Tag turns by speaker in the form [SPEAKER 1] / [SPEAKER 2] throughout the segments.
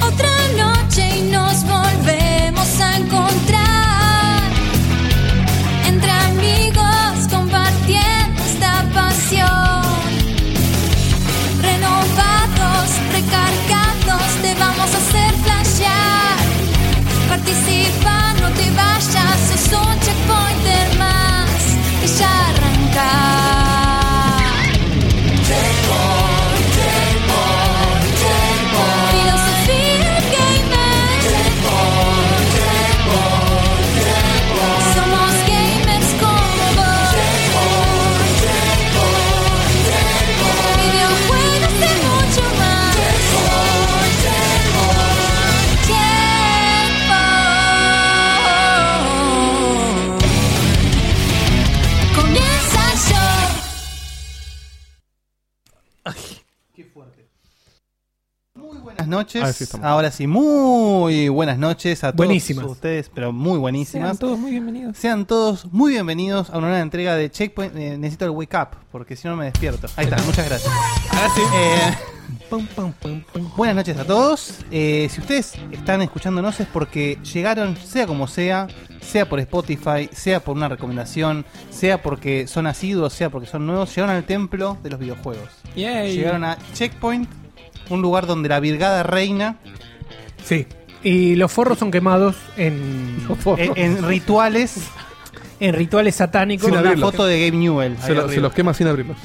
[SPEAKER 1] Otra noche y nos volvemos a encontrar entre amigos compartiendo esta pasión. Renovados, recargados, te vamos a hacer flashear. Participa, no te vayas, es un checkpointer más y ya arrancar. Checkpoint, checkpoint, checkpoint. Filosofía gamer. Checkpoint, checkpoint, checkpoint. Somos gamers como vos. Checkpoint, checkpoint, checkpoint. Videojuegos y mucho más. Checkpoint, checkpoint, checkpoint. Comienza el show.
[SPEAKER 2] Buenas noches.
[SPEAKER 3] Ahora sí estamos.
[SPEAKER 2] Ahora sí, muy buenas noches a todos
[SPEAKER 3] Buenísimas.
[SPEAKER 2] ustedes, pero muy buenísimas.
[SPEAKER 3] Sean todos muy bienvenidos.
[SPEAKER 2] Sean todos muy bienvenidos a una nueva entrega de Checkpoint. Eh, necesito el wake up, porque si no me despierto. Ahí está, muchas gracias.
[SPEAKER 3] Ah,
[SPEAKER 2] Eh,
[SPEAKER 3] Pum, pum, pum, pum.
[SPEAKER 2] buenas noches a todos. Eh, si ustedes están escuchándonos es porque llegaron, sea como sea, sea por Spotify, sea por una recomendación, sea porque son asiduos, sea porque son nuevos, llegaron al templo de los videojuegos.
[SPEAKER 3] Yay.
[SPEAKER 2] Llegaron a Checkpoint, un lugar donde la virgada reina
[SPEAKER 3] Sí. Y los forros son quemados en,
[SPEAKER 2] en, en rituales
[SPEAKER 3] en rituales satánicos.
[SPEAKER 2] con una
[SPEAKER 3] abrirlos.
[SPEAKER 2] foto de Gabe Newell. ahí
[SPEAKER 4] Se, lo-
[SPEAKER 2] arriba.
[SPEAKER 4] se los quema sin abrirlos.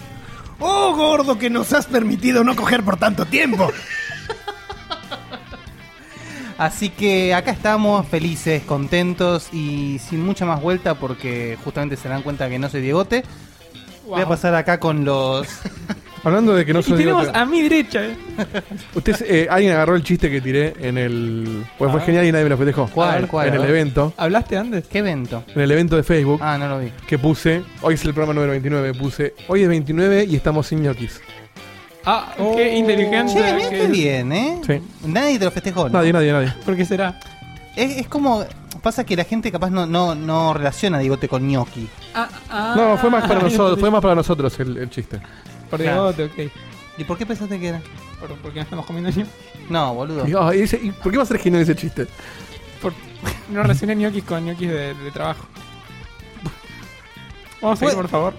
[SPEAKER 5] ¡Oh, gordo, que nos has permitido no coger por tanto tiempo!
[SPEAKER 2] Así que acá estamos felices, contentos y sin mucha más vuelta porque justamente se dan cuenta que no soy Diegote. Voy a pasar acá con los...
[SPEAKER 4] Hablando de que no
[SPEAKER 3] Y
[SPEAKER 4] soy
[SPEAKER 3] tenemos
[SPEAKER 4] idiota,
[SPEAKER 3] a mi derecha. eh.
[SPEAKER 4] usted, eh, alguien agarró el chiste que tiré en el. Pues fue genial y nadie me lo festejó.
[SPEAKER 2] ¿Cuál,
[SPEAKER 4] A ver,
[SPEAKER 2] cuál?
[SPEAKER 4] En el evento.
[SPEAKER 3] ¿Hablaste antes?
[SPEAKER 2] ¿Qué evento?
[SPEAKER 4] En el evento de Facebook
[SPEAKER 2] Ah, no lo vi.
[SPEAKER 4] que puse. Hoy es el programa número 29. Puse. Hoy es 29 y estamos sin ñoquis.
[SPEAKER 3] Ah, qué inteligente.
[SPEAKER 2] Che, mirá
[SPEAKER 3] que-
[SPEAKER 2] qué bien, ¿eh?
[SPEAKER 4] Sí.
[SPEAKER 2] Nadie te lo festejó. ¿no?
[SPEAKER 4] Nadie, nadie, nadie.
[SPEAKER 3] ¿Por qué será?
[SPEAKER 2] Es, es como... Pasa que la gente capaz no, no, no relaciona a Diegote con gnocchi.
[SPEAKER 3] Ah, ah.
[SPEAKER 4] No, fue más para nosotros, fue más para nosotros el, el chiste.
[SPEAKER 3] Por
[SPEAKER 2] Claro.
[SPEAKER 3] Diegote, ok.
[SPEAKER 2] ¿Y por qué pensaste que era?
[SPEAKER 3] Por- porque no estamos comiendo ñoquis.
[SPEAKER 2] No, boludo.
[SPEAKER 4] Y, ah, y ese- y ¿Por qué va a ser genial ese chiste?
[SPEAKER 3] Por- No relacioné ñoquis con ñoquis de, de trabajo. Vamos a ir, por favor.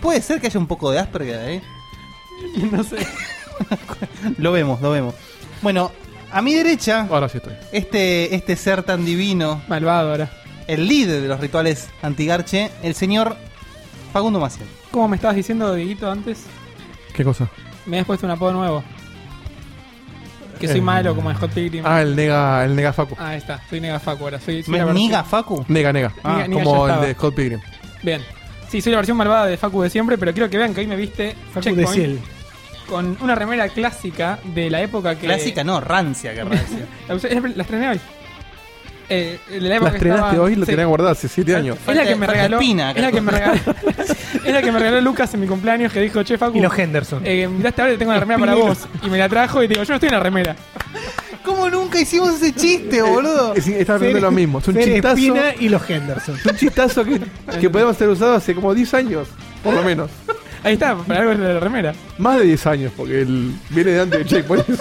[SPEAKER 2] Puede ser que haya un poco de Asperger, ¿eh?
[SPEAKER 3] No sé.
[SPEAKER 2] Lo vemos, lo vemos. Bueno, a mi derecha,
[SPEAKER 4] Ahora sí estoy.
[SPEAKER 2] este, este ser tan divino,
[SPEAKER 3] Malvado ahora.
[SPEAKER 2] el líder de los rituales antigarche, el señor Facundo Maciel.
[SPEAKER 3] Como me estabas diciendo, Dieguito, antes,
[SPEAKER 4] ¿Qué cosa?
[SPEAKER 3] me has puesto un apodo nuevo. Que soy
[SPEAKER 4] Eh.
[SPEAKER 3] malo, como el Hot Pilgrim.
[SPEAKER 4] Ah, el nega, el nega Facu.
[SPEAKER 3] Ahí está, soy Negafacu ahora. Soy, soy
[SPEAKER 2] ¿Me
[SPEAKER 3] la versión-
[SPEAKER 2] niga Facu?
[SPEAKER 4] Nega, nega.
[SPEAKER 3] Ah,
[SPEAKER 4] Ah,
[SPEAKER 3] nega
[SPEAKER 4] como
[SPEAKER 3] ya
[SPEAKER 4] el de
[SPEAKER 3] estaba.
[SPEAKER 4] Scott Pilgrim.
[SPEAKER 3] Bien. Sí, soy la versión malvada de Facu de siempre, pero quiero que vean que hoy me viste
[SPEAKER 5] Facu de
[SPEAKER 3] Checkpoint
[SPEAKER 5] Ciel.
[SPEAKER 3] con una remera clásica de la época que.
[SPEAKER 2] Clásica, no, rancia, que rancia.
[SPEAKER 3] La, usé- la estrené hoy. Eh, de la época
[SPEAKER 4] La
[SPEAKER 3] que
[SPEAKER 4] estrenaste
[SPEAKER 3] estaba-
[SPEAKER 4] hoy, la
[SPEAKER 3] Sí.
[SPEAKER 4] tenía guardada hace 7 años.
[SPEAKER 3] Es la que me
[SPEAKER 2] Falta
[SPEAKER 3] regaló.
[SPEAKER 2] espina acá.
[SPEAKER 3] es, la que me regaló es la que me regaló Lucas en mi cumpleaños que dijo, che, Facu.
[SPEAKER 5] Y los Henderson.
[SPEAKER 3] eh, miraste ahora y tengo una remera para vos. Y me la trajo y te digo, yo no estoy en la remera.
[SPEAKER 2] ¿Cómo nunca hicimos ese chiste, boludo?
[SPEAKER 4] Es- Estaba viendo lo mismo. Es un
[SPEAKER 5] Fer
[SPEAKER 4] chistazo.
[SPEAKER 5] Espina y los Henderson.
[SPEAKER 4] Es un chistazo que, que podemos ser usado hace como 10 años, por lo menos.
[SPEAKER 3] Ahí está, para algo es la remera.
[SPEAKER 4] Más de 10 años, porque él viene de antes de Check, por eso.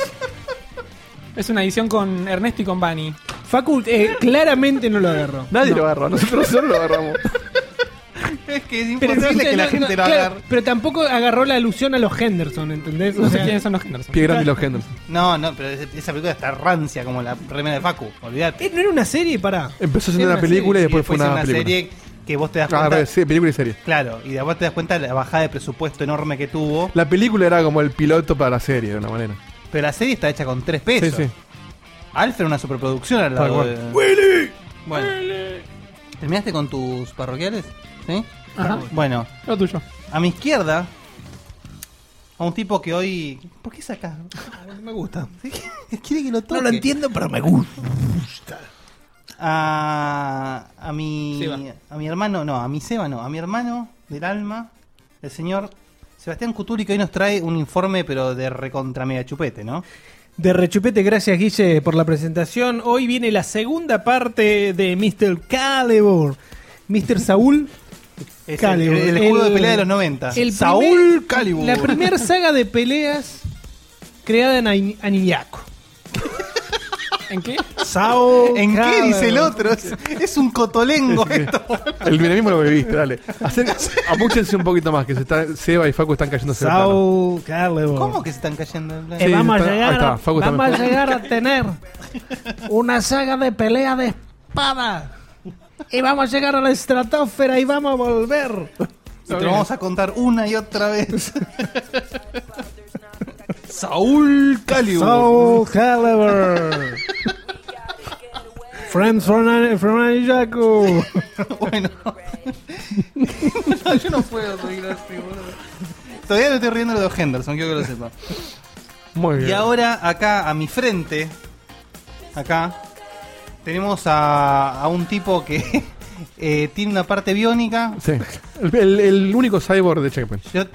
[SPEAKER 3] Es una edición con Ernesto y con Bani.
[SPEAKER 5] Facu eh, claramente no lo agarró.
[SPEAKER 4] Nadie lo agarró, nosotros solo lo agarramos.
[SPEAKER 2] Es que es
[SPEAKER 5] entonces
[SPEAKER 2] imposible que la
[SPEAKER 5] no-
[SPEAKER 2] gente
[SPEAKER 5] no-
[SPEAKER 2] lo
[SPEAKER 5] claro,
[SPEAKER 2] haga.
[SPEAKER 5] pero tampoco agarró la alusión a los Henderson, ¿entendés? O
[SPEAKER 3] No sé
[SPEAKER 5] sea,
[SPEAKER 3] quiénes son los Henderson.
[SPEAKER 4] Pie grande y los Henderson.
[SPEAKER 2] No, no, pero ese- esa película está rancia como la remera de Facu, olvídate.
[SPEAKER 5] eh, no era una serie, pará.
[SPEAKER 4] Empezó siendo
[SPEAKER 3] Era
[SPEAKER 4] una
[SPEAKER 3] una
[SPEAKER 4] película y
[SPEAKER 2] Y
[SPEAKER 4] después fue
[SPEAKER 2] es
[SPEAKER 4] una,
[SPEAKER 2] una
[SPEAKER 4] película.
[SPEAKER 2] serie que vos te das
[SPEAKER 4] Ah,
[SPEAKER 2] cuenta.
[SPEAKER 4] re- sí, película y serie.
[SPEAKER 2] Claro, y después te das cuenta de la bajada de presupuesto enorme que tuvo.
[SPEAKER 4] La película era como el piloto para la serie, de una manera.
[SPEAKER 2] Pero la serie está hecha con tres
[SPEAKER 4] Sí,
[SPEAKER 2] pesos.
[SPEAKER 4] sí.
[SPEAKER 2] Alfred una superproducción al
[SPEAKER 4] Tal
[SPEAKER 2] lado
[SPEAKER 4] cual.
[SPEAKER 2] de... Bueno. ¿Terminaste con tus parroquiales? ¿Sí?
[SPEAKER 3] Ajá.
[SPEAKER 2] Bueno,
[SPEAKER 3] Lo tuyo.
[SPEAKER 2] a mi izquierda, a un tipo que hoy... ¿Por qué sacas?
[SPEAKER 5] Me gusta.
[SPEAKER 2] Quiere que lo toque.
[SPEAKER 5] pero me gusta.
[SPEAKER 2] a, a mi
[SPEAKER 3] Seba.
[SPEAKER 2] a mi hermano, no, a mi Seba no, a mi hermano del alma, el señor Sebastián Cuturi, que hoy nos trae un informe, pero de recontra mega chupete, ¿no?
[SPEAKER 5] De rechupete, gracias Guille por la presentación. Hoy viene la segunda parte de Mr. Calibur. Mr. Saúl
[SPEAKER 2] Es el,
[SPEAKER 5] Calibur.
[SPEAKER 2] el- el escudo de pelea de los 90.
[SPEAKER 5] el
[SPEAKER 2] Saúl
[SPEAKER 5] primer-
[SPEAKER 2] Calibur.
[SPEAKER 5] La primera saga de peleas creada en Ani- Animaco.
[SPEAKER 3] ¿En qué?
[SPEAKER 5] Saúl
[SPEAKER 2] ¿En qué
[SPEAKER 5] Calibur.
[SPEAKER 2] dice el otro? Es, es un cotolengo esto.
[SPEAKER 4] El mismo lo bebiste, dale. Acer- Apúchense un poquito más, que se está, Seba y Facu están cayendo hacia el plano.
[SPEAKER 5] Saúl Calibur.
[SPEAKER 2] ¿Cómo que se están cayendo? en plan?
[SPEAKER 5] Que
[SPEAKER 4] Sí,
[SPEAKER 5] Eh, vamos
[SPEAKER 4] está-
[SPEAKER 5] a
[SPEAKER 4] ahí
[SPEAKER 5] llegar,
[SPEAKER 4] está,
[SPEAKER 5] a-
[SPEAKER 4] Facu está
[SPEAKER 5] vamos a,
[SPEAKER 4] mejor.
[SPEAKER 5] llegar a tener una saga de pelea de espada. Y vamos a llegar a la estratosfera y vamos a volver.
[SPEAKER 2] Y te lo vamos a contar una y otra vez. Saúl Calibur.
[SPEAKER 5] Soul Calibur. Friends from An- from Anijaku.
[SPEAKER 2] Bueno. No, yo no puedo seguir así, boludo. Todavía me estoy riendo de los Henderson, quiero que lo sepa.
[SPEAKER 4] Muy bien.
[SPEAKER 2] Y ahora, acá, a mi frente, acá, tenemos a, a un tipo que eh, tiene una parte biónica.
[SPEAKER 4] Sí. El, el- el único cyborg de Checkpoint.
[SPEAKER 2] Yo-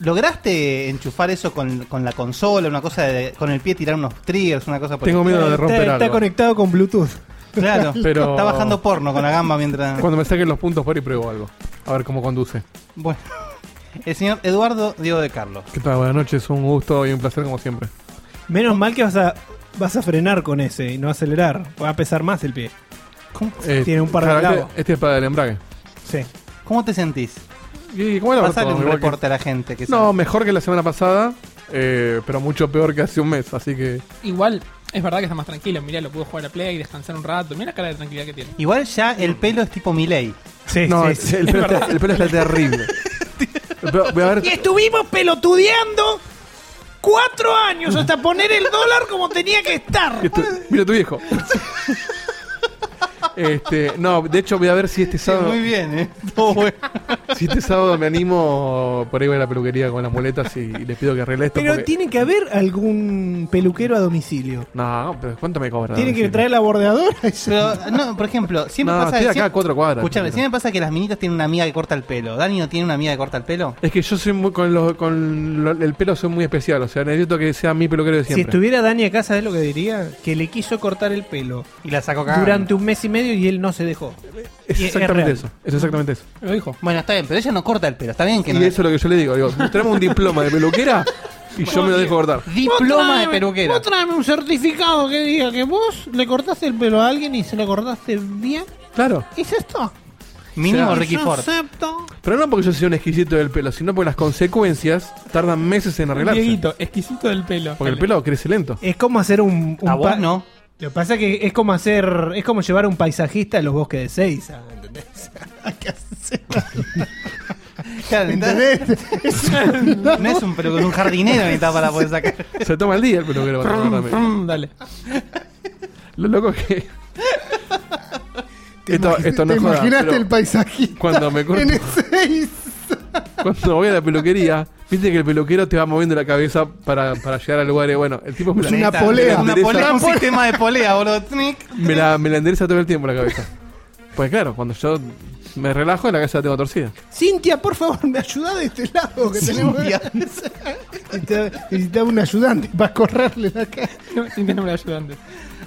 [SPEAKER 2] ¿Lograste enchufar eso con, con la consola, una cosa de- con el pie tirar unos triggers, una cosa por
[SPEAKER 4] Tengo miedo de
[SPEAKER 5] está,
[SPEAKER 4] romper
[SPEAKER 5] está
[SPEAKER 4] algo.
[SPEAKER 5] Este, conectado con Bluetooth.
[SPEAKER 2] Claro,
[SPEAKER 4] Pero-
[SPEAKER 2] está bajando porno con la gamba mientras...
[SPEAKER 4] Cuando me saquen los puntos por y pruebo algo. A ver cómo conduce.
[SPEAKER 2] Bueno, el señor Eduardo Diego de Carlos.
[SPEAKER 4] ¿Qué tal? Buenas noches, un gusto y un placer como siempre.
[SPEAKER 5] Menos mal que vas a, vas a frenar con ese y no acelerar. Va a pesar más el pie.
[SPEAKER 4] Eh,
[SPEAKER 5] Tiene un par de
[SPEAKER 4] claramente,
[SPEAKER 5] clavos.
[SPEAKER 4] Este, es para el embrague.
[SPEAKER 5] Sí.
[SPEAKER 2] ¿Cómo te sentís?
[SPEAKER 4] ¿Y cómo era para
[SPEAKER 2] Pasale
[SPEAKER 4] todo?
[SPEAKER 2] un
[SPEAKER 4] Igual que-
[SPEAKER 2] reporte a la gente. Que
[SPEAKER 4] No,
[SPEAKER 2] sabe.
[SPEAKER 4] mejor que la semana pasada, eh, pero mucho peor que hace un mes, así que...
[SPEAKER 3] Igual, es verdad que está más tranquilo. Mirá, lo pudo jugar a Play, descansar un rato. Mirá la cara de tranquilidad que tiene.
[SPEAKER 2] Igual ya el pelo es tipo Miley.
[SPEAKER 5] Sí,
[SPEAKER 4] no,
[SPEAKER 5] sí,
[SPEAKER 4] el-
[SPEAKER 5] sí.
[SPEAKER 4] el, pelo está, el pelo está terrible. Pero Voy a ver...
[SPEAKER 5] Y estuvimos pelotudeando cuatro años hasta poner el dólar como tenía que estar.
[SPEAKER 4] esto- mira tu viejo. Este, no, de hecho voy a ver si este sábado,
[SPEAKER 2] Muy bien, ¿eh? Todo bueno.
[SPEAKER 4] si este sábado me animo por ahí voy a la peluquería con las muletas y, y les pido que arregle esto.
[SPEAKER 5] Pero
[SPEAKER 4] porque-
[SPEAKER 5] tiene que haber algún peluquero a domicilio.
[SPEAKER 4] No, pero ¿cuánto me cobra?
[SPEAKER 5] Tiene que
[SPEAKER 4] Sí.
[SPEAKER 5] traer la bordeadora.
[SPEAKER 2] Pero, no, por ejemplo, siempre
[SPEAKER 4] No,
[SPEAKER 2] pasa.
[SPEAKER 4] estoy acá
[SPEAKER 2] siempre-
[SPEAKER 4] a cuatro cuadras.
[SPEAKER 2] Escuchame, siempre pasa que las minitas tienen una amiga que corta el pelo. Dani no tiene una amiga que corta el pelo.
[SPEAKER 4] Es que yo soy muy, con, los, con lo- el pelo soy muy especial, o sea, necesito que sea mi peluquero de
[SPEAKER 5] Si
[SPEAKER 4] siempre.
[SPEAKER 5] estuviera Dani acá, ¿sabes lo que diría? Que le quiso cortar el pelo
[SPEAKER 2] Y la saco acá.
[SPEAKER 5] durante un mes y medio y él no se dejó.
[SPEAKER 4] es
[SPEAKER 5] y es
[SPEAKER 4] exactamente
[SPEAKER 5] real.
[SPEAKER 4] eso, es exactamente eso.
[SPEAKER 3] Lo dijo.
[SPEAKER 2] Bueno, está bien, pero ella no corta el pelo. Está bien que
[SPEAKER 4] Y
[SPEAKER 2] no.
[SPEAKER 4] eso es lo que yo le digo, digo, mostrame un diploma de peluquera y yo me lo dejo cortar.
[SPEAKER 2] Diploma de peluquera.
[SPEAKER 5] Vos tráeme un certificado que diga que vos le cortaste el pelo a alguien y se lo cortaste bien.
[SPEAKER 4] Claro,
[SPEAKER 5] ¿Y ya está?
[SPEAKER 2] Mínimo
[SPEAKER 4] Claro.
[SPEAKER 2] Ricky
[SPEAKER 5] Yo
[SPEAKER 2] Ford.
[SPEAKER 5] acepto.
[SPEAKER 4] pero no porque yo sea un exquisito del pelo, sino porque las consecuencias tardan meses en arreglarse.
[SPEAKER 3] Dieguito, exquisito del pelo.
[SPEAKER 4] Porque el
[SPEAKER 3] Dale.
[SPEAKER 4] pelo crece lento.
[SPEAKER 5] Es como hacer un... un
[SPEAKER 2] A vos
[SPEAKER 5] pa-
[SPEAKER 2] no.
[SPEAKER 5] Lo que pasa es que es como hacer... Es como llevar a un paisajista a los bosques de Seiza, ¿entendés? ¿Qué haces?
[SPEAKER 2] Claro, necesitas- no es un pelo con un jardinero necesitas para poder sacar.
[SPEAKER 4] Se toma el día el peluquero. para arreglarme.
[SPEAKER 3] Mm, Dale.
[SPEAKER 4] lo loco que... Esto,
[SPEAKER 6] imagi-
[SPEAKER 4] esto no
[SPEAKER 6] ¿Te
[SPEAKER 4] es joda,
[SPEAKER 6] imaginaste
[SPEAKER 4] pero
[SPEAKER 6] el paisajista
[SPEAKER 4] Cuando me corto-
[SPEAKER 6] en el seis?
[SPEAKER 4] Cuando voy a la peluquería, viste que el peluquero te va moviendo la cabeza para, para llegar al lugar. y Bueno, el tipo me la-
[SPEAKER 6] Es una
[SPEAKER 2] Necesitas-
[SPEAKER 6] polea.
[SPEAKER 2] Una
[SPEAKER 4] Endereza-
[SPEAKER 2] polea, un sistema de polea, boludo. Tnic.
[SPEAKER 4] Me la, me la endereza todo el tiempo la cabeza. Pues claro, cuando yo me relajo, la cabeza la tengo torcida.
[SPEAKER 5] Cintia, por favor, me ayuda de este lado que tenemos...
[SPEAKER 6] Necesitaba necesitaba un ayudante para correrle la cara.
[SPEAKER 3] No, sin tener un ayudante.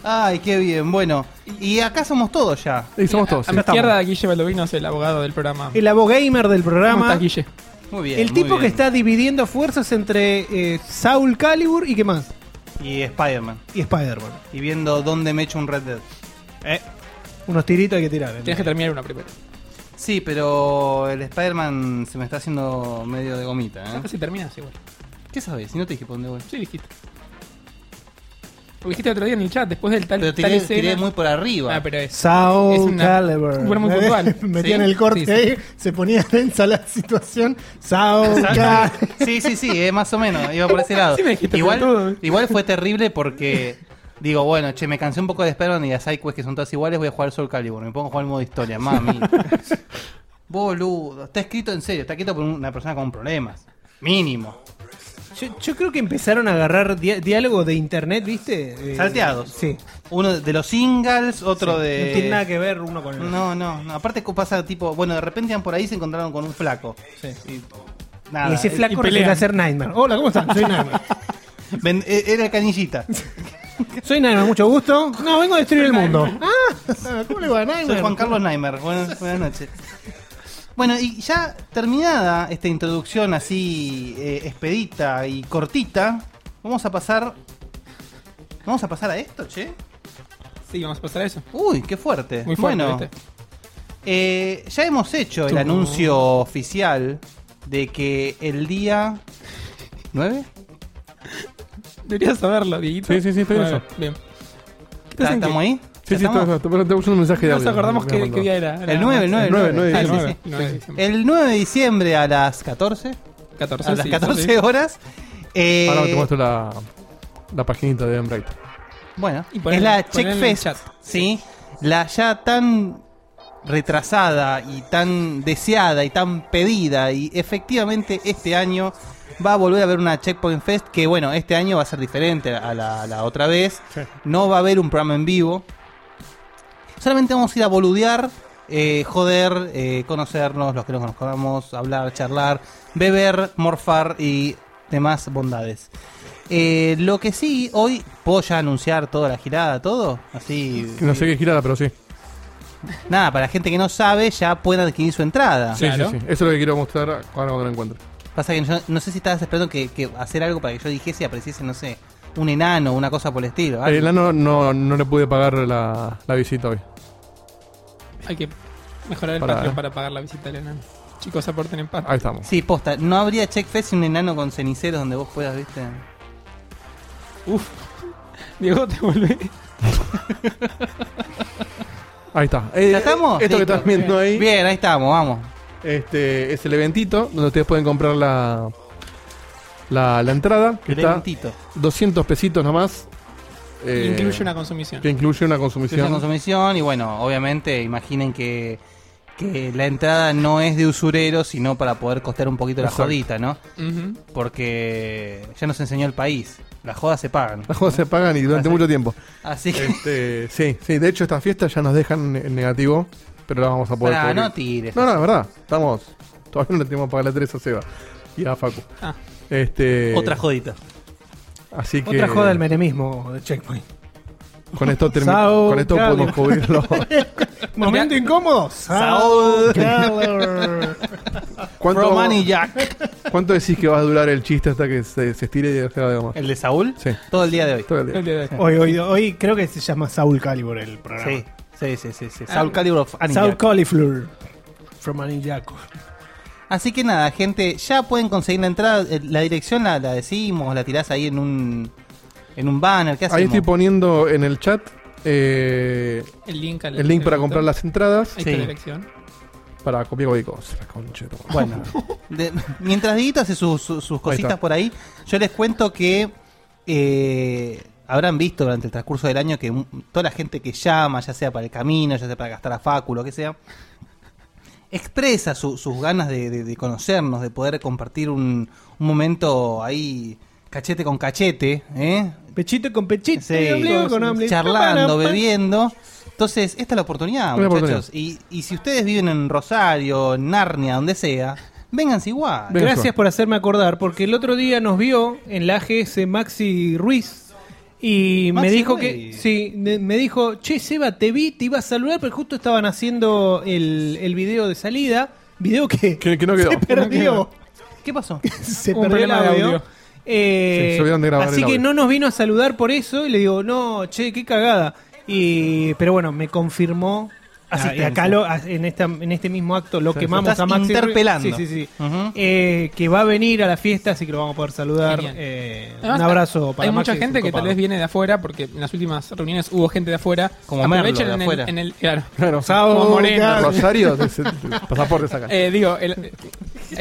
[SPEAKER 2] Ay, qué bien. Bueno, y acá somos todos ya.
[SPEAKER 4] Y somos todos.
[SPEAKER 3] A
[SPEAKER 4] sí.
[SPEAKER 3] mi izquierda, Guille Baldovinos, el abogado del programa.
[SPEAKER 5] El abogamer del
[SPEAKER 3] ¿Cómo
[SPEAKER 5] programa.
[SPEAKER 3] estás, Guille?
[SPEAKER 2] Muy bien.
[SPEAKER 5] El
[SPEAKER 2] muy
[SPEAKER 5] tipo
[SPEAKER 2] bien.
[SPEAKER 5] que está dividiendo fuerzas entre eh, Saul Calibur y qué más.
[SPEAKER 2] Y Spider-Man.
[SPEAKER 5] Y Spider-Man.
[SPEAKER 2] Y viendo dónde me echo un Red Dead.
[SPEAKER 5] Unos tiritos hay que tirar. ¿eh?
[SPEAKER 3] Eh. Tienes que terminar una primero.
[SPEAKER 2] Sí, pero el Spider-Man se me está haciendo medio de gomita, ¿eh?
[SPEAKER 3] Si terminas igual.
[SPEAKER 2] ¿Qué sabes? Si no te dije por dónde voy.
[SPEAKER 3] Sí, dijiste. Lo dijiste otro día en el chat, después del tal,
[SPEAKER 2] Pero
[SPEAKER 3] tal
[SPEAKER 2] tiré,
[SPEAKER 3] escena.
[SPEAKER 2] tiré muy por arriba.
[SPEAKER 3] Ah, pero es. Es
[SPEAKER 5] Saul
[SPEAKER 3] una-
[SPEAKER 5] Calibur.
[SPEAKER 3] Bueno, muy puntual.
[SPEAKER 6] Metían
[SPEAKER 3] Sí,
[SPEAKER 6] el corte
[SPEAKER 3] sí, sí.
[SPEAKER 6] ahí, se ponía densa la situación. Saúl
[SPEAKER 2] Ah, Sí, sí, sí, eh, más o menos. Iba por ese lado.
[SPEAKER 3] Sí me dijiste pelotudo, eh.
[SPEAKER 2] igual, igual fue terrible porque digo, bueno, che, me cansé un poco de Spider-Man y las sidequests que son todas iguales, voy a jugar Soul Calibur. Me pongo a jugar el modo historia, mami. Boludo, está escrito en serio, está escrito por una persona con problemas. Mínimo.
[SPEAKER 5] Yo, yo creo que empezaron a agarrar dia- diálogos de internet, ¿viste? Eh,
[SPEAKER 2] Salteados.
[SPEAKER 5] Sí.
[SPEAKER 2] Uno de los singles, otro de.
[SPEAKER 5] No tiene nada que ver uno con el otro.
[SPEAKER 2] No, no, no. Aparte que pasa tipo, bueno, de repente iban por ahí y se encontraron con un flaco. Y nada.
[SPEAKER 5] y ese
[SPEAKER 2] eh,
[SPEAKER 3] y
[SPEAKER 5] flaco
[SPEAKER 3] pelean.
[SPEAKER 5] resulta ser Nightmare. Hola, ¿cómo estás? Soy Nightmare.
[SPEAKER 2] ven- eh, era canillita.
[SPEAKER 5] Soy Nightmare, mucho gusto. No, vengo a destruir el mundo.
[SPEAKER 7] Ah, ¿Cómo le va a
[SPEAKER 2] Soy
[SPEAKER 7] Nightmare?
[SPEAKER 2] Juan Carlos Naimer. Buenas, buenas noches. Bueno, y ya terminada esta introducción así eh, expedita y cortita, vamos a pasar. ¿Vamos a pasar a esto, che?
[SPEAKER 3] Sí, vamos a pasar a eso.
[SPEAKER 2] Uy, qué fuerte.
[SPEAKER 3] Muy fuerte,
[SPEAKER 2] bueno,
[SPEAKER 3] ¿viste?
[SPEAKER 2] eh, ya hemos hecho el
[SPEAKER 3] Tum.
[SPEAKER 2] anuncio oficial de que el día 9
[SPEAKER 3] Deberías saberlo, Dieguito.
[SPEAKER 4] Sí, sí, sí, estoy en
[SPEAKER 3] Bueno,
[SPEAKER 4] eso.
[SPEAKER 3] Bien. ¿Qué
[SPEAKER 2] ¿Está-
[SPEAKER 3] pasa en
[SPEAKER 2] ¿Estamos
[SPEAKER 3] que
[SPEAKER 2] ahí?
[SPEAKER 4] Sí,
[SPEAKER 2] ¿Ya
[SPEAKER 4] sí,
[SPEAKER 2] estamos?
[SPEAKER 4] está- está- pero te puso un mensaje de
[SPEAKER 3] No nos
[SPEAKER 4] audio.
[SPEAKER 3] acordamos
[SPEAKER 4] Me
[SPEAKER 3] qué,
[SPEAKER 4] mandó.
[SPEAKER 3] qué día era. Era
[SPEAKER 2] El 9, el 9,
[SPEAKER 4] el 9,
[SPEAKER 3] Ah, el
[SPEAKER 2] sí, sí,
[SPEAKER 3] 9,
[SPEAKER 2] sí.
[SPEAKER 3] el 9 de diciembre.
[SPEAKER 2] El 9 de diciembre a las 14,
[SPEAKER 3] 14,
[SPEAKER 2] a las
[SPEAKER 3] Ah, sí,
[SPEAKER 2] 14
[SPEAKER 3] sí.
[SPEAKER 2] horas. eh,
[SPEAKER 4] Ahora te muestro la, la paginita de Embraid.
[SPEAKER 2] bueno,
[SPEAKER 3] Y ponen-
[SPEAKER 2] es la
[SPEAKER 3] ponen en el
[SPEAKER 2] Checkfest,
[SPEAKER 3] chat.
[SPEAKER 2] ¿sí? La ya tan retrasada y tan deseada y tan pedida y efectivamente este año va a volver a haber una Checkpoint Fest que bueno, este año va a ser diferente a la, a la otra vez. No va a haber un programa en vivo. Solamente vamos a ir a boludear, eh, joder, eh, conocernos, los que nos conozcamos, hablar, charlar, beber, morfar y demás bondades. Eh, lo que sí, hoy puedo ya anunciar toda la girada, todo. Así.
[SPEAKER 4] No sé qué girada, pero sí.
[SPEAKER 2] Nada, para la gente que no sabe, ya pueden adquirir su entrada.
[SPEAKER 4] Sí,
[SPEAKER 3] Claro.
[SPEAKER 4] sí, sí. Eso es lo que quiero mostrar ahora cuando lo encuentre.
[SPEAKER 2] Pasa que yo no sé si estabas esperando que, que hacer algo para que yo dijese y apareciese, no sé, un enano, una cosa por el estilo. Ah, ¿vale?
[SPEAKER 4] El enano Eh, no, no le pude pagar la, la visita hoy.
[SPEAKER 3] Hay que mejorar el
[SPEAKER 4] Para-
[SPEAKER 3] patio para pagar la visita al enano. Chicos, aporten en paz.
[SPEAKER 4] Ahí estamos.
[SPEAKER 2] Sí, posta. No habría Checkfest sin un enano con ceniceros donde vos puedas, viste.
[SPEAKER 3] Uf. Diego, te volví.
[SPEAKER 4] Ahí está. Eh,
[SPEAKER 2] ¿Ya estamos?
[SPEAKER 4] Esto que
[SPEAKER 2] Listo.
[SPEAKER 4] estás viendo ahí
[SPEAKER 2] Bien, ahí estamos, vamos.
[SPEAKER 4] este, es el eventito donde ustedes pueden comprar la, la, la entrada. Que
[SPEAKER 2] El
[SPEAKER 4] está
[SPEAKER 2] eventito.
[SPEAKER 4] 200 pesitos nomás. eh,
[SPEAKER 3] Incluye una consumición.
[SPEAKER 4] que incluye una
[SPEAKER 2] Es una
[SPEAKER 4] consumición.
[SPEAKER 2] consumición y bueno, obviamente imaginen que, que la entrada no es de usurero, sino para poder costear un poquito
[SPEAKER 4] Exacto.
[SPEAKER 2] la jodita, ¿no?
[SPEAKER 3] Ujú.
[SPEAKER 2] Porque ya nos enseñó el país, las jodas se pagan.
[SPEAKER 4] Las cosas se pagan y durante
[SPEAKER 2] Así.
[SPEAKER 4] mucho tiempo.
[SPEAKER 2] Así que
[SPEAKER 4] Este, sí, sí. De hecho, estas fiestas ya nos dejan en negativo, pero las vamos a poder.
[SPEAKER 2] pará,
[SPEAKER 4] cubrir.
[SPEAKER 2] no tires.
[SPEAKER 4] No, no, es verdad. Estamos. Todavía no le tenemos que pagar la 3 a Seba y a Facu.
[SPEAKER 3] Ah.
[SPEAKER 4] Este,
[SPEAKER 2] Eh, Otra jodita.
[SPEAKER 4] Así que.
[SPEAKER 5] Otra joda del menemismo de Checkpoint.
[SPEAKER 4] Con esto, termi-
[SPEAKER 5] Sao,
[SPEAKER 4] con esto
[SPEAKER 5] Claudio.
[SPEAKER 4] podemos cubrirlo.
[SPEAKER 5] Momento incómodo.
[SPEAKER 2] Saúl.
[SPEAKER 4] ¿Cuánto,
[SPEAKER 2] Romani Jack.
[SPEAKER 4] cuánto decís que va a durar el chiste hasta que se, se estire y deje la de más?
[SPEAKER 2] ¿El de Saúl?
[SPEAKER 4] Sí.
[SPEAKER 2] Todo el día de hoy.
[SPEAKER 4] Todo el día.
[SPEAKER 3] El día de hoy.
[SPEAKER 5] Hoy, hoy, hoy creo que se llama Saul Calibur el programa.
[SPEAKER 2] Sí, sí, sí, sí. sí.
[SPEAKER 4] Ah,
[SPEAKER 2] Saúl Calibur of Annie
[SPEAKER 5] Saul
[SPEAKER 2] Jack.
[SPEAKER 5] Cauliflower. From Anillaco.
[SPEAKER 2] Así que nada, gente, ya pueden conseguir la entrada. Eh, La dirección la, la decimos, la tirás ahí en un, en un banner. ¿Qué hacemos?
[SPEAKER 4] Ahí estoy poniendo en el chat eh,
[SPEAKER 3] El link, al
[SPEAKER 4] el link para comprar las entradas
[SPEAKER 3] Ahí está
[SPEAKER 2] Sí.
[SPEAKER 3] la dirección.
[SPEAKER 4] para copiar cualquier cosa. La concha de tu madre.
[SPEAKER 2] Bueno, de- mientras Dieguito hace sus, sus- sus cositas
[SPEAKER 4] está.
[SPEAKER 2] por ahí, yo les cuento que eh, habrán visto durante el transcurso del año que un- toda la gente que llama, ya sea para el camino, ya sea para gastar a Facu, lo que sea, expresa su- sus ganas de, de- de conocernos, de poder compartir un, un momento ahí cachete con cachete, ¿eh?
[SPEAKER 5] Pechito con pechito.
[SPEAKER 2] Sí,
[SPEAKER 5] y ombligo con pues. ombligo.
[SPEAKER 2] charlando,
[SPEAKER 5] Pa, pa, pa.
[SPEAKER 2] bebiendo. Entonces, esta es la oportunidad,
[SPEAKER 4] Una
[SPEAKER 2] muchachos. Y, y si ustedes viven en Rosario, en Narnia, donde sea, vénganse igual.
[SPEAKER 4] Vengan
[SPEAKER 5] Gracias
[SPEAKER 4] solo.
[SPEAKER 5] por hacerme acordar, porque el otro día nos vio en la AGS Maxi Ruiz y
[SPEAKER 2] Maxi
[SPEAKER 5] me dijo
[SPEAKER 2] Ruiz.
[SPEAKER 5] que sí, me me dijo, "Che, Seba, te vi, te iba a saludar, pero justo estaban haciendo el, el video de salida, video que,
[SPEAKER 4] Que, que no quedó.
[SPEAKER 5] se perdió,
[SPEAKER 2] ¿Qué pasó?
[SPEAKER 5] se
[SPEAKER 3] Un
[SPEAKER 5] perdió el
[SPEAKER 3] problema de
[SPEAKER 5] audio.
[SPEAKER 3] audio.
[SPEAKER 5] Eh,
[SPEAKER 4] Sí, se olvidaron de grabar
[SPEAKER 5] así
[SPEAKER 4] el
[SPEAKER 5] que
[SPEAKER 4] audio.
[SPEAKER 5] no nos vino a saludar por eso y le digo, "No, che, qué cagada." Y pero bueno, me confirmó Ah, y
[SPEAKER 2] Asistencia.
[SPEAKER 5] acá lo- a- en, esta, en este mismo acto lo
[SPEAKER 4] Sí,
[SPEAKER 5] quemamos
[SPEAKER 2] estás
[SPEAKER 5] a Maxi Ruiz.
[SPEAKER 2] interpelando.
[SPEAKER 5] Sí, sí, sí.
[SPEAKER 2] Ujú.
[SPEAKER 5] Eh, que va a venir a la fiesta, así que lo vamos a poder saludar.
[SPEAKER 3] Genial.
[SPEAKER 5] Eh,
[SPEAKER 3] Además,
[SPEAKER 5] un abrazo para
[SPEAKER 3] Hay mucha
[SPEAKER 5] Maxi,
[SPEAKER 3] gente
[SPEAKER 5] es un
[SPEAKER 3] que tal
[SPEAKER 5] copado.
[SPEAKER 3] vez viene de afuera, porque en las últimas reuniones hubo gente de afuera.
[SPEAKER 2] Como Merlo, de
[SPEAKER 3] en el-
[SPEAKER 2] afuera.
[SPEAKER 3] en el- claro.
[SPEAKER 4] Claro.
[SPEAKER 3] Como Moreno.
[SPEAKER 4] Rosario, se- pasaporte sacan.
[SPEAKER 3] Eh, digo, el, eh,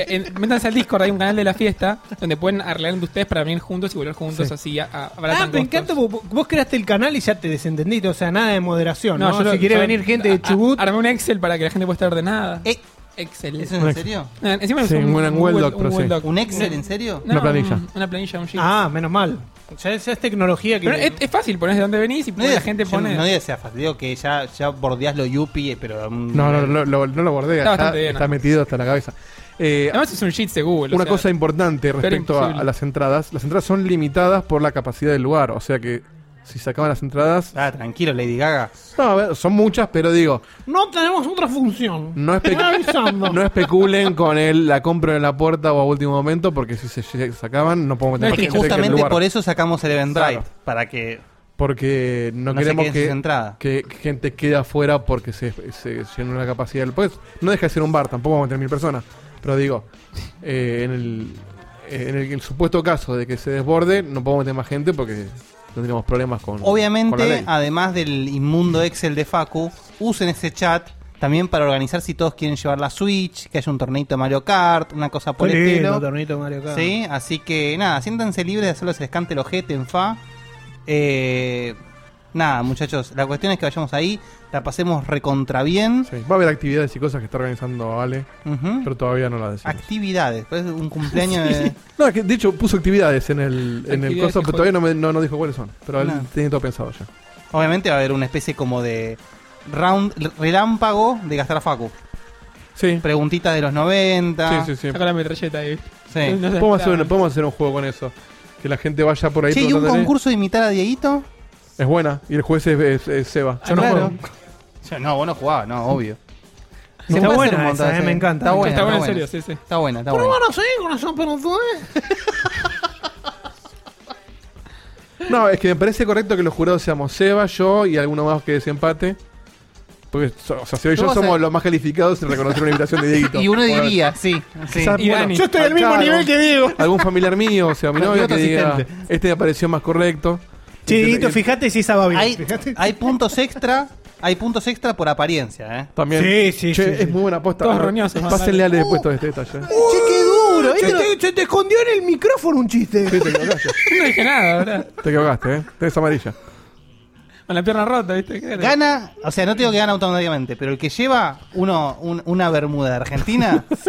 [SPEAKER 3] en- métanse al Discord, hay un canal de la fiesta donde pueden arreglar entre ustedes para venir juntos y volver juntos así a, a abaratan
[SPEAKER 5] Ah,
[SPEAKER 3] costos.
[SPEAKER 5] me encanta, vos, vos creaste el canal y ya te desentendiste, o sea, nada de moderación. No,
[SPEAKER 3] yo
[SPEAKER 5] si
[SPEAKER 3] lo-
[SPEAKER 5] quiere
[SPEAKER 3] yo-
[SPEAKER 5] venir gente de
[SPEAKER 3] a- a-
[SPEAKER 5] Chubut,
[SPEAKER 3] Armé un Excel para que la gente pueda estar ordenada.
[SPEAKER 2] Eh,
[SPEAKER 3] Excel.
[SPEAKER 2] ¿Eso es en serio?
[SPEAKER 3] Ah, encima es
[SPEAKER 4] Sí, un buen Google Doc, pero sí.
[SPEAKER 2] ¿Un Excel en serio?
[SPEAKER 3] No,
[SPEAKER 4] Una planilla.
[SPEAKER 3] Una planilla, un sheet.
[SPEAKER 8] Ah, menos mal. Ya es, ya es tecnología que.
[SPEAKER 3] Pero es, es fácil, pones de dónde venís y
[SPEAKER 2] No digas-
[SPEAKER 3] la gente
[SPEAKER 2] yo
[SPEAKER 3] pone.
[SPEAKER 2] No digas sea fácil, digo que ya, ya bordeás lo yuppie, pero. mm,
[SPEAKER 4] No, no, no, lo- no lo bordea,
[SPEAKER 3] Está
[SPEAKER 4] está,
[SPEAKER 3] bastante bien,
[SPEAKER 4] está
[SPEAKER 3] ¿no?
[SPEAKER 4] metido hasta la cabeza. Eh,
[SPEAKER 3] Además es un sheet de Google. o
[SPEAKER 4] una
[SPEAKER 3] sea,
[SPEAKER 4] cosa importante respecto a,
[SPEAKER 3] imposible.
[SPEAKER 4] a las entradas, las entradas son limitadas por la capacidad del lugar, o sea que si sacaban las entradas...
[SPEAKER 2] Ah, tranquilo, Lady Gaga.
[SPEAKER 4] No, a ver, son muchas, pero digo,
[SPEAKER 8] No tenemos otra función.
[SPEAKER 4] no, espe-
[SPEAKER 8] avisando.
[SPEAKER 4] no especulen con el la compra en la puerta o a último momento, porque si se lleg- sacaban no podemos
[SPEAKER 3] No, es
[SPEAKER 4] meter
[SPEAKER 2] Que
[SPEAKER 3] que
[SPEAKER 4] gente en el
[SPEAKER 2] justamente
[SPEAKER 4] lugar,
[SPEAKER 2] por eso sacamos el Event Drive.
[SPEAKER 4] Claro.
[SPEAKER 2] Para que.
[SPEAKER 4] Porque no,
[SPEAKER 2] No se
[SPEAKER 4] queremos
[SPEAKER 2] queden sin entrada.
[SPEAKER 4] que, que gente quede afuera porque se, se llenó la capacidad del... Pues no deja de ser un bar, tampoco vamos a meter mil personas, pero digo, eh, en, el, eh, en el- el supuesto caso de que se desborde, no podemos meter más gente porque tendríamos problemas con... con la
[SPEAKER 2] Obviamente,
[SPEAKER 4] ley.
[SPEAKER 2] además del inmundo Excel de Facu, usen ese chat también para organizar si todos quieren llevar la Switch, que haya un torneito de Mario Kart, una cosa por el estilo. Sí, así que nada, siéntanse libres de hacerlo se les cante el ojete en fa. Eh, nada, muchachos, la cuestión es que vayamos ahí, la pasemos recontra bien.
[SPEAKER 4] Sí, Va a haber actividades y cosas que está organizando Ale,
[SPEAKER 2] Ujú.
[SPEAKER 4] pero todavía no las decimos.
[SPEAKER 2] Actividades, pues, un cumpleaños de...
[SPEAKER 4] No, que de hecho puso actividades en el, en el
[SPEAKER 3] Actividades
[SPEAKER 4] coso,
[SPEAKER 3] y
[SPEAKER 4] pero todavía no, me- no, no dijo cuáles son. Pero él
[SPEAKER 2] No.
[SPEAKER 4] tiene todo pensado ya.
[SPEAKER 2] Obviamente va a haber una especie como de round relámpago de gastar Facu.
[SPEAKER 4] Sí,
[SPEAKER 2] Preguntitas de los 90.
[SPEAKER 4] sí, sí. sí.
[SPEAKER 3] Saca la metralleta ahí.
[SPEAKER 2] Sí.
[SPEAKER 3] No sé,
[SPEAKER 4] Podemos,
[SPEAKER 3] está-
[SPEAKER 4] hacer un, podemos hacer un juego con eso. Que la gente vaya por ahí.
[SPEAKER 2] Che, ¿y un
[SPEAKER 4] preguntándole.
[SPEAKER 2] concurso de imitar a Dieguito?
[SPEAKER 4] Es buena. Y el juez es, es- es Seba.
[SPEAKER 8] Yo no
[SPEAKER 3] Ah,
[SPEAKER 2] Claro.
[SPEAKER 8] juego.
[SPEAKER 2] Yo no, vos no jugabas, no, Ah, obvio.
[SPEAKER 8] Está
[SPEAKER 2] puede hacer
[SPEAKER 8] buena
[SPEAKER 2] un montón
[SPEAKER 8] esa,
[SPEAKER 2] de
[SPEAKER 8] eh, me
[SPEAKER 2] series.
[SPEAKER 8] encanta.
[SPEAKER 2] Está buena,
[SPEAKER 3] Está bueno, en
[SPEAKER 2] buena.
[SPEAKER 3] serio, sí, sí.
[SPEAKER 2] Está buena, está buena.
[SPEAKER 8] sí, con esos
[SPEAKER 9] ¿eh?
[SPEAKER 8] pelotudes.
[SPEAKER 4] No, es que me parece correcto que los jurados seamos Seba, yo y alguno más que desempate. Porque, so- o sea, Seba y yo
[SPEAKER 2] Vamos a-
[SPEAKER 4] somos los más calificados en reconocer una invitación de Dieguito.
[SPEAKER 2] Y uno
[SPEAKER 4] Bueno,
[SPEAKER 2] diría, sí. sí.
[SPEAKER 4] quizás,
[SPEAKER 3] Y Dani.
[SPEAKER 8] Yo estoy al mismo
[SPEAKER 4] Claro.
[SPEAKER 8] nivel que Diego.
[SPEAKER 4] Algún familiar mío, o sea, mi
[SPEAKER 2] Mi
[SPEAKER 4] novia que
[SPEAKER 2] otro
[SPEAKER 4] diga,
[SPEAKER 2] asistente.
[SPEAKER 4] este me pareció más correcto.
[SPEAKER 8] Che, Dieguito,
[SPEAKER 4] Y-
[SPEAKER 8] fíjate si esa va bien.
[SPEAKER 2] hay,
[SPEAKER 8] Fíjate.
[SPEAKER 2] hay puntos extra, hay puntos extra por apariencia, ¿eh?
[SPEAKER 4] También.
[SPEAKER 8] Sí, sí,
[SPEAKER 4] Che,
[SPEAKER 8] sí,
[SPEAKER 4] Es
[SPEAKER 8] sí.
[SPEAKER 4] muy buena aposta.
[SPEAKER 3] Todos roñosos, Uh. más
[SPEAKER 4] Pásenle Ale después todo este detalle.
[SPEAKER 9] Che, qué duro. Se te, se te escondió en el micrófono un chiste.
[SPEAKER 4] Sí, te equivocaste.
[SPEAKER 3] No dije nada, ¿verdad?
[SPEAKER 4] Te equivocaste, ¿eh? Tenés amarilla.
[SPEAKER 3] Con la pierna rota, ¿viste? ¿Qué era?
[SPEAKER 2] Gana, o sea, no tengo que ganar automáticamente, pero el que lleva uno, un- una bermuda de Argentina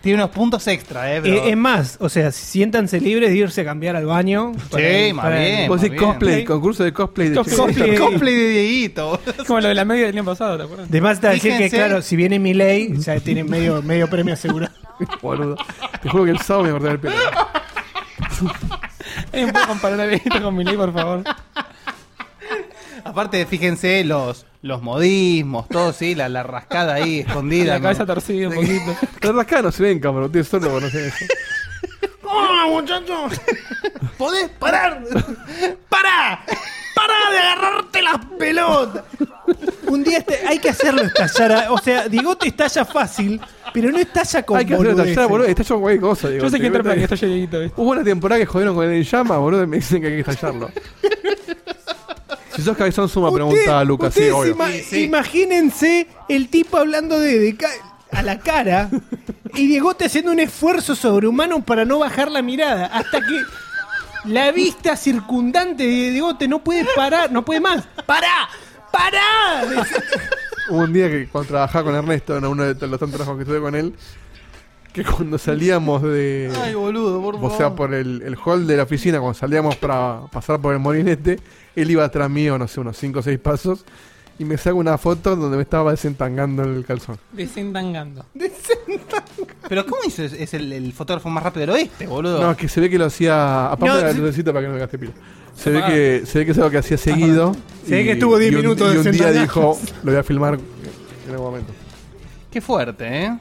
[SPEAKER 2] tiene unos puntos extra, ¿eh? Pero-
[SPEAKER 8] Eh, es más, o sea, siéntanse libres de irse a cambiar al baño.
[SPEAKER 2] Sí, más bien.
[SPEAKER 4] Vos
[SPEAKER 2] más
[SPEAKER 4] decís
[SPEAKER 2] bien.
[SPEAKER 4] cosplay, concurso de cosplay de
[SPEAKER 3] Cosplay.
[SPEAKER 4] chicos.
[SPEAKER 8] Cosplay.
[SPEAKER 2] El cosplay de Dieguito.
[SPEAKER 3] Como lo de la media del año pasado, ¿te acuerdas?
[SPEAKER 8] Además, está decir que,
[SPEAKER 2] Fíjense-
[SPEAKER 8] claro, si viene mi ley, ya tiene medio, medio premio asegurado.
[SPEAKER 4] Boludo. Te juro que el sábado me corté el pelo.
[SPEAKER 3] Eh, ¿Puedo comparar el evento con mi ley, por favor?
[SPEAKER 2] Aparte, fíjense los, los modismos, todo, sí, la, la rascada ahí escondida.
[SPEAKER 3] La
[SPEAKER 2] ¿no?
[SPEAKER 3] cabeza torcida un poquito.
[SPEAKER 4] Los rascanos se ven, cabrón. Tienes solo conocer eso.
[SPEAKER 2] ¿Podés parar?
[SPEAKER 9] ¡Para! ¡Para de agarrarte las pelotas!
[SPEAKER 8] Un día este- hay que hacerlo estallar. a- O sea, Diego te estalla fácil, pero no estalla con
[SPEAKER 4] Hay que hacer
[SPEAKER 8] boludeces.
[SPEAKER 4] tallar, boludo. Está yo cualquier cosa, digo.
[SPEAKER 3] Yo sé
[SPEAKER 4] Te
[SPEAKER 3] que entra
[SPEAKER 4] meto-
[SPEAKER 3] para que estalle Dieguito, ¿viste?
[SPEAKER 4] Hubo una temporada que jodieron con el llama, boludo, y me dicen que hay que estallarlo. Si sos cabezón suma, pregunta a Lucas, sí,
[SPEAKER 8] ustedes
[SPEAKER 4] obvio.
[SPEAKER 8] ima-
[SPEAKER 2] Sí, sí.
[SPEAKER 8] Imagínense el tipo hablando de, de ca- a la cara y Diegote haciendo un esfuerzo sobrehumano para no bajar la mirada hasta que la vista circundante de Diegote no puede parar, no puede más. ¡Pará! ¡Pará!
[SPEAKER 4] Hubo un día que cuando trabajaba con Ernesto, en uno de los tantos trabajos que estuve con él, que cuando salíamos de.
[SPEAKER 2] Ay, boludo, por
[SPEAKER 4] O
[SPEAKER 2] favor.
[SPEAKER 4] sea, por el, el hall de la oficina, cuando salíamos para pasar por el molinete, él iba atrás mío, no sé, unos 5 o 6 pasos, y me saca una foto donde me estaba desentangando el calzón.
[SPEAKER 3] Desentangando.
[SPEAKER 2] Pero ¿cómo hizo? Es, es el, el fotógrafo más rápido del oeste, boludo.
[SPEAKER 4] No, es que se ve que lo hacía. Aparte
[SPEAKER 8] No,
[SPEAKER 4] de la
[SPEAKER 8] se-
[SPEAKER 4] lucecita para que no me gaste pila. Se ve, que, se ve que es algo que hacía seguido.
[SPEAKER 8] Se ve que estuvo 10
[SPEAKER 4] y un-
[SPEAKER 8] minutos
[SPEAKER 4] Y un día
[SPEAKER 8] desentangando.
[SPEAKER 4] dijo, lo voy a filmar en algún momento.
[SPEAKER 2] Qué fuerte, ¿eh?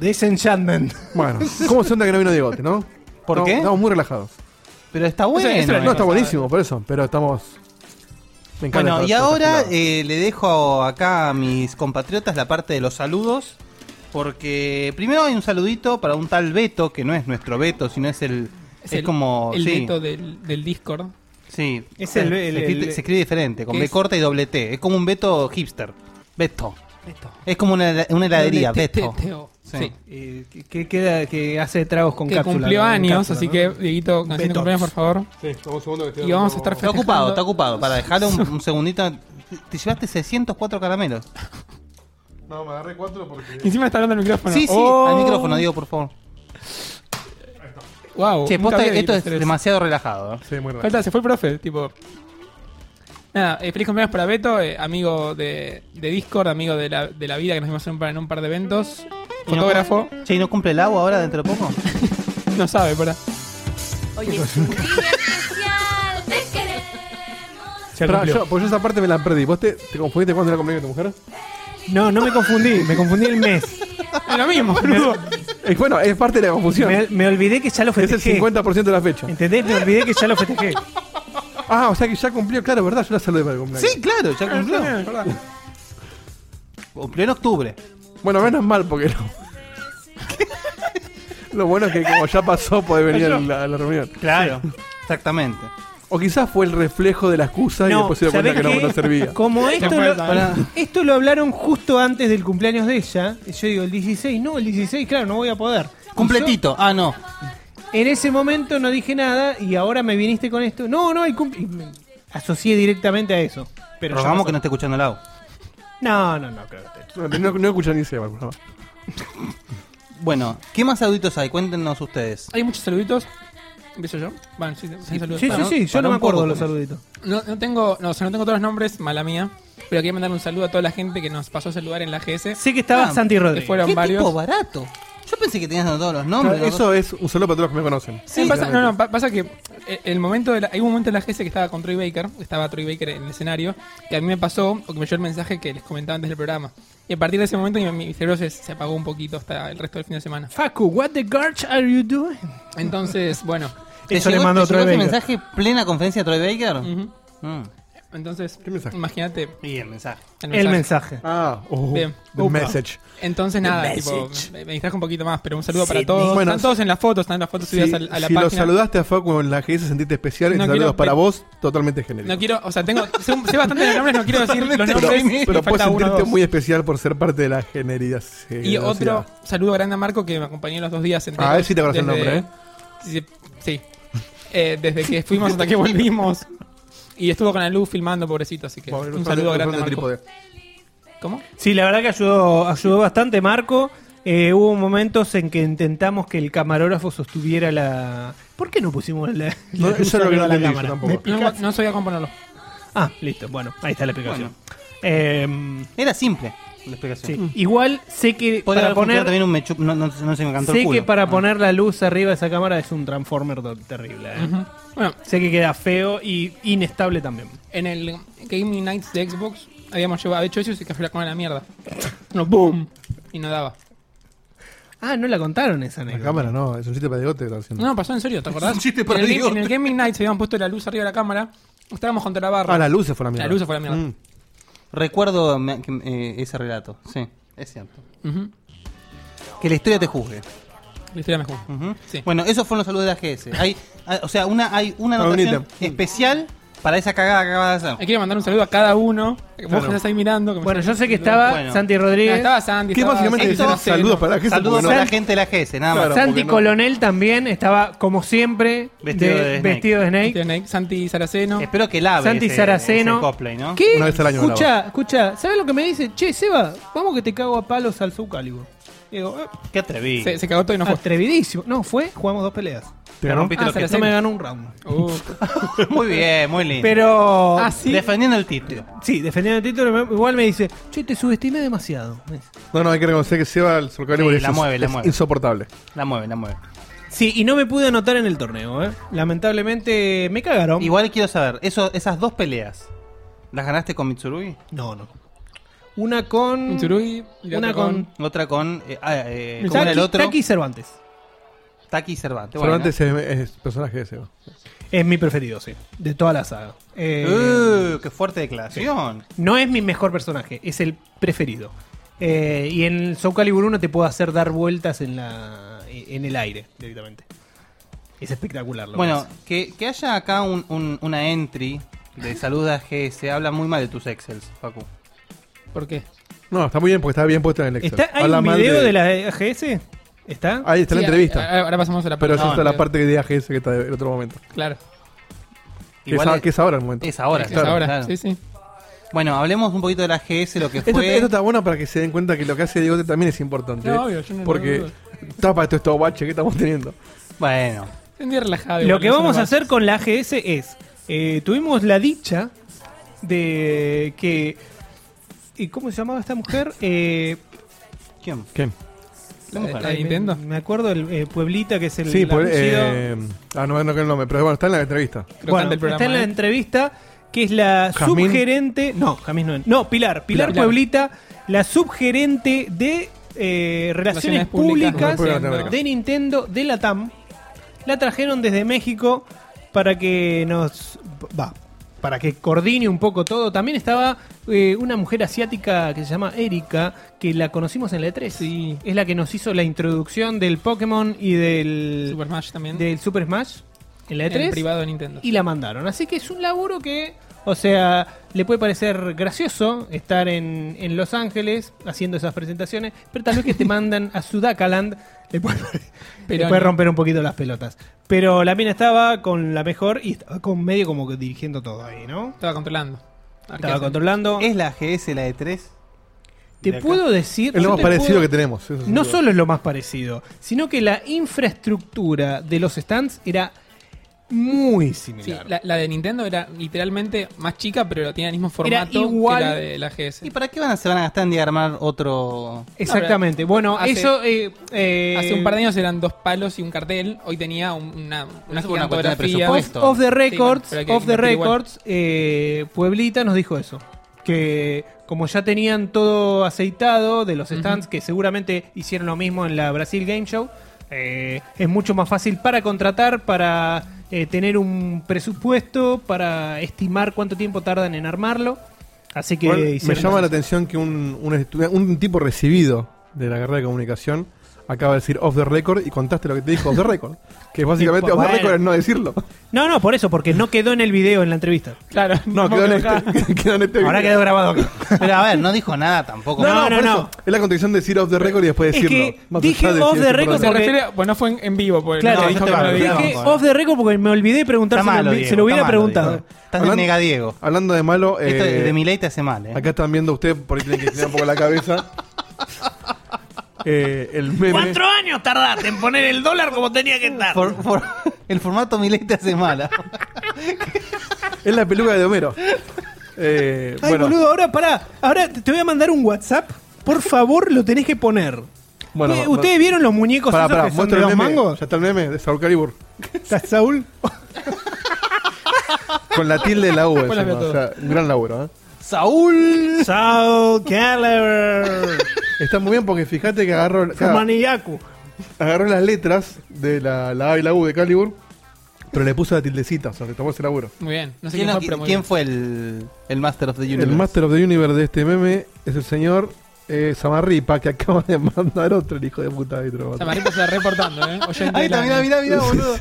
[SPEAKER 8] Desenchantment.
[SPEAKER 4] Bueno, ¿cómo se onda que no vino Diegote, no?
[SPEAKER 2] ¿Por
[SPEAKER 4] No,
[SPEAKER 2] qué?
[SPEAKER 4] Estamos muy relajados.
[SPEAKER 2] Pero está bueno. ¿eh?
[SPEAKER 3] eso era
[SPEAKER 4] No, está
[SPEAKER 3] pasado.
[SPEAKER 4] buenísimo, por eso, pero estamos. Me encanta
[SPEAKER 2] Bueno, y
[SPEAKER 4] estar-
[SPEAKER 2] ahora
[SPEAKER 4] estar
[SPEAKER 2] eh, le dejo acá a mis compatriotas la parte de los saludos. Porque primero hay un saludito para un tal Beto, que no es nuestro Beto, sino es el. Es,
[SPEAKER 3] el-
[SPEAKER 2] como.
[SPEAKER 3] El
[SPEAKER 2] sí,
[SPEAKER 3] veto del, del Discord.
[SPEAKER 2] sí.
[SPEAKER 8] Es
[SPEAKER 2] Se-
[SPEAKER 8] el-
[SPEAKER 2] se,
[SPEAKER 8] el-
[SPEAKER 2] escribe,
[SPEAKER 8] el-
[SPEAKER 2] se escribe diferente, con
[SPEAKER 3] ¿Qué
[SPEAKER 2] B
[SPEAKER 3] es?
[SPEAKER 2] corta y doble T. Es como un Beto hipster. Beto. Es como una, una heladería,
[SPEAKER 3] Te- te-
[SPEAKER 2] Beto.
[SPEAKER 3] teo.
[SPEAKER 2] Sí.
[SPEAKER 3] Sí.
[SPEAKER 8] Eh, que queda que hace tragos con
[SPEAKER 3] Que
[SPEAKER 8] cápsula,
[SPEAKER 3] cumplió
[SPEAKER 8] con
[SPEAKER 3] años,
[SPEAKER 8] cápsula,
[SPEAKER 3] así
[SPEAKER 8] ¿no?
[SPEAKER 3] que, Dieguito, canción de
[SPEAKER 8] Betox.
[SPEAKER 3] cumpleaños, por favor. Y vamos a estar
[SPEAKER 2] Está
[SPEAKER 3] festejando.
[SPEAKER 2] ocupado, está ocupado. Para dejarlo un, un segundito. Te llevaste 604 caramelos.
[SPEAKER 4] No, me agarré cuatro porque.
[SPEAKER 3] Y encima está hablando el micrófono.
[SPEAKER 2] Sí, sí,
[SPEAKER 3] Oh.
[SPEAKER 2] al micrófono, digo, por favor.
[SPEAKER 3] Wow.
[SPEAKER 2] Che,
[SPEAKER 3] nunca
[SPEAKER 2] posta, esto
[SPEAKER 3] había
[SPEAKER 2] es
[SPEAKER 3] visto hacer eso.
[SPEAKER 2] demasiado relajado. ¿eh?
[SPEAKER 4] Sí, muy raro.
[SPEAKER 3] Falta, se fue el profe, tipo. Nada, eh, feliz cumpleaños para Beto, eh, amigo de, de Discord, amigo de la, de la vida que nos vimos en un par, en un par de eventos.
[SPEAKER 2] Y no-
[SPEAKER 3] Fotógrafo,
[SPEAKER 2] Che, ¿y no cumple el agua ahora dentro de poco?
[SPEAKER 3] no sabe, para.
[SPEAKER 1] Hoy es un día especial, te queremos.
[SPEAKER 5] Ya
[SPEAKER 4] Pará,
[SPEAKER 5] cumplió.
[SPEAKER 4] yo, pues yo esa parte me la perdí. ¿Vos te, te confundiste cuando era conmigo tu mujer?
[SPEAKER 5] No, no me confundí, me confundí el mes.
[SPEAKER 3] Es lo mismo, boludo.
[SPEAKER 4] Eh, bueno, es parte de la confusión.
[SPEAKER 5] Me, me olvidé que ya lo
[SPEAKER 4] Es el
[SPEAKER 5] festejé.
[SPEAKER 4] 50% de la fecha.
[SPEAKER 5] ¿Entendés? Me olvidé que ya lo festejé.
[SPEAKER 4] Ah, o sea que ya cumplió, claro, ¿verdad? Yo la saludé para el cumpleaños.
[SPEAKER 2] Sí, claro, ya cumplió. Cumplió en octubre.
[SPEAKER 4] Bueno, menos mal porque no. Lo bueno es que como ya pasó, puede venir a la, a la reunión.
[SPEAKER 2] Claro. Exactamente.
[SPEAKER 4] O quizás fue el reflejo de la excusa y después se dio cuenta que
[SPEAKER 5] ¿sabés
[SPEAKER 4] no,
[SPEAKER 5] qué?
[SPEAKER 4] no servía.
[SPEAKER 5] Como esto
[SPEAKER 3] fue
[SPEAKER 5] lo,
[SPEAKER 3] el baño.
[SPEAKER 5] esto lo hablaron justo antes del cumpleaños de ella, y yo digo, el 16, no, el 16, claro, no voy a poder. Y
[SPEAKER 2] Completito. Ah, no.
[SPEAKER 5] yo, en ese momento no dije nada y ahora me viniste con esto. No, no, el cum- y me Asocié directamente a eso. Pero ya
[SPEAKER 2] Rogamos
[SPEAKER 5] pasó.
[SPEAKER 2] que no esté escuchando el agua.
[SPEAKER 5] No, no, no, claro. te-
[SPEAKER 4] No, no, no escuché ni se va el programa.
[SPEAKER 2] Bueno, ¿qué más auditos hay? Cuéntenos ustedes.
[SPEAKER 3] Hay muchos saluditos. Empiezo yo. Bueno, sí, sí, saludos.
[SPEAKER 5] Sí, sí,
[SPEAKER 2] Para un-
[SPEAKER 5] sí, yo
[SPEAKER 2] para
[SPEAKER 5] no
[SPEAKER 2] un
[SPEAKER 5] me acuerdo
[SPEAKER 2] poco,
[SPEAKER 5] los
[SPEAKER 2] pues.
[SPEAKER 5] saluditos.
[SPEAKER 3] No, no tengo, no, o sea, no tengo todos los nombres, mala mía. Pero quería mandarle un saludo a toda la gente que nos pasó a saludar en la GS.
[SPEAKER 5] Sé que estaba
[SPEAKER 2] Ah,
[SPEAKER 5] Santi Rodríguez.
[SPEAKER 3] que fueron-
[SPEAKER 2] ¿Qué
[SPEAKER 3] varios.
[SPEAKER 2] tipo barato? Yo pensé que tenías todos los
[SPEAKER 4] Claro,
[SPEAKER 2] nombres. los
[SPEAKER 4] eso es un saludo para todos los que me conocen.
[SPEAKER 3] Sí, pasa, no, no, pa- pasa que eh, el momento de la- hay un momento en la GS que estaba con Troy Baker, estaba Troy Baker en el escenario, que a mí me pasó, o que me llegó el mensaje que les comentaba antes del programa. Y a partir de ese momento mi, mi cerebro se, se apagó un poquito hasta el resto del fin de semana.
[SPEAKER 5] Facu, what the garch are you doing?
[SPEAKER 3] Entonces, bueno.
[SPEAKER 2] ¿Te
[SPEAKER 5] Eso
[SPEAKER 2] llegó-
[SPEAKER 5] le mandó
[SPEAKER 2] te llegó
[SPEAKER 5] otro
[SPEAKER 2] ese
[SPEAKER 5] Baker.
[SPEAKER 2] mensaje plena conferencia de Troy Baker?
[SPEAKER 3] ujú.
[SPEAKER 2] Mm.
[SPEAKER 3] Entonces,
[SPEAKER 4] ¿Qué mensaje?
[SPEAKER 3] imagínate
[SPEAKER 2] Y el mensaje.
[SPEAKER 3] el mensaje.
[SPEAKER 5] El mensaje.
[SPEAKER 4] Ah, oh,
[SPEAKER 3] Bien.
[SPEAKER 4] the
[SPEAKER 5] Upa.
[SPEAKER 4] message.
[SPEAKER 3] Entonces, nada, tipo, me, me distrajo un poquito más, pero un saludo para todos.
[SPEAKER 4] Bueno,
[SPEAKER 3] están todos en las fotos, están las fotos
[SPEAKER 4] Si,
[SPEAKER 3] subidas a, la- a la
[SPEAKER 4] si lo
[SPEAKER 3] página.
[SPEAKER 4] saludaste a Facu en la que se sentiste especial,
[SPEAKER 3] No
[SPEAKER 4] saludos
[SPEAKER 3] quiero-
[SPEAKER 4] para
[SPEAKER 3] pe-
[SPEAKER 4] vos totalmente genérico.
[SPEAKER 3] No quiero, o sea, tengo, sé, sé bastante de nombres, no quiero decir los nombres,
[SPEAKER 4] pero
[SPEAKER 3] me
[SPEAKER 4] pero puedes
[SPEAKER 3] falta uno o
[SPEAKER 4] sentirte
[SPEAKER 3] dos.
[SPEAKER 4] muy especial por ser parte de la generidad.
[SPEAKER 3] Y otro saludo grande a Marco que me acompañó los dos días enteros.
[SPEAKER 4] A ver si te acuerdas el
[SPEAKER 3] Desde-
[SPEAKER 4] nombre, ¿eh?
[SPEAKER 3] Sí. sí. Eh, desde que fuimos hasta que volvimos. Y estuvo con la luz filmando, pobrecito, así que un saludo grande a Marco. ¿Cómo?
[SPEAKER 5] Sí, la verdad que ayudó, ayudó bastante Marco. Eh, hubo momentos en que intentamos que el camarógrafo sostuviera la... ¿Por qué no pusimos la,
[SPEAKER 4] No,
[SPEAKER 5] la-
[SPEAKER 4] eso es lo que no
[SPEAKER 5] la
[SPEAKER 4] entendí yo tampoco.
[SPEAKER 3] No, no sabía cómo ponerlo.
[SPEAKER 5] Ah, listo. Bueno, ahí está la explicación. Eh,
[SPEAKER 2] Era simple la
[SPEAKER 5] sí.
[SPEAKER 2] explicación.
[SPEAKER 5] Igual sé que
[SPEAKER 2] Podría
[SPEAKER 5] para
[SPEAKER 2] poner
[SPEAKER 5] poner...
[SPEAKER 2] también un mechup. No, no, no se me encantó el
[SPEAKER 5] Sé
[SPEAKER 2] culo.
[SPEAKER 5] que para
[SPEAKER 2] Ah.
[SPEAKER 5] poner la luz arriba de esa cámara es un transformer do- terrible. eh.
[SPEAKER 3] Ujú. Bueno,
[SPEAKER 5] Sé que queda feo y inestable también.
[SPEAKER 3] en el Gaming Nights de Xbox habíamos llevado, hecho eso y se cayó la cama a la mierda. No, boom. Y no daba.
[SPEAKER 5] Ah, no la contaron esa
[SPEAKER 4] La
[SPEAKER 5] anécdota.
[SPEAKER 4] cámara no, es un chiste para bigote. está haciendo.
[SPEAKER 3] No, pasó en serio, ¿te acordás?
[SPEAKER 2] Es un chiste para
[SPEAKER 3] en, el,
[SPEAKER 2] idiota.
[SPEAKER 3] Game- en el Gaming Nights habíamos puesto la luz arriba de la cámara. Estábamos contra la barra.
[SPEAKER 4] Ah, la luz se fue a la mierda.
[SPEAKER 3] La luz se fue a la mierda.
[SPEAKER 4] Mm.
[SPEAKER 2] Recuerdo me- que, eh, ese relato. Sí, es cierto.
[SPEAKER 3] Ujú.
[SPEAKER 2] Que la historia te juzgue.
[SPEAKER 3] La historia mejor.
[SPEAKER 2] Ujú.
[SPEAKER 3] Sí.
[SPEAKER 2] Bueno, esos fueron los saludos de la GS. Hay, ah, o sea, una, hay una
[SPEAKER 4] Está
[SPEAKER 2] anotación
[SPEAKER 4] bonita.
[SPEAKER 2] especial para esa cagada que acabas de
[SPEAKER 3] Hay
[SPEAKER 2] hacer.
[SPEAKER 3] que mandar un saludo a cada uno. Vos
[SPEAKER 4] Claro.
[SPEAKER 3] que estás ahí mirando. que me
[SPEAKER 5] Bueno, yo
[SPEAKER 3] estás-
[SPEAKER 5] sé que estaba
[SPEAKER 2] Bueno.
[SPEAKER 5] Santi Rodríguez.
[SPEAKER 3] Ah, estaba Sandy.
[SPEAKER 4] Que
[SPEAKER 3] estaba-
[SPEAKER 4] básicamente
[SPEAKER 3] Héctor,
[SPEAKER 4] decían
[SPEAKER 3] sí,
[SPEAKER 4] saludos
[SPEAKER 3] no.
[SPEAKER 4] para la gente.
[SPEAKER 2] Saludos
[SPEAKER 4] porque
[SPEAKER 2] a
[SPEAKER 4] no-
[SPEAKER 2] la gente de la GS, nada
[SPEAKER 4] Claro.
[SPEAKER 2] más.
[SPEAKER 5] Santi
[SPEAKER 4] porque no-
[SPEAKER 5] Colonel también estaba, como siempre,
[SPEAKER 2] Vestido de Snake.
[SPEAKER 5] vestido de Snake.
[SPEAKER 3] Santi Snake, Santi Saraceno.
[SPEAKER 2] Espero que lave
[SPEAKER 5] Santi
[SPEAKER 2] ese-
[SPEAKER 5] Saraceno.
[SPEAKER 2] ese cosplay, ¿no?
[SPEAKER 5] ¿Qué?
[SPEAKER 4] Una vez al año
[SPEAKER 5] escucha, escucha, ¿sabes lo que me dice? Che, Seba, vamos que te cago a palos al Zoucalibur. Digo, eh,
[SPEAKER 2] Qué atrevido.
[SPEAKER 3] Se, se cagó todo y no fue.
[SPEAKER 5] atrevidísimo. No, fue, jugamos dos peleas.
[SPEAKER 4] ¿Te ganó?
[SPEAKER 2] rompiste
[SPEAKER 3] Ah,
[SPEAKER 2] los
[SPEAKER 3] se
[SPEAKER 2] que-
[SPEAKER 3] las-
[SPEAKER 5] Eso me ganó un round.
[SPEAKER 3] Uh,
[SPEAKER 2] Muy bien, muy lindo. Oh,
[SPEAKER 5] Pero.
[SPEAKER 3] Ah, sí.
[SPEAKER 2] Defendiendo el título.
[SPEAKER 5] Sí, defendiendo el título, me- igual me dice, che, te subestimé demasiado. Me dice.
[SPEAKER 4] No, no, hay que reconocer que Seba el Solcalibur
[SPEAKER 2] Sí,
[SPEAKER 4] es,
[SPEAKER 2] la mueve, la
[SPEAKER 4] es
[SPEAKER 2] mueve.
[SPEAKER 4] insoportable.
[SPEAKER 2] La mueve, la mueve.
[SPEAKER 5] Sí, y no me pude anotar en el torneo, ¿eh? Lamentablemente me cagaron.
[SPEAKER 2] Igual quiero saber, eso, esas dos peleas, ¿las ganaste con Mitsurugi?
[SPEAKER 5] No, no. Una con.
[SPEAKER 3] Mitsurugi, y la
[SPEAKER 5] Una
[SPEAKER 3] otra
[SPEAKER 5] con.
[SPEAKER 2] Otra con. Eh, ah, eh, ¿Cómo era
[SPEAKER 5] Taki,
[SPEAKER 2] el otro?
[SPEAKER 5] Taki Cervantes.
[SPEAKER 2] Taki y Cervantes. bueno.
[SPEAKER 4] Cervantes es, es personaje de Seba.
[SPEAKER 5] Es mi preferido, sí. De toda la saga. Eh,
[SPEAKER 2] Uh, ¡Qué fuerte declaración!
[SPEAKER 5] No es mi mejor personaje, es el preferido. Eh, y en Soul Calibur 1 te puedo hacer dar vueltas en, la, e-, en el aire directamente. Es espectacular. Lo que
[SPEAKER 2] Bueno,
[SPEAKER 5] hace.
[SPEAKER 2] que, que haya acá un- un- una entry de salud a GS, habla muy mal de tus excels, Facu.
[SPEAKER 3] ¿Por qué?
[SPEAKER 4] No, está muy bien porque está bien puesto en el Excel.
[SPEAKER 5] ¿Está, ¿hay
[SPEAKER 4] Habla
[SPEAKER 5] un
[SPEAKER 4] mal
[SPEAKER 5] video de... la AGS? ¿Está?
[SPEAKER 4] Ahí está
[SPEAKER 3] Sí,
[SPEAKER 4] la entrevista.
[SPEAKER 3] a- a- Ahora pasamos a la
[SPEAKER 4] pero
[SPEAKER 3] parte-
[SPEAKER 4] esa
[SPEAKER 2] no,
[SPEAKER 4] está la
[SPEAKER 3] no,
[SPEAKER 4] parte de AGS que está en otro momento.
[SPEAKER 3] Claro.
[SPEAKER 4] Que es,
[SPEAKER 2] Igual
[SPEAKER 4] a-
[SPEAKER 2] es,
[SPEAKER 4] que es ahora el momento.
[SPEAKER 2] es ahora.
[SPEAKER 3] Es
[SPEAKER 2] claro,
[SPEAKER 3] ahora.
[SPEAKER 2] claro.
[SPEAKER 3] Sí, sí.
[SPEAKER 2] Bueno, hablemos un poquito de la GS, lo que
[SPEAKER 4] Esto,
[SPEAKER 2] fue.
[SPEAKER 4] esto está bueno para que se den cuenta que lo que hace Diegote también es importante.
[SPEAKER 3] No,
[SPEAKER 4] ¿eh?
[SPEAKER 3] obvio, yo no-
[SPEAKER 4] porque
[SPEAKER 3] no
[SPEAKER 4] tapa esto, esto bache este que estamos teniendo.
[SPEAKER 2] Bueno,
[SPEAKER 3] Entendí relajado.
[SPEAKER 5] Lo
[SPEAKER 3] igual,
[SPEAKER 5] que
[SPEAKER 3] no se
[SPEAKER 5] vamos
[SPEAKER 3] nos
[SPEAKER 5] a
[SPEAKER 3] va.
[SPEAKER 5] hacer con la AGS es, eh, tuvimos la dicha de que, ¿y cómo se llamaba esta mujer? Eh,
[SPEAKER 2] ¿quién?
[SPEAKER 4] ¿Qué?
[SPEAKER 2] La
[SPEAKER 3] Eh,
[SPEAKER 2] mujer.
[SPEAKER 3] ¿La de Nintendo?
[SPEAKER 5] Me, me acuerdo el eh, pueblita que es el
[SPEAKER 4] Sí, por,
[SPEAKER 5] apellido.
[SPEAKER 4] eh, ah, no, no creo el nombre, pero bueno, está en la entrevista.
[SPEAKER 3] Creo que
[SPEAKER 5] Bueno,
[SPEAKER 3] anda el programa,
[SPEAKER 5] está en la
[SPEAKER 3] ¿eh?
[SPEAKER 5] entrevista que es la
[SPEAKER 4] ¿Jazmín?
[SPEAKER 5] subgerente, no, Jamís no, no, Pilar, Pilar,
[SPEAKER 3] Pilar.
[SPEAKER 5] Pueblita, la subgerente de eh, relaciones
[SPEAKER 3] Relaciones Públicas,
[SPEAKER 5] públicas
[SPEAKER 4] Públicas.
[SPEAKER 5] de Nintendo de la TAM. La trajeron desde México para que nos va, para que coordine un poco todo. También estaba eh, una mujer asiática que se llama Erika, que la conocimos en la E3.
[SPEAKER 3] Sí.
[SPEAKER 5] Es la que nos hizo la introducción del Pokémon y del
[SPEAKER 3] Super Smash también.
[SPEAKER 5] del Super Smash en la E
[SPEAKER 3] En
[SPEAKER 5] E3
[SPEAKER 3] privado de Nintendo.
[SPEAKER 5] y la mandaron. Así que es un laburo que, o sea, le puede parecer gracioso estar en, en Los Ángeles haciendo esas presentaciones, pero tal vez que te mandan a Sudacaland, le puede,
[SPEAKER 3] Pero
[SPEAKER 5] le puede
[SPEAKER 3] no.
[SPEAKER 5] romper un poquito las pelotas. Pero la mina estaba con la mejor y estaba con medio como que dirigiendo todo ahí, ¿no?
[SPEAKER 3] Estaba controlando. A ver qué
[SPEAKER 5] Estaba
[SPEAKER 3] hace.
[SPEAKER 5] controlando.
[SPEAKER 2] ¿Es la GS la E de 3?
[SPEAKER 5] te puedo decir.
[SPEAKER 4] Es lo
[SPEAKER 5] yo
[SPEAKER 4] más
[SPEAKER 5] te
[SPEAKER 4] parecido
[SPEAKER 5] puedo-
[SPEAKER 4] que tenemos. eso sin
[SPEAKER 5] No
[SPEAKER 4] duda.
[SPEAKER 5] solo es lo más parecido, sino que la infraestructura de los stands era muy similar.
[SPEAKER 3] Sí, la, la de Nintendo era literalmente más chica, pero tenía el mismo formato
[SPEAKER 5] igual-
[SPEAKER 3] que la de la GS.
[SPEAKER 2] ¿Y para qué van a, se van a gastar en diagramar otro?
[SPEAKER 5] Exactamente. Bueno,
[SPEAKER 3] Hace-
[SPEAKER 5] eso. eh, eh,
[SPEAKER 3] Hace un par de años eran dos palos y un cartel. Hoy tenía un- una, una
[SPEAKER 2] es por una cuestión de
[SPEAKER 3] gigantografía.
[SPEAKER 2] presupuesto.
[SPEAKER 5] Off, off the records,
[SPEAKER 3] Sí, pero hay que
[SPEAKER 5] off the
[SPEAKER 3] invertir igual.
[SPEAKER 5] records eh, Pueblita nos dijo eso. Que como ya tenían todo aceitado de los stands, que seguramente hicieron lo mismo en la Brasil Game Show, eh, es mucho más fácil para contratar, para eh, tener un presupuesto, para estimar cuánto tiempo tardan en armarlo. Así que
[SPEAKER 4] Igual me
[SPEAKER 5] hicieron
[SPEAKER 4] llama la
[SPEAKER 5] eso.
[SPEAKER 4] atención que un, un, estu- un tipo recibido de la carrera de comunicación acaba de decir off the record y contaste lo que te dijo off the record. Que básicamente
[SPEAKER 5] Y,
[SPEAKER 4] off the
[SPEAKER 5] bueno.
[SPEAKER 4] record es no decirlo.
[SPEAKER 5] No, no, por eso, porque no quedó en el video, en la entrevista.
[SPEAKER 3] Claro,
[SPEAKER 4] No, quedó en este. quedó en este
[SPEAKER 5] Ahora
[SPEAKER 4] video.
[SPEAKER 5] quedó grabado acá.
[SPEAKER 2] Pero a ver, no dijo nada tampoco.
[SPEAKER 5] No, no,
[SPEAKER 4] por eso, Es la contradicción de decir off the record y después
[SPEAKER 5] Es que
[SPEAKER 4] decirlo. Más allá
[SPEAKER 5] dije
[SPEAKER 4] de si
[SPEAKER 5] off
[SPEAKER 4] es
[SPEAKER 5] the record
[SPEAKER 3] Se
[SPEAKER 4] importante.
[SPEAKER 5] porque-
[SPEAKER 3] refiere, a- bueno, no fue en, en vivo, porque
[SPEAKER 5] Claro,
[SPEAKER 3] no,
[SPEAKER 2] esto
[SPEAKER 3] dijo que
[SPEAKER 2] claro,
[SPEAKER 3] lo diga.
[SPEAKER 2] digamos,
[SPEAKER 5] Dije
[SPEAKER 2] joder.
[SPEAKER 5] off the record porque me olvidé
[SPEAKER 2] Está
[SPEAKER 5] preguntárselo.
[SPEAKER 2] malo,
[SPEAKER 5] se
[SPEAKER 2] Diego,
[SPEAKER 5] lo hubiera
[SPEAKER 2] está malo,
[SPEAKER 5] preguntado.
[SPEAKER 2] Diego. Estás de
[SPEAKER 4] Hablando-
[SPEAKER 2] nega Diego.
[SPEAKER 4] Hablando de malo,
[SPEAKER 5] Este
[SPEAKER 2] Esto
[SPEAKER 4] eh,
[SPEAKER 2] de mi ley te hace mal, eh.
[SPEAKER 4] acá están viendo ustedes, por ahí tienen que girar un poco la cabeza. Eh, el meme.
[SPEAKER 5] años tardaste en poner el dólar como tenía que estar.
[SPEAKER 2] Por- por- el formato mi ley te hace ¿ah? mala.
[SPEAKER 4] Es la peluca de Homero. Eh,
[SPEAKER 5] Ay,
[SPEAKER 4] bueno,
[SPEAKER 5] boludo, ahora pará. Ahora te te voy a mandar un WhatsApp. Por favor, lo tenés que poner.
[SPEAKER 4] Bueno,
[SPEAKER 5] Eh,
[SPEAKER 4] va-
[SPEAKER 5] ¿Ustedes vieron los muñecos
[SPEAKER 4] pará,
[SPEAKER 5] esos
[SPEAKER 4] pará,
[SPEAKER 5] que son
[SPEAKER 4] muestra
[SPEAKER 5] de
[SPEAKER 4] el
[SPEAKER 5] los
[SPEAKER 4] meme.
[SPEAKER 5] mangos?
[SPEAKER 4] Ya está el meme de Saul Calibur.
[SPEAKER 5] ¿Está Saúl?
[SPEAKER 4] Con la tilde de la U.
[SPEAKER 3] Después la
[SPEAKER 4] encima,
[SPEAKER 3] veo
[SPEAKER 4] o sea, un gran laburo. ¿eh?
[SPEAKER 2] Saúl.
[SPEAKER 5] Saúl Keller.
[SPEAKER 4] Está muy bien porque fíjate que agarró, claro,
[SPEAKER 5] Maniaku.
[SPEAKER 4] agarró las letras de la, la A y la U de Calibur, pero le puso la tildecita. O sea, le tomó ese laburo.
[SPEAKER 3] Muy bien. No sé
[SPEAKER 2] ¿Quién,
[SPEAKER 3] quién, fue,
[SPEAKER 2] qui-
[SPEAKER 3] pero muy
[SPEAKER 2] quién
[SPEAKER 3] bien.
[SPEAKER 2] fue el, el Master of the Universe?
[SPEAKER 4] El Master of the Universe de este meme es el señor eh, Samarripa, que acaba de mandar otro, el hijo de puta de otro.
[SPEAKER 3] Samarripa se está reportando, ¿eh? Oyente
[SPEAKER 2] Ahí
[SPEAKER 3] de
[SPEAKER 2] está,
[SPEAKER 3] la-
[SPEAKER 2] mirá, mirá, mirá, boludo.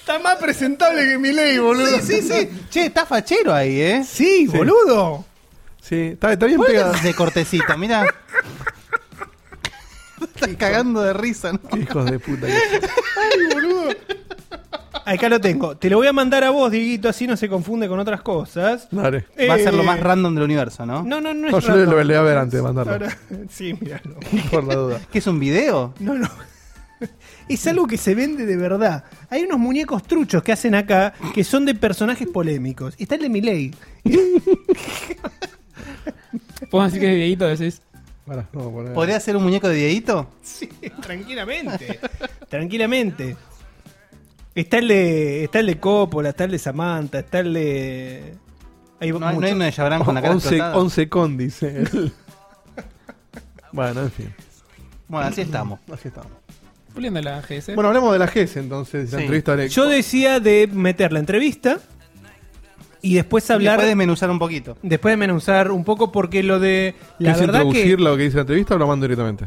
[SPEAKER 5] Está más presentable que mi ley, boludo.
[SPEAKER 2] Sí, sí. Che, está fachero ahí, ¿eh?
[SPEAKER 5] Sí, boludo.
[SPEAKER 4] Sí, está, está bien
[SPEAKER 2] ¿Por qué
[SPEAKER 4] pegado.
[SPEAKER 2] haces de cortecito? Mirá. Estás cagando de risa, ¿no?
[SPEAKER 4] Qué hijos de puta. que son.
[SPEAKER 5] Acá lo tengo. Te lo voy a mandar a vos, Dieguito, así no se confunde con otras cosas.
[SPEAKER 4] Dale.
[SPEAKER 2] Va a ser lo
[SPEAKER 5] Eh,
[SPEAKER 2] más random del universo, ¿no?
[SPEAKER 5] No, no, no
[SPEAKER 4] No,
[SPEAKER 5] es
[SPEAKER 4] yo le-
[SPEAKER 5] random.
[SPEAKER 4] lo voy a ver antes de mandarlo,
[SPEAKER 5] Ahora- sí, míralo.
[SPEAKER 4] por la duda.
[SPEAKER 2] ¿Qué es un video?
[SPEAKER 5] No, no. Es algo que se vende de verdad. Hay unos muñecos truchos que hacen acá que son de personajes polémicos. Está el de Miley.
[SPEAKER 3] Puedo decir que es Dieguito, decís.
[SPEAKER 4] Pará, no, pará.
[SPEAKER 2] ¿Podría ser un muñeco de Dieguito?
[SPEAKER 5] Sí, tranquilamente. tranquilamente. Está el de. Está el de Coppola, está el de Samantha, está el de. Hay
[SPEAKER 2] No, hay- no
[SPEAKER 5] muchos.
[SPEAKER 2] hay uno de Jabran con la cara
[SPEAKER 4] 11,
[SPEAKER 2] explotada.
[SPEAKER 4] 11 con, dice él. bueno, en fin.
[SPEAKER 2] Bueno, así estamos.
[SPEAKER 4] Así estamos.
[SPEAKER 3] Puliendo la GS.
[SPEAKER 4] Bueno, hablemos de la GES entonces. La
[SPEAKER 2] Sí.
[SPEAKER 4] entrevista de
[SPEAKER 5] Yo decía de meter la entrevista y después hablar.
[SPEAKER 2] Puedes desmenuzar un poquito.
[SPEAKER 5] Después de menuzar un poco, porque lo de. La
[SPEAKER 4] ¿Quieres
[SPEAKER 5] verdad
[SPEAKER 4] introducir
[SPEAKER 5] que.
[SPEAKER 4] lo que dice la entrevista o lo mando directamente?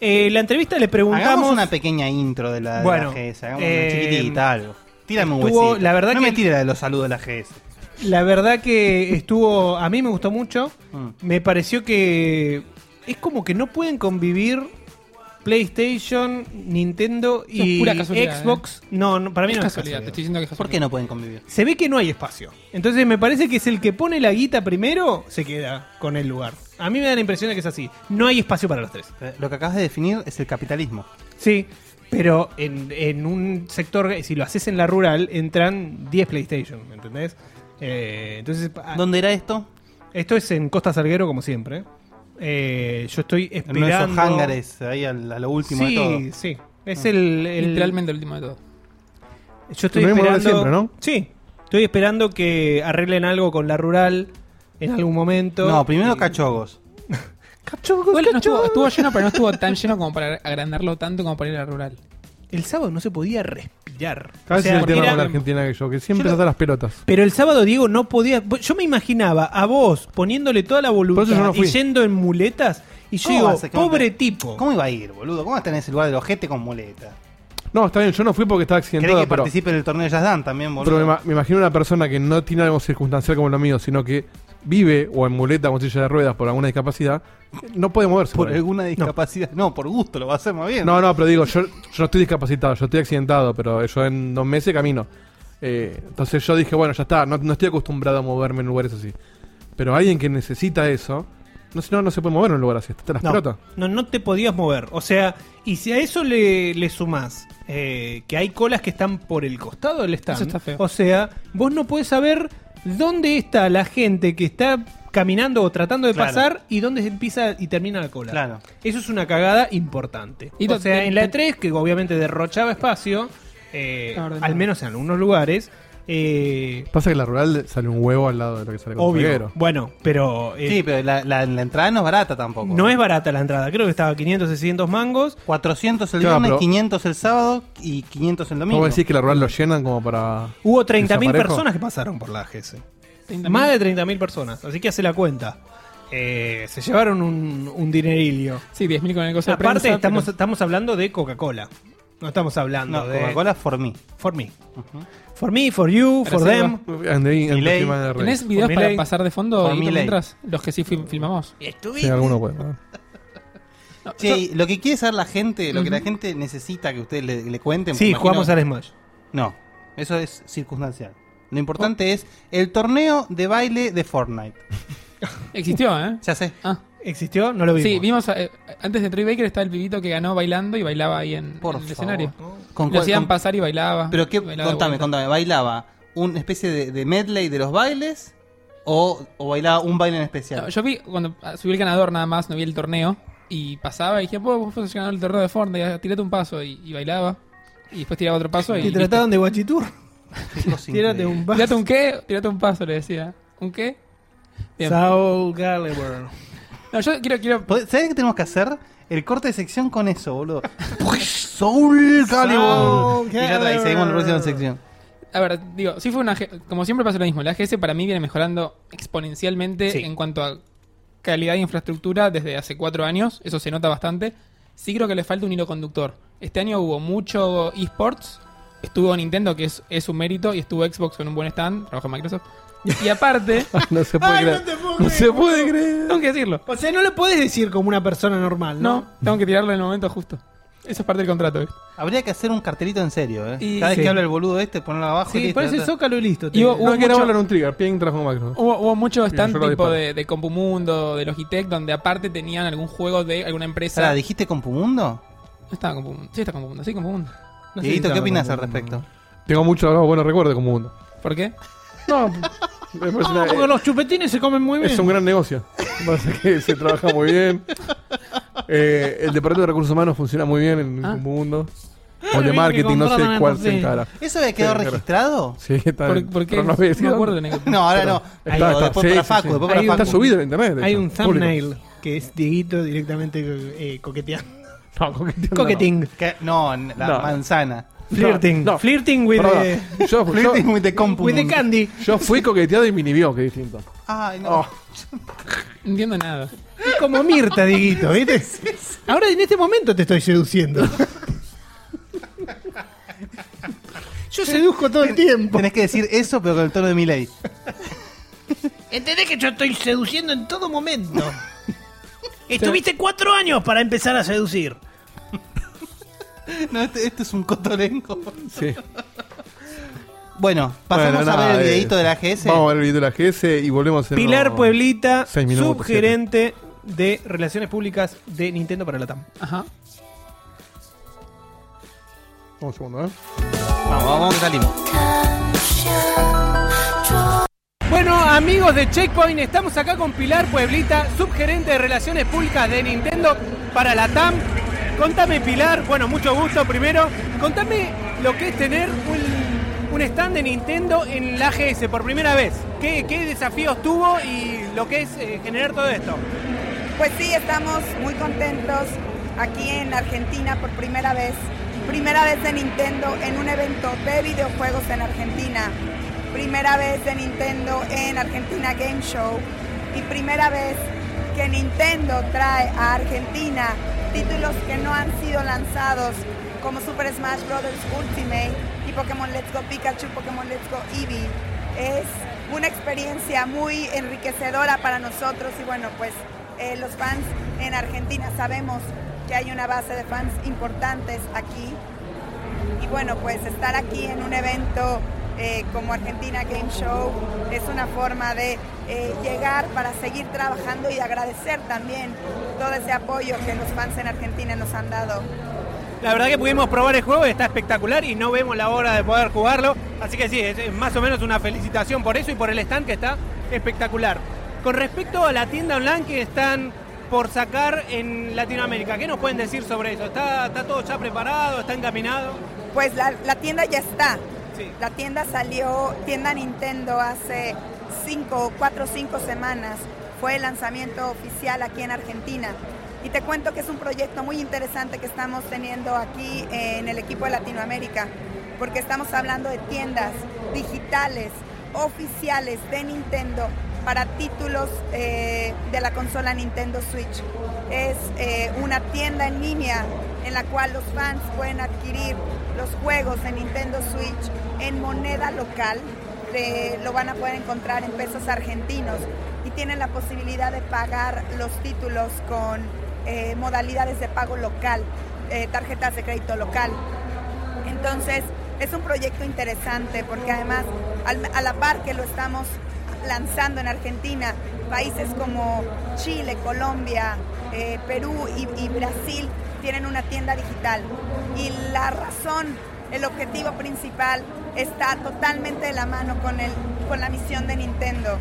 [SPEAKER 5] eh, la entrevista le preguntamos.
[SPEAKER 2] Hagamos una pequeña intro de la, de
[SPEAKER 5] Bueno,
[SPEAKER 2] la GS. Hagamos
[SPEAKER 5] eh,
[SPEAKER 2] una chiquitita, algo. Tírame un
[SPEAKER 5] estuvo-
[SPEAKER 2] huesito.
[SPEAKER 5] la verdad
[SPEAKER 2] no
[SPEAKER 5] que-
[SPEAKER 2] me tire la de los saludos de la GS.
[SPEAKER 5] La verdad que estuvo. A mí me gustó mucho.
[SPEAKER 2] Mm.
[SPEAKER 5] Me pareció que. Es como que no pueden convivir PlayStation, Nintendo
[SPEAKER 3] Eso es
[SPEAKER 5] y
[SPEAKER 3] pura casualidad, ¿eh?
[SPEAKER 5] Xbox. No, no, para mí
[SPEAKER 3] Es
[SPEAKER 5] no
[SPEAKER 3] casualidad, te
[SPEAKER 5] es casualidad.
[SPEAKER 3] estoy diciendo que es
[SPEAKER 2] ¿Por
[SPEAKER 3] casualidad.
[SPEAKER 2] qué no pueden convivir?
[SPEAKER 5] Se ve que no hay espacio. Entonces me parece que es el que pone la guita primero, se queda con el lugar. A mí me da la impresión de que es así. No hay espacio para los tres.
[SPEAKER 2] Eh, Lo que acabas de definir es el capitalismo.
[SPEAKER 5] Sí, pero en, en un sector, si lo haces en la rural, entran 10 PlayStation, ¿me entendés? Eh, entonces, ah,
[SPEAKER 2] ¿Dónde era esto?
[SPEAKER 5] esto es en Costa Salguero, como siempre. Eh, yo estoy
[SPEAKER 2] En uno de
[SPEAKER 5] esperando.
[SPEAKER 2] esos hangares, ahí al- a lo último
[SPEAKER 5] sí,
[SPEAKER 2] de todo.
[SPEAKER 5] sí. Es el, el-
[SPEAKER 3] Literalmente el último de todo.
[SPEAKER 5] Yo estoy
[SPEAKER 4] Lo mismo
[SPEAKER 5] esperando.
[SPEAKER 4] de siempre, ¿no?
[SPEAKER 5] Sí, estoy esperando que arreglen algo con la rural en algún momento.
[SPEAKER 2] No, primero
[SPEAKER 5] Y-
[SPEAKER 2] cachogos.
[SPEAKER 5] Cachorros,
[SPEAKER 3] Igual no estuvo,
[SPEAKER 5] cachorros.
[SPEAKER 3] estuvo lleno, pero no estuvo tan lleno como para agrandarlo tanto como para ir a rural.
[SPEAKER 5] El sábado no se podía respirar.
[SPEAKER 4] Cada
[SPEAKER 5] O
[SPEAKER 4] vez
[SPEAKER 5] sea,
[SPEAKER 4] es el tema
[SPEAKER 5] era-
[SPEAKER 4] con la Argentina que yo, que siempre
[SPEAKER 5] Yo no-
[SPEAKER 4] trata las pelotas.
[SPEAKER 5] Pero el sábado Diego no podía. Yo me imaginaba a vos poniéndole toda la
[SPEAKER 4] Por eso yo
[SPEAKER 5] voluntad
[SPEAKER 4] no
[SPEAKER 5] y
[SPEAKER 4] fui.
[SPEAKER 5] yendo en muletas. Y yo
[SPEAKER 2] ¿Cómo
[SPEAKER 5] digo,
[SPEAKER 2] vas a que-
[SPEAKER 5] pobre tipo.
[SPEAKER 2] ¿Cómo iba a ir, boludo? ¿Cómo vas a estar en ese lugar del ojete con muleta?
[SPEAKER 4] No, está bien, yo no fui porque estaba
[SPEAKER 2] ¿Querés
[SPEAKER 4] accidentado,
[SPEAKER 2] que
[SPEAKER 4] pero,
[SPEAKER 2] participe del torneo de Jazz Dan también,
[SPEAKER 4] pero me,
[SPEAKER 2] boludo?
[SPEAKER 4] ima- me imagino una persona que no tiene algo circunstancial como lo mío, sino que vive o en muleta o en silla de ruedas por alguna discapacidad, no puede moverse.
[SPEAKER 2] Por
[SPEAKER 4] ahí.
[SPEAKER 2] alguna discapacidad. No. por gusto, lo va a hacer más bien.
[SPEAKER 4] No, no, pero digo, yo, yo no estoy discapacitado, yo estoy accidentado, pero yo en dos meses camino. Eh, entonces yo dije, bueno, ya está, no, no estoy acostumbrado a moverme en lugares así. Pero alguien que necesita eso, no, si no, no se puede mover en un lugar así, está las
[SPEAKER 5] No,
[SPEAKER 4] pelotas.
[SPEAKER 5] no, no te podías mover. O sea, y si a eso le, le sumás eh, que hay colas que están por el costado del stand.
[SPEAKER 3] Eso está feo.
[SPEAKER 5] O sea, vos no podés saber dónde está la gente que está caminando o tratando de
[SPEAKER 2] Claro.
[SPEAKER 5] pasar y dónde empieza y termina la cola.
[SPEAKER 2] Claro.
[SPEAKER 5] Eso es una cagada importante.
[SPEAKER 3] Y
[SPEAKER 5] o
[SPEAKER 3] lo-
[SPEAKER 5] sea,
[SPEAKER 3] te-
[SPEAKER 5] en la
[SPEAKER 3] te-
[SPEAKER 5] E3, que obviamente derrochaba espacio, eh,
[SPEAKER 3] Está ordenado.
[SPEAKER 5] al menos en algunos lugares, eh,
[SPEAKER 4] Pasa que la rural sale un huevo al lado de lo que sale con
[SPEAKER 5] obvio.
[SPEAKER 4] Salguero.
[SPEAKER 5] Bueno, pero... eh,
[SPEAKER 2] Sí, pero la, la- la entrada no es barata tampoco.
[SPEAKER 5] No es barata la entrada, creo que estaba 500, 600 mangos.
[SPEAKER 2] 400 el
[SPEAKER 4] Claro,
[SPEAKER 2] viernes,
[SPEAKER 4] pero-
[SPEAKER 2] 500 el sábado y 500 el domingo.
[SPEAKER 4] ¿Cómo decís que la rural lo llenan como para.
[SPEAKER 5] Hubo 30.000
[SPEAKER 4] ¿Desaparejo?
[SPEAKER 5] personas que pasaron por la GS.
[SPEAKER 3] 30.000.
[SPEAKER 5] Más de 30.000 personas, así que hace la cuenta. Eh, se llevaron un, un dinerilio.
[SPEAKER 3] Sí, 10.000 con el coso de
[SPEAKER 5] Aparte,
[SPEAKER 3] prensa,
[SPEAKER 5] estamos,
[SPEAKER 3] pero-
[SPEAKER 5] estamos hablando de Coca-Cola. No estamos hablando
[SPEAKER 2] No,
[SPEAKER 5] de
[SPEAKER 2] Coca-Cola for me.
[SPEAKER 5] For me. For me, for you, for
[SPEAKER 3] Reserva.
[SPEAKER 5] them.
[SPEAKER 4] And the- and the
[SPEAKER 2] Milei.
[SPEAKER 4] human race.
[SPEAKER 3] ¿Tenés videos
[SPEAKER 5] Por
[SPEAKER 3] para
[SPEAKER 5] Milei.
[SPEAKER 3] pasar de fondo
[SPEAKER 2] Por
[SPEAKER 3] y
[SPEAKER 2] Milei.
[SPEAKER 3] mientras? Los que sí fil- filmamos.
[SPEAKER 4] Sí, alguno puede, ¿no?
[SPEAKER 3] No, yo-
[SPEAKER 2] Che, lo que quiere saber la gente, lo que la gente necesita que ustedes le, le cuenten.
[SPEAKER 5] Sí,
[SPEAKER 2] imagino-
[SPEAKER 5] jugamos al Smash.
[SPEAKER 2] No, eso es circunstancial. Lo importante es el torneo de baile de Fortnite.
[SPEAKER 3] Existió, ¿eh?
[SPEAKER 2] Ya sé.
[SPEAKER 3] Ah,
[SPEAKER 5] ¿Existió? No lo vimos.
[SPEAKER 3] sí, vimos. eh, antes de Troy Baker estaba el pibito que ganó bailando y bailaba ahí en,
[SPEAKER 2] Por
[SPEAKER 3] en el
[SPEAKER 2] favor.
[SPEAKER 3] escenario.
[SPEAKER 2] Con
[SPEAKER 3] Lo
[SPEAKER 2] cuál-
[SPEAKER 3] hacían
[SPEAKER 2] con-
[SPEAKER 3] pasar y bailaba.
[SPEAKER 2] Pero qué,
[SPEAKER 3] y bailaba de
[SPEAKER 2] contame,
[SPEAKER 3] vuelta.
[SPEAKER 2] contame, ¿bailaba una especie de, de medley de los bailes o, o bailaba un baile en especial?
[SPEAKER 3] No, yo vi cuando ah, subí el ganador nada más, no vi el torneo. Y pasaba y dije, pues vos sos el ganador del torneo de Fortnite, tirate un paso y, y bailaba. Y después tiraba otro paso y.
[SPEAKER 5] Te trataron de guachitur.
[SPEAKER 2] Qué cosa
[SPEAKER 5] Tírate
[SPEAKER 2] increíble.
[SPEAKER 5] un
[SPEAKER 3] Tirate
[SPEAKER 5] vaso.
[SPEAKER 3] un qué, tirate un paso, le decía. ¿Un qué? Bien.
[SPEAKER 5] Saul Gallagher.
[SPEAKER 3] No, yo quiero, quiero.
[SPEAKER 2] ¿Pod- ¿Sabés Pues, qué tenemos que hacer? El corte de sección con eso, boludo. Pues, Soul Calibur.
[SPEAKER 5] Soul
[SPEAKER 2] Y ya está, y seguimos en la próxima sección.
[SPEAKER 3] A ver, digo, sí fue una. G- Como siempre pasa lo mismo, la GS para mí viene mejorando exponencialmente
[SPEAKER 5] Sí.
[SPEAKER 3] en cuanto a calidad de infraestructura desde hace cuatro años, eso se nota bastante. Sí creo que le falta un hilo conductor. Este año hubo mucho esports, estuvo Nintendo, que es, es un mérito, y estuvo Xbox con un buen stand, trabaja en Microsoft. Y aparte,
[SPEAKER 4] No se puede
[SPEAKER 5] Ay, no
[SPEAKER 4] creer.
[SPEAKER 5] te puedo
[SPEAKER 4] No
[SPEAKER 5] creer,
[SPEAKER 4] se puede creer.
[SPEAKER 3] tengo que decirlo.
[SPEAKER 5] O sea, no lo podés decir como una persona normal, ¿no?
[SPEAKER 3] No, tengo que tirarlo en el momento justo. Eso es parte del contrato. ¿viste?
[SPEAKER 2] Habría que hacer un cartelito en serio, ¿eh?
[SPEAKER 3] Y-
[SPEAKER 2] Cada vez
[SPEAKER 3] sí.
[SPEAKER 2] que habla el boludo este, ponerlo abajo. y
[SPEAKER 5] Sí,
[SPEAKER 2] listo,
[SPEAKER 5] parece
[SPEAKER 2] ya está.
[SPEAKER 5] Zócalo y listo.
[SPEAKER 3] Y vos-
[SPEAKER 4] No
[SPEAKER 3] Hubo
[SPEAKER 4] quería
[SPEAKER 3] mucho-
[SPEAKER 4] hablar un trigger, ping trajo con Macro.
[SPEAKER 3] Hubo, hubo mucho
[SPEAKER 4] Sí, yo
[SPEAKER 3] stand
[SPEAKER 4] lo
[SPEAKER 3] tipo
[SPEAKER 4] disparo.
[SPEAKER 3] de, de Compumundo, de Logitech, donde aparte tenían algún juego de alguna empresa.
[SPEAKER 2] Sara, ¿dijiste con Pumundo?
[SPEAKER 3] No estaba Compumundo. Sí, está Compumundo. Sí, Compumundo.
[SPEAKER 5] No sé si
[SPEAKER 2] Dieguito,
[SPEAKER 5] estaba
[SPEAKER 2] ¿qué opinas
[SPEAKER 5] con-
[SPEAKER 2] al respecto?
[SPEAKER 4] Tengo muchos buenos recuerdos como mundo.
[SPEAKER 3] ¿Por qué?
[SPEAKER 4] No, me parece una-
[SPEAKER 5] Ah, porque los chupetines se comen muy bien.
[SPEAKER 4] es un gran negocio. Me parece que se trabaja muy bien. Eh, el departamento de recursos humanos funciona muy bien en
[SPEAKER 3] Ah.
[SPEAKER 4] el mundo. O
[SPEAKER 5] Bien
[SPEAKER 4] de
[SPEAKER 5] que
[SPEAKER 4] marketing, no sé
[SPEAKER 5] contratan a
[SPEAKER 4] cuál se
[SPEAKER 5] José.
[SPEAKER 4] encara.
[SPEAKER 2] ¿Eso había quedado
[SPEAKER 4] Sí, claro.
[SPEAKER 2] registrado?
[SPEAKER 4] Sí, está
[SPEAKER 3] ¿Por,
[SPEAKER 4] bien.
[SPEAKER 3] por qué?
[SPEAKER 4] Pero no voy a decir
[SPEAKER 3] me acuerdo de
[SPEAKER 4] dónde.
[SPEAKER 3] anécdota.
[SPEAKER 2] No, ahora no. Ahí
[SPEAKER 4] Está-
[SPEAKER 2] va,
[SPEAKER 4] está-
[SPEAKER 2] después
[SPEAKER 4] sí,
[SPEAKER 2] para
[SPEAKER 4] sí,
[SPEAKER 2] Facu,
[SPEAKER 4] sí.
[SPEAKER 2] después para
[SPEAKER 5] Hay un-
[SPEAKER 4] Está
[SPEAKER 2] Facu.
[SPEAKER 4] subido en internet.
[SPEAKER 5] Hay un
[SPEAKER 4] público.
[SPEAKER 5] thumbnail que es Dieguito directamente eh, coqueteando.
[SPEAKER 4] No, coqueteando no.
[SPEAKER 5] Coqueting.
[SPEAKER 2] ¿Qué? No, la
[SPEAKER 4] No.
[SPEAKER 2] manzana. este
[SPEAKER 5] Flirting.
[SPEAKER 4] No, no.
[SPEAKER 5] Flirting with,
[SPEAKER 4] Perdón,
[SPEAKER 5] the,
[SPEAKER 4] yo, yo-
[SPEAKER 2] Flirting with the Compu.
[SPEAKER 5] with the candy.
[SPEAKER 4] yo fui coqueteado y minivio, que distinto.
[SPEAKER 2] Ay, no.
[SPEAKER 4] Oh,
[SPEAKER 3] No entiendo nada.
[SPEAKER 5] Es como Mirta, Dieguito, ¿viste? Ahora en este momento te estoy seduciendo. Yo seduzco todo el tiempo.
[SPEAKER 2] Tenés que decir eso, pero con el tono de Miley.
[SPEAKER 5] Entendés que yo estoy seduciendo en todo momento. Estuviste cuatro años para empezar a seducir.
[SPEAKER 2] No, este, este es un cotolengo.
[SPEAKER 4] Sí.
[SPEAKER 2] Bueno, pasamos
[SPEAKER 4] Bueno,
[SPEAKER 2] a
[SPEAKER 4] nada,
[SPEAKER 2] ver el
[SPEAKER 4] eh,
[SPEAKER 2] videito de la GS.
[SPEAKER 4] Vamos a ver el video de la GS y volvemos en
[SPEAKER 5] Pilar
[SPEAKER 4] unos-
[SPEAKER 5] Pueblita,
[SPEAKER 4] seis minutos,
[SPEAKER 5] subgerente de Relaciones Públicas de Nintendo para la TAM.
[SPEAKER 3] Ajá.
[SPEAKER 4] Un segundo, ¿eh?
[SPEAKER 2] Vamos, vamos que salimos.
[SPEAKER 5] Bueno, amigos de Checkpoint, estamos acá con Pilar Pueblita, subgerente de Relaciones Públicas de Nintendo para la TAM. Contame, Pilar, bueno, mucho gusto primero. Contame lo que es tener un, un stand de Nintendo en la GS por primera vez. ¿Qué, qué desafíos tuvo y lo que es eh, generar todo esto?
[SPEAKER 10] Pues sí, estamos muy contentos aquí en Argentina por primera vez. Primera vez de Nintendo en un evento de videojuegos en Argentina. Primera vez de Nintendo en Argentina Game Show. Y primera vez que Nintendo trae a Argentina títulos que no han sido lanzados como Super Smash Bros. Ultimate y Pokémon Let's Go Pikachu, Pokémon Let's Go Eevee. Es una experiencia muy enriquecedora para nosotros y bueno, pues eh, los fans en Argentina sabemos que hay una base de fans importantes aquí. Y bueno, pues estar aquí en un evento eh, como Argentina Game Show es una forma de eh, llegar para seguir trabajando y agradecer también todo ese apoyo que los fans en Argentina nos han dado.
[SPEAKER 5] La verdad que pudimos probar el juego, está espectacular y no vemos la hora de poder jugarlo. Así que sí, es es más o menos una felicitación por eso y por el stand que está espectacular. Con respecto a la tienda online que están por sacar en Latinoamérica, ¿qué nos pueden decir sobre eso? ¿Está, está todo ya preparado? ¿Está encaminado?
[SPEAKER 10] Pues la, la tienda ya está.
[SPEAKER 5] Sí.
[SPEAKER 10] La tienda salió, tienda Nintendo, hace cinco, cuatro o cinco semanas. Fue el lanzamiento oficial aquí en Argentina. Y te cuento que es un proyecto muy interesante que estamos teniendo aquí en el equipo de Latinoamérica, porque estamos hablando de tiendas digitales, oficiales de Nintendo para títulos eh, de la consola Nintendo Switch. Es eh, una tienda en línea en la cual los fans pueden adquirir los juegos de Nintendo Switch en moneda local. Te- lo van a poder encontrar en pesos argentinos y tienen la posibilidad de pagar los títulos con eh, modalidades de pago local, eh, tarjetas de crédito local. Entonces, es un proyecto interesante porque además, al- a la par que lo estamos lanzando en Argentina, países como Chile, Colombia, eh, Perú y, y Brasil tienen una tienda digital. Y la razón, el objetivo principal está totalmente de la mano con, el, con la misión de Nintendo.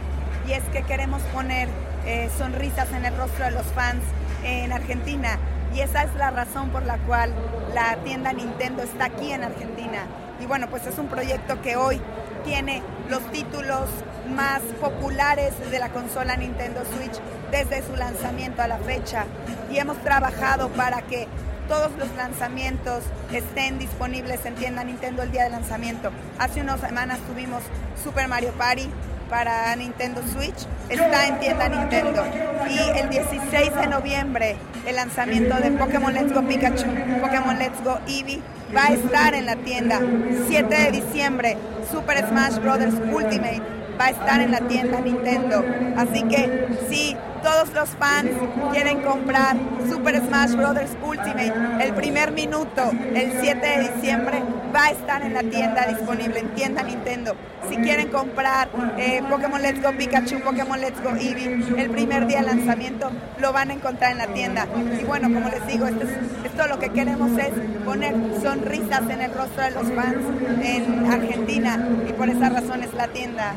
[SPEAKER 10] Y es que queremos poner eh, sonrisas en el rostro de los fans en Argentina. Y esa es la razón por la cual la tienda Nintendo está aquí en Argentina. Y bueno, pues es un proyecto que hoy tiene los títulos más populares de la consola Nintendo Switch desde su lanzamiento a la fecha. Y hemos trabajado para que todos los lanzamientos estén disponibles en tienda Nintendo el día de lanzamiento. Hace unas semanas tuvimos Super Mario Party para Nintendo Switch, está en tienda Nintendo. Y el 16 de noviembre el lanzamiento de Pokémon Let's Go Pikachu, Pokémon Let's Go Eevee va a estar en la tienda. 7 de diciembre Super Smash Bros. Ultimate va a estar en la tienda Nintendo. Así que si todos los fans quieren comprar Super Smash Bros. Ultimate, el primer minuto, el 7 de diciembre, va a estar en la tienda disponible, en tienda Nintendo. Si quieren comprar eh, Pokémon Let's Go Pikachu, Pokémon Let's Go Eevee, el primer día de lanzamiento lo van a encontrar en la tienda. Y bueno, como les digo, esto, es- esto lo que queremos es poner sonrisas en el rostro de los fans en Argentina y por esa razón es la tienda.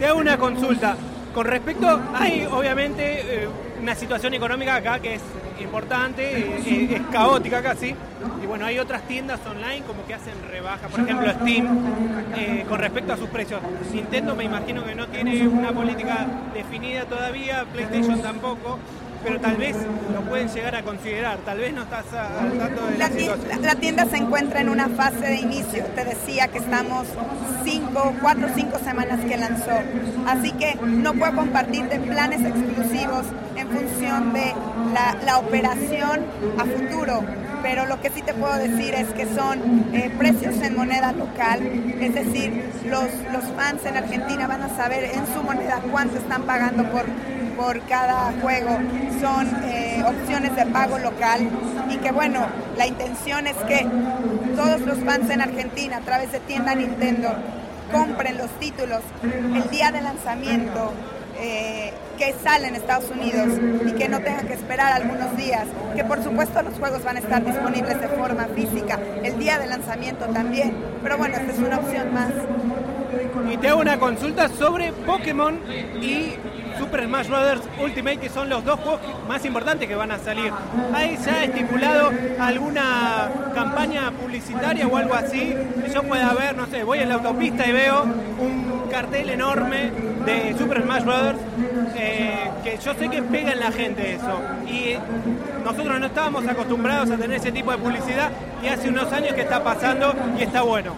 [SPEAKER 5] Te hago una consulta. Con respecto, hay obviamente eh, una situación económica acá que es importante, eh, eh, es caótica casi. Y bueno, hay otras tiendas online como que hacen rebajas, por ejemplo Steam, eh, con respecto a sus precios. Nintendo me imagino que no tiene una política definida todavía, PlayStation tampoco, pero tal vez lo pueden llegar a considerar, tal vez no estás a- al tanto de
[SPEAKER 10] La
[SPEAKER 5] la
[SPEAKER 10] tienda,
[SPEAKER 5] situación.
[SPEAKER 10] la tienda se encuentra en una fase de inicio. Te decía que estamos cinco, cuatro o cinco semanas que lanzó. Así que no puedo compartirte planes exclusivos en función de la, la operación a futuro. pero lo que sí te puedo decir es que son eh, precios en moneda local, es decir, los, los fans en Argentina van a saber en su moneda cuánto están pagando por, por cada juego, son eh, opciones de pago local y que bueno, la intención es que todos los fans en Argentina a través de tienda Nintendo compren los títulos el día de lanzamiento eh, que sale en Estados Unidos y que no tengan que esperar algunos días, que por supuesto los juegos van a estar disponibles de forma física el día de lanzamiento también, pero bueno, esta es una opción más.
[SPEAKER 8] Y te hago una consulta sobre Pokémon y Super Smash Bros. Ultimate, que son los dos juegos más importantes que van a salir. ¿Hay ya estipulado alguna campaña publicitaria o algo así? Que yo pueda ver, no sé, voy en la autopista y veo un cartel enorme de Super Smash Bros. eh, que yo sé que pega en la gente eso. Y eh, nosotros no estábamos acostumbrados a tener ese tipo de publicidad y hace unos años que está pasando y está bueno.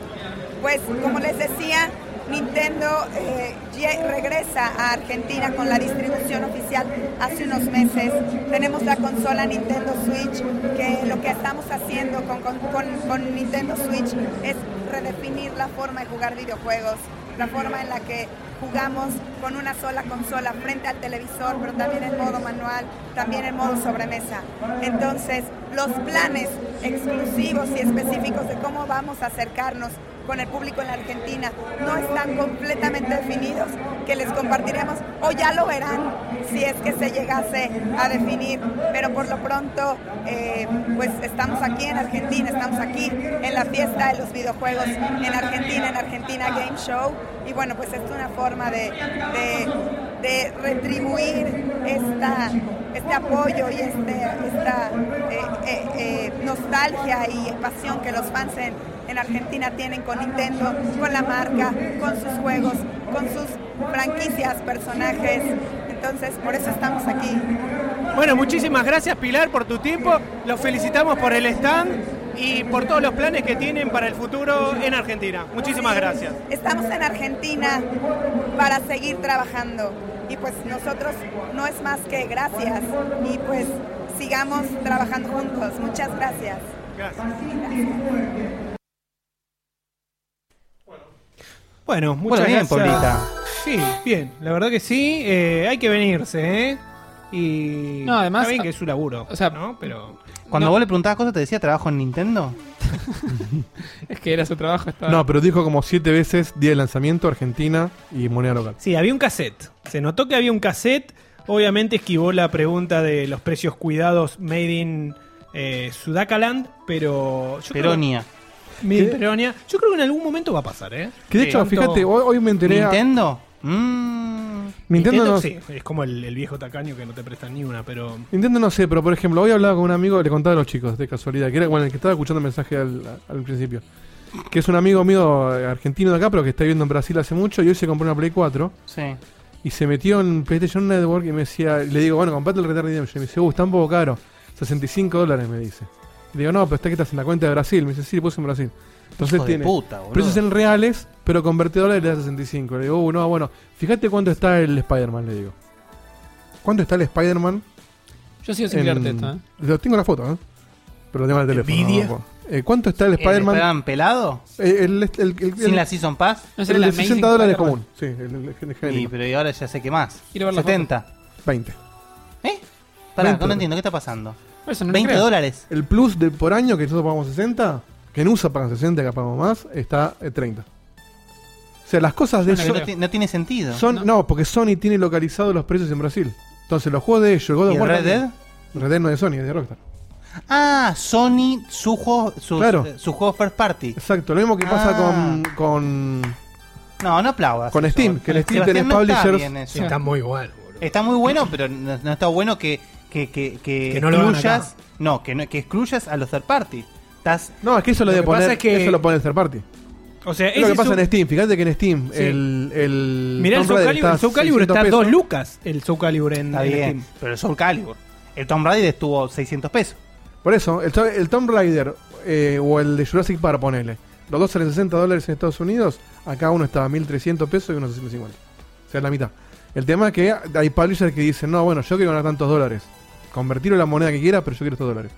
[SPEAKER 10] Pues como les decía, Nintendo eh, ye- regresa a Argentina con la distribución oficial hace unos meses. Tenemos la consola Nintendo Switch, que lo que estamos haciendo con, con- con- con Nintendo Switch es redefinir la forma de jugar videojuegos, la forma en la que jugamos con una sola consola frente al televisor, pero también en modo manual, también en modo sobremesa. Entonces, los planes exclusivos y específicos de cómo vamos a acercarnos con el público en la Argentina no están completamente definidos, que les compartiremos o ya lo verán si es que se llegase a definir, pero por lo pronto eh, pues estamos aquí en Argentina, estamos aquí en la fiesta de los videojuegos en Argentina, en Argentina Game Show y bueno pues es una forma de, de- de retribuir esta, este apoyo y este, esta eh, eh, eh, nostalgia y pasión que los fans en, en Argentina tienen con Nintendo, con la marca, con sus juegos, con sus franquicias, personajes. Entonces, por eso estamos aquí.
[SPEAKER 8] Bueno, muchísimas gracias Pilar por tu tiempo. Los felicitamos por el stand y por todos los planes que tienen para el futuro en Argentina. Muchísimas gracias.
[SPEAKER 10] Estamos en Argentina para seguir trabajando. Y pues nosotros no es más que gracias. Y pues sigamos trabajando juntos. Muchas gracias.
[SPEAKER 8] Gracias.
[SPEAKER 10] Gracias.
[SPEAKER 8] Bueno,
[SPEAKER 2] Bueno, bien, Paulita.
[SPEAKER 8] Sí, bien. La verdad que sí. eh, hay que venirse, ¿eh? Y
[SPEAKER 3] No, además-
[SPEAKER 8] está bien que
[SPEAKER 4] ah.
[SPEAKER 8] es su laburo.
[SPEAKER 3] o sea,
[SPEAKER 8] ¿no? Pero
[SPEAKER 2] Cuando
[SPEAKER 3] No.
[SPEAKER 2] vos le preguntabas cosas, te decía trabajo en Nintendo.
[SPEAKER 3] Es que era su trabajo. Estaba...
[SPEAKER 4] No, pero dijo como siete veces día de lanzamiento, Argentina y moneda local.
[SPEAKER 5] Sí, había un cassette. Se notó que había un cassette. Obviamente esquivó la pregunta de los precios cuidados made in eh, Sudacaland, pero. Yo creo-
[SPEAKER 2] Peronia.
[SPEAKER 5] Made in Peronia. Yo creo que en algún momento va a pasar, ¿eh?
[SPEAKER 4] Que de hecho,
[SPEAKER 3] tanto-
[SPEAKER 4] fíjate, hoy, hoy me enteré. a-
[SPEAKER 2] ¿Nintendo? Mmm.
[SPEAKER 4] Nintendo, no,
[SPEAKER 5] sí, es como el, el viejo tacaño que no te prestan ni una, pero.
[SPEAKER 4] Nintendo no sé, pero por ejemplo, hoy hablaba con un amigo, le contaba a los chicos de casualidad, que era bueno, el que estaba escuchando el mensaje al, al principio. Que es un amigo mío eh, argentino de acá, pero que está viviendo en Brasil hace mucho y hoy se compró una Play 4
[SPEAKER 2] Sí.
[SPEAKER 4] y se metió en PlayStation Network y me decía, le digo, bueno, comprate el Return Redemption. Y me dice, uh, está un poco caro, 65 dólares, me dice. Le digo, no, pero está que estás en la cuenta de Brasil. Me dice, sí, le puse en Brasil. Entonces
[SPEAKER 2] Hijo de
[SPEAKER 4] tiene.
[SPEAKER 2] puta, boludo.
[SPEAKER 4] Precios en reales, pero convertido a dólares le da 65. Le digo, uh, no, bueno, fíjate cuánto está el Spider-Man, le digo. ¿Cuánto está el Spider-Man?
[SPEAKER 3] Yo sigo sin
[SPEAKER 4] en-
[SPEAKER 3] mirarte esto, ¿eh?
[SPEAKER 4] Lo tengo la foto, ¿eh? Pero lo tengo en el teléfono.
[SPEAKER 5] Nvidia.
[SPEAKER 4] no me acuerdo. Eh, ¿Cuánto está el
[SPEAKER 2] ¿El Spider-Man
[SPEAKER 4] Spider-Man?
[SPEAKER 2] pelado?
[SPEAKER 4] Eh, El, el, el- el-
[SPEAKER 2] ¿Sin la Season Pass?
[SPEAKER 3] No sé,
[SPEAKER 4] el
[SPEAKER 3] la
[SPEAKER 4] de
[SPEAKER 3] Amazing
[SPEAKER 4] 60 dólares
[SPEAKER 3] Spider-Man.
[SPEAKER 4] común. Sí, el, el- el
[SPEAKER 2] Sí,
[SPEAKER 4] genérico.
[SPEAKER 2] pero y ahora ya sé que más.
[SPEAKER 3] Quiero ver la
[SPEAKER 2] 70.
[SPEAKER 4] 20.
[SPEAKER 2] ¿Eh? Pará,
[SPEAKER 4] Veinte.
[SPEAKER 2] no lo entiendo, ¿qué está pasando?
[SPEAKER 3] Por eso no
[SPEAKER 2] 20
[SPEAKER 3] creo.
[SPEAKER 2] dólares.
[SPEAKER 4] El plus de por año que nosotros pagamos 60, que en USA pagan 60, acá pagamos más, está eh, 30. O sea, las cosas de
[SPEAKER 3] Bueno,
[SPEAKER 4] eso
[SPEAKER 2] No, ti- no tiene sentido.
[SPEAKER 4] son. No. porque Sony tiene localizados los precios en Brasil. Entonces, los juegos de ellos, el God
[SPEAKER 2] ¿Y
[SPEAKER 4] of
[SPEAKER 2] el
[SPEAKER 4] War.
[SPEAKER 2] Red Dead?
[SPEAKER 4] también. Red Dead no es de Sony, es de Rockstar.
[SPEAKER 2] Ah, Sony, su juego, sus,
[SPEAKER 4] Claro.
[SPEAKER 2] eh, sus juegos first party.
[SPEAKER 4] Exacto, lo mismo que pasa
[SPEAKER 2] Ah.
[SPEAKER 4] con. con
[SPEAKER 2] No, no aplaudas.
[SPEAKER 4] Con
[SPEAKER 2] eso.
[SPEAKER 4] Steam, que en Steam
[SPEAKER 2] Sebastián
[SPEAKER 4] tenés
[SPEAKER 2] no está,
[SPEAKER 4] publishers-
[SPEAKER 2] bien eso.
[SPEAKER 3] Sí.
[SPEAKER 5] Está muy igual, boludo.
[SPEAKER 2] Está muy bueno, pero no, no está bueno que, que, que, que,
[SPEAKER 5] Que no lo hagan
[SPEAKER 2] excluyas. No, que, no, que excluyas a los third party. Estás.
[SPEAKER 4] No, es que eso
[SPEAKER 5] Lo
[SPEAKER 4] lo, debe
[SPEAKER 5] que pasa
[SPEAKER 4] poner.
[SPEAKER 5] es que-
[SPEAKER 4] Eso lo pone el third party.
[SPEAKER 5] O sea,
[SPEAKER 4] Es lo
[SPEAKER 5] ese
[SPEAKER 4] que pasa
[SPEAKER 5] es un-
[SPEAKER 4] en Steam. Fíjate que en Steam el, el.
[SPEAKER 5] Mirá el
[SPEAKER 4] Tomb Raider
[SPEAKER 5] Soul Calibur. El Soul Calibur está
[SPEAKER 4] 600
[SPEAKER 5] a
[SPEAKER 4] pesos.
[SPEAKER 5] dos lucas. El Soul Calibur en,
[SPEAKER 2] Está
[SPEAKER 5] en
[SPEAKER 2] bien.
[SPEAKER 5] Steam.
[SPEAKER 2] Pero el Soul Calibur. El Tomb Raider estuvo 600 pesos.
[SPEAKER 4] Por eso, el, to- el Tomb Raider eh, o el de Jurassic Park, ponele. Los dos salen 60 dólares en Estados Unidos. Acá uno está a 1300 pesos y uno a 650. O sea, es la mitad. El tema es que hay publishers que dicen: No, bueno, yo quiero ganar tantos dólares. Convertirlo en la moneda que quiera, pero yo quiero estos dólares.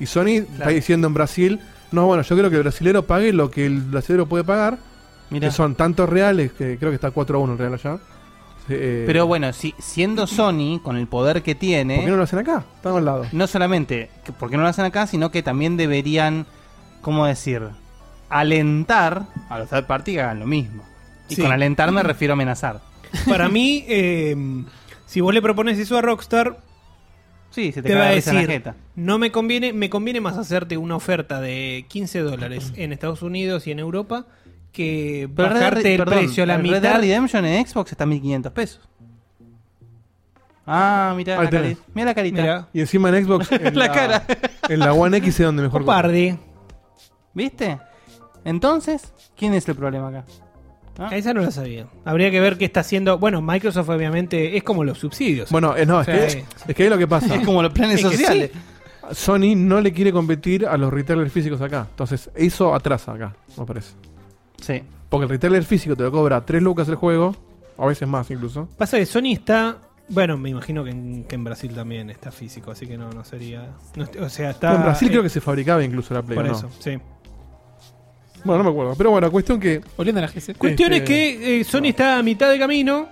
[SPEAKER 4] Y Sony está diciendo en Brasil, no, bueno, yo creo que el brasilero pague lo que el brasilero puede pagar,
[SPEAKER 2] Mirá.
[SPEAKER 4] que son tantos reales, que creo que está 4 a 1 el real allá. Eh,
[SPEAKER 2] Pero bueno, ¿eh? si, siendo Sony, con el poder que tiene,
[SPEAKER 4] ¿Por qué no
[SPEAKER 2] no,
[SPEAKER 4] lo hacen acá? Estamos al lado.
[SPEAKER 2] solamente que- porque no lo hacen acá, sino que también deberían, ¿cómo decir? Alentar a los third party que hagan lo mismo. Y
[SPEAKER 5] Sí.
[SPEAKER 2] con alentar me refiero a amenazar.
[SPEAKER 5] Para mí, eh, si vos le propones eso a Rockstar,
[SPEAKER 2] Sí, se te,
[SPEAKER 5] te va
[SPEAKER 2] caga
[SPEAKER 5] a
[SPEAKER 2] la risa en la
[SPEAKER 5] decir,
[SPEAKER 2] jeta.
[SPEAKER 5] no me conviene, me conviene más hacerte una oferta de 15 dólares en Estados Unidos y en Europa que
[SPEAKER 2] Pero Red Dead
[SPEAKER 5] bajarte
[SPEAKER 2] Red-
[SPEAKER 5] el
[SPEAKER 2] perdón,
[SPEAKER 5] precio a la
[SPEAKER 2] el Red Dead
[SPEAKER 5] mitad.
[SPEAKER 2] Redemption en Xbox está a 1500 pesos. Ah, mira
[SPEAKER 4] Ahí
[SPEAKER 2] la,
[SPEAKER 4] tenés.
[SPEAKER 2] cari- mirá la carita.
[SPEAKER 5] Mirá.
[SPEAKER 4] Y encima en Xbox. En la, cara. En la One X es donde mejor.
[SPEAKER 5] Copardi.
[SPEAKER 2] ¿Viste? Entonces, ¿quién es el problema acá? Ah.
[SPEAKER 5] Esa no la sabía. Habría que ver qué está haciendo. Bueno, Microsoft obviamente es como los subsidios.
[SPEAKER 4] Bueno, eh, no, es,
[SPEAKER 5] Sí.
[SPEAKER 4] que, es que ahí lo que pasa.
[SPEAKER 2] Es como los planes
[SPEAKER 5] Es que
[SPEAKER 2] sociales.
[SPEAKER 4] Sony no le quiere competir a los retailers físicos acá. Entonces, eso atrasa acá, me parece.
[SPEAKER 2] Sí.
[SPEAKER 4] Porque el retailer físico te lo cobra 3 lucas el juego, a veces más incluso.
[SPEAKER 5] Pasa que Sony está. Bueno, me imagino que en, que en Brasil también está físico, así que no, no sería. no est- o sea, está.
[SPEAKER 4] en Brasil
[SPEAKER 5] eh,
[SPEAKER 4] creo que se fabricaba incluso la Play.
[SPEAKER 5] Por
[SPEAKER 4] ¿o no?
[SPEAKER 5] eso, sí.
[SPEAKER 4] Bueno, no me acuerdo. Pero bueno, cuestión que.
[SPEAKER 3] Volviendo a la GC.
[SPEAKER 5] Cuestión
[SPEAKER 4] Este-
[SPEAKER 5] es que eh, Sony está a mitad de camino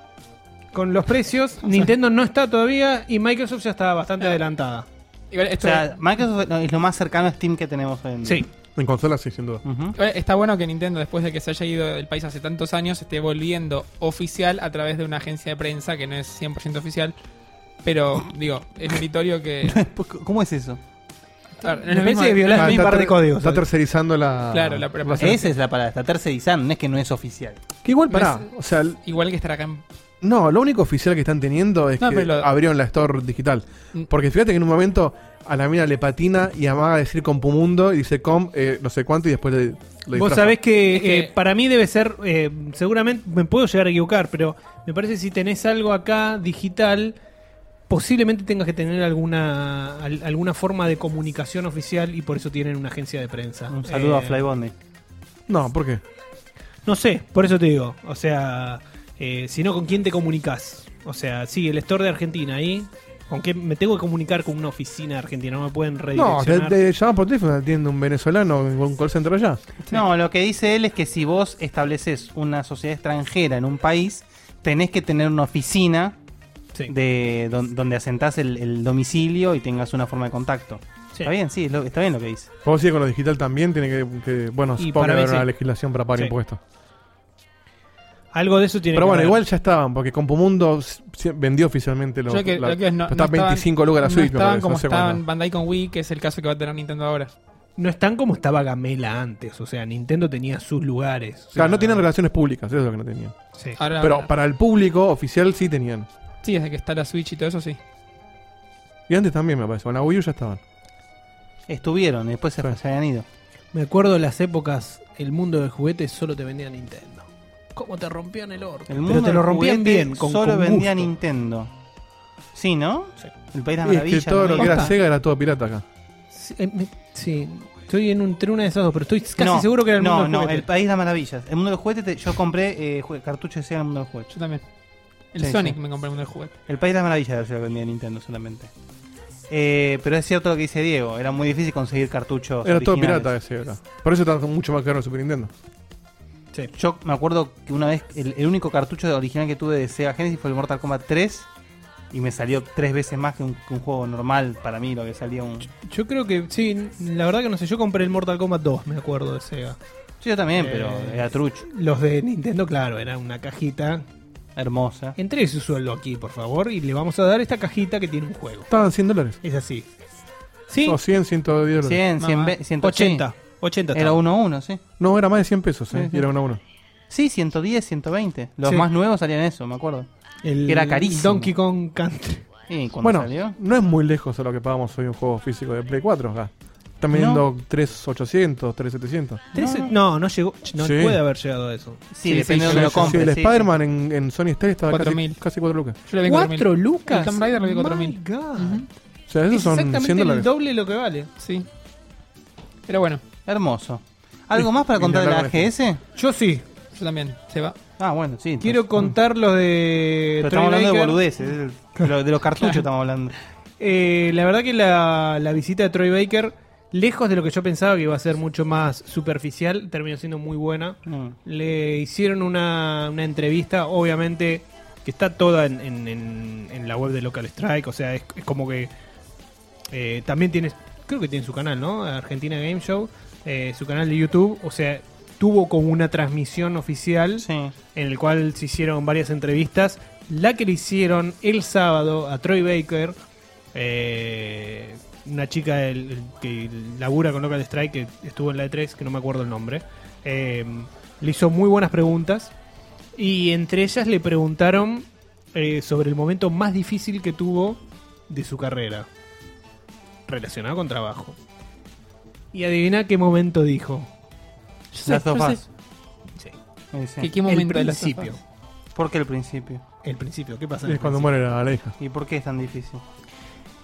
[SPEAKER 5] con los precios, Nintendo no está todavía y Microsoft ya está bastante adelantada.
[SPEAKER 3] Igual
[SPEAKER 2] O
[SPEAKER 3] esto-
[SPEAKER 2] sea, Microsoft no, es lo más cercano a Steam que tenemos hoy en día.
[SPEAKER 5] Sí.
[SPEAKER 4] En consola sí, sin duda.
[SPEAKER 2] Ujú.
[SPEAKER 3] igual está bueno que Nintendo, después de que se haya ido del país hace tantos años, esté volviendo oficial a través de una agencia de prensa que no es 100% oficial. Pero, digo, es meritorio que.
[SPEAKER 2] Pues, ¿Cómo es eso?
[SPEAKER 3] a ver, no es
[SPEAKER 5] Me
[SPEAKER 3] lo mismo-
[SPEAKER 5] parece que violás
[SPEAKER 4] Ah,
[SPEAKER 5] mi
[SPEAKER 4] está
[SPEAKER 5] par de
[SPEAKER 4] ter-
[SPEAKER 5] códigos.
[SPEAKER 4] Está tercerizando la.
[SPEAKER 3] Claro, la preparación.
[SPEAKER 2] Esa es la palabra, está tercerizando, no es que no es oficial.
[SPEAKER 4] Que igual,
[SPEAKER 3] No
[SPEAKER 4] pará.
[SPEAKER 3] es-
[SPEAKER 4] O sea, el-
[SPEAKER 3] Igual que estar acá en.
[SPEAKER 4] no, lo único oficial que están teniendo es
[SPEAKER 3] No,
[SPEAKER 4] que
[SPEAKER 3] pero lo-
[SPEAKER 4] abrieron la store digital.
[SPEAKER 3] Mm.
[SPEAKER 4] Porque fíjate que en un momento a la mina le patina y amaga decir Compumundo y dice Com, eh, no sé cuánto y después le, lo
[SPEAKER 5] Vos
[SPEAKER 4] disfraza.
[SPEAKER 5] sabés que,
[SPEAKER 3] Es que-
[SPEAKER 5] eh, para mí debe ser, eh, seguramente me puedo llegar a equivocar, pero me parece que si tenés algo acá digital, posiblemente tengas que tener alguna al- alguna forma de comunicación oficial y por eso tienen una agencia de prensa.
[SPEAKER 2] Un saludo
[SPEAKER 5] Eh,
[SPEAKER 2] a Flybondi.
[SPEAKER 4] No, ¿por qué?
[SPEAKER 5] No sé, por eso te digo. O sea, eh, si no, ¿con quién te comunicas? O sea, sí, el store de Argentina ahí. ¿Con quién me tengo que comunicar con una oficina de Argentina? No me pueden
[SPEAKER 4] No, te,
[SPEAKER 5] redireccionar.
[SPEAKER 4] te llamas por teléfono, atiende un venezolano con un call center allá.
[SPEAKER 2] No, lo que dice él es que si vos estableces una sociedad extranjera en un país, tenés que tener una oficina
[SPEAKER 5] Sí.
[SPEAKER 2] de don- donde asentás el, el domicilio y tengas una forma de contacto.
[SPEAKER 5] Sí.
[SPEAKER 2] Está bien, sí, es lo- está bien lo que dice.
[SPEAKER 4] Vos decís que con lo digital también tiene que, que- bueno,
[SPEAKER 5] Y
[SPEAKER 4] supongo que
[SPEAKER 5] para mí
[SPEAKER 4] habrá
[SPEAKER 5] sí.
[SPEAKER 4] una legislación para pagar
[SPEAKER 5] Sí.
[SPEAKER 4] impuestos.
[SPEAKER 5] Algo de eso tiene
[SPEAKER 4] Pero
[SPEAKER 5] que
[SPEAKER 4] bueno,
[SPEAKER 5] ver.
[SPEAKER 4] igual ya estaban, porque Compumundo s- s- vendió oficialmente los
[SPEAKER 3] Yo que,
[SPEAKER 4] la-
[SPEAKER 3] lo que es, no,
[SPEAKER 4] pero está
[SPEAKER 3] no estaban-
[SPEAKER 4] 25 lucas la
[SPEAKER 3] no
[SPEAKER 4] Switch, me
[SPEAKER 3] estaban
[SPEAKER 4] parece,
[SPEAKER 3] como
[SPEAKER 4] no sé
[SPEAKER 3] estaban
[SPEAKER 4] cuánto.
[SPEAKER 3] Bandai con Wii, que es el caso que va a tener Nintendo ahora.
[SPEAKER 5] No están como estaba Gamela antes. O sea, Nintendo tenía sus lugares. O
[SPEAKER 4] O sea,
[SPEAKER 5] sea,
[SPEAKER 4] no tienen Ah. relaciones públicas, eso es lo que no tenían.
[SPEAKER 5] sí.
[SPEAKER 3] Ahora,
[SPEAKER 4] Pero para el público oficial sí tenían.
[SPEAKER 3] sí, desde que está la Switch y todo eso, sí.
[SPEAKER 4] Y antes también me parece, con la Wii U ya estaban.
[SPEAKER 2] Estuvieron y después se,
[SPEAKER 4] Sí.
[SPEAKER 2] se habían ido.
[SPEAKER 5] Me acuerdo las épocas, el mundo del juguete solo te vendía Nintendo. ¿Cómo te rompían el orto?
[SPEAKER 2] El mundo
[SPEAKER 5] te lo
[SPEAKER 2] del
[SPEAKER 5] rompían
[SPEAKER 2] juguete
[SPEAKER 5] bien, con-
[SPEAKER 2] solo
[SPEAKER 5] con
[SPEAKER 2] vendía
[SPEAKER 5] gusto.
[SPEAKER 2] Nintendo. Sí, ¿no?
[SPEAKER 5] Sí.
[SPEAKER 2] El país de las
[SPEAKER 4] Y es
[SPEAKER 2] maravillas.
[SPEAKER 4] que todo lo que era
[SPEAKER 5] Posta.
[SPEAKER 4] Sega era todo pirata acá.
[SPEAKER 5] Sí, eh, me- sí, estoy en un- entre una de esas dos, pero estoy casi
[SPEAKER 2] No,
[SPEAKER 5] seguro que era el
[SPEAKER 2] no,
[SPEAKER 5] mundo del
[SPEAKER 2] no,
[SPEAKER 5] juguete.
[SPEAKER 2] el país de las maravillas. El mundo del juguete, te- yo compré eh, jue- cartucho de Sega en el mundo del juguete.
[SPEAKER 3] Yo también. El
[SPEAKER 2] Sí,
[SPEAKER 3] Sonic
[SPEAKER 2] sí.
[SPEAKER 3] me compré uno del juguete.
[SPEAKER 2] El País de las Maravillas se lo vendía Nintendo solamente. Eh, pero es cierto lo que dice Diego, era muy difícil conseguir cartuchos.
[SPEAKER 4] Era todo
[SPEAKER 2] originales.
[SPEAKER 4] pirata ese, era. Por eso está mucho más caro el Super Nintendo.
[SPEAKER 2] Yo me acuerdo que una vez el, el único cartucho original que tuve de Sega Genesis fue el Mortal Kombat 3 y me salió tres veces más que un, que un juego normal para mí, lo que salía un...
[SPEAKER 5] Yo creo que, sí, la verdad que no sé, yo compré el Mortal Kombat 2, me acuerdo de Sega.
[SPEAKER 2] Sí, yo también,
[SPEAKER 5] Eh.
[SPEAKER 2] pero era trucho,
[SPEAKER 5] Los de Nintendo, claro, era una cajita.
[SPEAKER 2] hermosa.
[SPEAKER 5] Entre su sueldo aquí, por favor, y le vamos a dar esta cajita que tiene un juego.
[SPEAKER 4] Estaban 100 dólares.
[SPEAKER 5] Es así. ¿Sí?
[SPEAKER 4] O 100, 110 dólares.
[SPEAKER 2] 100, 100,
[SPEAKER 3] Mamá.
[SPEAKER 2] ve- 180.
[SPEAKER 5] 80. 80
[SPEAKER 2] Era 1-1, sí.
[SPEAKER 4] No, era más de 100 pesos, eh,
[SPEAKER 2] Ujú.
[SPEAKER 4] y era uno a uno.
[SPEAKER 2] Sí, 110, 120. Los
[SPEAKER 5] Sí.
[SPEAKER 2] más nuevos salían eso, me acuerdo.
[SPEAKER 5] el
[SPEAKER 2] era carísimo.
[SPEAKER 5] Donkey Kong Country.
[SPEAKER 2] Y cuando
[SPEAKER 4] Bueno,
[SPEAKER 2] salió...
[SPEAKER 4] no es muy lejos a lo que pagamos hoy un juego físico de Play 4 acá. Están
[SPEAKER 2] No.
[SPEAKER 4] vendiendo 3800, 3700.
[SPEAKER 5] Trece-
[SPEAKER 2] no.
[SPEAKER 5] No, no, llegó, no
[SPEAKER 4] Sí.
[SPEAKER 5] puede haber llegado a eso.
[SPEAKER 2] Sí,
[SPEAKER 3] sí,
[SPEAKER 2] depende
[SPEAKER 3] sí,
[SPEAKER 2] de donde lo
[SPEAKER 3] sí, sí,
[SPEAKER 2] compres.
[SPEAKER 4] el
[SPEAKER 2] sí, sí.
[SPEAKER 4] Spider-Man en, en Sony Stadia estaba casi,
[SPEAKER 3] 4000.
[SPEAKER 4] casi 4 lucas.
[SPEAKER 3] Yo lo vi en 4000.
[SPEAKER 5] ¿Cuatro lucas?
[SPEAKER 3] El Tomb Raider valió
[SPEAKER 5] My
[SPEAKER 3] 4000.
[SPEAKER 5] God.
[SPEAKER 4] O sea, esos
[SPEAKER 5] Es
[SPEAKER 4] son 100
[SPEAKER 5] exactamente el
[SPEAKER 4] dólares.
[SPEAKER 5] doble lo que vale.
[SPEAKER 3] Sí. Pero bueno,
[SPEAKER 2] Hermoso. ¿Algo más para contar de la
[SPEAKER 4] hablar con
[SPEAKER 2] AGS?
[SPEAKER 5] Yo sí.
[SPEAKER 3] yo también. Se va.
[SPEAKER 2] Ah, bueno, sí. entonces- mm.
[SPEAKER 5] Quiero contar los de.
[SPEAKER 2] Pero
[SPEAKER 5] Troy
[SPEAKER 2] estamos hablando de
[SPEAKER 5] Baker.
[SPEAKER 2] boludeces, es el- de, lo- de los cartuchos estamos hablando.
[SPEAKER 5] Eh, la verdad que la, la visita de Troy Baker lejos de lo que yo pensaba que iba a ser mucho más superficial, terminó siendo muy buena.
[SPEAKER 2] Mm.
[SPEAKER 5] Le hicieron una, una entrevista, obviamente, que está toda en, en- en- en la web de Local Strike, o sea, es, es como que eh, también tiene, creo que tiene su canal, ¿no? Argentina Game Show, eh, su canal de YouTube, o sea, tuvo como una transmisión oficial
[SPEAKER 2] Sí.
[SPEAKER 5] en el cual se hicieron varias entrevistas. La que le hicieron el sábado a Troy Baker, eh, una chica del- el que labura con Local Strike, que estuvo en la E3, que no me acuerdo el nombre, eh, le hizo muy buenas preguntas y entre ellas le preguntaron eh, sobre el momento más difícil que tuvo de su carrera, relacionado con trabajo. Y adivina qué momento dijo.
[SPEAKER 3] Yo sé,
[SPEAKER 2] Las
[SPEAKER 3] yo sé.
[SPEAKER 2] sofás.
[SPEAKER 5] Sí.
[SPEAKER 2] pues Sí, sí.
[SPEAKER 3] ¿Qué, qué momento de
[SPEAKER 5] el
[SPEAKER 3] las
[SPEAKER 5] principio.
[SPEAKER 3] sofás?
[SPEAKER 2] ¿Por qué el principio?
[SPEAKER 5] El principio, ¿qué pasa? en
[SPEAKER 4] Es
[SPEAKER 5] el
[SPEAKER 4] cuando
[SPEAKER 5] principio?
[SPEAKER 4] muere la, la hija.
[SPEAKER 2] ¿Y por qué es tan difícil?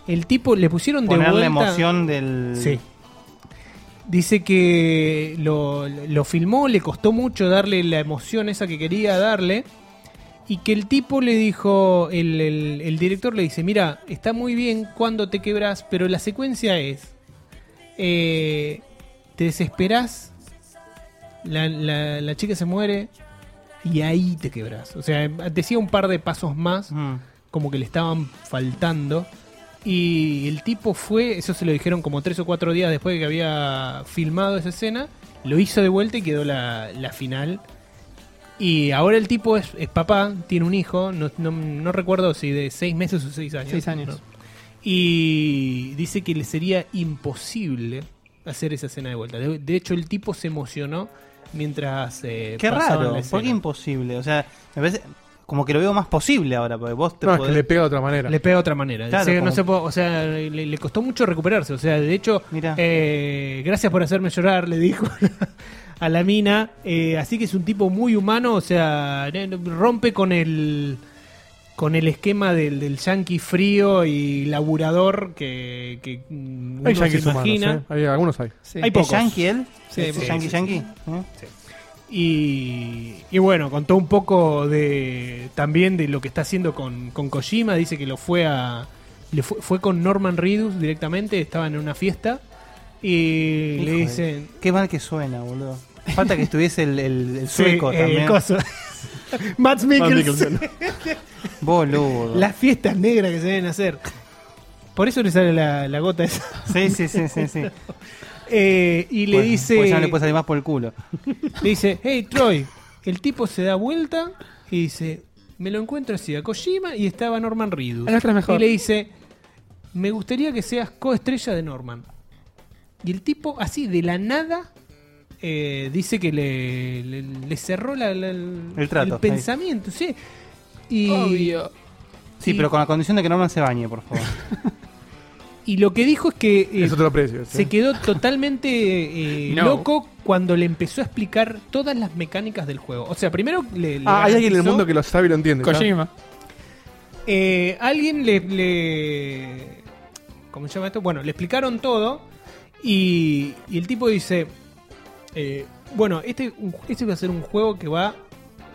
[SPEAKER 5] El tipo le pusieron de
[SPEAKER 2] Poner
[SPEAKER 5] vuelta.
[SPEAKER 2] la emoción del.
[SPEAKER 5] Sí. Dice que lo, lo filmó, le costó mucho darle la emoción esa que quería darle. Y que el tipo le dijo, el, el- el director le dice, mira, está muy bien cuando te quebras, pero la secuencia es, eh, te desesperás, la, la- la chica se muere y ahí te quebras. O sea, decía un par de pasos más
[SPEAKER 2] Mm.
[SPEAKER 5] como que le estaban faltando. Y el tipo fue, eso se lo dijeron como tres o cuatro días después de que había filmado esa escena, lo hizo de vuelta y quedó la, la final. Y ahora el tipo es, es papá, tiene un hijo, no, no- no recuerdo si de seis meses o seis años.
[SPEAKER 3] Seis años.
[SPEAKER 5] ¿no? Y dice que le sería imposible hacer esa escena de vuelta. De, de hecho, el tipo se emocionó mientras... eh,
[SPEAKER 2] Qué
[SPEAKER 5] pasaban
[SPEAKER 2] raro,
[SPEAKER 5] la
[SPEAKER 2] ¿por qué
[SPEAKER 5] escena.
[SPEAKER 2] imposible? O sea, me parece como que lo veo más posible ahora, porque vos te
[SPEAKER 4] No, es que
[SPEAKER 2] podés-
[SPEAKER 4] le pega de otra manera.
[SPEAKER 5] Le pega de otra manera.
[SPEAKER 2] Claro,
[SPEAKER 5] O sea, no
[SPEAKER 2] como-
[SPEAKER 5] se puede- o sea, le, le costó mucho recuperarse. O sea, de hecho,
[SPEAKER 2] Mirá.
[SPEAKER 5] eh, gracias por hacerme llorar, le dijo a la mina. Eh, así que es un tipo muy humano, o sea, ne- rompe con el con el esquema del, del yankee frío y laburador que, que mm, uno
[SPEAKER 4] Hay
[SPEAKER 5] se
[SPEAKER 4] yankees humanos,
[SPEAKER 5] imagina.
[SPEAKER 4] ¿eh? Hay- algunos hay.
[SPEAKER 3] Sí.
[SPEAKER 5] Hay
[SPEAKER 2] ¿Es
[SPEAKER 5] pocos.
[SPEAKER 2] yankee él?
[SPEAKER 3] Sí,
[SPEAKER 2] ¿Es
[SPEAKER 3] sí,
[SPEAKER 2] yankee
[SPEAKER 5] sí,
[SPEAKER 2] yankee? ¿Eh?
[SPEAKER 5] Y, y bueno, contó un poco de también de lo que está haciendo con, con Kojima. Dice que lo fue a. le fue, fue con Norman Reedus directamente, estaban en una fiesta. Y le
[SPEAKER 2] Hijo de-
[SPEAKER 5] dicen.
[SPEAKER 2] Qué mal que suena, boludo. Falta que estuviese el, el, el
[SPEAKER 5] Sí,
[SPEAKER 2] sueco
[SPEAKER 5] eh,
[SPEAKER 2] también.
[SPEAKER 5] coso. Matt Mikkelsen.
[SPEAKER 2] Boludo.
[SPEAKER 5] Las fiestas negras que se deben hacer. Por eso le sale la, la gota esa.
[SPEAKER 2] Sí, sí, sí, sí, sí.
[SPEAKER 5] Eh, y le
[SPEAKER 2] Bueno,
[SPEAKER 5] dice.
[SPEAKER 2] Pues ya no le puede salir más por el culo.
[SPEAKER 5] Le dice, hey Troy, el tipo se da vuelta y dice, me lo encuentro así a Kojima y estaba Norman Reedus.
[SPEAKER 3] A la otra es mejor.
[SPEAKER 5] Y le dice, me gustaría que seas coestrella de Norman. Y el tipo así de la nada eh, dice que le, le- le cerró la- la-
[SPEAKER 2] El trato, ahí.
[SPEAKER 5] pensamiento, sí. Y,
[SPEAKER 3] Obvio.
[SPEAKER 2] Sí,
[SPEAKER 5] Y-
[SPEAKER 2] pero con la condición de que Norman se bañe, por favor.
[SPEAKER 5] y lo que dijo es que eh,
[SPEAKER 4] Es otro precio. ¿sí?
[SPEAKER 5] se quedó totalmente eh,
[SPEAKER 3] No.
[SPEAKER 5] loco cuando le empezó a explicar todas las mecánicas del juego. O sea, primero le, le
[SPEAKER 4] Ah, hay alguien en el
[SPEAKER 5] garantizó-
[SPEAKER 4] mundo que lo sabe y lo entiende. ¿sabes?
[SPEAKER 3] Kojima.
[SPEAKER 5] Eh, alguien le, le- ¿Cómo se llama esto? Bueno, le explicaron todo. Y, y el tipo dice: eh, Bueno, este, este va a ser un juego que va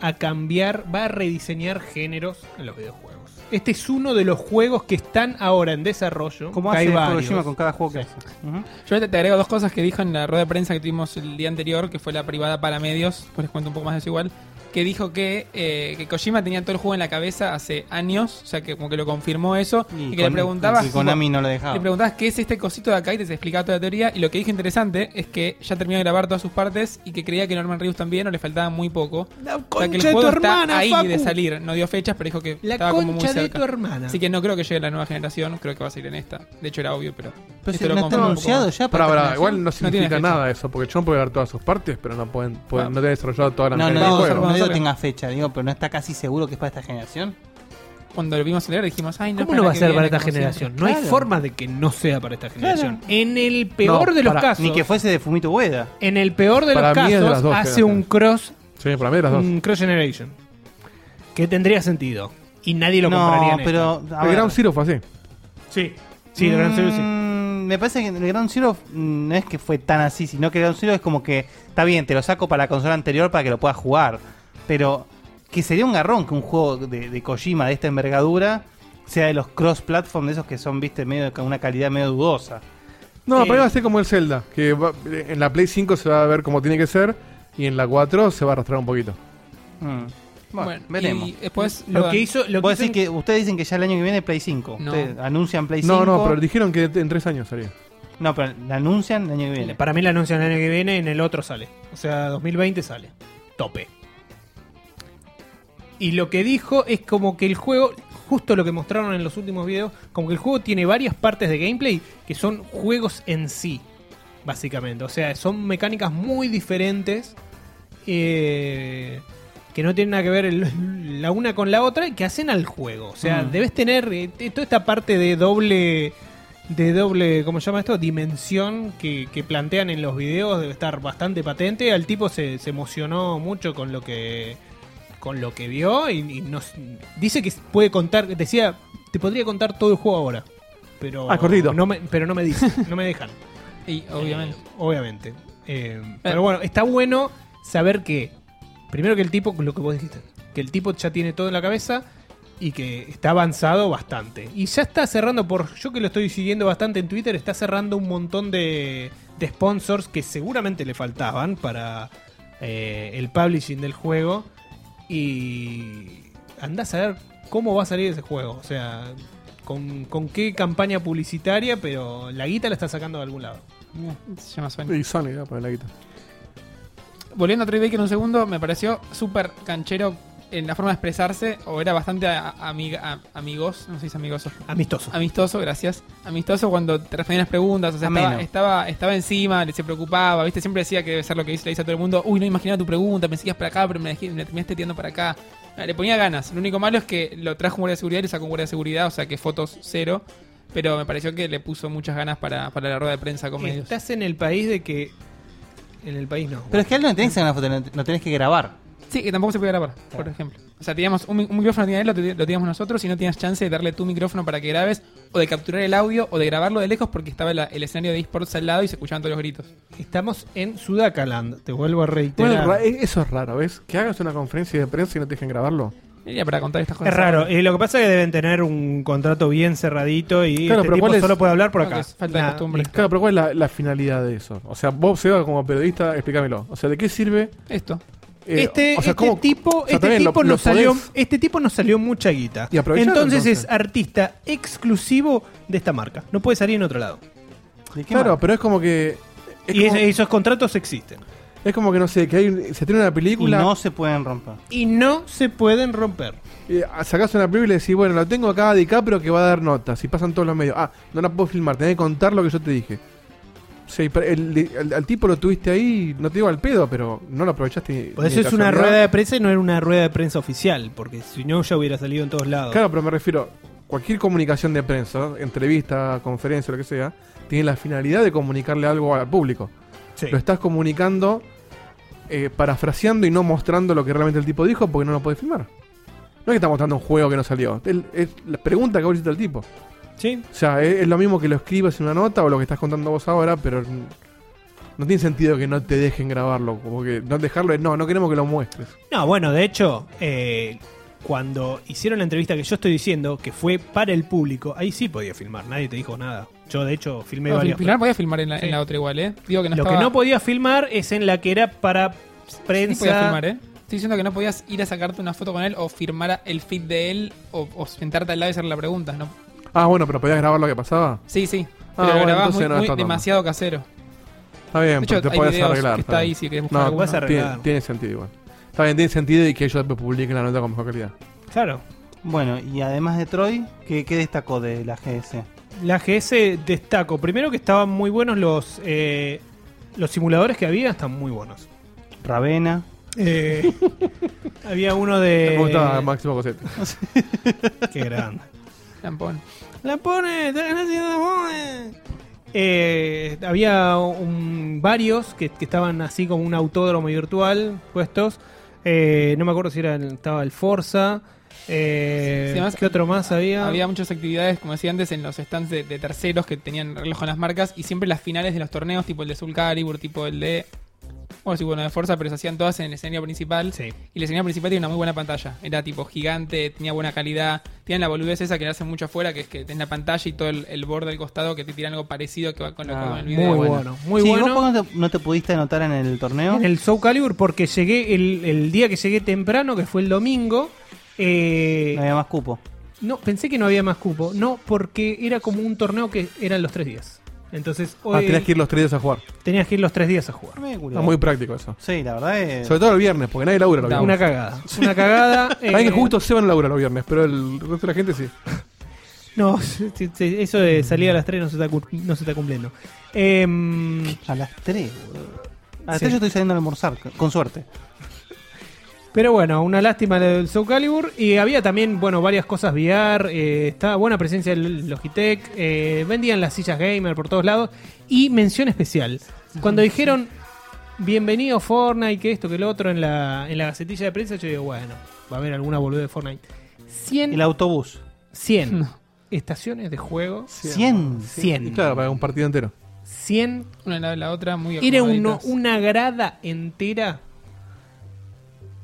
[SPEAKER 5] a cambiar, va a rediseñar géneros en los videojuegos. Este es uno de los juegos que están ahora en desarrollo.
[SPEAKER 2] ¿Cómo
[SPEAKER 5] que hay
[SPEAKER 2] hace
[SPEAKER 5] varios.
[SPEAKER 2] Kojima con cada juego que hace? Ujú.
[SPEAKER 3] Yo te, te agrego dos cosas que dijo en la rueda de prensa que tuvimos el día anterior, que fue la privada para medios, después les cuento un poco más de eso igual, que dijo que, eh, que Kojima tenía todo el juego en la cabeza hace años, o sea que como que lo confirmó eso, y, que le
[SPEAKER 2] con-
[SPEAKER 3] preguntabas...
[SPEAKER 2] Y Konami
[SPEAKER 3] tipo,
[SPEAKER 2] no lo dejaba.
[SPEAKER 3] Le preguntabas qué es este cosito de acá y te explicaba toda la teoría. Y lo que dijo interesante es que ya terminó de grabar todas sus partes y que creía que Norman Reedus también o le faltaba muy poco.
[SPEAKER 5] La
[SPEAKER 3] O sea, que el
[SPEAKER 5] concha de
[SPEAKER 3] juego
[SPEAKER 5] tu hermana,
[SPEAKER 3] está ahí
[SPEAKER 5] Facu.
[SPEAKER 3] de salir. No dio fechas, pero dijo que
[SPEAKER 5] La
[SPEAKER 3] estaba como muy
[SPEAKER 5] concha de
[SPEAKER 3] cerca.
[SPEAKER 5] tu hermana.
[SPEAKER 3] Así que no creo que llegue a la nueva generación, creo que va a salir en esta. De hecho era obvio, pero.
[SPEAKER 2] Pero
[SPEAKER 3] esto
[SPEAKER 2] si
[SPEAKER 3] lo
[SPEAKER 2] no está
[SPEAKER 3] confirma un poco
[SPEAKER 2] anunciado
[SPEAKER 3] más.
[SPEAKER 2] ya
[SPEAKER 4] Pará,
[SPEAKER 2] para
[SPEAKER 4] pará,
[SPEAKER 2] esta
[SPEAKER 4] igual no
[SPEAKER 3] No tiene
[SPEAKER 4] significa
[SPEAKER 3] fecha.
[SPEAKER 4] nada eso, porque John puede ver todas sus partes, pero no pueden, pueden-
[SPEAKER 3] Ah.
[SPEAKER 4] no te ha desarrollado toda la
[SPEAKER 2] No, no,
[SPEAKER 4] mecánica
[SPEAKER 2] digo,
[SPEAKER 4] del juego.
[SPEAKER 2] no digo
[SPEAKER 3] Vamos a
[SPEAKER 2] tenga fecha, digo, pero no está casi seguro que es para esta generación.
[SPEAKER 3] Cuando lo vimos leer dijimos, ay, no.
[SPEAKER 5] ¿Cómo
[SPEAKER 3] para
[SPEAKER 5] no
[SPEAKER 3] la
[SPEAKER 5] va a
[SPEAKER 3] que
[SPEAKER 5] ser para
[SPEAKER 3] viene,
[SPEAKER 5] esta
[SPEAKER 3] como
[SPEAKER 5] generación? No
[SPEAKER 3] siempre.
[SPEAKER 5] hay
[SPEAKER 2] Claro.
[SPEAKER 5] forma de que no sea para esta generación. En el peor de los
[SPEAKER 4] para-
[SPEAKER 5] casos.
[SPEAKER 2] Ni que fuese de Fumito Ueda.
[SPEAKER 5] En el peor de los
[SPEAKER 4] Para mí es de las
[SPEAKER 5] casos
[SPEAKER 4] dos
[SPEAKER 5] hace un
[SPEAKER 4] generaciones.
[SPEAKER 5] cross
[SPEAKER 4] Sí, para mí las dos.
[SPEAKER 5] un cross generation que tendría sentido y nadie lo compraría
[SPEAKER 2] No,
[SPEAKER 5] en
[SPEAKER 2] pero. a
[SPEAKER 4] el
[SPEAKER 2] ver.
[SPEAKER 4] Ground Zero fue así.
[SPEAKER 5] esta. sí sí el Gran Zero sí
[SPEAKER 2] Mm, Me parece que el Ground Zero mm, no es que fue tan así, sino que el Ground Zero es como que está bien, te lo saco para la consola anterior para que lo puedas jugar. Pero que sería un garrón que un juego de, de Kojima de esta envergadura sea de los cross-platform, de esos que son, viste, medio de ca- una calidad medio dudosa.
[SPEAKER 4] No,
[SPEAKER 5] Eh,
[SPEAKER 4] para mí va a ser como el Zelda, que va- en la Play 5 se va a ver como tiene que ser y en la 4 se va a arrastrar un poquito.
[SPEAKER 2] Mm. Bueno,
[SPEAKER 3] Bueno,
[SPEAKER 2] veremos.
[SPEAKER 3] Y después
[SPEAKER 5] Lo
[SPEAKER 3] lo
[SPEAKER 5] que hizo. Lo que
[SPEAKER 2] Vos
[SPEAKER 5] hizo
[SPEAKER 2] decís que ustedes dicen que ya el año que viene Play 5.
[SPEAKER 3] No.
[SPEAKER 2] Ustedes anuncian Play 5.
[SPEAKER 4] No, no, pero dijeron que en 3 años salía.
[SPEAKER 2] No, pero la anuncian el año que viene.
[SPEAKER 5] Para mí la anuncian el año que viene y en el otro sale. O sea, 2020 sale. Tope. Y lo que dijo es como que el juego, justo lo que mostraron en los últimos videos, como que el juego tiene varias partes de gameplay que son juegos en sí, básicamente. O sea, son mecánicas muy diferentes eh, que no tienen nada que ver el- la una con la otra y que hacen al juego. O sea,
[SPEAKER 2] Mm.
[SPEAKER 5] debes tener eh, t- toda esta parte de doble de doble, ¿cómo se llama esto? Dimensión que, que plantean en los videos debe estar bastante patente. Al tipo se, se emocionó mucho con lo que con lo que vio y, y nos dice que puede contar, decía, te podría contar todo el juego ahora, pero
[SPEAKER 4] Ah, cortito.
[SPEAKER 5] no me, pero no me dicen, no me dejan.
[SPEAKER 3] Y obviamente.
[SPEAKER 5] Eh, obviamente. Eh, pero bueno, está bueno saber que, primero que el tipo, lo que vos dijiste, que el tipo ya tiene todo en la cabeza y que está avanzado bastante. Y ya está cerrando, por yo que lo estoy siguiendo bastante en Twitter, está cerrando un montón de, de sponsors que seguramente le faltaban para eh, el publishing del juego. Y andás a ver cómo va a salir ese juego. O sea, con, con qué campaña publicitaria, pero la guita la está sacando de algún lado.
[SPEAKER 3] Mira, se llama Sony.
[SPEAKER 4] Y Sony, ¿no? Para la guita.
[SPEAKER 3] Volviendo a Troy Baker un segundo, me pareció súper canchero en la forma de expresarse, o era bastante a- a- amiga- a- amigos, no sé si es amigoso.
[SPEAKER 5] Amistoso.
[SPEAKER 3] Amistoso, gracias. Amistoso cuando te respondían las preguntas, o sea, estaba,
[SPEAKER 2] Ameno.
[SPEAKER 3] estaba, estaba encima, le- se preocupaba, ¿viste? Siempre decía que debe ser lo que dice, le dice a todo el mundo, uy, no imaginaba tu pregunta, pensé que ibas para acá, pero me, dejé- me terminaste tirando para acá. Ah, Le ponía ganas. Lo único malo es que lo trajo un guardia de seguridad y lo sacó un guardia de seguridad, o sea que fotos cero. Pero me pareció que le puso muchas ganas para, para la rueda de prensa con medios.
[SPEAKER 5] Estás en el país de que. En el país no.
[SPEAKER 2] Pero es que algo no tenés que sacar una foto, no- no tenés que grabar.
[SPEAKER 3] Sí, que tampoco se puede grabar, por ejemplo. O sea, teníamos un, mi- un micrófono, tenía él, lo, te- lo teníamos nosotros y no tenías chance de darle tu micrófono para que grabes o de capturar el audio o de grabarlo de lejos porque estaba la- el escenario de esports al lado y se escuchaban todos los gritos.
[SPEAKER 5] Estamos en Sudacaland, te vuelvo a
[SPEAKER 4] Bueno,
[SPEAKER 5] reiterar.
[SPEAKER 4] ra- e- eso es raro, ¿ves? Que hagas una conferencia de prensa y no te dejen grabarlo.
[SPEAKER 3] Era para contar estas cosas.
[SPEAKER 5] es raro, eh, lo que pasa es que deben tener un contrato bien cerradito y
[SPEAKER 4] Claro,
[SPEAKER 5] este
[SPEAKER 4] pero
[SPEAKER 5] tipo
[SPEAKER 4] ¿cuál es-
[SPEAKER 5] solo puede hablar por
[SPEAKER 3] Creo que
[SPEAKER 5] acá.
[SPEAKER 3] es falta de
[SPEAKER 5] Nah,
[SPEAKER 3] costumbre.
[SPEAKER 5] listo.
[SPEAKER 4] Claro, pero ¿cuál es la, la finalidad de eso? O sea, vos, Seba, como periodista, explícamelo. O sea, ¿de qué sirve?
[SPEAKER 3] Esto.
[SPEAKER 4] eh,
[SPEAKER 5] este
[SPEAKER 4] o sea,
[SPEAKER 5] este
[SPEAKER 4] cómo-
[SPEAKER 5] tipo,
[SPEAKER 4] o sea,
[SPEAKER 5] este
[SPEAKER 4] también lo-
[SPEAKER 5] tipo
[SPEAKER 4] lo
[SPEAKER 5] nos salió,
[SPEAKER 4] podés-
[SPEAKER 5] este tipo nos salió mucha guita.
[SPEAKER 4] Y aprovechalo,
[SPEAKER 5] entonces, es
[SPEAKER 4] entonces.
[SPEAKER 5] artista exclusivo de esta marca. No puede salir en otro lado.
[SPEAKER 2] ¿De qué
[SPEAKER 4] Claro,
[SPEAKER 2] más?
[SPEAKER 4] pero es como que. Es
[SPEAKER 5] y
[SPEAKER 4] como,
[SPEAKER 5] es- esos contratos existen.
[SPEAKER 4] es como que no sé, que hay un- se tiene una
[SPEAKER 2] Y
[SPEAKER 4] película.
[SPEAKER 2] no se pueden romper.
[SPEAKER 5] Y no se pueden romper.
[SPEAKER 4] Eh, sacás una película y decís, bueno, la tengo acá a DiCaprio que va a dar notas y pasan todos los medios. Ah, no la puedo filmar, tenés que contar lo que yo te dije. Sí, pero el- el- al tipo lo tuviste ahí, no te digo al pedo, pero no lo aprovechaste.
[SPEAKER 5] Por
[SPEAKER 4] ni
[SPEAKER 5] Pues eso
[SPEAKER 4] de
[SPEAKER 5] es una
[SPEAKER 4] casualidad.
[SPEAKER 5] rueda de prensa y no era una rueda de prensa oficial, porque si no ya hubiera salido en todos lados.
[SPEAKER 4] Claro, pero me refiero, cualquier comunicación de prensa, entrevista, conferencia, lo que sea, tiene la finalidad de comunicarle algo al público.
[SPEAKER 5] Sí.
[SPEAKER 4] Lo estás comunicando, eh, parafraseando y no mostrando lo que realmente el tipo dijo porque no lo podés filmar. No es que está mostrando un juego que no salió. el- Es la pregunta que vos hiciste al tipo.
[SPEAKER 5] Sí.
[SPEAKER 4] O sea, es, es lo mismo que lo escribas en una nota o lo que estás contando vos ahora, pero n- no tiene sentido que no te dejen grabarlo. Como que no dejarlo, es, no, no queremos que lo muestres.
[SPEAKER 5] No, bueno, de hecho, eh, cuando hicieron la entrevista que yo estoy diciendo, que fue para el público, ahí sí podía filmar, nadie te dijo nada. Yo, de hecho, filmé
[SPEAKER 3] No,
[SPEAKER 5] varias.
[SPEAKER 3] Ah, filmar podía filmar en la,
[SPEAKER 5] Sí.
[SPEAKER 3] en la otra igual, ¿eh? Digo que no
[SPEAKER 5] Lo
[SPEAKER 3] estaba-
[SPEAKER 5] que no podía filmar es en la que era para
[SPEAKER 3] sí
[SPEAKER 5] prensa.
[SPEAKER 3] podías filmar, ¿eh? Estoy diciendo que no podías ir a sacarte una foto con él o firmar el feed de él o, o sentarte al lado y hacerle la pregunta, ¿no?
[SPEAKER 4] Ah, bueno, pero podías grabar lo que pasaba.
[SPEAKER 3] Sí, sí.
[SPEAKER 4] Ah,
[SPEAKER 3] Pero lo
[SPEAKER 4] bueno,
[SPEAKER 3] grababas
[SPEAKER 4] entonces
[SPEAKER 3] muy-
[SPEAKER 4] no
[SPEAKER 3] muy
[SPEAKER 4] está tan mal.
[SPEAKER 3] demasiado casero.
[SPEAKER 4] Está bien,
[SPEAKER 3] De hecho,
[SPEAKER 4] pero te
[SPEAKER 3] hay
[SPEAKER 4] podés
[SPEAKER 3] videos
[SPEAKER 4] arreglar.
[SPEAKER 3] que está ahí si querés buscar
[SPEAKER 4] No,
[SPEAKER 3] alguno.
[SPEAKER 5] vas a arreglar.
[SPEAKER 4] Tiene, tiene sentido igual. Está bien, tiene sentido y que ellos después publiquen la nota con mejor calidad.
[SPEAKER 5] Claro.
[SPEAKER 2] Bueno, y además de Troy, ¿qué, qué destacó de la GS?
[SPEAKER 5] La GS destaco. Primero que estaban muy buenos los, eh, los simuladores que había, están muy buenos.
[SPEAKER 2] Ravena.
[SPEAKER 5] Eh, había uno
[SPEAKER 3] Eh,
[SPEAKER 4] Me gustaba
[SPEAKER 5] de.
[SPEAKER 4] Máximo Ah, Cosetti.
[SPEAKER 5] Qué grande.
[SPEAKER 3] Tampón.
[SPEAKER 5] La pone, está haciendo pone. Eh, había un- varios que, que estaban así como un autódromo virtual puestos. Eh, no me acuerdo si era el- estaba el Forza. Eh,
[SPEAKER 3] Sí, además,
[SPEAKER 5] ¿Qué otro más había?
[SPEAKER 3] Había muchas actividades, como decía antes, en los stands de, de terceros que tenían reloj con las marcas y siempre las finales de los torneos, tipo el de Soul Calibur, tipo el de Bueno, sí, bueno, de fuerza, pero se hacían todas en el escenario principal.
[SPEAKER 5] Sí.
[SPEAKER 3] Y el escenario principal tiene una muy buena pantalla. Era tipo gigante, tenía buena calidad. Tienen la boludez esa que le hacen mucho afuera, que es que tenés la pantalla y todo el, el borde del costado que te tiran algo parecido que va con, lo-
[SPEAKER 4] Ah,
[SPEAKER 3] con el video.
[SPEAKER 5] Muy bueno, muy
[SPEAKER 2] Sí,
[SPEAKER 5] bueno.
[SPEAKER 2] ¿vos por qué no te, no te pudiste anotar en el torneo?
[SPEAKER 5] En el Soul Calibur porque llegué el, el día que llegué temprano, que fue el domingo. eh,
[SPEAKER 2] No había más cupo.
[SPEAKER 5] no, pensé que no había más cupo. No, porque era como un torneo que eran los tres días. Entonces hoy
[SPEAKER 4] Ah, tenías que ir los tres días a jugar.
[SPEAKER 5] tenías que ir los tres días a jugar.
[SPEAKER 4] Está muy práctico eso.
[SPEAKER 2] Sí, la verdad es...
[SPEAKER 4] Sobre todo el viernes, porque nadie labura los
[SPEAKER 3] Da,
[SPEAKER 4] viernes.
[SPEAKER 5] Una cagada. Una cagada. eh,
[SPEAKER 4] Hay que justo se van a laburar los viernes, pero el resto de la gente sí.
[SPEAKER 5] No, sí, sí, sí, eso de salir a las 3 no se está, cu- no se está cumpliendo. Em,
[SPEAKER 2] A las 3, A las
[SPEAKER 5] Sí.
[SPEAKER 2] 3 yo estoy saliendo a almorzar, con- con suerte.
[SPEAKER 5] pero bueno, una lástima lo del Soul Calibur. Y había también, bueno, varias cosas VR. eh, estaba buena presencia del Logitech. eh, vendían las sillas gamer por todos lados. Y mención especial. Cuando dijeron, bienvenido Fortnite, que esto, que lo otro, en la, en la gacetilla de prensa, yo digo, bueno, va a haber alguna boludez de Fortnite. 100,
[SPEAKER 2] El autobús.
[SPEAKER 5] 100 estaciones de juego.
[SPEAKER 2] 100.
[SPEAKER 5] 100.
[SPEAKER 4] Y claro, para un partido entero.
[SPEAKER 5] 100
[SPEAKER 3] Una al lado de la otra, muy
[SPEAKER 5] Era uno-
[SPEAKER 3] acomodaditas.
[SPEAKER 5] una grada entera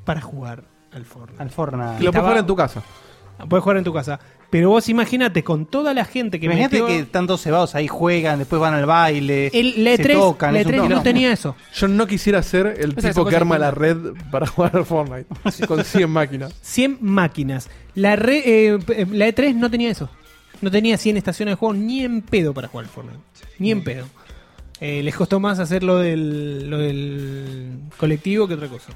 [SPEAKER 5] para jugar al Fortnite.
[SPEAKER 2] Al Fortnite.
[SPEAKER 4] Y lo
[SPEAKER 5] Estaba-
[SPEAKER 4] puedes jugar en tu casa.
[SPEAKER 5] Puedes jugar en tu casa. Pero vos imagínate, con toda la gente que
[SPEAKER 2] Imagínate
[SPEAKER 5] metió-
[SPEAKER 2] que están todos cebados ahí, juegan, después van al baile,
[SPEAKER 5] el, la
[SPEAKER 2] se
[SPEAKER 5] E3,
[SPEAKER 2] tocan.
[SPEAKER 5] la
[SPEAKER 2] es un
[SPEAKER 5] E3 no
[SPEAKER 2] quilombo.
[SPEAKER 5] tenía eso.
[SPEAKER 4] Yo no quisiera ser el
[SPEAKER 3] Esa- esa
[SPEAKER 4] tipo que
[SPEAKER 3] cosa
[SPEAKER 4] arma
[SPEAKER 3] que-
[SPEAKER 4] la red para jugar al Fortnite con 100 máquinas.
[SPEAKER 5] 100 máquinas. La, re- eh, eh, la E3 no tenía eso. No tenía 100 estaciones de juego ni en pedo para jugar al Fortnite. Ni en pedo. Eh, les costó más hacer lo del, lo del colectivo que otra cosa.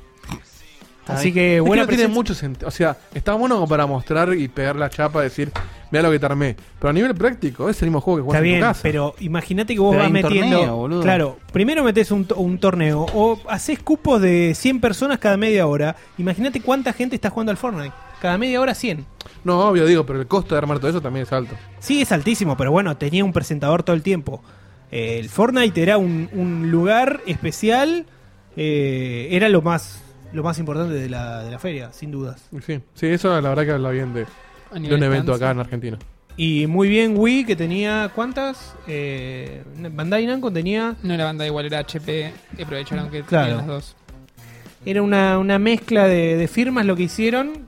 [SPEAKER 2] Está
[SPEAKER 5] Así
[SPEAKER 2] bien.
[SPEAKER 5] que
[SPEAKER 4] Es que
[SPEAKER 5] Eh, buena
[SPEAKER 4] no tiene
[SPEAKER 5] presencia.
[SPEAKER 4] mucho sentido. O sea, está bueno como para mostrar y pegar la chapa, decir, mira lo que te armé. Pero a nivel práctico, es el mismo juego que
[SPEAKER 5] Está
[SPEAKER 4] juegas en
[SPEAKER 5] bien,
[SPEAKER 4] tu casa.
[SPEAKER 5] pero imagínate que vos
[SPEAKER 2] Pero
[SPEAKER 5] vas
[SPEAKER 2] hay un
[SPEAKER 5] metiendo.
[SPEAKER 2] torneo, boludo.
[SPEAKER 5] claro, primero metes un, to- un torneo o haces cupos de 100 personas cada media hora. Imagínate cuánta gente está jugando al Fortnite. Cada media hora 100.
[SPEAKER 4] No, obvio, digo, pero el costo de armar todo eso también es alto.
[SPEAKER 5] Sí, es altísimo, pero bueno, tenía un presentador todo el tiempo. Eh, el Fortnite era un, un lugar especial. eh, era lo más lo más importante de la, de la feria, sin dudas.
[SPEAKER 4] Y Sí, sí, eso la verdad que habla bien de,
[SPEAKER 3] A nivel
[SPEAKER 4] de un evento
[SPEAKER 3] stands.
[SPEAKER 4] acá en Argentina.
[SPEAKER 5] Y muy bien Wii, que tenía cuántas. Eh, Bandai Namco tenía
[SPEAKER 3] No era banda igual, era HP. que Aprovecharon que
[SPEAKER 5] Claro.
[SPEAKER 3] tenían las dos.
[SPEAKER 5] Era una, una mezcla de, de firmas lo que hicieron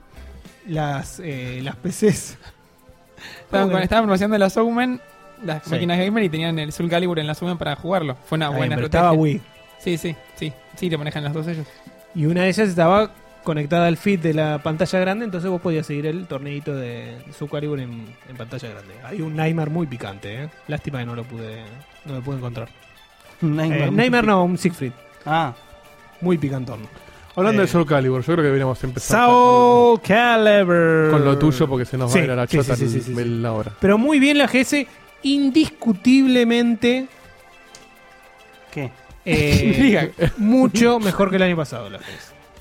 [SPEAKER 5] las, eh, las
[SPEAKER 4] Ah,
[SPEAKER 5] PCs.
[SPEAKER 3] Estaban,
[SPEAKER 5] bueno.
[SPEAKER 3] con, estaban promocionando la Soulman, las
[SPEAKER 5] Sí.
[SPEAKER 3] máquinas gamer, y tenían el Soul Calibur en la Soulman para jugarlo. Fue una
[SPEAKER 5] Está bien,
[SPEAKER 3] buena
[SPEAKER 5] pero
[SPEAKER 3] estrategia.
[SPEAKER 5] estaba Wii.
[SPEAKER 3] Sí, sí, sí. Sí, te manejan los dos ellos.
[SPEAKER 5] Y una de ellas estaba conectada al feed de la pantalla grande, entonces vos podías seguir el torneito de su Calibur en, en pantalla grande. Hay un Nightmare muy picante, ¿eh? Lástima que no lo pude, no lo pude encontrar. Eh,
[SPEAKER 2] Neymar.
[SPEAKER 5] Nightmare no, un Siegfried.
[SPEAKER 2] Ah,
[SPEAKER 5] Muy picantón.
[SPEAKER 4] Hablando
[SPEAKER 5] Eh.
[SPEAKER 4] de Soul Calibur, yo creo que deberíamos empezar
[SPEAKER 5] Soul Calibur.
[SPEAKER 4] con, con lo tuyo porque se nos
[SPEAKER 5] Sí,
[SPEAKER 4] va a ir a la
[SPEAKER 5] sí,
[SPEAKER 4] chota
[SPEAKER 5] sí, sí,
[SPEAKER 4] el-
[SPEAKER 5] sí, sí.
[SPEAKER 4] el- la hora.
[SPEAKER 5] Pero muy bien la GS, indiscutiblemente
[SPEAKER 2] ¿qué?
[SPEAKER 5] eh,
[SPEAKER 3] Diga.
[SPEAKER 5] mucho mejor que el año pasado la GS.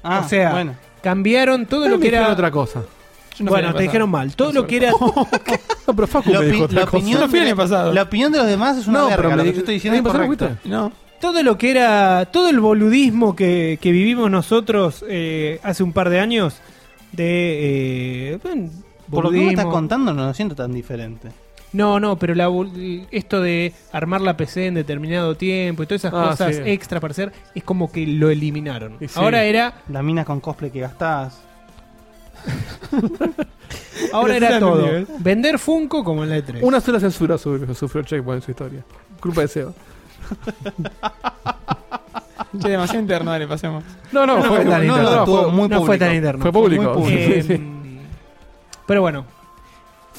[SPEAKER 2] Ah,
[SPEAKER 5] O sea,
[SPEAKER 2] bueno.
[SPEAKER 5] Cambiaron todo lo
[SPEAKER 4] Me
[SPEAKER 5] que
[SPEAKER 4] dijeron
[SPEAKER 5] era.
[SPEAKER 4] otra cosa.
[SPEAKER 3] Yo no fui el
[SPEAKER 5] bueno,
[SPEAKER 3] año
[SPEAKER 5] te dijeron
[SPEAKER 3] pasado.
[SPEAKER 5] mal. Todo lo que era.
[SPEAKER 4] No, pero Facu
[SPEAKER 2] La
[SPEAKER 4] me
[SPEAKER 2] opi-
[SPEAKER 4] dijo otra
[SPEAKER 2] la
[SPEAKER 4] cosa.
[SPEAKER 2] opinión
[SPEAKER 3] Yo no fui el
[SPEAKER 2] de-
[SPEAKER 3] año pasado.
[SPEAKER 2] La opinión de los demás es una
[SPEAKER 4] No,
[SPEAKER 2] verga,
[SPEAKER 4] pero
[SPEAKER 2] lo
[SPEAKER 4] me
[SPEAKER 2] que
[SPEAKER 4] di-
[SPEAKER 2] yo estoy diciendo es
[SPEAKER 4] ¿el año pasado
[SPEAKER 2] correcto.
[SPEAKER 4] fuiste?
[SPEAKER 3] No.
[SPEAKER 5] todo lo que era. Todo el boludismo que, que vivimos nosotros eh, hace un par de años. De. eh, bueno,
[SPEAKER 2] Por lo que vos estás
[SPEAKER 5] boludismo.
[SPEAKER 2] contando no lo siento tan diferente.
[SPEAKER 5] No, no, pero la bol- esto de armar la PC en determinado tiempo y todas esas
[SPEAKER 4] Ah,
[SPEAKER 5] cosas
[SPEAKER 4] sí.
[SPEAKER 5] extra para hacer es como que lo eliminaron.
[SPEAKER 4] Y sí.
[SPEAKER 5] Ahora era,
[SPEAKER 2] Las minas con cosplay que gastás.
[SPEAKER 5] ahora
[SPEAKER 3] Gracias
[SPEAKER 5] era
[SPEAKER 3] a
[SPEAKER 5] todo.
[SPEAKER 3] Dios.
[SPEAKER 5] Vender Funko como en la E E3.
[SPEAKER 4] Una sola censura su- sufrió Checkpoint en su historia. Culpa de Seba.
[SPEAKER 3] Che, demasiado interno, dale, pasemos.
[SPEAKER 4] No, no, fue,
[SPEAKER 5] tan
[SPEAKER 4] no,
[SPEAKER 5] interno.
[SPEAKER 4] no,
[SPEAKER 2] Estuvo
[SPEAKER 4] fue-
[SPEAKER 2] muy
[SPEAKER 5] no fue
[SPEAKER 2] público.
[SPEAKER 5] tan interno.
[SPEAKER 4] Fue público.
[SPEAKER 5] Muy
[SPEAKER 4] Sí, sí.
[SPEAKER 5] Eh, pero bueno,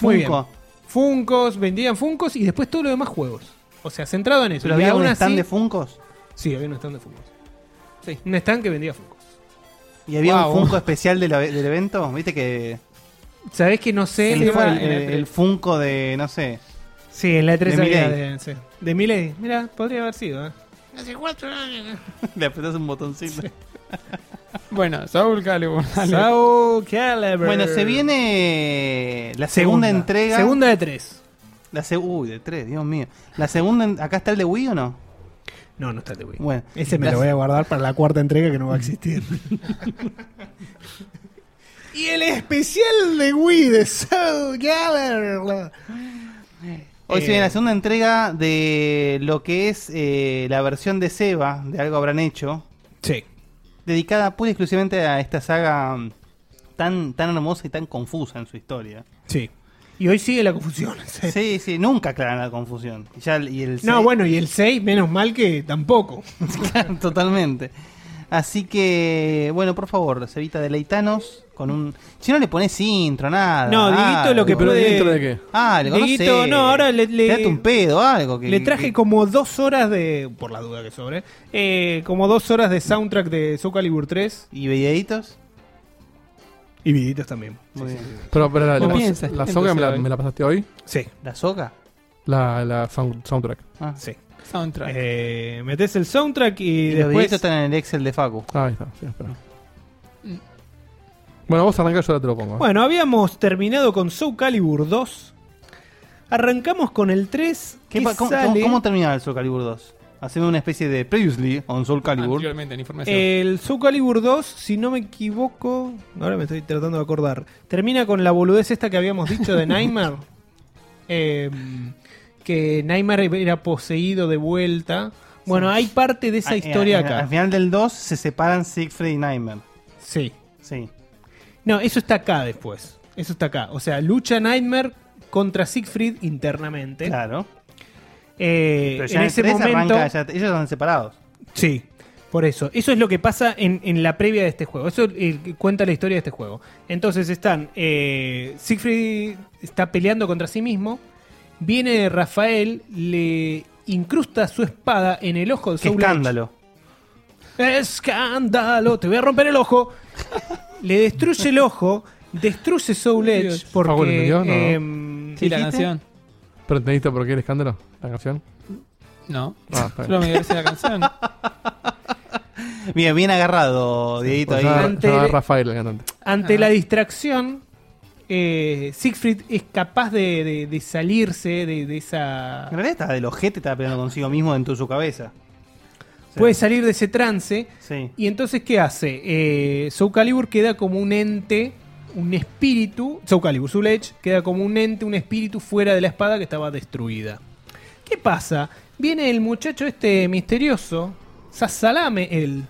[SPEAKER 5] muy bien.
[SPEAKER 2] Funko.
[SPEAKER 5] Funcos, vendían Funcos y después todo lo demás juegos. O sea, centrado en eso.
[SPEAKER 2] ¿Pero
[SPEAKER 5] Y
[SPEAKER 2] había
[SPEAKER 5] aún
[SPEAKER 2] un
[SPEAKER 5] así-
[SPEAKER 2] stand de Funkos?
[SPEAKER 5] Sí, había un stand de Funcos.
[SPEAKER 3] Sí.
[SPEAKER 5] Un stand que vendía Funcos.
[SPEAKER 2] ¿Y había
[SPEAKER 3] Wow.
[SPEAKER 2] un Funko especial de la- del evento? ¿Viste que
[SPEAKER 5] ¿Sabés que no sé?
[SPEAKER 2] el,
[SPEAKER 3] fue
[SPEAKER 2] el,
[SPEAKER 3] en la
[SPEAKER 2] el-
[SPEAKER 3] E3.
[SPEAKER 2] el Funko de, no sé,
[SPEAKER 5] Sí, en la E3
[SPEAKER 2] De
[SPEAKER 5] había
[SPEAKER 2] Milei.
[SPEAKER 5] de, sí. de Milei. Mira, podría haber sido. ¿eh?
[SPEAKER 2] le apretás un botoncito?
[SPEAKER 3] Bueno, Soul Calibur, dale.
[SPEAKER 5] Soul Calibur.
[SPEAKER 2] Bueno, se viene la segunda, entrega.
[SPEAKER 5] Segunda de tres.
[SPEAKER 2] La se- Uy, de tres, Dios mío. La segunda. en- ¿Acá está el de Wii o no?
[SPEAKER 5] No, no está el de Wii.
[SPEAKER 2] Bueno,
[SPEAKER 9] Ese me
[SPEAKER 2] la-
[SPEAKER 9] lo voy a guardar para la cuarta entrega que no va a existir. y el especial de Wii de Soul Gallery.
[SPEAKER 2] Hoy se
[SPEAKER 5] Eh,
[SPEAKER 2] viene la segunda entrega de lo que es eh, la versión de Seba, de algo habrán hecho.
[SPEAKER 5] Sí.
[SPEAKER 2] dedicada pura y exclusivamente a esta saga mm, tan, tan hermosa y tan confusa en su historia.
[SPEAKER 5] Sí. Y hoy sigue la confusión.
[SPEAKER 2] Sí, sí, nunca aclaran la confusión. Y ya, el- y el
[SPEAKER 5] No,
[SPEAKER 2] seis-
[SPEAKER 5] bueno, y el 6, menos mal que tampoco.
[SPEAKER 2] Claro, Totalmente. Así que, bueno, por favor, Cevita, deleitanos con un... Si no le pones intro, nada.
[SPEAKER 5] No, Dieguito, lo que
[SPEAKER 2] algo.
[SPEAKER 4] ¿Pero
[SPEAKER 5] puede-
[SPEAKER 4] dentro de qué?
[SPEAKER 2] Algo, no
[SPEAKER 5] Dieguito,
[SPEAKER 2] sé.
[SPEAKER 5] no, ahora le- le-
[SPEAKER 2] Tirate un pedo, algo. Que,
[SPEAKER 5] Le traje
[SPEAKER 2] que-
[SPEAKER 5] como dos horas de. Por la duda que sobre. eh, como dos horas de soundtrack de Soul Calibur 3.
[SPEAKER 2] ¿Y videitos?
[SPEAKER 5] Y viditas también.
[SPEAKER 2] Muy bien.
[SPEAKER 4] Pero, pero la,
[SPEAKER 3] ¿Cómo
[SPEAKER 4] la-
[SPEAKER 3] piensas?
[SPEAKER 4] la soga me la, me la pasaste hoy,
[SPEAKER 5] Sí,
[SPEAKER 2] ¿La soga?
[SPEAKER 4] la, la sound- soundtrack.
[SPEAKER 2] Ah.
[SPEAKER 5] sí.
[SPEAKER 3] Soundtrack.
[SPEAKER 5] Eh, metes el soundtrack y,
[SPEAKER 2] Y los videitos
[SPEAKER 5] después.
[SPEAKER 2] están en el Excel de Facu.
[SPEAKER 4] Ah, ahí está, sí, espera.
[SPEAKER 2] Mm.
[SPEAKER 4] Bueno, vos arrancás, yo ahora te lo pongo. ¿eh?
[SPEAKER 5] Bueno, habíamos terminado con Soul Calibur 2. Arrancamos con el 3.
[SPEAKER 2] ¿Qué
[SPEAKER 5] que
[SPEAKER 2] pa- cómo,
[SPEAKER 5] sale-
[SPEAKER 2] cómo- cómo termina el Soul Calibur 2? Haceme una especie de previously on Soul Calibur.
[SPEAKER 3] Anteriormente, en
[SPEAKER 5] Eh,
[SPEAKER 3] información.
[SPEAKER 5] El Soul Calibur 2, si no me equivoco, ahora me estoy tratando de acordar, termina con la boludez esta que habíamos dicho de Nightmare. Eh, que Nightmare era poseído de vuelta. Bueno, hay parte de esa
[SPEAKER 2] Ah, eh,
[SPEAKER 5] historia
[SPEAKER 2] eh, Al
[SPEAKER 5] acá.
[SPEAKER 2] final del 2 se separan Siegfried y Nightmare.
[SPEAKER 5] Sí.
[SPEAKER 2] Sí.
[SPEAKER 5] No, eso está acá después. Eso está acá. O sea, lucha Nightmare contra Siegfried internamente.
[SPEAKER 2] Claro.
[SPEAKER 5] Eh,
[SPEAKER 2] Pero ya
[SPEAKER 5] en ese momento.
[SPEAKER 2] arranca, ya- ellos están separados.
[SPEAKER 5] Sí, por eso. Eso es lo que pasa en, en la previa de este juego. Eso eh, cuenta la historia de este juego. Entonces están. eh, Siegfried está peleando contra sí mismo. Viene Rafael, le incrusta su espada en el ojo de
[SPEAKER 2] Qué
[SPEAKER 5] Soul Edge.
[SPEAKER 2] escándalo.
[SPEAKER 5] ¡Escándalo! ¡Te voy a romper el ojo! Le destruye el ojo, destruye Soul Edge
[SPEAKER 3] Dios.
[SPEAKER 5] porque.
[SPEAKER 4] Facu, ¿lo entendió? No.
[SPEAKER 5] em,
[SPEAKER 3] sí, la
[SPEAKER 2] ¿dijiste?
[SPEAKER 3] canción.
[SPEAKER 4] ¿Pero entendiste por qué el escándalo? ¿La canción?
[SPEAKER 3] No.
[SPEAKER 4] Ah, está
[SPEAKER 3] Solo
[SPEAKER 4] bien.
[SPEAKER 3] me dio la canción.
[SPEAKER 2] Bien, bien agarrado, Dieguito
[SPEAKER 4] Pues
[SPEAKER 2] ahí.
[SPEAKER 4] ya-
[SPEAKER 5] Ante-
[SPEAKER 4] ya Rafael, el cantante.
[SPEAKER 5] Ante
[SPEAKER 3] Ajá.
[SPEAKER 5] la distracción, eh, Siegfried es capaz de, de- de salirse de, de esa.
[SPEAKER 2] En realidad estaba del ojete, estaba peleando consigo mismo dentro de su cabeza. O sea,
[SPEAKER 5] Puede salir de ese trance.
[SPEAKER 2] Sí.
[SPEAKER 5] Y entonces, ¿qué hace? Eh, Soul Calibur queda como un ente, un espíritu. Soul Calibur, Soul Edge, queda como un ente, un espíritu fuera de la espada que estaba destruida. ¿Qué pasa? Viene el muchacho este misterioso, Sasalame, el.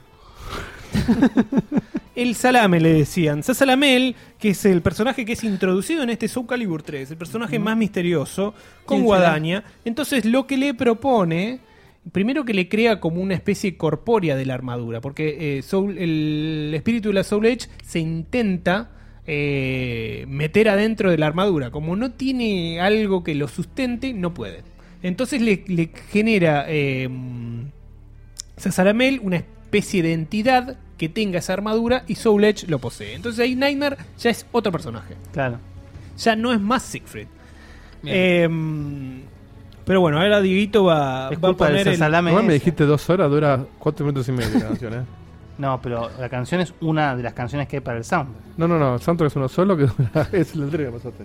[SPEAKER 5] El Salame le decían. Sasalamel, que es el personaje que es introducido en este Soul Calibur 3, el personaje más misterioso, con
[SPEAKER 3] ¿Quién será?
[SPEAKER 5] guadaña. Entonces, lo que le propone, primero que le crea como una especie corpórea de la armadura, porque eh, Soul- el espíritu de la Soul Edge se intenta eh, meter adentro de la armadura. Como no tiene algo que lo sustente, no puede. Entonces le, le genera. eh, Sasaramel una especie de entidad que tenga esa armadura y Soul Edge lo posee. Entonces ahí Nightmare ya es otro personaje.
[SPEAKER 2] Claro.
[SPEAKER 5] Ya no es más Siegfried.
[SPEAKER 3] Bien.
[SPEAKER 5] Em, pero bueno, ahora Dieguito va,
[SPEAKER 2] Es
[SPEAKER 5] va a
[SPEAKER 2] culpa del
[SPEAKER 5] Ah, poner el-
[SPEAKER 2] Sasalame
[SPEAKER 4] Igual me
[SPEAKER 2] ese.
[SPEAKER 4] dijiste dos horas, dura cuatro minutos y medio la canción, ¿eh?
[SPEAKER 2] No, pero la canción es una de las canciones que hay para el sound.
[SPEAKER 4] No, no, no, el soundtrack es uno solo que dura. Es el entrega que pasaste.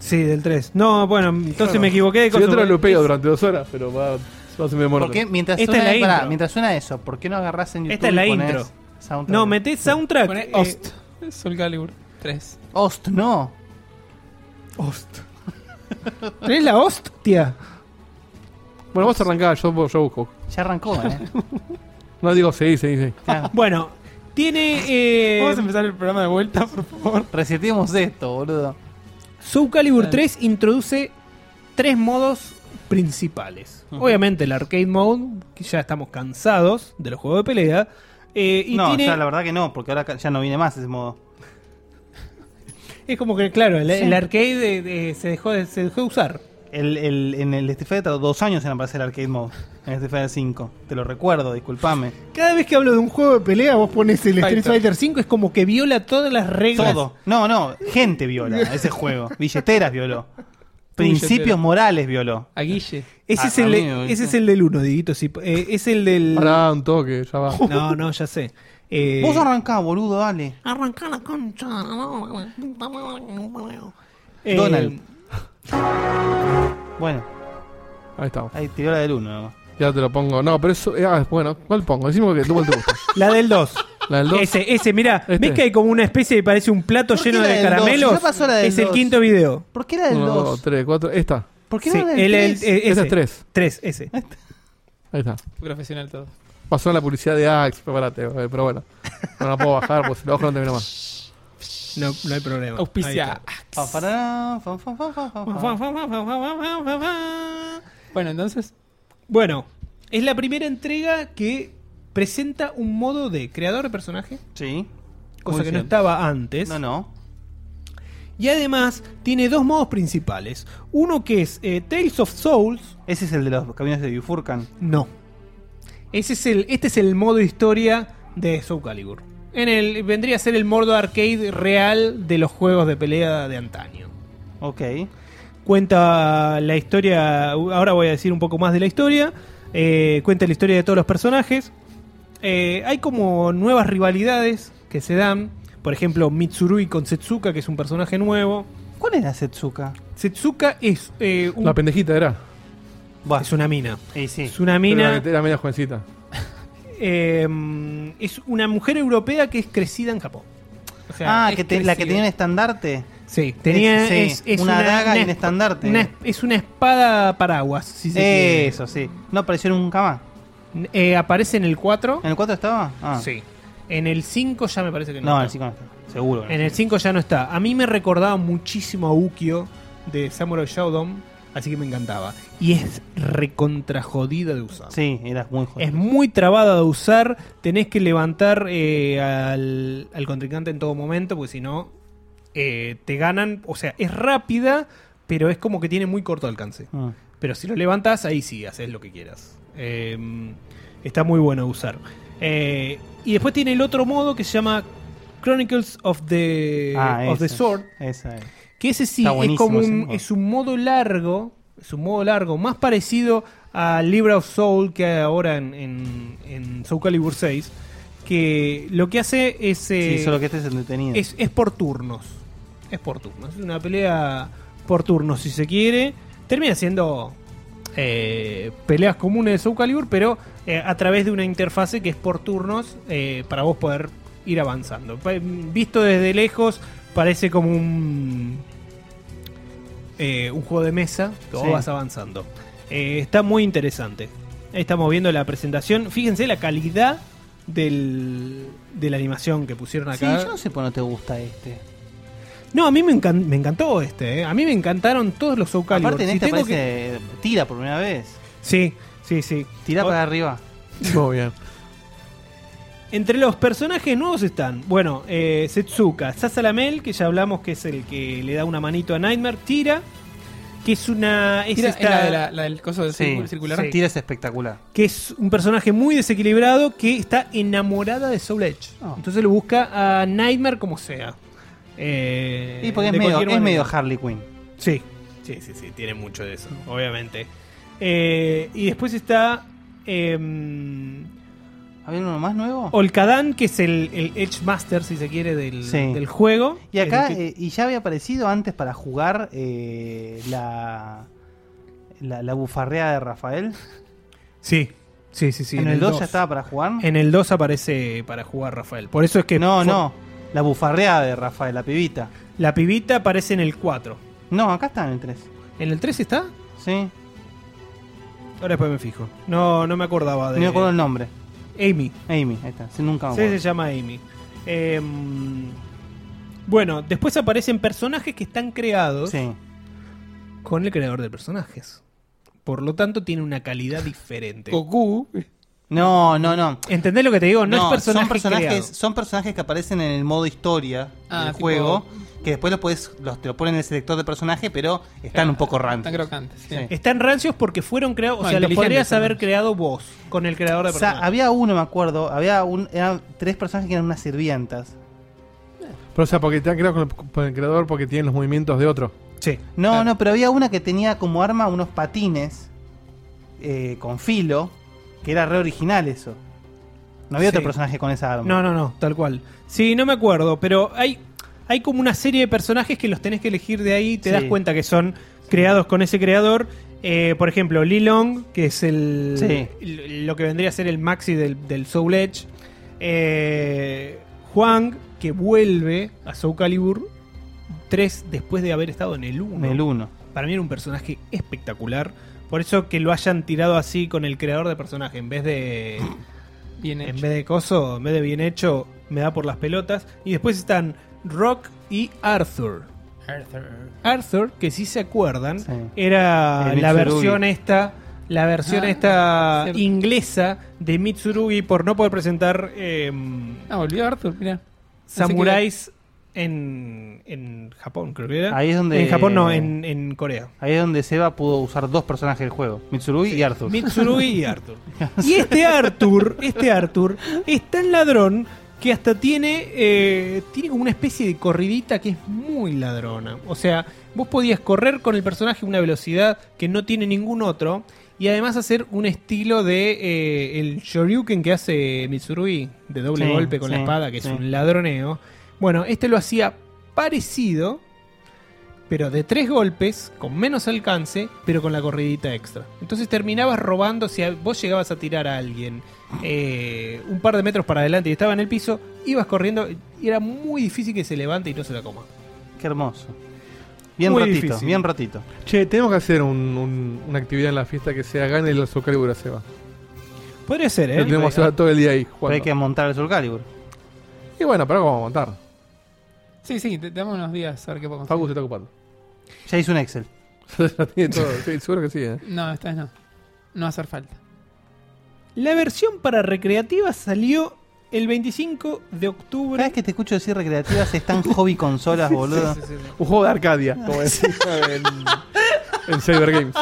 [SPEAKER 5] Sí, del 3. No, bueno, entonces me equivoqué de
[SPEAKER 4] Si yo te lo
[SPEAKER 5] cosa.
[SPEAKER 4] lupeo durante dos horas, pero va, va a ser memoria.
[SPEAKER 2] ¿Por qué? Mientras,
[SPEAKER 5] Esta
[SPEAKER 2] suena,
[SPEAKER 5] es la
[SPEAKER 2] pará,
[SPEAKER 5] intro.
[SPEAKER 2] mientras suena eso, ¿por qué no agarras en YouTube
[SPEAKER 5] Esta es la
[SPEAKER 2] y ponés
[SPEAKER 5] intro.
[SPEAKER 2] soundtrack?
[SPEAKER 5] No, meté soundtrack.
[SPEAKER 3] Poné
[SPEAKER 5] eh,
[SPEAKER 3] Ost. Soul Calibur 3.
[SPEAKER 2] Ost, no.
[SPEAKER 5] Ost. ¿Tenés la hostia?
[SPEAKER 4] Bueno, vos arrancás, yo, yo busco.
[SPEAKER 2] Ya arrancó, ¿eh?
[SPEAKER 4] No digo, sí, sí, sí.
[SPEAKER 2] Claro.
[SPEAKER 5] Bueno, tiene. eh,
[SPEAKER 3] Vamos a empezar el programa de vuelta, por favor.
[SPEAKER 2] Reseteemos esto, boludo.
[SPEAKER 5] Soul Calibur
[SPEAKER 3] Claro.
[SPEAKER 5] 3 introduce tres modos principales.
[SPEAKER 2] Ujú.
[SPEAKER 5] Obviamente el arcade mode, que ya estamos cansados de los juegos de pelea. eh, y
[SPEAKER 2] no,
[SPEAKER 5] tiene-
[SPEAKER 2] ya la verdad que no, porque ahora ca- ya no viene más ese modo.
[SPEAKER 5] es como que, claro, el,
[SPEAKER 2] Sí.
[SPEAKER 5] el arcade eh, eh, se, dejó de, se dejó de usar.
[SPEAKER 2] El, el- en el Street Fighter, dos años en aparecer el Arcade Mode. En el Street Fighter 5. Te lo recuerdo, discúlpame.
[SPEAKER 9] Cada vez que hablo de un juego de pelea, vos pones el
[SPEAKER 3] Fighter.
[SPEAKER 9] Street Fighter.
[SPEAKER 5] 5 es como que viola todas las reglas.
[SPEAKER 2] Todo. No, no. Gente viola ese juego. Billeteras violó. Principios
[SPEAKER 3] Billetera.
[SPEAKER 2] morales violó.
[SPEAKER 3] A Guille.
[SPEAKER 5] Ese,
[SPEAKER 2] A-
[SPEAKER 5] es el,
[SPEAKER 2] a
[SPEAKER 5] de-
[SPEAKER 2] mí me-
[SPEAKER 5] ese es el del 1, Diguito. eh, es el del...
[SPEAKER 4] Pará, un toque, ya va.
[SPEAKER 5] No, no, ya sé. Eh,
[SPEAKER 2] Vos arrancá, boludo, dale.
[SPEAKER 5] Arranca la concha. eh,
[SPEAKER 2] Donald. Bueno,
[SPEAKER 4] Ahí estamos.
[SPEAKER 2] ahí tiró la del 1 nomás.
[SPEAKER 4] Ya te lo pongo. No, pero eso. eh, ah, bueno, ¿cuál pongo? Decimos que tú cuál te gusta.
[SPEAKER 5] La del 2.
[SPEAKER 4] La del 2.
[SPEAKER 5] Ese, ese, mirá,
[SPEAKER 4] Este.
[SPEAKER 5] ¿ves que hay como una especie que parece un plato
[SPEAKER 2] ¿Por qué
[SPEAKER 5] lleno
[SPEAKER 2] la
[SPEAKER 5] de
[SPEAKER 2] del dos?
[SPEAKER 5] caramelos?
[SPEAKER 2] Ya pasó la del
[SPEAKER 5] es el
[SPEAKER 2] dos.
[SPEAKER 5] quinto video.
[SPEAKER 2] ¿Por qué la del
[SPEAKER 4] 1,
[SPEAKER 2] 2?
[SPEAKER 4] 2, 3, 4. Esta.
[SPEAKER 2] ¿Por qué
[SPEAKER 5] Sí,
[SPEAKER 2] no la del
[SPEAKER 5] el- el-
[SPEAKER 2] 3?
[SPEAKER 5] eh,
[SPEAKER 4] Esa
[SPEAKER 5] ese.
[SPEAKER 4] es 3.
[SPEAKER 5] Tres, ese.
[SPEAKER 4] Ahí está.
[SPEAKER 3] Profesional todo.
[SPEAKER 4] pasó en la publicidad de Axe, prepárate, eh, pero bueno. No la puedo bajar, pues si la bajo no termino más.
[SPEAKER 8] No, no hay problema.
[SPEAKER 3] Auspicia.
[SPEAKER 2] Fan, fararán, fan, fan, fan, fan, fan, fan.
[SPEAKER 3] Bueno, entonces.
[SPEAKER 5] Bueno, es la primera entrega que presenta un modo de creador de personaje,
[SPEAKER 2] Sí.
[SPEAKER 5] cosa
[SPEAKER 2] Muy
[SPEAKER 5] que no
[SPEAKER 2] bien.
[SPEAKER 5] estaba antes.
[SPEAKER 2] No, no.
[SPEAKER 5] Y además tiene dos modos principales. Uno que es eh, Tales of Souls.
[SPEAKER 2] Ese es el de los caminos de Bifurcan.
[SPEAKER 5] No. Ese es el, este es el modo historia de Soul Calibur. En el, vendría a ser el modo arcade real de los juegos de pelea de antaño.
[SPEAKER 2] Ok.
[SPEAKER 5] cuenta la historia. Ahora voy a decir un poco más de la historia. eh, cuenta la historia de todos los personajes. Eh, hay como nuevas rivalidades que se dan. Por ejemplo, Mitsurui con Setsuka, que es un personaje nuevo.
[SPEAKER 2] ¿Cuál era Setsuka?
[SPEAKER 5] Setsuka es, eh, un-
[SPEAKER 4] La pendejita era.
[SPEAKER 2] Buah,
[SPEAKER 5] es una mina.
[SPEAKER 2] y Eh, sí.
[SPEAKER 5] Es una
[SPEAKER 4] Era
[SPEAKER 5] mina.
[SPEAKER 4] la que era media jovencita.
[SPEAKER 5] eh, es una mujer europea que es crecida en Japón. O sea,
[SPEAKER 2] Ah,
[SPEAKER 3] es
[SPEAKER 2] que te- la que
[SPEAKER 3] crecido.
[SPEAKER 2] tenía un estandarte.
[SPEAKER 5] sí, tenía
[SPEAKER 2] sí,
[SPEAKER 5] es, es
[SPEAKER 2] una daga y un
[SPEAKER 5] esp-
[SPEAKER 2] estandarte.
[SPEAKER 5] una es- es una espada paraguas. Si se quiere.
[SPEAKER 2] Eso, sí. No apareció nunca más.
[SPEAKER 5] Eh, aparece en el 4.
[SPEAKER 2] ¿En el 4 estaba? Ah.
[SPEAKER 5] Sí. En el 5 ya me parece que no.
[SPEAKER 2] No, en el
[SPEAKER 5] está.
[SPEAKER 2] 5 no estaba. Seguro. que no.
[SPEAKER 5] En el 5 ya no está. A mí me recordaba muchísimo a Ukio de Samurai Shodown, así que me encantaba. Y es recontra jodida de usar.
[SPEAKER 2] Sí, era muy joven.
[SPEAKER 5] Es muy trabada de usar, tenés que levantar eh, al, al contrincante en todo momento, porque si no, eh, te ganan. O sea, es rápida, pero es como que tiene muy corto alcance.
[SPEAKER 2] Mm.
[SPEAKER 5] Pero si lo levantas, ahí sí, haces lo que quieras. Eh, está muy bueno de usar. Eh, y después tiene el otro modo que se llama Chronicles of the,
[SPEAKER 2] Ah,
[SPEAKER 5] of the
[SPEAKER 2] ese.
[SPEAKER 5] Sword.
[SPEAKER 2] Esa es.
[SPEAKER 5] Que ese sí
[SPEAKER 2] Está
[SPEAKER 5] es
[SPEAKER 2] buenísimo
[SPEAKER 5] como
[SPEAKER 2] ese
[SPEAKER 5] un,
[SPEAKER 2] modo.
[SPEAKER 5] es un modo largo. Es un modo largo, más parecido a Libra of Soul que hay ahora en, en, en Soul Calibur 6. Que lo que hace es. eh,
[SPEAKER 2] sí, solo que este es entretenido.
[SPEAKER 5] es, es por turnos. Es por turnos. Es una pelea por turnos, si se quiere. Termina siendo eh, peleas comunes de Soul Calibur, pero eh, a través de una interfase que es por turnos eh, para vos poder ir avanzando. Pa- Visto desde lejos, parece como un. eh, un juego de mesa que vos
[SPEAKER 2] Sí.
[SPEAKER 5] vas avanzando. Eh, está muy interesante. Ahí Estamos viendo la presentación. Fíjense la calidad del, de la animación que pusieron
[SPEAKER 2] Sí,
[SPEAKER 5] acá.
[SPEAKER 2] yo no sé por qué no te gusta este.
[SPEAKER 5] No, a mí me, encan- me encantó este, ¿eh? A mí me encantaron todos los Soul Calibur.
[SPEAKER 2] Aparte, en
[SPEAKER 5] Si
[SPEAKER 2] este
[SPEAKER 5] tengo
[SPEAKER 2] parece.
[SPEAKER 5] que- Oh,
[SPEAKER 2] Tira por primera vez.
[SPEAKER 5] Sí, sí, sí.
[SPEAKER 2] Tira
[SPEAKER 5] O-
[SPEAKER 2] para arriba.
[SPEAKER 4] Muy bien.
[SPEAKER 5] Entre los personajes nuevos están, bueno, eh, Setsuka, Sasalamel, que ya hablamos que es el que le da una manito a Nightmare, Tira, que es una... es
[SPEAKER 3] Tira,
[SPEAKER 5] esta-
[SPEAKER 3] la, de la, la del coso del
[SPEAKER 2] Sí.
[SPEAKER 3] círculo circular.
[SPEAKER 2] Tira es espectacular.
[SPEAKER 5] que es un personaje muy desequilibrado que está enamorada de Soul Edge.
[SPEAKER 2] Ah.
[SPEAKER 5] Entonces lo busca a Nightmare como sea. Eh,
[SPEAKER 2] Y porque es
[SPEAKER 5] de
[SPEAKER 2] medio,
[SPEAKER 5] cualquier
[SPEAKER 2] es medio
[SPEAKER 5] manera.
[SPEAKER 2] Harley Quinn.
[SPEAKER 5] Sí. Sí, sí, sí, tiene mucho de eso, obviamente. Eh, y después está eh,
[SPEAKER 2] ¿Había uno más nuevo?
[SPEAKER 5] Oh, Olcadán, que es el, el Edge Master, si se quiere, del,
[SPEAKER 2] Sí.
[SPEAKER 5] del juego.
[SPEAKER 2] Y acá,
[SPEAKER 5] Es el que-
[SPEAKER 2] eh, y ya había aparecido antes para jugar eh, la, la, la bufarreada de Rafael.
[SPEAKER 5] sí, sí, sí, sí.
[SPEAKER 2] en el 2
[SPEAKER 5] dos.
[SPEAKER 2] ya estaba para jugar.
[SPEAKER 5] En el 2 aparece para jugar Rafael. Por eso es que.
[SPEAKER 2] no,
[SPEAKER 5] fue-
[SPEAKER 2] no. La bufarreada de Rafael, la pibita.
[SPEAKER 5] La pibita aparece en el 4.
[SPEAKER 2] No, acá está en el 3.
[SPEAKER 5] ¿En el 3 está?
[SPEAKER 2] Sí.
[SPEAKER 5] Ahora después me fijo. No, no me acordaba de.
[SPEAKER 2] No me acuerdo el Ah, nombre.
[SPEAKER 5] Amy.
[SPEAKER 2] Amy, ahí está. Sí, nunca me
[SPEAKER 5] Sí,
[SPEAKER 2] acuerdo.
[SPEAKER 5] se llama Amy. Em, bueno, después aparecen personajes que están creados
[SPEAKER 2] Sí.
[SPEAKER 5] con el creador de personajes. Por lo tanto, tiene una calidad diferente.
[SPEAKER 3] Goku.
[SPEAKER 2] No, no, no.
[SPEAKER 5] ¿Entendés lo que te digo? No, es personaje
[SPEAKER 2] son personajes,
[SPEAKER 5] creado.
[SPEAKER 2] son personajes que aparecen en el modo historia
[SPEAKER 3] Ah,
[SPEAKER 2] del
[SPEAKER 3] tipo-
[SPEAKER 2] juego, que después los puedes, los te lo ponen en el selector de personaje, pero están un poco
[SPEAKER 3] Tan
[SPEAKER 2] random.
[SPEAKER 3] crocantes. sí.
[SPEAKER 2] Sí.
[SPEAKER 5] Están rancios porque fueron creados.
[SPEAKER 3] No,
[SPEAKER 5] o sea, los podrías
[SPEAKER 3] inteligentes,
[SPEAKER 5] haber
[SPEAKER 3] además.
[SPEAKER 5] creado vos con el creador de
[SPEAKER 2] O sea,
[SPEAKER 5] personajes.
[SPEAKER 2] había uno, me acuerdo, había un, eran tres personajes que eran unas sirvientas.
[SPEAKER 4] Pero o sea, porque te han creado con el, con el creador porque tienen los movimientos de otro.
[SPEAKER 5] Sí.
[SPEAKER 2] No,
[SPEAKER 3] Claro.
[SPEAKER 2] no, pero había una que tenía como arma unos patines eh, con filo, que era re original eso. No había
[SPEAKER 5] Sí.
[SPEAKER 2] otro personaje con esa arma.
[SPEAKER 5] No, no, no, tal cual. Sí, no me acuerdo, pero hay, hay como una serie de personajes que los tenés que elegir de ahí. Te
[SPEAKER 2] Sí.
[SPEAKER 5] das cuenta que son creados con ese creador. Eh, por ejemplo, Lee Long, que es el,
[SPEAKER 2] Sí.
[SPEAKER 5] l- lo que vendría a ser el maxi del, del Soul Edge. Eh, Huang, que vuelve a Soul Calibur 3 después de haber estado en el 1.
[SPEAKER 2] En el uno.
[SPEAKER 5] Para mí era un personaje espectacular. Por eso que lo hayan tirado así con el creador de personaje, en vez de
[SPEAKER 3] Bien
[SPEAKER 5] en
[SPEAKER 3] hecho.
[SPEAKER 5] vez de coso, en vez de bien hecho, me da por las pelotas. Y después están Rock y Arthur. Arthur, que si se acuerdan,
[SPEAKER 2] Sí.
[SPEAKER 5] era
[SPEAKER 2] El
[SPEAKER 5] la
[SPEAKER 2] Mitsurugi.
[SPEAKER 5] versión esta, la versión
[SPEAKER 3] Ah,
[SPEAKER 5] esta
[SPEAKER 3] cierto.
[SPEAKER 5] inglesa de Mitsurugi por no poder presentar eh,
[SPEAKER 3] Ah, volvió Arthur, mirá. Pensé
[SPEAKER 5] samuráis en, en Japón, creo que era.
[SPEAKER 2] Ahí es donde- eh,
[SPEAKER 5] En Japón no, en, en Corea.
[SPEAKER 2] Ahí es donde Seba pudo usar dos personajes del juego, Mitsurugi y Arthur.
[SPEAKER 5] Mitsurugi y Arthur. Y este Arthur, este Arthur, es tan ladrón que hasta tiene, eh, tiene como una especie de corridita que es muy ladrona. O sea, vos podías correr con el personaje a una velocidad que no tiene ningún otro. Y además hacer un estilo de eh, el shoryuken que hace Mitsurugi, de doble
[SPEAKER 2] Sí,
[SPEAKER 5] golpe con la
[SPEAKER 2] sí,
[SPEAKER 5] espada, que
[SPEAKER 2] sí.
[SPEAKER 5] es un ladroneo. Bueno, este lo hacía parecido, pero de tres golpes, con menos alcance, pero con la corridita extra. Entonces terminabas robando, si a- vos llegabas a tirar a alguien eh, un par de metros para adelante y estaba en el piso, ibas corriendo y era muy difícil que se levante y no se la coma.
[SPEAKER 2] Qué hermoso. Bien
[SPEAKER 5] Muy
[SPEAKER 2] ratito,
[SPEAKER 5] difícil.
[SPEAKER 2] bien ratito.
[SPEAKER 4] Che, tenemos que hacer un- un- una actividad en la fiesta que sea gane el Soul Calibur a Seba.
[SPEAKER 5] Podría ser,
[SPEAKER 4] Lo tenemos a
[SPEAKER 5] ¿eh?
[SPEAKER 4] Seba todo el día ahí
[SPEAKER 2] Pero hay que
[SPEAKER 4] jugando.
[SPEAKER 2] montar el Soul Calibur.
[SPEAKER 4] Y bueno, pero ahora vamos a montar.
[SPEAKER 3] que- Sí, sí, te, te damos unos días a ver qué podemos
[SPEAKER 4] Facu se está ocupando.
[SPEAKER 2] Ya hizo un Excel.
[SPEAKER 4] Lo tiene todo, sí, seguro que sí, ¿eh?
[SPEAKER 3] hacer. No, esta vez no. No va a hacer falta.
[SPEAKER 5] La versión para recreativa salió el 25 de
[SPEAKER 2] Cada
[SPEAKER 5] octubre.
[SPEAKER 2] vez que te escucho decir recreativas están hobby consolas, boludo.
[SPEAKER 4] Un juego de Arcadia, como decía en, en Cyber Games.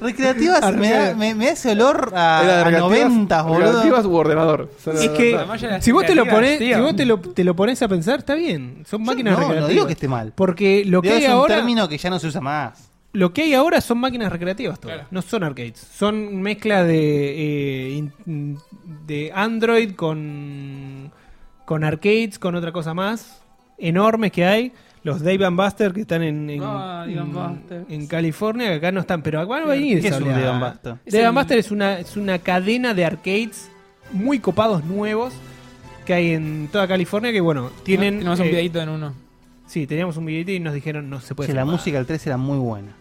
[SPEAKER 2] Recreativas me da, me- me da ese olor Ah, a, a
[SPEAKER 4] Era
[SPEAKER 2] 90,
[SPEAKER 4] Recreativas
[SPEAKER 2] boludo.
[SPEAKER 4] u ordenador.
[SPEAKER 5] Es que
[SPEAKER 3] La malla de las
[SPEAKER 5] si vos te lo
[SPEAKER 3] recreativas,
[SPEAKER 5] pones,
[SPEAKER 3] tío.
[SPEAKER 5] si vos te lo, te lo pones a pensar, está bien. Son
[SPEAKER 2] Yo
[SPEAKER 5] máquinas
[SPEAKER 2] no, no
[SPEAKER 5] recreativas.
[SPEAKER 2] digo que esté mal.
[SPEAKER 5] Porque lo que
[SPEAKER 2] Digo,
[SPEAKER 5] hay
[SPEAKER 2] es un
[SPEAKER 5] ahora
[SPEAKER 2] término que ya no se usa más.
[SPEAKER 5] Lo que hay ahora son máquinas recreativas todas,
[SPEAKER 3] Claro.
[SPEAKER 5] no son arcades. Son mezcla de, eh, in- de Android con, con arcades, con otra cosa más, enormes que hay. Los Dave and Buster que están en, en,
[SPEAKER 3] Ah, Dave and
[SPEAKER 5] en-
[SPEAKER 3] Buster.
[SPEAKER 5] en California, que acá no están, pero acá no va a venir
[SPEAKER 2] ¿Qué
[SPEAKER 5] esa
[SPEAKER 2] es un
[SPEAKER 5] oleada.
[SPEAKER 2] Dave and Buster?
[SPEAKER 3] Es
[SPEAKER 5] Dave and
[SPEAKER 3] el-
[SPEAKER 5] Buster es una, es una cadena de arcades muy copados nuevos que hay en toda California que, bueno, tienen...
[SPEAKER 3] Tenemos un
[SPEAKER 5] eh,
[SPEAKER 3] videito en uno.
[SPEAKER 5] sí, teníamos un videito y nos dijeron no se puede
[SPEAKER 2] Che, la
[SPEAKER 5] filmar".
[SPEAKER 2] música del 3 era muy buena.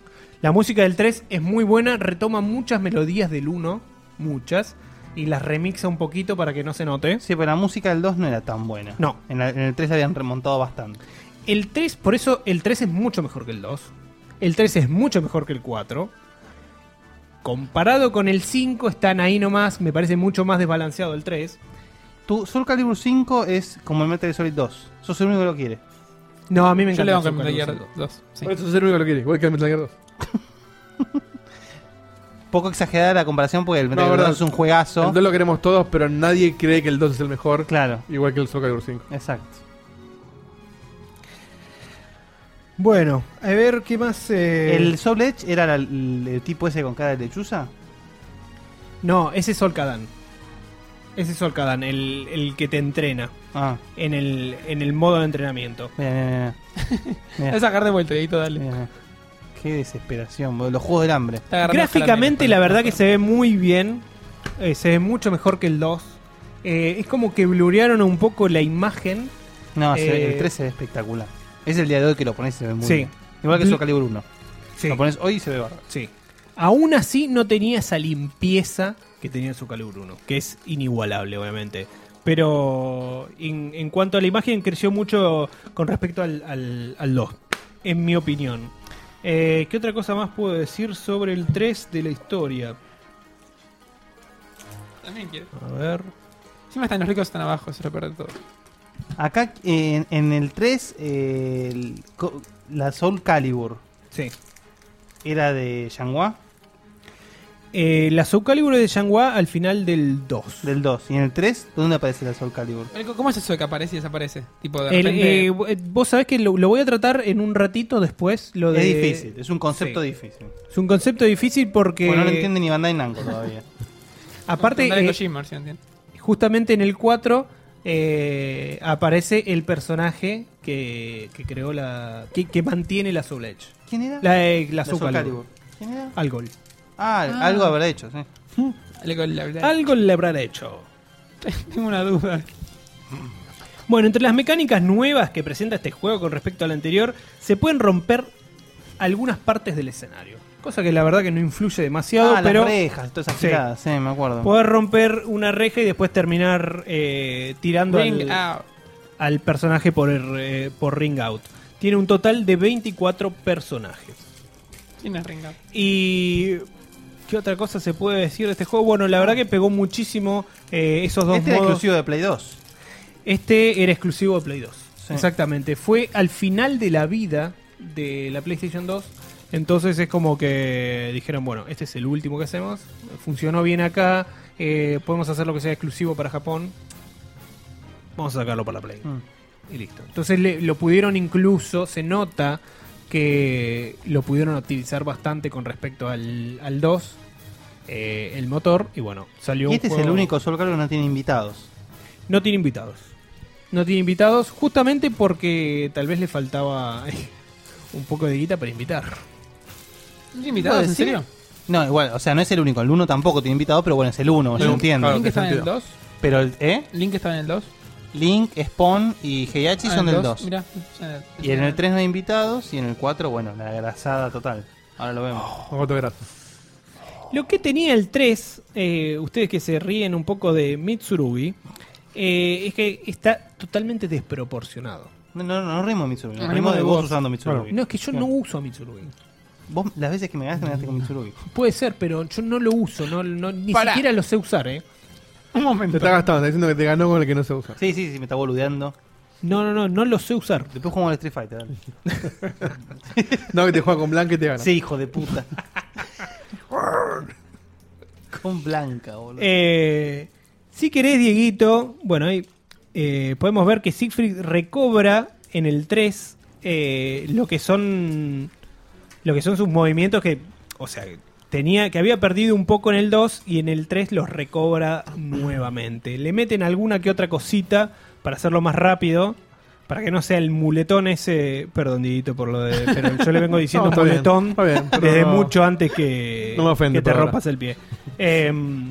[SPEAKER 5] La música del 3 es muy buena, retoma muchas melodías del 1, muchas, y las remixa un poquito para que no se note.
[SPEAKER 2] Sí, pero la música del 2 no era tan buena.
[SPEAKER 5] No.
[SPEAKER 2] En, la- en el 3 la habían remontado bastante.
[SPEAKER 5] El 3, por eso el 3 es mucho mejor que el 2. El 3 es mucho mejor que el 4. Comparado con el 5, están ahí nomás, me parece mucho más desbalanceado el 3.
[SPEAKER 2] Tu Soul Calibur 5 es como el Metal Gear Solid 2. Sos el único que lo quiere.
[SPEAKER 5] No, a mí me
[SPEAKER 3] Yo
[SPEAKER 5] encanta.
[SPEAKER 3] le
[SPEAKER 5] el
[SPEAKER 3] hago que
[SPEAKER 5] Super
[SPEAKER 3] Metal Gear
[SPEAKER 5] Nintendo.
[SPEAKER 3] 2. Sí.
[SPEAKER 4] Por eso es el único que lo quiere, igual que el Metal Gear 2.
[SPEAKER 2] Poco exagerada la comparación porque el Metal
[SPEAKER 4] No,
[SPEAKER 2] Gear
[SPEAKER 4] verdad.
[SPEAKER 2] 2 es un juegazo.
[SPEAKER 4] El 2 lo queremos todos, pero nadie cree que el 2 es el mejor,
[SPEAKER 2] Claro,
[SPEAKER 4] igual que el Soul Calibur 5.
[SPEAKER 2] exacto.
[SPEAKER 5] Bueno, a ver qué más. eh,
[SPEAKER 2] ¿El Soul Edge era la- el, el tipo ese con cara de lechuza?
[SPEAKER 5] No, ese es Solkadan. Ese es Solkadan, el, el que te entrena
[SPEAKER 2] Ah,
[SPEAKER 5] en el, en el modo de entrenamiento.
[SPEAKER 2] mira, mira, mira.
[SPEAKER 3] A
[SPEAKER 2] Mira,
[SPEAKER 3] sacar de vuelta, videito, dale.
[SPEAKER 2] mira, mira. Qué desesperación, boludo. Los juegos del hambre.
[SPEAKER 3] Está agarrando
[SPEAKER 5] Gráficamente
[SPEAKER 3] calambre.
[SPEAKER 5] la verdad que se ve muy bien, eh, se ve mucho mejor que el 2. Eh, es como que blurearon un poco la imagen.
[SPEAKER 2] No, se ve-
[SPEAKER 5] Eh,
[SPEAKER 2] el 3 se ve espectacular. Es el día de hoy que lo pones y se ve muy
[SPEAKER 5] Sí.
[SPEAKER 2] bien. Igual que
[SPEAKER 5] Bl-
[SPEAKER 2] Soul Calibur 1.
[SPEAKER 5] Sí,
[SPEAKER 2] Lo pones hoy y se ve bárbaro.
[SPEAKER 5] sí. Aún así no tenía esa limpieza que tenía su Calibur 1, que es inigualable obviamente. Pero en, en cuanto a la imagen creció mucho con respecto al, al, al 2, en mi opinión. Eh, ¿Qué otra cosa más puedo decir sobre el 3 de la historia?
[SPEAKER 3] También quiero.
[SPEAKER 5] A ver.
[SPEAKER 3] Encima están los ricos están abajo, eso lo peor de todo.
[SPEAKER 2] Acá eh, en, en el 3, eh, el co- la Soul Calibur
[SPEAKER 5] Sí.
[SPEAKER 2] era de Shanghua,
[SPEAKER 5] Eh, la Soul Calibur de Shanghua al final del 2.
[SPEAKER 2] del 2. Y en el 3, ¿dónde aparece la Soul Calibur?
[SPEAKER 3] Pero, ¿Cómo es eso de que aparece y desaparece? Tipo, de
[SPEAKER 5] El,
[SPEAKER 3] repente.
[SPEAKER 5] eh, vo- eh, vos sabés que lo, lo voy a tratar en un ratito después. Lo
[SPEAKER 2] Es
[SPEAKER 5] de,
[SPEAKER 2] difícil, es un concepto
[SPEAKER 5] Sí.
[SPEAKER 2] difícil.
[SPEAKER 5] Es un concepto difícil porque.
[SPEAKER 2] Bueno, no lo entiende ni Bandai Namco todavía.
[SPEAKER 5] Aparte,
[SPEAKER 3] Mandale
[SPEAKER 5] eh,
[SPEAKER 3] Kojima, a ver si lo entiende.
[SPEAKER 5] justamente en el 4 eh, aparece el personaje que, que creó la. que, que mantiene la Soul Edge.
[SPEAKER 2] ¿Quién era?
[SPEAKER 5] La, eh, la
[SPEAKER 2] La
[SPEAKER 5] Soul Calibur.
[SPEAKER 2] ¿Quién era?
[SPEAKER 5] Al gol.
[SPEAKER 2] Ah,
[SPEAKER 3] Ah.
[SPEAKER 2] algo habrá hecho, sí.
[SPEAKER 3] Dale con la- la-
[SPEAKER 5] Algo le habrán hecho.
[SPEAKER 3] Tengo una duda.
[SPEAKER 5] Bueno, entre las mecánicas nuevas que presenta este juego con respecto al anterior, se pueden romper algunas partes del escenario. Cosa que la verdad que no influye demasiado,
[SPEAKER 2] ah,
[SPEAKER 5] pero
[SPEAKER 2] las rejas, todas esas
[SPEAKER 5] Sí.
[SPEAKER 2] tiradas, sí, me acuerdo.
[SPEAKER 5] poder romper una reja y después terminar eh, tirando
[SPEAKER 3] Ring
[SPEAKER 5] al,
[SPEAKER 3] out.
[SPEAKER 5] al personaje por, eh, por ring out. Tiene un total de 24 personajes.
[SPEAKER 3] ¿Quién es ring out?
[SPEAKER 5] Y. ¿Qué otra cosa se puede decir de este juego? Bueno, la verdad que pegó muchísimo eh, esos dos
[SPEAKER 2] Este era
[SPEAKER 5] modos.
[SPEAKER 2] exclusivo de Play 2.
[SPEAKER 5] Este era exclusivo de Play 2.
[SPEAKER 2] Sí.
[SPEAKER 5] Exactamente. Fue al final de la vida de la PlayStation 2. Entonces es como que dijeron, bueno, este es el último que hacemos. Funcionó bien acá. eh, podemos hacer lo que sea exclusivo para Japón. Vamos a sacarlo para la Play.
[SPEAKER 2] Mm.
[SPEAKER 5] Y listo. Entonces le- lo pudieron incluso, se nota que lo pudieron optimizar bastante con respecto al, al 2, eh, el motor. Y bueno, salió
[SPEAKER 2] Y
[SPEAKER 5] un
[SPEAKER 2] este es
[SPEAKER 5] juego-
[SPEAKER 2] el único Soul Calibur que no tiene invitados.
[SPEAKER 5] no tiene invitados. No tiene invitados justamente porque tal vez le faltaba un poco de guita para invitar.
[SPEAKER 3] ¿Los invitados, en
[SPEAKER 2] ¿Sí?
[SPEAKER 3] serio?
[SPEAKER 2] No, igual, o sea, no es el único. El 1 tampoco tiene invitados, pero bueno, es el 1, yo
[SPEAKER 4] Pero,
[SPEAKER 2] entiendo.
[SPEAKER 4] claro.
[SPEAKER 3] ¿Link
[SPEAKER 4] que
[SPEAKER 3] estaba en el
[SPEAKER 4] sentido.
[SPEAKER 3] 2?
[SPEAKER 2] Pero, el- ¿eh?
[SPEAKER 3] ¿Link estaba en el 2?
[SPEAKER 2] Link, Spawn y Heihachi
[SPEAKER 3] Ah,
[SPEAKER 2] son
[SPEAKER 3] en
[SPEAKER 2] del
[SPEAKER 3] el
[SPEAKER 2] 2.
[SPEAKER 3] Mirá.
[SPEAKER 2] Y en el 3 no hay invitados, y en el 4, bueno, la grasada total. Ahora lo vemos.
[SPEAKER 4] Otro gratis.
[SPEAKER 5] Lo que tenía el 3, eh, ustedes que se ríen un poco de Mitsurugi, eh, es que está totalmente desproporcionado.
[SPEAKER 2] No, no, no, no rimo Mitsurugi.
[SPEAKER 3] No,
[SPEAKER 2] Nos rimo
[SPEAKER 3] Ah, rimo
[SPEAKER 2] de
[SPEAKER 3] de
[SPEAKER 2] vos
[SPEAKER 3] vos.
[SPEAKER 2] usando Mitsurugi.
[SPEAKER 5] No, es que yo no
[SPEAKER 2] Claro.
[SPEAKER 5] uso a Mitsurugi.
[SPEAKER 2] Vos, las veces que me ganaste, me ganaste con Mitsurugi.
[SPEAKER 5] Puede ser, pero yo no lo uso, no, no- ni
[SPEAKER 3] Pará.
[SPEAKER 5] siquiera lo sé usar, ¿eh?
[SPEAKER 3] Un
[SPEAKER 4] Te
[SPEAKER 3] momento.
[SPEAKER 4] está gastando, está diciendo que te ganó con el que no se usa.
[SPEAKER 2] Sí, sí, sí, me está boludeando.
[SPEAKER 5] No, no, no, no lo sé usar.
[SPEAKER 2] Después jugamos al Street Fighter. dale.
[SPEAKER 4] No, que te juega con blanca y te gana.
[SPEAKER 2] Sí, hijo de puta. con Blanca, boludo.
[SPEAKER 5] Eh, si querés, Dieguito, bueno, ahí eh, podemos ver que Siegfried recobra en el 3 eh, lo que son lo que son sus movimientos que, o sea, tenía que había perdido un poco en el 2 y en el 3 los recobra nuevamente. Le meten alguna que otra cosita para hacerlo más rápido. Para que no sea el muletón ese. Perdón, Dieguito, por lo de. Pero yo le vengo diciendo
[SPEAKER 4] No, está bien,
[SPEAKER 5] muletón
[SPEAKER 4] está bien, pero
[SPEAKER 5] desde
[SPEAKER 4] no-
[SPEAKER 5] mucho antes que,
[SPEAKER 4] No me ofende
[SPEAKER 5] que te
[SPEAKER 4] por ahora.
[SPEAKER 5] rompas el pie. Em,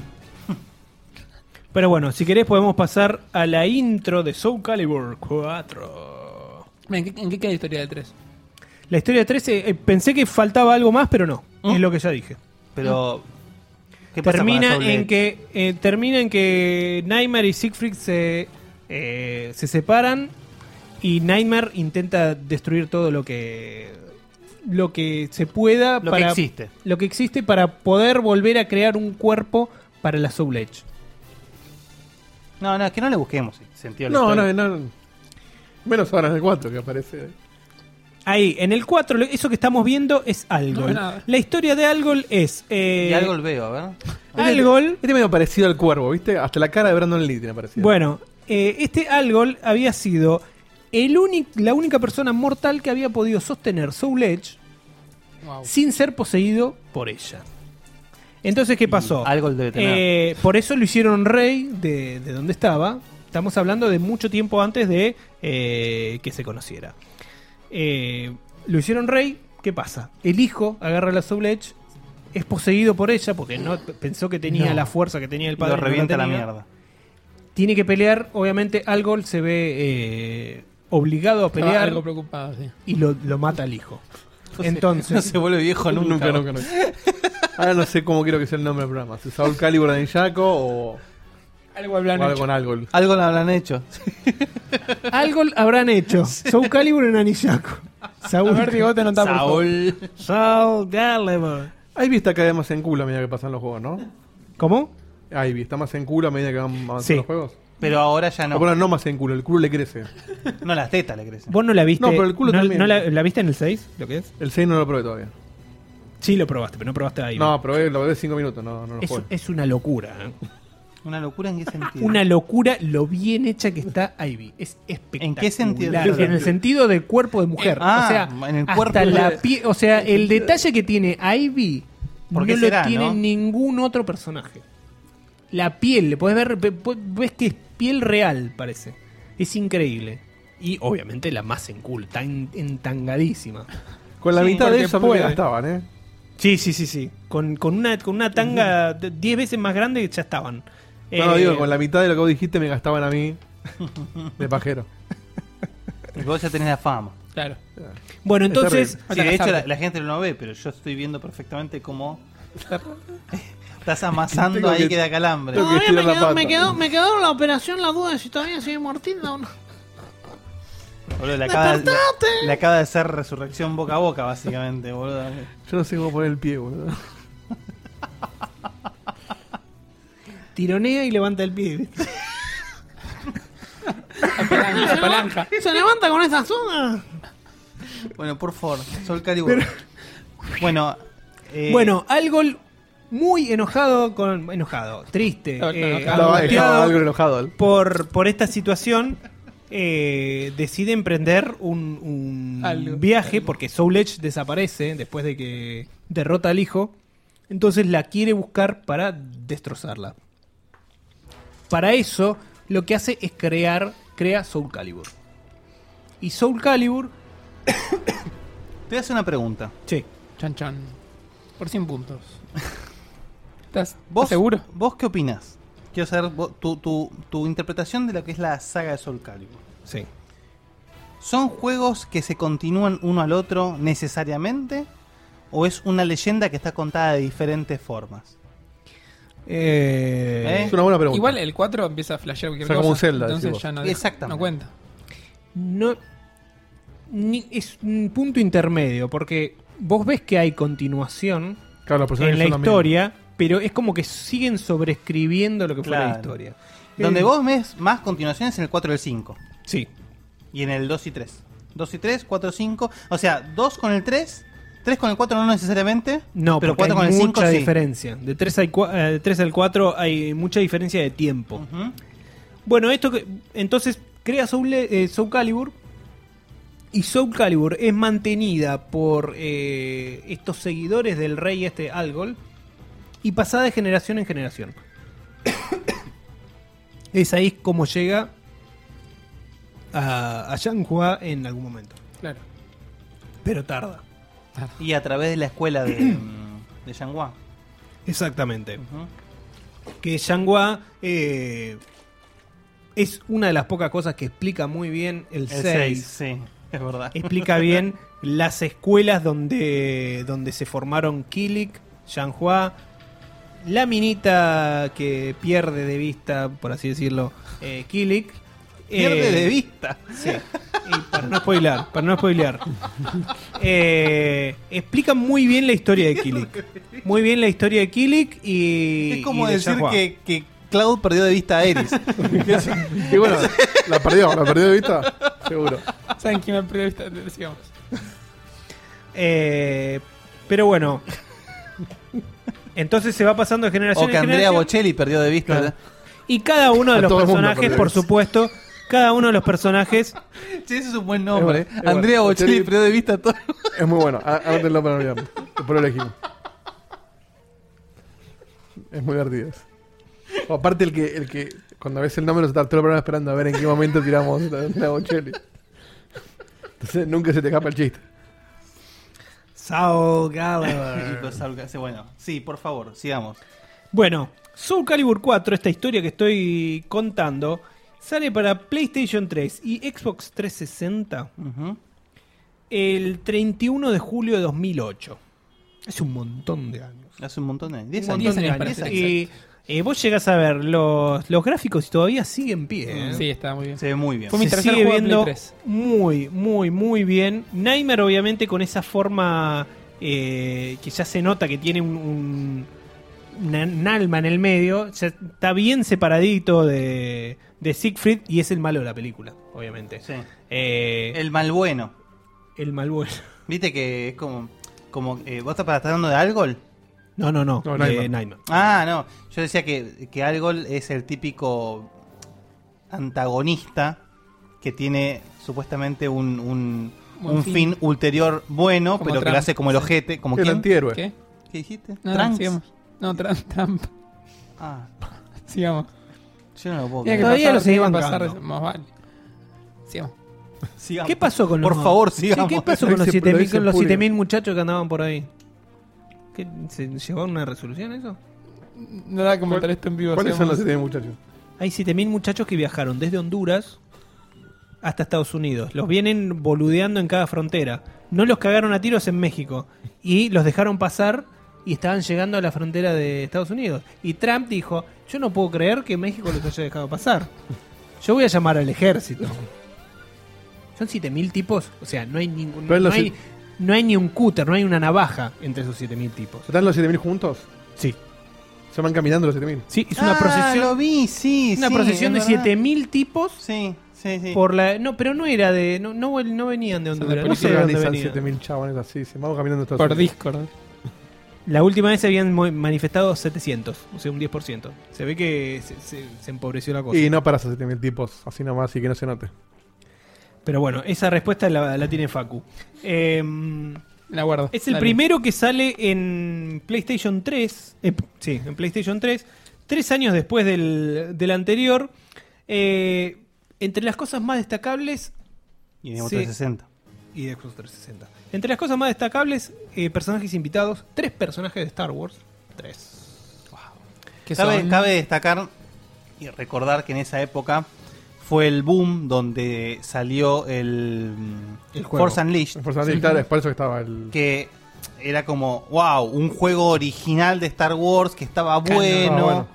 [SPEAKER 5] pero bueno, si querés podemos pasar a la intro de Soul Calibur 4.
[SPEAKER 3] Miren, ¿En qué- en qué queda la historia del 3?
[SPEAKER 5] La historia de 13, eh, pensé que faltaba algo más, pero no.
[SPEAKER 2] ¿Mm?
[SPEAKER 5] Es lo que ya dije.
[SPEAKER 2] Pero. ¿qué pasa con la
[SPEAKER 5] Termina
[SPEAKER 2] doble- E?
[SPEAKER 5] en, que, eh, termina en que Nightmare y Siegfried se, eh, se separan y Nightmare intenta destruir todo lo que lo que se pueda
[SPEAKER 2] Lo que
[SPEAKER 5] para
[SPEAKER 2] existe.
[SPEAKER 5] lo que existe para poder volver a crear un cuerpo para la Soul Edge.
[SPEAKER 2] No, no, es que no le busquemos sentido. a la
[SPEAKER 4] No,
[SPEAKER 2] historia.
[SPEAKER 4] no, no. Menos ahora en el 4 que aparece.
[SPEAKER 5] Ahí, en el 4, lo- eso que estamos viendo es Algol.
[SPEAKER 3] No, nada.
[SPEAKER 5] la historia de Algol es. eh,
[SPEAKER 2] Y algo lo veo, a ver.
[SPEAKER 5] Algol.
[SPEAKER 4] Este medio parecido al cuervo, ¿viste? Hasta la cara de Brandon Lee tiene parecido.
[SPEAKER 5] Bueno, eh, este Algol había sido el únic- la única persona mortal que había podido sostener Soul Edge
[SPEAKER 3] Wow.
[SPEAKER 5] sin ser poseído por ella. Entonces, ¿qué pasó?
[SPEAKER 2] Algo lo debe tener.
[SPEAKER 5] Eh, por eso lo hicieron rey de, de donde estaba. Estamos hablando de mucho tiempo antes de eh, que se conociera. Eh, lo hicieron rey. ¿Qué pasa? El hijo agarra la Soul Edge, es poseído por ella porque no pensó que tenía
[SPEAKER 2] No.
[SPEAKER 5] la fuerza que tenía el
[SPEAKER 2] Y
[SPEAKER 5] padre.
[SPEAKER 2] lo
[SPEAKER 5] no la
[SPEAKER 2] revienta la
[SPEAKER 5] tenía.
[SPEAKER 2] mierda.
[SPEAKER 5] Tiene que pelear. Obviamente, Algol se ve eh, obligado a
[SPEAKER 3] Estaba
[SPEAKER 5] pelear
[SPEAKER 3] algo preocupado, sí.
[SPEAKER 5] y lo, lo mata al hijo. Entonces,
[SPEAKER 2] No se vuelve viejo nunca.
[SPEAKER 4] Nunca,
[SPEAKER 2] boludo.
[SPEAKER 4] nunca, nunca. Ahora no sé cómo quiero que sea el nombre del programa. Si Saul Calibur de Jaco o, o
[SPEAKER 3] Algo hablando.
[SPEAKER 4] algo con algo.
[SPEAKER 2] Algo lo habrán hecho.
[SPEAKER 5] algo habrán hecho. Soul Calibur en Anillaco.
[SPEAKER 3] A ver, Diego, te nota, por
[SPEAKER 2] Ah,
[SPEAKER 3] favor.
[SPEAKER 2] Saúl.
[SPEAKER 5] Soul Calibur.
[SPEAKER 4] Hay vista cada vez más en culo a medida que pasan los juegos, ¿no?
[SPEAKER 5] ¿Cómo?
[SPEAKER 4] Hay vista más en culo a medida que van avanzando
[SPEAKER 5] Sí.
[SPEAKER 4] los juegos.
[SPEAKER 2] Pero ahora ya
[SPEAKER 4] No.
[SPEAKER 2] no.
[SPEAKER 4] Bueno, no más en culo, el culo le crece.
[SPEAKER 2] No, las tetas le crecen.
[SPEAKER 5] ¿Vos no la viste?
[SPEAKER 4] No, pero el culo
[SPEAKER 5] ¿No,
[SPEAKER 4] también.
[SPEAKER 5] no la, la viste en el 6? ¿Lo que es?
[SPEAKER 4] El 6 no lo probé todavía.
[SPEAKER 5] Sí, lo probaste, pero no probaste ahí.
[SPEAKER 4] No, probé, lo probé 5 minutos, no, no lo
[SPEAKER 5] es,
[SPEAKER 4] jugué.
[SPEAKER 5] es una locura. ¿eh?
[SPEAKER 2] ¿Una locura en qué sentido?
[SPEAKER 5] Una locura lo bien hecha que está Ivy. Es espectacular.
[SPEAKER 2] ¿En qué sentido?
[SPEAKER 5] En el sentido del cuerpo de mujer.
[SPEAKER 2] Ah,
[SPEAKER 5] o sea,
[SPEAKER 2] en el
[SPEAKER 5] hasta
[SPEAKER 2] cuerpo
[SPEAKER 5] la
[SPEAKER 2] de-
[SPEAKER 5] pie- o sea, el detalle que tiene Ivy
[SPEAKER 2] ¿Por
[SPEAKER 5] no
[SPEAKER 2] qué
[SPEAKER 5] lo
[SPEAKER 2] será,
[SPEAKER 5] tiene
[SPEAKER 2] no?
[SPEAKER 5] ningún otro personaje. La piel, le podés ver, ve- po- ves que es piel real, parece. Es increíble. Y obviamente la más en cool, tan entangadísima.
[SPEAKER 4] Con la
[SPEAKER 3] Sí,
[SPEAKER 4] mitad de
[SPEAKER 3] porque
[SPEAKER 4] eso
[SPEAKER 3] puede.
[SPEAKER 4] porque gastaban, ¿eh?
[SPEAKER 5] Sí, sí, sí, sí. Con, con, una, con una tanga de 10 veces más grande ya estaban.
[SPEAKER 4] No, no,
[SPEAKER 5] Eh,
[SPEAKER 4] digo, con la mitad de lo que vos dijiste me gastaban a mí de pajero.
[SPEAKER 2] Y vos ya tenés la fama.
[SPEAKER 3] Claro.
[SPEAKER 5] Eh,
[SPEAKER 11] Bueno, entonces.
[SPEAKER 2] Sí, de hecho la, la gente no lo ve, pero yo estoy viendo perfectamente cómo estás amasando
[SPEAKER 4] Tengo
[SPEAKER 2] ahí
[SPEAKER 4] que-
[SPEAKER 2] que da calambre.
[SPEAKER 4] tengo que estirar la pata.
[SPEAKER 11] me quedó la operación la duda de si todavía sigue mortita o no.
[SPEAKER 2] Boludo, le, acaba, le-
[SPEAKER 11] ¡Despertate!
[SPEAKER 2] le acaba de hacer resurrección boca a boca, básicamente, boludo.
[SPEAKER 4] Yo no sé cómo poner el pie, boludo.
[SPEAKER 5] Tironea y levanta el pie.
[SPEAKER 3] La palanca. la palanca.
[SPEAKER 11] ¿Se levanta con esa zona?
[SPEAKER 2] Bueno, por favor, Sol Calibur. Bueno, eh,
[SPEAKER 5] Bueno, algo muy enojado con. enojado, triste,
[SPEAKER 3] No, no,
[SPEAKER 5] eh,
[SPEAKER 3] enojado.
[SPEAKER 4] Estaba, estaba
[SPEAKER 5] angustiado
[SPEAKER 4] algo enojado.
[SPEAKER 5] Eh.
[SPEAKER 4] él.
[SPEAKER 5] por, por esta situación. eh, decide emprender un, un
[SPEAKER 3] Algo.
[SPEAKER 5] viaje porque Soul Edge desaparece después de que derrota al hijo. Entonces la quiere buscar para destrozarla. Para eso, lo que hace es crear, crea Soul Calibur. Y Soul Calibur,
[SPEAKER 2] te voy a hacer una pregunta.
[SPEAKER 5] sí,
[SPEAKER 3] Chan, chan. Por 100 puntos. ¿Estás
[SPEAKER 2] ¿Vos,
[SPEAKER 3] ¿Vos? seguro?
[SPEAKER 2] ¿Vos qué opinás? Quiero saber vos- tu, tu- tu interpretación de lo que es la saga de Sol Calibur.
[SPEAKER 5] sí.
[SPEAKER 2] ¿Son juegos que se continúan uno al otro necesariamente? ¿O es una leyenda que está contada de diferentes formas?
[SPEAKER 5] Eh,
[SPEAKER 2] ¿Eh?
[SPEAKER 4] Es una buena pregunta.
[SPEAKER 3] Igual el 4 empieza a flashear cualquier
[SPEAKER 4] O sea,
[SPEAKER 3] cosa.
[SPEAKER 4] como un Zelda, decís
[SPEAKER 3] entonces
[SPEAKER 4] vos.
[SPEAKER 3] ya no,
[SPEAKER 2] Exactamente.
[SPEAKER 3] no cuenta.
[SPEAKER 5] No. ni- es un punto intermedio, porque vos ves que hay continuación
[SPEAKER 4] Claro, los personajes
[SPEAKER 5] en la
[SPEAKER 4] son los mismos.
[SPEAKER 5] historia, pero es como que siguen sobreescribiendo lo que fue la
[SPEAKER 2] Claro.
[SPEAKER 5] historia.
[SPEAKER 2] Donde
[SPEAKER 5] Eh,
[SPEAKER 2] vos ves más continuaciones en el 4 y el 5.
[SPEAKER 5] Sí.
[SPEAKER 2] Y en el 2 y 3. 2 y 3, 4, 5. O sea, 2 con el 3, 3 con el 4 no necesariamente.
[SPEAKER 5] No,
[SPEAKER 2] pero 4
[SPEAKER 5] pero hay
[SPEAKER 2] con el 5
[SPEAKER 5] mucha
[SPEAKER 2] sí.
[SPEAKER 5] diferencia. De 3 al, cua- eh, de tres al 4 hay mucha diferencia de tiempo.
[SPEAKER 2] Ujú.
[SPEAKER 5] Bueno, esto que. Entonces crea Soul, eh, Soul Calibur. Y Soul Calibur es mantenida por eh, estos seguidores del rey este Algol. Y pasada de generación en generación. es ahí como llega a, a Shanghua en algún momento.
[SPEAKER 3] Claro.
[SPEAKER 5] Pero tarda.
[SPEAKER 2] Y a través de la escuela de, mm, de Yanghua.
[SPEAKER 5] Exactamente.
[SPEAKER 2] Ujú.
[SPEAKER 5] que Shanghua eh, es una de las pocas cosas que explica muy bien el
[SPEAKER 2] El
[SPEAKER 5] 6.
[SPEAKER 2] 6, sí, es verdad.
[SPEAKER 5] explica bien las escuelas donde, donde se formaron Kilik, Shanghua, la minita que pierde de vista, por así decirlo, eh, Kilik.
[SPEAKER 2] Pierde de
[SPEAKER 5] vista.
[SPEAKER 2] vista.
[SPEAKER 5] eh, Sí. Y para no spoilear, para no spoilear. Eh, explica muy bien la historia de Kilik. Muy bien la historia de Kilik y.
[SPEAKER 2] Es como
[SPEAKER 5] y de
[SPEAKER 2] decir
[SPEAKER 5] Shanghua.
[SPEAKER 2] que, que Cloud perdió de vista a Eris.
[SPEAKER 4] Y bueno, la perdió, la perdió de vista. Seguro.
[SPEAKER 3] ¿Saben quién me perdió esta? Decíamos.
[SPEAKER 5] Eh, pero bueno. Entonces se va pasando de generación
[SPEAKER 2] o que
[SPEAKER 5] en
[SPEAKER 2] Andrea
[SPEAKER 5] generación.
[SPEAKER 2] Bocelli perdió de vista.
[SPEAKER 4] Claro.
[SPEAKER 5] y cada uno de
[SPEAKER 4] A
[SPEAKER 5] los
[SPEAKER 4] todo el mundo
[SPEAKER 5] personajes,
[SPEAKER 4] perdió.
[SPEAKER 5] por supuesto, cada uno de los personajes
[SPEAKER 2] Sí, ese es un buen nombre. eh.
[SPEAKER 4] Es bueno, es
[SPEAKER 2] Andrea
[SPEAKER 4] bueno.
[SPEAKER 2] Bocelli,
[SPEAKER 4] Bocelli-
[SPEAKER 2] perdió de vista a todo.
[SPEAKER 4] Es muy bueno. Ah, Anótenlo para olvidarlo. Después lo elegimos. Es muy divertido. eso. O aparte, el que, el que cuando ves el nombre, está todo el programa esperando a ver en qué momento tiramos la, la Bocelli. Entonces, nunca se te escapa el chiste.
[SPEAKER 5] Saul
[SPEAKER 2] Y
[SPEAKER 5] Gallagher.
[SPEAKER 2] pues algo así, bueno, sí, por favor, sigamos.
[SPEAKER 5] bueno, Soul Calibur 4, esta historia que estoy contando, sale para PlayStation 3 y Xbox 360
[SPEAKER 2] Ujú.
[SPEAKER 5] el 31 de julio de 2008. Es un montón de años.
[SPEAKER 2] Hace un montón de años. 10
[SPEAKER 5] Un
[SPEAKER 2] años.
[SPEAKER 5] montón de
[SPEAKER 3] años para
[SPEAKER 5] años.
[SPEAKER 3] ser
[SPEAKER 5] Y eh, vos llegás a ver los, los gráficos y todavía siguen en pie. ¿eh?
[SPEAKER 3] Sí, está muy bien.
[SPEAKER 2] Se ve muy bien.
[SPEAKER 3] Fue mi
[SPEAKER 5] se
[SPEAKER 3] tercer
[SPEAKER 5] sigue
[SPEAKER 3] juego de Play
[SPEAKER 5] viendo
[SPEAKER 3] 3.
[SPEAKER 5] muy, muy, muy bien. Nightmare, obviamente, con esa forma eh, que ya se nota que tiene un, un- una- un alma en el medio. Ya está bien separadito de, de Siegfried y es el malo de la película, obviamente.
[SPEAKER 2] Sí.
[SPEAKER 5] Eh, el,
[SPEAKER 2] El mal bueno.
[SPEAKER 5] mal bueno.
[SPEAKER 2] Viste que es como. como eh, ¿Vos estás tratando de alcohol?
[SPEAKER 5] No, no, eh, no.
[SPEAKER 4] No,
[SPEAKER 5] de
[SPEAKER 4] Nightmare.
[SPEAKER 5] Nightmare.
[SPEAKER 2] Ah, no. Yo decía que, que alcohol es el típico antagonista que tiene supuestamente un, un,
[SPEAKER 3] Buen
[SPEAKER 2] un fin.
[SPEAKER 3] fin.
[SPEAKER 2] ulterior bueno,
[SPEAKER 3] Como
[SPEAKER 2] pero que
[SPEAKER 3] Trump.
[SPEAKER 2] lo hace como el ojete. Como
[SPEAKER 4] el
[SPEAKER 2] quién?
[SPEAKER 4] antihéroe.
[SPEAKER 3] ¿Qué?
[SPEAKER 2] ¿Qué dijiste?
[SPEAKER 3] No, no,
[SPEAKER 2] Trunks.
[SPEAKER 3] sigamos. No, Trump. Trump.
[SPEAKER 2] Ah,
[SPEAKER 3] Sigamos.
[SPEAKER 2] yo no lo puedo
[SPEAKER 3] Mira
[SPEAKER 2] creer.
[SPEAKER 3] que
[SPEAKER 5] Todavía
[SPEAKER 3] pasar,
[SPEAKER 5] lo seguí
[SPEAKER 3] tiene que
[SPEAKER 5] bancando.
[SPEAKER 3] pasar, Más vale. Sigamos.
[SPEAKER 2] Sigamos.
[SPEAKER 5] ¿Qué pasó con los
[SPEAKER 2] Por
[SPEAKER 5] no-
[SPEAKER 2] favor,
[SPEAKER 5] Sí,
[SPEAKER 2] sigamos.
[SPEAKER 5] ¿Qué pasó
[SPEAKER 4] Lo
[SPEAKER 5] con los
[SPEAKER 4] dice- lo
[SPEAKER 5] 7000
[SPEAKER 4] dice
[SPEAKER 5] con los
[SPEAKER 4] Pulio.
[SPEAKER 5] 7000 muchachos que andaban por ahí? ¿Qué, ¿Se llevaron una resolución eso?
[SPEAKER 3] No da como tal esto en vivo.
[SPEAKER 4] ¿Cuáles son
[SPEAKER 3] sigamos.
[SPEAKER 4] los siete muchachos?
[SPEAKER 5] Hay 7000 muchachos que viajaron desde Honduras hasta Estados Unidos. Los vienen boludeando en cada frontera. No los cagaron a tiros en México. Y los dejaron pasar y estaban llegando a la frontera de Estados Unidos. Y Trump dijo, yo no puedo creer que México los haya dejado pasar. Yo voy a llamar al ejército. Son 7.000 tipos. O sea, no hay ningún...
[SPEAKER 4] Pero
[SPEAKER 5] No
[SPEAKER 4] los
[SPEAKER 5] hay,
[SPEAKER 4] siete-
[SPEAKER 5] no hay ni un cúter, no hay una navaja entre esos 7.000 tipos.
[SPEAKER 4] ¿Están los 7000 juntos?
[SPEAKER 5] Sí.
[SPEAKER 4] Se van caminando los 7000.
[SPEAKER 5] Sí, es una procesión...
[SPEAKER 2] Ah, lo vi, sí.
[SPEAKER 5] Una
[SPEAKER 2] sí,
[SPEAKER 5] procesión de
[SPEAKER 2] es verdad.
[SPEAKER 5] 7000 tipos
[SPEAKER 2] Sí, sí, sí.
[SPEAKER 5] por la no, pero no era de no no, no venían de Honduras, no
[SPEAKER 4] Por
[SPEAKER 5] sé
[SPEAKER 4] eso
[SPEAKER 5] de dónde
[SPEAKER 4] organizan
[SPEAKER 5] venían.
[SPEAKER 4] 7000 chabones así, se van caminando todos.
[SPEAKER 3] Por Discord.
[SPEAKER 5] La última vez se habían mo- manifestado 700, o sea, un 10%. Se ve que se, se- se empobreció la cosa.
[SPEAKER 4] Y no paras a 7000 tipos, así nomás, y que no se note.
[SPEAKER 5] Pero bueno, esa respuesta la, la tiene Facu. Em,
[SPEAKER 3] La guardo.
[SPEAKER 5] Es el
[SPEAKER 3] Dale.
[SPEAKER 5] primero que sale en PlayStation 3. eh, p- sí, en PlayStation 3. Tres años después del, del anterior. Eh, entre las cosas más destacables
[SPEAKER 2] Y de
[SPEAKER 5] Sí.
[SPEAKER 2] 360.
[SPEAKER 5] y de Xbox 360. Entre las cosas más destacables, eh, personajes invitados, tres personajes de Star Wars. Tres.
[SPEAKER 3] Que
[SPEAKER 2] Cabe,
[SPEAKER 3] son-
[SPEAKER 2] cabe destacar y recordar que en esa época fue el boom donde salió el, mm,
[SPEAKER 5] El juego.
[SPEAKER 2] Force Unleashed,
[SPEAKER 4] Por, sí. claro, es por eso que estaba el.
[SPEAKER 2] que era como, wow, un juego original de Star Wars que estaba
[SPEAKER 4] Canon. Ah,
[SPEAKER 2] bueno.
[SPEAKER 4] bueno.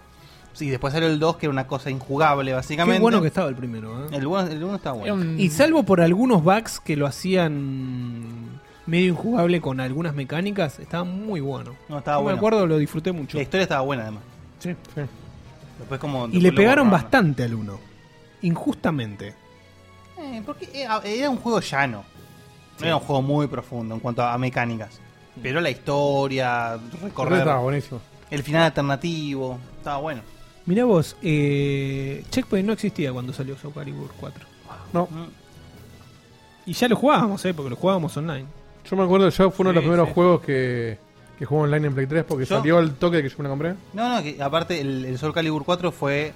[SPEAKER 2] Sí, después salió el 2 que era una cosa injugable básicamente.
[SPEAKER 5] Qué bueno que estaba el primero. ¿eh?
[SPEAKER 2] el 1 el uno estaba
[SPEAKER 3] Era
[SPEAKER 2] bueno.
[SPEAKER 3] un-
[SPEAKER 5] Y salvo por algunos bugs que lo hacían medio injugable con algunas mecánicas, estaba muy bueno.
[SPEAKER 2] No, estaba
[SPEAKER 5] Yo
[SPEAKER 2] bueno.
[SPEAKER 5] Me acuerdo, lo disfruté mucho.
[SPEAKER 2] La historia estaba buena además.
[SPEAKER 5] Sí.
[SPEAKER 2] Después como
[SPEAKER 5] Y le
[SPEAKER 2] lo
[SPEAKER 5] pegaron
[SPEAKER 2] borraron.
[SPEAKER 5] bastante al uno. Injustamente.
[SPEAKER 2] Eh, porque era- era un juego llano. No era un juego muy profundo en cuanto a mecánicas. Pero la historia,
[SPEAKER 4] Por
[SPEAKER 2] recorrer
[SPEAKER 4] Estaba buenísimo.
[SPEAKER 2] el final alternativo, estaba bueno.
[SPEAKER 5] Mirá vos, eh, Checkpoint no existía cuando salió Soul Calibur 4.
[SPEAKER 4] No,
[SPEAKER 2] Mm.
[SPEAKER 5] Y ya lo jugábamos, ¿eh? porque lo jugábamos online.
[SPEAKER 4] yo me acuerdo, yo fue uno de los
[SPEAKER 5] Sí,
[SPEAKER 4] primeros
[SPEAKER 5] sí.
[SPEAKER 4] juegos que, que jugué online en Play 3 porque
[SPEAKER 2] Yo-
[SPEAKER 4] salió al toque de que yo me lo compré.
[SPEAKER 2] No, no, que aparte el, el Soul Calibur 4 fue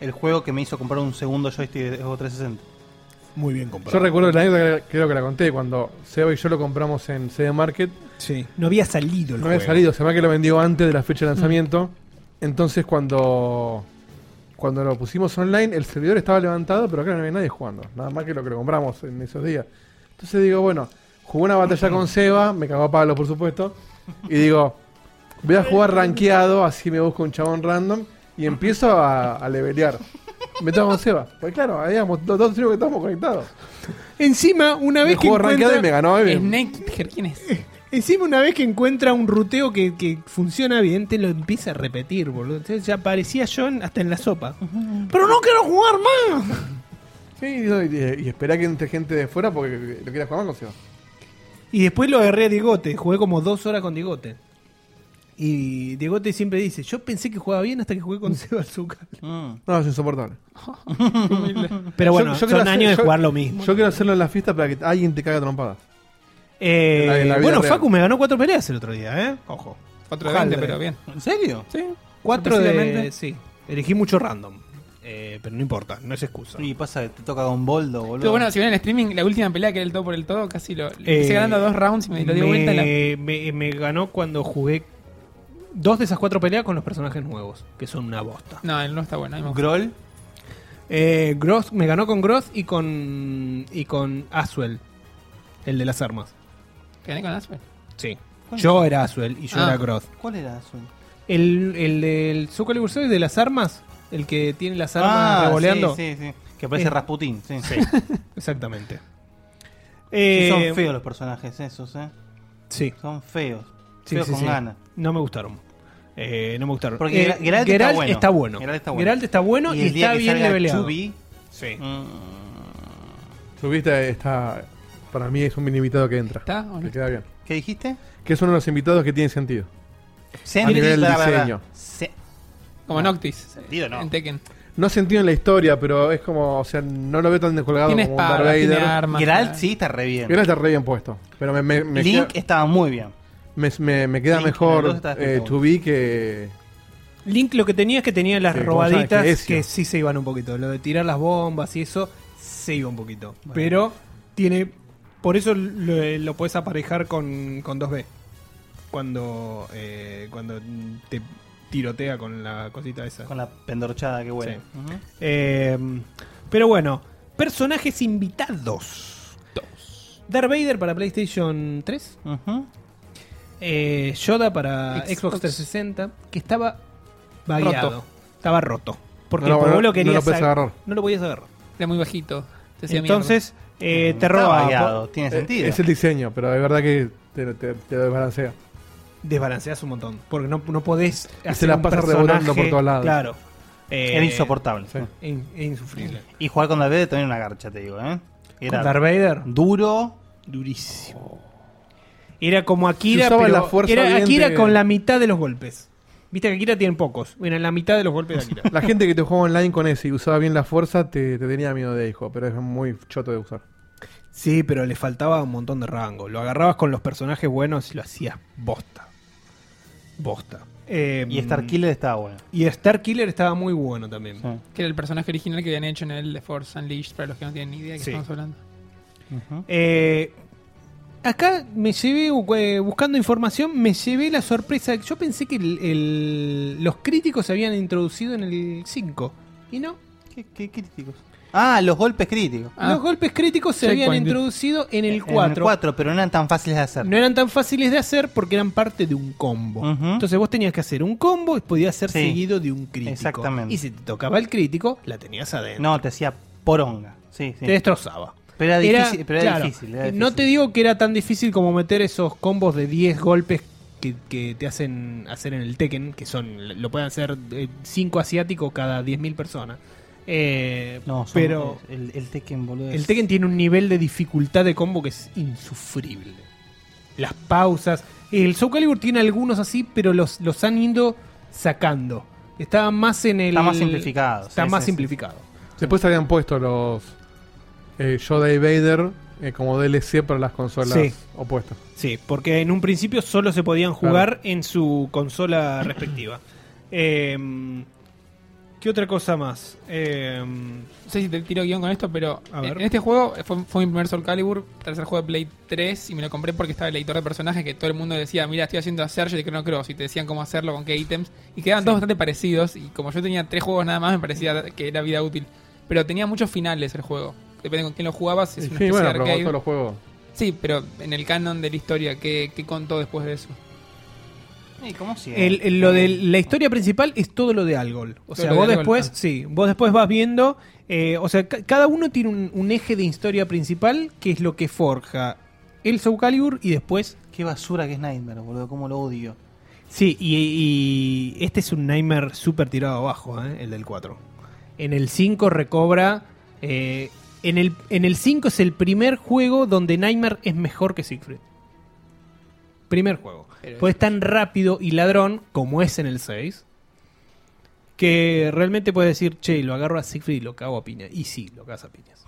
[SPEAKER 2] el juego que me hizo comprar un segundo joystick de Xbox 360.
[SPEAKER 9] Muy bien
[SPEAKER 4] Yo
[SPEAKER 9] comprado.
[SPEAKER 4] recuerdo la anécdota, que creo que la conté, cuando Seba y yo lo compramos en CD Market.
[SPEAKER 5] Sí. No había salido el
[SPEAKER 4] No había
[SPEAKER 5] juego.
[SPEAKER 4] salido, se me que lo vendió antes de la fecha de lanzamiento. Entonces cuando cuando lo pusimos online, el servidor estaba levantado, pero acá no había nadie jugando. Nada más que lo que lo compramos en esos días. Entonces digo, bueno, jugué una batalla con Seba, me cagó a palo, por supuesto. Y digo, voy a jugar rankeado, así me busco un chabón random. Y empiezo a, a levelear. Me tomo con Seba. Pues claro, habíamos los dos tríos que estábamos conectados.
[SPEAKER 5] Encima, una
[SPEAKER 4] Me
[SPEAKER 5] vez que
[SPEAKER 4] jugó rankeado y me
[SPEAKER 5] encuentra,
[SPEAKER 4] ganó. eh,
[SPEAKER 3] Snake Eater, ¿quién es?
[SPEAKER 5] encima una vez que encuentra un ruteo que, que funciona bien, te lo empieza a repetir, boludo. Entonces ya parecía John hasta en la sopa. Pero no quiero jugar más.
[SPEAKER 4] Sí, no, y, y esperá que entre gente de fuera porque lo quieras jugar más con Seba.
[SPEAKER 5] Y después lo agarré a Diegote. Jugué como dos horas con Diegote. Y Diegote siempre dice, yo pensé que jugaba bien hasta que jugué con Seba Azúcar.
[SPEAKER 2] Mm.
[SPEAKER 4] No, es insoportable.
[SPEAKER 5] Pero bueno,
[SPEAKER 4] Yo- yo quiero
[SPEAKER 5] son
[SPEAKER 4] hacer-
[SPEAKER 5] años de
[SPEAKER 4] yo-
[SPEAKER 5] jugar lo mismo.
[SPEAKER 4] Yo quiero hacerlo en la fiesta para que alguien te caga trompadas.
[SPEAKER 5] Eh,
[SPEAKER 4] en la- en la vida
[SPEAKER 5] bueno,
[SPEAKER 4] real.
[SPEAKER 5] Facu me ganó cuatro peleas el otro día, ¿eh? Ojo.
[SPEAKER 3] 4 de 20,
[SPEAKER 5] Ojalá.
[SPEAKER 3] pero bien.
[SPEAKER 2] ¿En serio?
[SPEAKER 3] Sí.
[SPEAKER 5] Cuatro de...
[SPEAKER 3] Sorpresivamente.
[SPEAKER 5] Sí. Elegí mucho random. Eh, pero no importa, no es excusa.
[SPEAKER 2] Y pasa que te toca con Boldo, boludo.
[SPEAKER 3] Pero bueno, si ven en el streaming, la última pelea que era el todo por el todo, casi lo.
[SPEAKER 5] Eh,
[SPEAKER 3] hice ganando dos rounds y me lo dio vuelta. y la-
[SPEAKER 5] me- me ganó cuando jugué dos de esas cuatro peleas con los personajes nuevos, que son una bosta.
[SPEAKER 3] No, él no está bueno. ahí me gusta.
[SPEAKER 2] Groll,
[SPEAKER 5] Eh, Gross, me ganó con Gross y con y con Aswell, el de las armas.
[SPEAKER 3] ¿Te gané con Asper?
[SPEAKER 5] Sí. Yo era Aswell y yo
[SPEAKER 3] Ah.
[SPEAKER 5] era Gross.
[SPEAKER 2] ¿cuál era eso?
[SPEAKER 5] El, el del Soul Calibur 6 de las armas, el que tiene las armas revoleando.
[SPEAKER 2] Ah, sí, sí, sí. Que parece
[SPEAKER 5] Eh.
[SPEAKER 2] Rasputín, sí. sí.
[SPEAKER 5] Exactamente.
[SPEAKER 2] son
[SPEAKER 5] Eh,
[SPEAKER 2] feos los personajes esos, eh.
[SPEAKER 5] sí.
[SPEAKER 2] Son feos.
[SPEAKER 5] Sí,
[SPEAKER 2] feos
[SPEAKER 5] sí,
[SPEAKER 2] con
[SPEAKER 5] sí.
[SPEAKER 2] ganas.
[SPEAKER 5] No me gustaron. Eh, no me gustaron.
[SPEAKER 2] Porque
[SPEAKER 5] Eh,
[SPEAKER 2] Ger- Geralt está bueno.
[SPEAKER 5] está bueno.
[SPEAKER 2] Geralt está bueno.
[SPEAKER 5] Geralt está bueno y,
[SPEAKER 2] el día
[SPEAKER 5] está
[SPEAKER 2] que
[SPEAKER 5] bien
[SPEAKER 2] salga
[SPEAKER 5] leveleado.
[SPEAKER 2] Chubby,
[SPEAKER 5] Sí.
[SPEAKER 2] mm,
[SPEAKER 4] Subiste está. Para mí es un mini invitado que entra.
[SPEAKER 3] ¿Está o no
[SPEAKER 4] Que queda bien.
[SPEAKER 2] ¿Qué dijiste?
[SPEAKER 4] Que es uno de los invitados que tiene sentido.
[SPEAKER 2] Sentido,
[SPEAKER 4] nivel
[SPEAKER 2] la verdad.
[SPEAKER 4] diseño.
[SPEAKER 2] Se-
[SPEAKER 3] Como Noctis.
[SPEAKER 2] Sentido no.
[SPEAKER 3] En Tekken.
[SPEAKER 4] No sentido en la historia, pero es como. O sea, no lo veo tan descolgado
[SPEAKER 3] Tiene
[SPEAKER 4] como un Darth
[SPEAKER 3] espada, tiene
[SPEAKER 4] Vader.
[SPEAKER 3] armas.
[SPEAKER 2] Geralt
[SPEAKER 3] claro.
[SPEAKER 2] sí está re bien.
[SPEAKER 4] Mira, está re bien puesto. Pero me, me, me
[SPEAKER 2] Link
[SPEAKER 4] queda,
[SPEAKER 2] estaba muy bien.
[SPEAKER 4] me, me- me queda
[SPEAKER 2] Link, en el dos
[SPEAKER 4] mejor
[SPEAKER 2] está
[SPEAKER 4] eh,
[SPEAKER 2] bastante
[SPEAKER 4] 2B que.
[SPEAKER 5] Link lo que tenía es que tenía las
[SPEAKER 4] Sí, como
[SPEAKER 5] robaditas
[SPEAKER 4] sabes que
[SPEAKER 5] que
[SPEAKER 4] Ezio.
[SPEAKER 5] sí se iban un poquito. Lo de tirar las bombas y eso se iba un poquito. Pero tiene. Por eso lo, lo puedes aparejar con, con 2B. Cuando, eh, cuando te tirotea con la cosita esa.
[SPEAKER 2] Con la pendorchada que huele.
[SPEAKER 5] Sí. Eh, pero bueno, Personajes invitados. Darth Vader para PlayStation 3.
[SPEAKER 2] Ujú.
[SPEAKER 5] eh, Yoda para Xbox,
[SPEAKER 3] Xbox
[SPEAKER 5] 360. Que estaba bagueado.
[SPEAKER 3] Roto.
[SPEAKER 5] Estaba roto. Porque
[SPEAKER 4] No lo-
[SPEAKER 5] como
[SPEAKER 4] no
[SPEAKER 5] vos
[SPEAKER 4] lo
[SPEAKER 5] lo querías
[SPEAKER 4] podés
[SPEAKER 5] ag-
[SPEAKER 4] agarrar.
[SPEAKER 5] No lo podías agarrar.
[SPEAKER 3] Era muy bajito. te hacía
[SPEAKER 5] Entonces eh, te
[SPEAKER 2] Está
[SPEAKER 5] roba.
[SPEAKER 2] variado, tiene
[SPEAKER 4] Eh,
[SPEAKER 2] sentido.
[SPEAKER 4] Es el diseño, pero es verdad que te, te- te lo desbalancea.
[SPEAKER 5] desbalanceas un montón. Porque no, no podés hacer
[SPEAKER 4] la
[SPEAKER 5] un
[SPEAKER 4] pasa
[SPEAKER 5] personaje-
[SPEAKER 4] revolando por todos lados.
[SPEAKER 5] Claro. Eh,
[SPEAKER 2] Era insoportable.
[SPEAKER 4] Sí.
[SPEAKER 5] Es in- es insufrible.
[SPEAKER 2] Y jugar con Darth Vader también era una garcha, te digo, ¿eh?
[SPEAKER 5] Con Darth Vader,
[SPEAKER 2] duro.
[SPEAKER 5] durísimo. Oh. Era como Akira,
[SPEAKER 4] Se usaba
[SPEAKER 5] pero
[SPEAKER 4] la fuerza
[SPEAKER 5] era
[SPEAKER 4] bien
[SPEAKER 5] Akira
[SPEAKER 4] de-
[SPEAKER 5] con la mitad de los golpes. Viste que Akira tiene pocos. Bueno, la mitad de los golpes de Akira.
[SPEAKER 4] La gente que te jugaba online con ese y usaba bien la fuerza te, te tenía miedo de hijo, pero es muy choto de usar.
[SPEAKER 5] sí, pero le faltaba un montón de rango. Lo agarrabas con los personajes buenos y lo hacías bosta. Bosta. Eh,
[SPEAKER 2] Y Star Killer estaba bueno.
[SPEAKER 5] y Star Killer estaba muy bueno también.
[SPEAKER 2] Sí.
[SPEAKER 3] Que era el personaje original que habían hecho en el The Force Unleashed, para los que no tienen ni idea de qué
[SPEAKER 5] Sí.
[SPEAKER 3] estamos hablando.
[SPEAKER 2] Ujú.
[SPEAKER 5] Eh, acá me llevé, eh, buscando información, me llevé la sorpresa. Yo pensé que el- el- los críticos se habían introducido en el 5. Y no.
[SPEAKER 2] ¿Qué, qué críticos? Ah, los golpes críticos.
[SPEAKER 3] Ah.
[SPEAKER 5] los golpes críticos se
[SPEAKER 3] Checkpoint.
[SPEAKER 5] habían introducido en el
[SPEAKER 2] En el
[SPEAKER 5] 4.
[SPEAKER 2] 4, pero no eran tan fáciles de hacer.
[SPEAKER 5] No eran tan fáciles de hacer porque eran parte de un combo.
[SPEAKER 2] Ujú.
[SPEAKER 5] Entonces vos tenías que hacer un combo y podías ser
[SPEAKER 2] Sí.
[SPEAKER 5] seguido de un crítico.
[SPEAKER 2] Exactamente.
[SPEAKER 5] Y si te tocaba el crítico, la tenías adentro.
[SPEAKER 2] No, te hacía poronga. Sí, sí.
[SPEAKER 5] Te destrozaba.
[SPEAKER 2] Pero era
[SPEAKER 5] Era-
[SPEAKER 2] difícil. pero era
[SPEAKER 5] claro,
[SPEAKER 2] difícil, era
[SPEAKER 5] No
[SPEAKER 2] difícil.
[SPEAKER 5] te digo que era tan difícil como meter esos combos de 10 golpes que, que te hacen hacer en el Tekken, que son lo pueden hacer 5 asiáticos cada 10.000 personas. Eh,
[SPEAKER 2] No, son-
[SPEAKER 5] pero
[SPEAKER 2] El, el Tekken, boludo.
[SPEAKER 5] el
[SPEAKER 2] es-
[SPEAKER 5] Tekken tiene un nivel de dificultad de combo que es insufrible. Las pausas. El Soul Calibur tiene algunos así, pero los, los han ido sacando. Está más en el.
[SPEAKER 2] Está más simplificado,
[SPEAKER 5] Está
[SPEAKER 2] sí, sí,
[SPEAKER 5] más
[SPEAKER 2] sí.
[SPEAKER 5] simplificado.
[SPEAKER 4] Después habían puesto los eh, Yoda y Vader eh, como DLC para las consolas
[SPEAKER 5] Sí.
[SPEAKER 4] opuestas.
[SPEAKER 5] Sí, porque en un principio solo se podían jugar en su consola respectiva. Em, ¿Qué otra cosa más? Em,
[SPEAKER 3] No sé si te tiro guión con esto, pero
[SPEAKER 5] A
[SPEAKER 3] eh,
[SPEAKER 5] ver.
[SPEAKER 3] en este juego eh, fue, fue mi primer Soul Calibur, tercer juego de Play 3, y me lo compré porque estaba el editor de personajes que todo el mundo decía, mira, estoy haciendo a Sergio de Chrono Cross, y te decían cómo hacerlo, con qué ítems, y quedaban todos bastante parecidos, y como yo tenía tres juegos nada más, me parecía que era vida útil. Pero tenía muchos finales el juego, depende con quién lo jugabas, es una
[SPEAKER 4] Sí,
[SPEAKER 3] especie
[SPEAKER 4] bueno,
[SPEAKER 3] de
[SPEAKER 4] pero como
[SPEAKER 3] arcade.
[SPEAKER 4] todos los juegos.
[SPEAKER 3] Sí, pero en el canon de la historia, ¿qué, qué contó después de eso?
[SPEAKER 2] Sí, ¿cómo sigue?
[SPEAKER 5] el- el- lo de la historia principal es todo lo de Algol. O sea,
[SPEAKER 3] lo de
[SPEAKER 5] vos
[SPEAKER 3] Algol,
[SPEAKER 5] después,
[SPEAKER 3] ah.
[SPEAKER 5] sí, vos después vas viendo. eh, o sea, ca- cada uno tiene un, un eje de historia principal que es lo que forja el Soul Calibur y después.
[SPEAKER 2] Qué basura que es Nightmare, boludo. Cómo lo odio.
[SPEAKER 5] Sí, y, y este es un Nightmare súper tirado abajo, ¿eh? el del 4. En el 5 recobra. eh, en el en el 5 es el primer juego donde Nightmare es mejor que Siegfried. Primer juego.
[SPEAKER 3] Pero-
[SPEAKER 5] Pues es tan rápido y ladrón como es en el 6. Que realmente puedes decir, che, lo agarro a Siegfried y lo cago a piña. Y sí, lo cagas a piñas.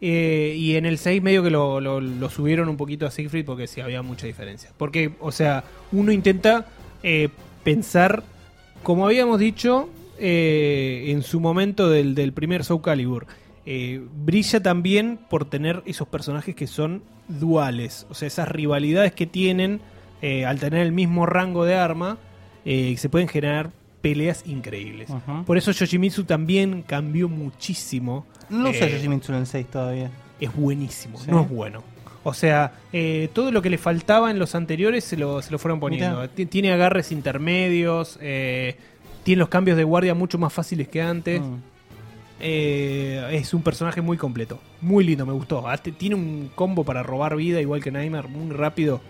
[SPEAKER 5] Eh, y en el 6 medio que lo, lo- lo subieron un poquito a Siegfried porque sí había mucha diferencia. Porque, o sea, uno intenta eh, pensar, como habíamos dicho eh, en su momento del, del primer Soul Calibur, eh, brilla también por tener esos personajes que son duales. O sea, esas rivalidades que tienen eh, al tener el mismo rango de arma, eh, se pueden generar peleas increíbles.
[SPEAKER 2] Ujú.
[SPEAKER 5] Por eso Yoshimitsu también cambió muchísimo
[SPEAKER 2] No usa
[SPEAKER 5] Eh,
[SPEAKER 2] Yoshimitsu en el 6 todavía.
[SPEAKER 5] es buenísimo,
[SPEAKER 2] Sí.
[SPEAKER 5] no es bueno. O sea, eh, todo lo que le faltaba en los anteriores se lo, se lo fueron poniendo.
[SPEAKER 2] Mirá.
[SPEAKER 5] Ti- Tiene agarres intermedios, eh, tiene los cambios de guardia mucho más fáciles que antes.
[SPEAKER 2] Mm.
[SPEAKER 5] Eh, es un personaje muy completo, muy lindo, me gustó. Ah, te- Tiene un combo para robar vida, igual que Neymar, muy rápido,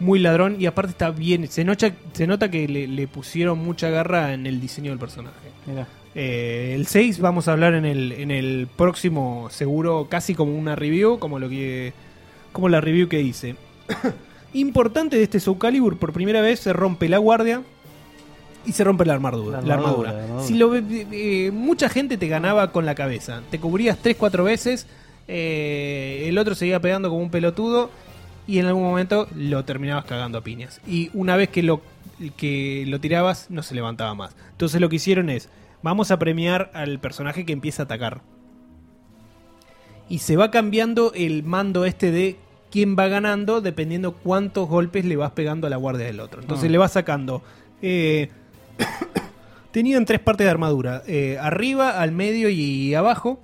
[SPEAKER 5] muy ladrón. Y aparte está bien, se, nocha- se nota que le, le pusieron mucha garra en el diseño del personaje.
[SPEAKER 2] Mirá.
[SPEAKER 5] Eh, el 6 vamos a hablar en el, en el próximo, seguro, casi como una review, como lo que. como la review que hice. Importante de este Soul Calibur, por primera vez se rompe la guardia y se rompe la armadura.
[SPEAKER 2] La
[SPEAKER 5] La
[SPEAKER 2] armadura,
[SPEAKER 5] armadura.
[SPEAKER 2] la armadura.
[SPEAKER 5] Si lo ve- eh, mucha gente te ganaba con la cabeza. Te cubrías 3-4 veces. eh, el otro seguía pegando como un pelotudo. Y en algún momento lo terminabas cagando a piñas. Y una vez que lo, que lo tirabas, no se levantaba más. Entonces lo que hicieron es: vamos a premiar al personaje que empieza a atacar. Y se va cambiando el mando este de quién va ganando dependiendo cuántos golpes le vas pegando a la guardia del otro. Entonces
[SPEAKER 2] Ah.
[SPEAKER 5] le vas sacando. eh, tenían tres partes de armadura: eh, arriba, al medio y abajo.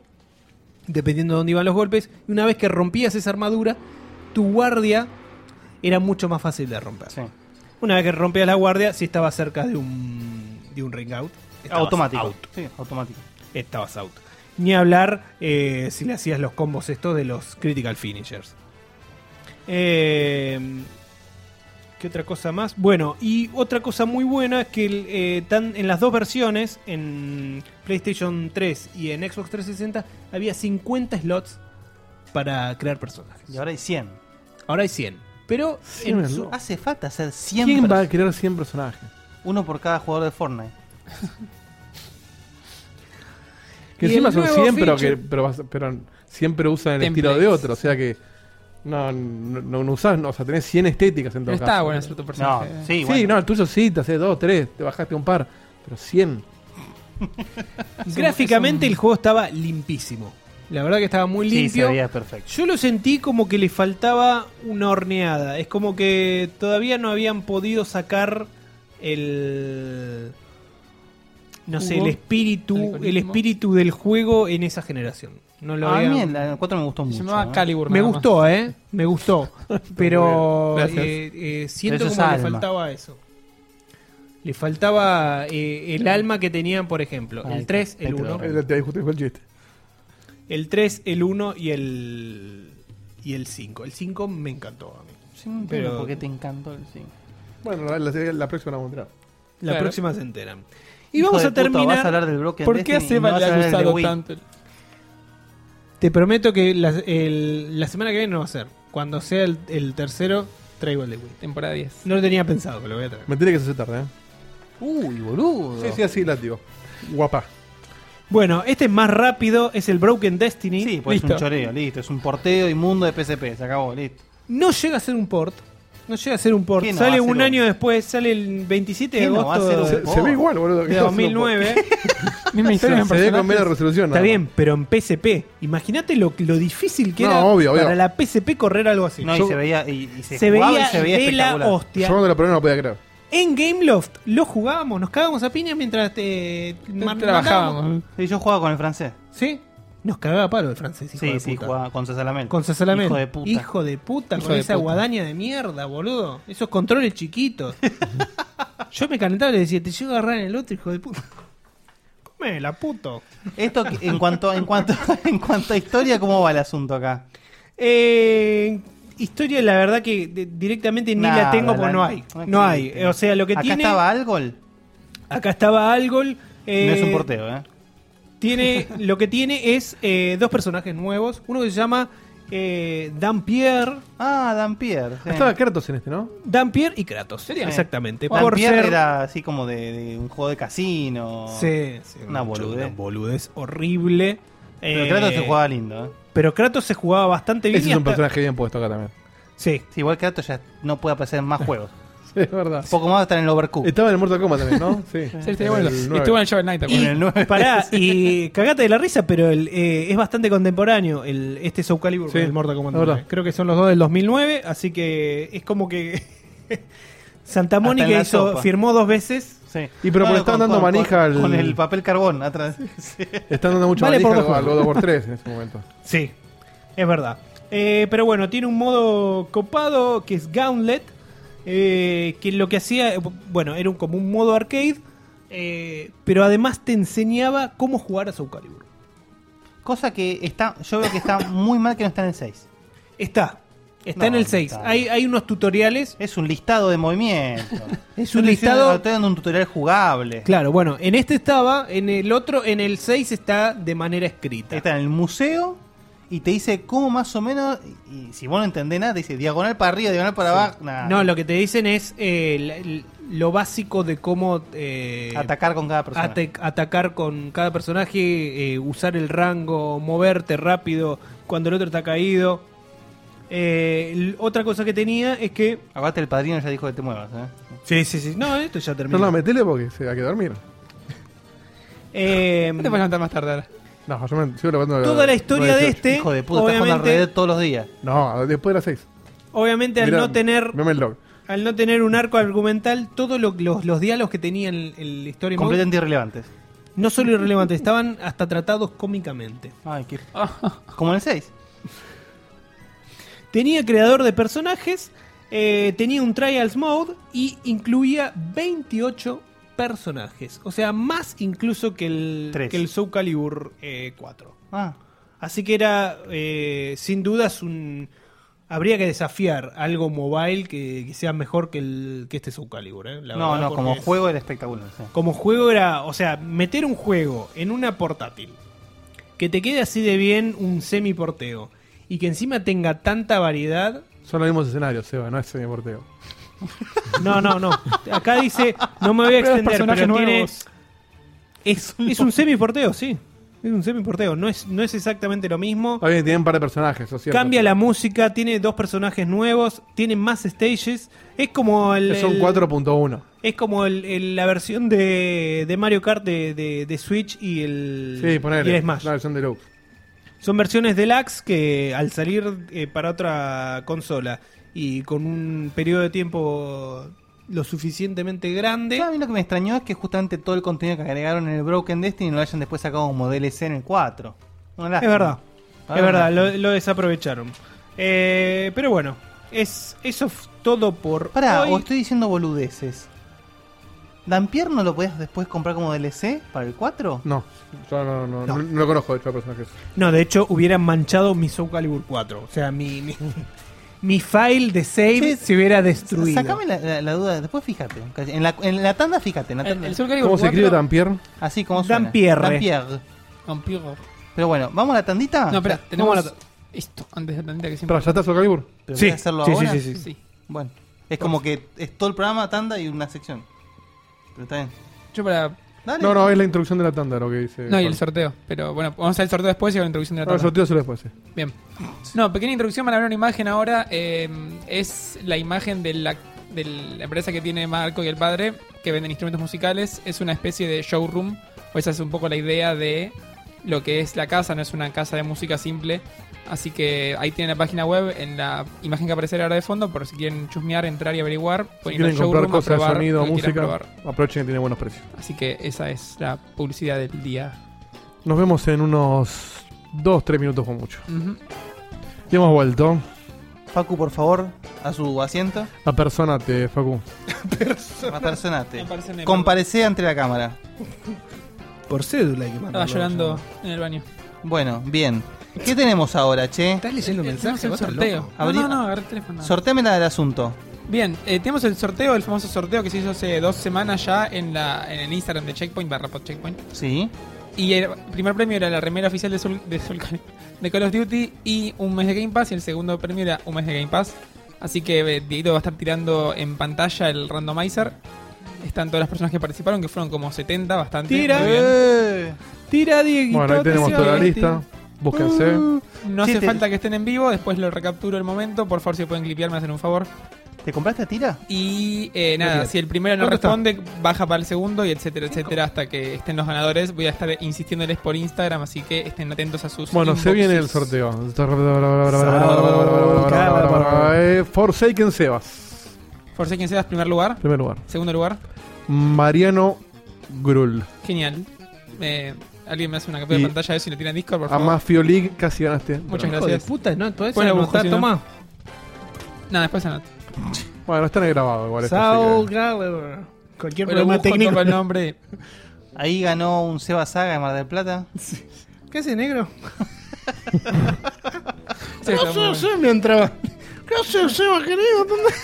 [SPEAKER 5] dependiendo de dónde iban los golpes. Y una vez que rompías esa armadura, tu guardia era mucho más fácil de romper.
[SPEAKER 2] Sí.
[SPEAKER 5] Una vez que rompías la guardia, si estaba cerca de un, de un ring out, estabas
[SPEAKER 2] Automático.
[SPEAKER 5] out.
[SPEAKER 2] Sí, automático.
[SPEAKER 5] Estabas out. Ni hablar eh, si le hacías los combos estos de los critical finishers. Eh, ¿Qué otra cosa más? Bueno, y otra cosa muy buena es que el, eh, tan, en las dos versiones, en PlayStation 3 y en Xbox 360, había 50 slots para crear personajes.
[SPEAKER 2] Y ahora hay 100.
[SPEAKER 5] Ahora hay 100. Pero en
[SPEAKER 4] Cien
[SPEAKER 5] su-
[SPEAKER 4] slots.
[SPEAKER 2] Hace falta hacer 100
[SPEAKER 4] ¿Quién va
[SPEAKER 2] pers-
[SPEAKER 4] a crear 100 personajes?
[SPEAKER 2] uno por cada jugador de Fortnite.
[SPEAKER 4] Que
[SPEAKER 5] Y
[SPEAKER 4] encima
[SPEAKER 5] el
[SPEAKER 4] son
[SPEAKER 5] nuevo
[SPEAKER 4] 100, pero,
[SPEAKER 5] feature-
[SPEAKER 4] que, pero, vas- pero siempre usan el
[SPEAKER 3] Templates.
[SPEAKER 4] estilo de otro. O sea que no, no, no- no usás, no, o sea, tenés 100 estéticas en todo
[SPEAKER 3] Pero está
[SPEAKER 4] caso. eh,
[SPEAKER 3] bueno hacer tu
[SPEAKER 2] No,
[SPEAKER 3] personaje.
[SPEAKER 2] sí,
[SPEAKER 4] Sí,
[SPEAKER 2] bueno.
[SPEAKER 4] no, el tuyo sí, te haces 2, 3, te bajaste un par, pero 100.
[SPEAKER 5] gráficamente el juego estaba limpísimo. La verdad que estaba muy
[SPEAKER 2] sí, se
[SPEAKER 5] limpio.
[SPEAKER 2] veía perfecto.
[SPEAKER 5] Yo lo sentí como que le faltaba una horneada. Es como que todavía no habían podido sacar el. No sé, el
[SPEAKER 3] Jugo,
[SPEAKER 5] espíritu,
[SPEAKER 3] alcoholismo.
[SPEAKER 5] el espíritu del juego en esa generación. No lo
[SPEAKER 2] a
[SPEAKER 5] habían-
[SPEAKER 2] mí en la 4 me gustó
[SPEAKER 3] Se
[SPEAKER 2] mucho.
[SPEAKER 3] llamaba
[SPEAKER 2] ¿eh?
[SPEAKER 3] Calibur.
[SPEAKER 5] Me
[SPEAKER 3] nada más.
[SPEAKER 5] gustó, ¿eh? Me gustó. Pero
[SPEAKER 4] muy bien. Gracias.
[SPEAKER 5] eh, eh, siento
[SPEAKER 2] Pero eso
[SPEAKER 5] como
[SPEAKER 2] es
[SPEAKER 5] le
[SPEAKER 2] alma.
[SPEAKER 5] faltaba eso. Le faltaba eh, el alma que tenían, por ejemplo,
[SPEAKER 2] Ahí
[SPEAKER 5] el
[SPEAKER 2] está,
[SPEAKER 5] 3,
[SPEAKER 2] ahí
[SPEAKER 5] el
[SPEAKER 2] te lo
[SPEAKER 5] 1.
[SPEAKER 2] doy.
[SPEAKER 4] Eh, Te justo el chiste.
[SPEAKER 5] El 3, el 1 y el y el 5. El 5 me encantó a mí.
[SPEAKER 2] Sí, no entiendo
[SPEAKER 5] Pero-
[SPEAKER 2] por qué te encantó el 5.
[SPEAKER 4] Bueno, la, la- la próxima la vamos a entrar.
[SPEAKER 5] La
[SPEAKER 3] Claro.
[SPEAKER 5] próxima se enteran. Y vamos a terminar.
[SPEAKER 2] vas a hablar del bloque
[SPEAKER 3] ¿Por qué a Seba le ha gustado tanto? el-
[SPEAKER 5] Te prometo que la, el- la semana que viene no va a ser. Cuando sea el, el tercero, traigo el de Wii.
[SPEAKER 3] Temporada 10.
[SPEAKER 5] No lo tenía pensado, pero lo voy a traer.
[SPEAKER 4] Me enteré que se hace tarde, ¿eh?
[SPEAKER 2] Uy, boludo.
[SPEAKER 4] Sí, sí, así látigo. Guapa.
[SPEAKER 5] Bueno, este es más rápido, es el Broken Destiny.
[SPEAKER 2] Sí, pues es
[SPEAKER 5] Listo.
[SPEAKER 2] un choreo, listo. Es un porteo inmundo de PSP, se acabó, listo.
[SPEAKER 5] No llega a ser un port. No llega a ser un port.
[SPEAKER 2] ¿Quién no va
[SPEAKER 5] Sale
[SPEAKER 2] a
[SPEAKER 5] un
[SPEAKER 2] ser
[SPEAKER 5] año después, sale el 27 de
[SPEAKER 2] ¿Quién no va a
[SPEAKER 5] agosto
[SPEAKER 2] ser
[SPEAKER 5] de,
[SPEAKER 2] un-
[SPEAKER 4] Se ve igual, boludo. que estás haciendo un
[SPEAKER 5] 2009.
[SPEAKER 3] Misma
[SPEAKER 4] po- Se,
[SPEAKER 3] historia. mismo
[SPEAKER 4] se ve con menos
[SPEAKER 3] personaje.
[SPEAKER 4] resolución.
[SPEAKER 5] Está
[SPEAKER 4] nada
[SPEAKER 5] bien, pero en PSP. Imagínate lo, lo difícil que
[SPEAKER 4] No,
[SPEAKER 5] era
[SPEAKER 4] obvio, obvio.
[SPEAKER 5] para la PSP correr algo así.
[SPEAKER 2] No, y
[SPEAKER 4] Yo-
[SPEAKER 2] se veía, y, y se,
[SPEAKER 5] se,
[SPEAKER 2] jugaba
[SPEAKER 5] veía
[SPEAKER 2] y se veía
[SPEAKER 5] de la
[SPEAKER 2] espectacular.
[SPEAKER 4] más. Yo
[SPEAKER 5] hostia.
[SPEAKER 4] cuando la probé no la podía creer.
[SPEAKER 5] En Gameloft lo jugábamos, nos cagábamos a piña mientras te mar- mandábamos.
[SPEAKER 3] Trabajábamos.
[SPEAKER 2] Sí, yo jugaba con el francés.
[SPEAKER 5] ¿Sí? Nos cagaba a palo el francés, hijo
[SPEAKER 2] Sí,
[SPEAKER 5] de
[SPEAKER 2] sí,
[SPEAKER 5] puta.
[SPEAKER 2] jugaba con César Lamel.
[SPEAKER 5] Con Sasalamel.
[SPEAKER 2] Hijo de puta.
[SPEAKER 5] Hijo de puta,
[SPEAKER 3] Hijo
[SPEAKER 5] con
[SPEAKER 3] de
[SPEAKER 5] esa
[SPEAKER 3] puta.
[SPEAKER 5] guadaña de mierda, boludo. Esos controles chiquitos. Yo me calentaba y le decía, te llego a agarrar en el otro, hijo de puta. Comela, puto.
[SPEAKER 2] Esto que- en cuanto en cuanto en cuanto a historia cómo va el asunto acá.
[SPEAKER 5] Eh, historia, la verdad que de- directamente ni
[SPEAKER 2] Nada,
[SPEAKER 5] la tengo porque no hay. No hay.
[SPEAKER 2] existe.
[SPEAKER 5] O sea, lo que
[SPEAKER 2] acá
[SPEAKER 5] tiene.
[SPEAKER 2] estaba Algol,
[SPEAKER 5] Acá estaba Algol. eh,
[SPEAKER 2] no es un porteo, ¿eh?
[SPEAKER 5] Tiene, lo que tiene es eh, dos personajes nuevos. Uno que se llama eh, Dan Pierre.
[SPEAKER 2] Ah, Dampier. sí.
[SPEAKER 4] Estaba Kratos en este, ¿no?
[SPEAKER 5] Dan Pierre y Kratos. Exactamente.
[SPEAKER 2] Dampier
[SPEAKER 5] Por ser-
[SPEAKER 2] era así como de, de un juego de casino.
[SPEAKER 5] Sí, sí,
[SPEAKER 2] Una
[SPEAKER 5] mucho,
[SPEAKER 2] boludez.
[SPEAKER 5] Una boludez horrible.
[SPEAKER 2] Pero
[SPEAKER 5] Eh,
[SPEAKER 2] Kratos se jugaba lindo, ¿eh?
[SPEAKER 5] pero Kratos se jugaba bastante bien.
[SPEAKER 4] Ese
[SPEAKER 5] y
[SPEAKER 4] es un
[SPEAKER 5] hasta-
[SPEAKER 4] personaje bien puesto acá también.
[SPEAKER 5] Sí.
[SPEAKER 2] Sí, igual Kratos ya no puede aparecer en más juegos.
[SPEAKER 4] Sí, es verdad.
[SPEAKER 2] Poco más va a estar en el Overcooked.
[SPEAKER 4] Estaba en el Mortal Kombat también, ¿no? Sí.
[SPEAKER 3] Sí, estaría bueno.
[SPEAKER 4] El
[SPEAKER 3] Estuvo
[SPEAKER 4] nueve.
[SPEAKER 3] en el Shovel Knight, ¿te
[SPEAKER 2] Con
[SPEAKER 3] acuerdas?
[SPEAKER 2] el 9.
[SPEAKER 5] Pará, y cagate de la risa, pero el, eh, es bastante contemporáneo el, este Soul Calibur
[SPEAKER 4] Sí,
[SPEAKER 5] con el Mortal Kombat
[SPEAKER 4] la verdad.
[SPEAKER 5] 9. Creo que son los dos del 2009, así que es como que
[SPEAKER 2] Hasta
[SPEAKER 5] Santa
[SPEAKER 2] en
[SPEAKER 5] Mónica
[SPEAKER 2] la
[SPEAKER 5] hizo-
[SPEAKER 2] sopa.
[SPEAKER 5] firmó dos veces.
[SPEAKER 2] Sí.
[SPEAKER 4] Y pero porque estaban dando manija
[SPEAKER 2] con,
[SPEAKER 4] al-
[SPEAKER 2] con el papel carbón atrás. Sí.
[SPEAKER 4] Están dando mucho
[SPEAKER 5] Vale
[SPEAKER 4] manija
[SPEAKER 5] por dos
[SPEAKER 4] al God of War 3 en ese momento.
[SPEAKER 5] Sí, es verdad. Eh, pero bueno, tiene un modo copado que es Gauntlet. eh, que lo que hacía, eh, bueno, era un- como un modo arcade. eh, pero además te enseñaba cómo jugar a Soul Calibur.
[SPEAKER 2] Cosa que está, yo veo que está muy mal que no está en el 6.
[SPEAKER 5] Está, está
[SPEAKER 2] No,
[SPEAKER 5] en el
[SPEAKER 2] no
[SPEAKER 5] 6.
[SPEAKER 2] está.
[SPEAKER 5] Hay, hay unos tutoriales.
[SPEAKER 2] Es un listado de movimientos.
[SPEAKER 5] Es un
[SPEAKER 2] Estoy
[SPEAKER 5] listado-
[SPEAKER 2] diciendo- Estoy dando un tutorial jugable.
[SPEAKER 5] Claro, bueno, en este estaba, en el otro, en el 6 está de manera escrita.
[SPEAKER 2] Está en el museo y te dice cómo más o menos. Y si vos no entendés nada, te dice diagonal para arriba, diagonal para abajo. nada.
[SPEAKER 5] No, lo que te dicen es eh, la- l- lo básico de cómo eh,
[SPEAKER 2] Atacar con cada persona.
[SPEAKER 5] ate- atacar con cada personaje, eh, usar el rango, moverte rápido cuando el otro está caído. Eh, l- otra cosa que tenía es que...
[SPEAKER 2] Aguante el padrino ya dijo que te muevas. ¿eh?
[SPEAKER 5] Sí, sí, sí. No, esto ya terminó.
[SPEAKER 4] No, no, metele porque se va a que dormir.
[SPEAKER 5] Eh,
[SPEAKER 3] No te puedes levantar más tarde ahora.
[SPEAKER 4] No, yo me sigo levantando. a las
[SPEAKER 5] toda la historia de
[SPEAKER 4] 18.
[SPEAKER 5] este...
[SPEAKER 2] Hijo de puta, está jugando
[SPEAKER 5] obviamente,
[SPEAKER 2] alrededor todos los días.
[SPEAKER 4] No, después de las 6.
[SPEAKER 5] obviamente al no tener...
[SPEAKER 4] Meme el log.
[SPEAKER 5] Al no tener un arco argumental, todos lo- los, los diálogos que tenían el, el story mode
[SPEAKER 2] Completamente irrelevantes.
[SPEAKER 5] no solo irrelevantes, estaban hasta tratados cómicamente.
[SPEAKER 2] Ay, qué... Como en el 6.
[SPEAKER 5] Tenía creador de personajes, eh, tenía un Trials Mode y incluía 28 personajes. O sea, más incluso que el,
[SPEAKER 2] Tres.
[SPEAKER 5] que el Soul Calibur eh, 4.
[SPEAKER 2] Ah,
[SPEAKER 5] Así que era, eh, sin dudas, un. Habría que desafiar algo mobile que, que sea mejor que, el, que este Soul Calibur. eh, la
[SPEAKER 2] no,
[SPEAKER 5] verdad,
[SPEAKER 2] no, como
[SPEAKER 5] porque-
[SPEAKER 2] juego era espectacular. sí.
[SPEAKER 5] Como juego era. O sea, meter un juego en una portátil. Que te quede así de bien un semi-porteo. Y que encima tenga tanta variedad.
[SPEAKER 4] Son los mismos escenarios, Seba, no es semiporteo.
[SPEAKER 5] No, no, no. Acá dice. No me voy
[SPEAKER 12] Pruebas
[SPEAKER 5] a extender, pero
[SPEAKER 12] personajes
[SPEAKER 5] tiene.
[SPEAKER 12] nuevos.
[SPEAKER 5] Es, es un semi-porteo, sí. Es un semi-porteo. No es, no es exactamente lo mismo.
[SPEAKER 4] Está bien, tienen un par de personajes, eso es cierto.
[SPEAKER 5] Cambia la música, tiene dos personajes nuevos, tiene más stages. Es como el.
[SPEAKER 4] Es un
[SPEAKER 5] el-
[SPEAKER 4] 4.1.
[SPEAKER 5] Es como el- el- la versión de, de Mario Kart de, de- de Switch y el,
[SPEAKER 4] Sí,
[SPEAKER 5] y
[SPEAKER 4] ponerle.
[SPEAKER 5] el Smash.
[SPEAKER 4] La versión deluxe.
[SPEAKER 5] Son versiones deluxe que al salir eh, para otra consola y con un periodo de tiempo lo suficientemente grande.
[SPEAKER 2] Yo a mí lo que me extrañó es que justamente todo el contenido que agregaron en el Broken Destiny lo hayan después sacado como DLC en el 4. Una
[SPEAKER 5] Es
[SPEAKER 2] lástima.
[SPEAKER 5] verdad.
[SPEAKER 2] Ah,
[SPEAKER 5] es verdad, lo, lo desaprovecharon. Eh, pero bueno, es eso f- todo por.
[SPEAKER 2] Pará,
[SPEAKER 5] hoy.
[SPEAKER 2] o estoy diciendo boludeces. ¿Dampier no lo podías después comprar como DLC para el 4?
[SPEAKER 4] No, yo no, no, no- no lo conozco, de hecho, el personaje.
[SPEAKER 5] No, de hecho, hubieran manchado mi Soul Calibur 4. O sea, mi, mi, mi file de
[SPEAKER 2] Sí.
[SPEAKER 5] save se hubiera destruido.
[SPEAKER 2] Sacame la, la- la duda, después fíjate. En la, en la tanda fíjate, en la
[SPEAKER 3] El,
[SPEAKER 2] tanda.
[SPEAKER 3] el Soul Calibur
[SPEAKER 4] ¿Cómo se
[SPEAKER 3] 4,
[SPEAKER 4] escribe Tampierre?
[SPEAKER 2] Así como suena.
[SPEAKER 5] Dampierre.
[SPEAKER 2] Dampierre.
[SPEAKER 3] Vampiro.
[SPEAKER 2] Pero bueno, ¿vamos a la tandita?
[SPEAKER 3] No, espera,
[SPEAKER 2] Ah, Ya,
[SPEAKER 3] tenemos
[SPEAKER 2] vamos a la-
[SPEAKER 3] esto antes de la tandita que siempre.
[SPEAKER 4] Espera, ¿ya está Soul Calibur?
[SPEAKER 2] ¿Pero
[SPEAKER 5] Sí,
[SPEAKER 2] voy a hacerlo
[SPEAKER 5] sí,
[SPEAKER 2] ahora?
[SPEAKER 5] sí, sí,
[SPEAKER 3] Sí,
[SPEAKER 5] sí.
[SPEAKER 3] sí.
[SPEAKER 2] Bueno, es como que es todo el programa, tanda y una sección. Pero está bien.
[SPEAKER 3] Yo para.
[SPEAKER 2] Dale.
[SPEAKER 4] No, no, es la introducción de la tanda lo que dice.
[SPEAKER 3] Ah, No, y
[SPEAKER 4] Juan.
[SPEAKER 3] el sorteo. Pero bueno, vamos a hacer el sorteo después y a la introducción de la
[SPEAKER 4] No, el
[SPEAKER 3] tanda.
[SPEAKER 4] sorteo se lo después, sí.
[SPEAKER 3] Bien. No, pequeña introducción, van a ver una imagen ahora. eh, es la imagen de la, de la empresa que tiene Marco y el padre, que venden instrumentos musicales. Es una especie de showroom, o esa es un poco la idea de lo que es la casa, no es una casa de música simple. Así que ahí tienen la página web, en la imagen que aparecerá ahora de fondo, por si quieren chusmear, entrar y averiguar.
[SPEAKER 4] Si
[SPEAKER 3] pueden ir al
[SPEAKER 4] quieren comprar
[SPEAKER 3] showroom a
[SPEAKER 4] cosas de
[SPEAKER 3] probar
[SPEAKER 4] sonido,
[SPEAKER 3] lo que quieran
[SPEAKER 4] música,
[SPEAKER 3] probar.
[SPEAKER 4] aprovechen que tiene buenos precios.
[SPEAKER 3] Así que esa es la publicidad del día.
[SPEAKER 4] Nos vemos en unos 2-3 minutos con mucho.
[SPEAKER 3] Ujú.
[SPEAKER 4] Y hemos vuelto.
[SPEAKER 2] Facu, por favor, a su asiento.
[SPEAKER 4] A personate, Facu.
[SPEAKER 2] Apersonate.
[SPEAKER 3] Me parece- me
[SPEAKER 2] Comparece ante la cámara.
[SPEAKER 9] Por cédula hay que mandarlo.
[SPEAKER 3] Estaba llorando en el baño.
[SPEAKER 2] Bueno, bien. ¿Qué tenemos ahora, che?
[SPEAKER 9] ¿Estás leyendo
[SPEAKER 3] Eh, tenemos
[SPEAKER 9] mensajes?
[SPEAKER 3] el
[SPEAKER 9] ¿Vos estás
[SPEAKER 3] sorteo.
[SPEAKER 9] loco?
[SPEAKER 3] No,
[SPEAKER 2] Abrí-
[SPEAKER 3] no, no, agarré el teléfono.
[SPEAKER 2] Sortéamela del asunto.
[SPEAKER 3] Bien, eh, tenemos el sorteo, el famoso sorteo que se hizo hace dos semanas ya en, la, en el Instagram de Checkpoint barra pod Checkpoint.
[SPEAKER 2] Sí.
[SPEAKER 3] Y el primer premio era la remera oficial de, Soul- de, Soul Calibur- de Call of Duty y un mes de Game Pass. Y el segundo premio era un mes de Game Pass. Así que eh, Dieguito va a estar tirando en pantalla el randomizer. Están todas las personas que participaron, que fueron como 70, bastante.
[SPEAKER 5] Tira.
[SPEAKER 3] muy bien.
[SPEAKER 5] Tira, Dieguito.
[SPEAKER 4] Bueno, ahí tenemos
[SPEAKER 5] atención.
[SPEAKER 4] toda la lista. Búsquense.
[SPEAKER 3] Uh,
[SPEAKER 2] Uh.
[SPEAKER 3] No
[SPEAKER 2] Sí,
[SPEAKER 3] hace
[SPEAKER 2] te-
[SPEAKER 3] falta que estén en vivo, después lo recapturo el momento. Por favor, si pueden clipear, me hacen un favor.
[SPEAKER 2] ¿Te compraste a tira?
[SPEAKER 3] Y eh, nada, si el primero no responde, baja para el segundo y etcétera, etcétera, hasta que estén los ganadores. Voy a estar insistiéndoles por Instagram, así que estén atentos a sus.
[SPEAKER 4] Bueno, se
[SPEAKER 3] inboxes.
[SPEAKER 4] viene el sorteo. Eh, Forsaken Sebas.
[SPEAKER 3] Forsaken Sebas, primer lugar.
[SPEAKER 4] Primer lugar.
[SPEAKER 3] Segundo lugar,
[SPEAKER 4] Mariano Grul.
[SPEAKER 3] genial. Eh, Alguien me hace una captura
[SPEAKER 4] Y-
[SPEAKER 3] de pantalla de eso y le tiran Discord, por
[SPEAKER 4] A
[SPEAKER 3] favor.
[SPEAKER 4] Mafio League casi ganaste.
[SPEAKER 3] Muchas
[SPEAKER 5] Hijo de
[SPEAKER 3] gracias.
[SPEAKER 5] puta, no, todo eso
[SPEAKER 3] Bueno,
[SPEAKER 5] no
[SPEAKER 3] vos,
[SPEAKER 5] está
[SPEAKER 3] si no.
[SPEAKER 5] tomá.
[SPEAKER 3] Nada, después anoto.
[SPEAKER 4] Bueno, están ahí grabado igual. esto, así
[SPEAKER 5] Saul
[SPEAKER 4] que-
[SPEAKER 5] Gallagher. Cualquier
[SPEAKER 3] Pero
[SPEAKER 5] problema
[SPEAKER 3] busco
[SPEAKER 5] técnico.
[SPEAKER 3] toco el nombre.
[SPEAKER 2] Ahí ganó un Seba Saga de Mar del Plata.
[SPEAKER 5] ¿Qué hace negro?
[SPEAKER 3] Sí, está muy bueno.
[SPEAKER 9] me entraba. ¿Qué haces, Seba, querido? ¿Dónde-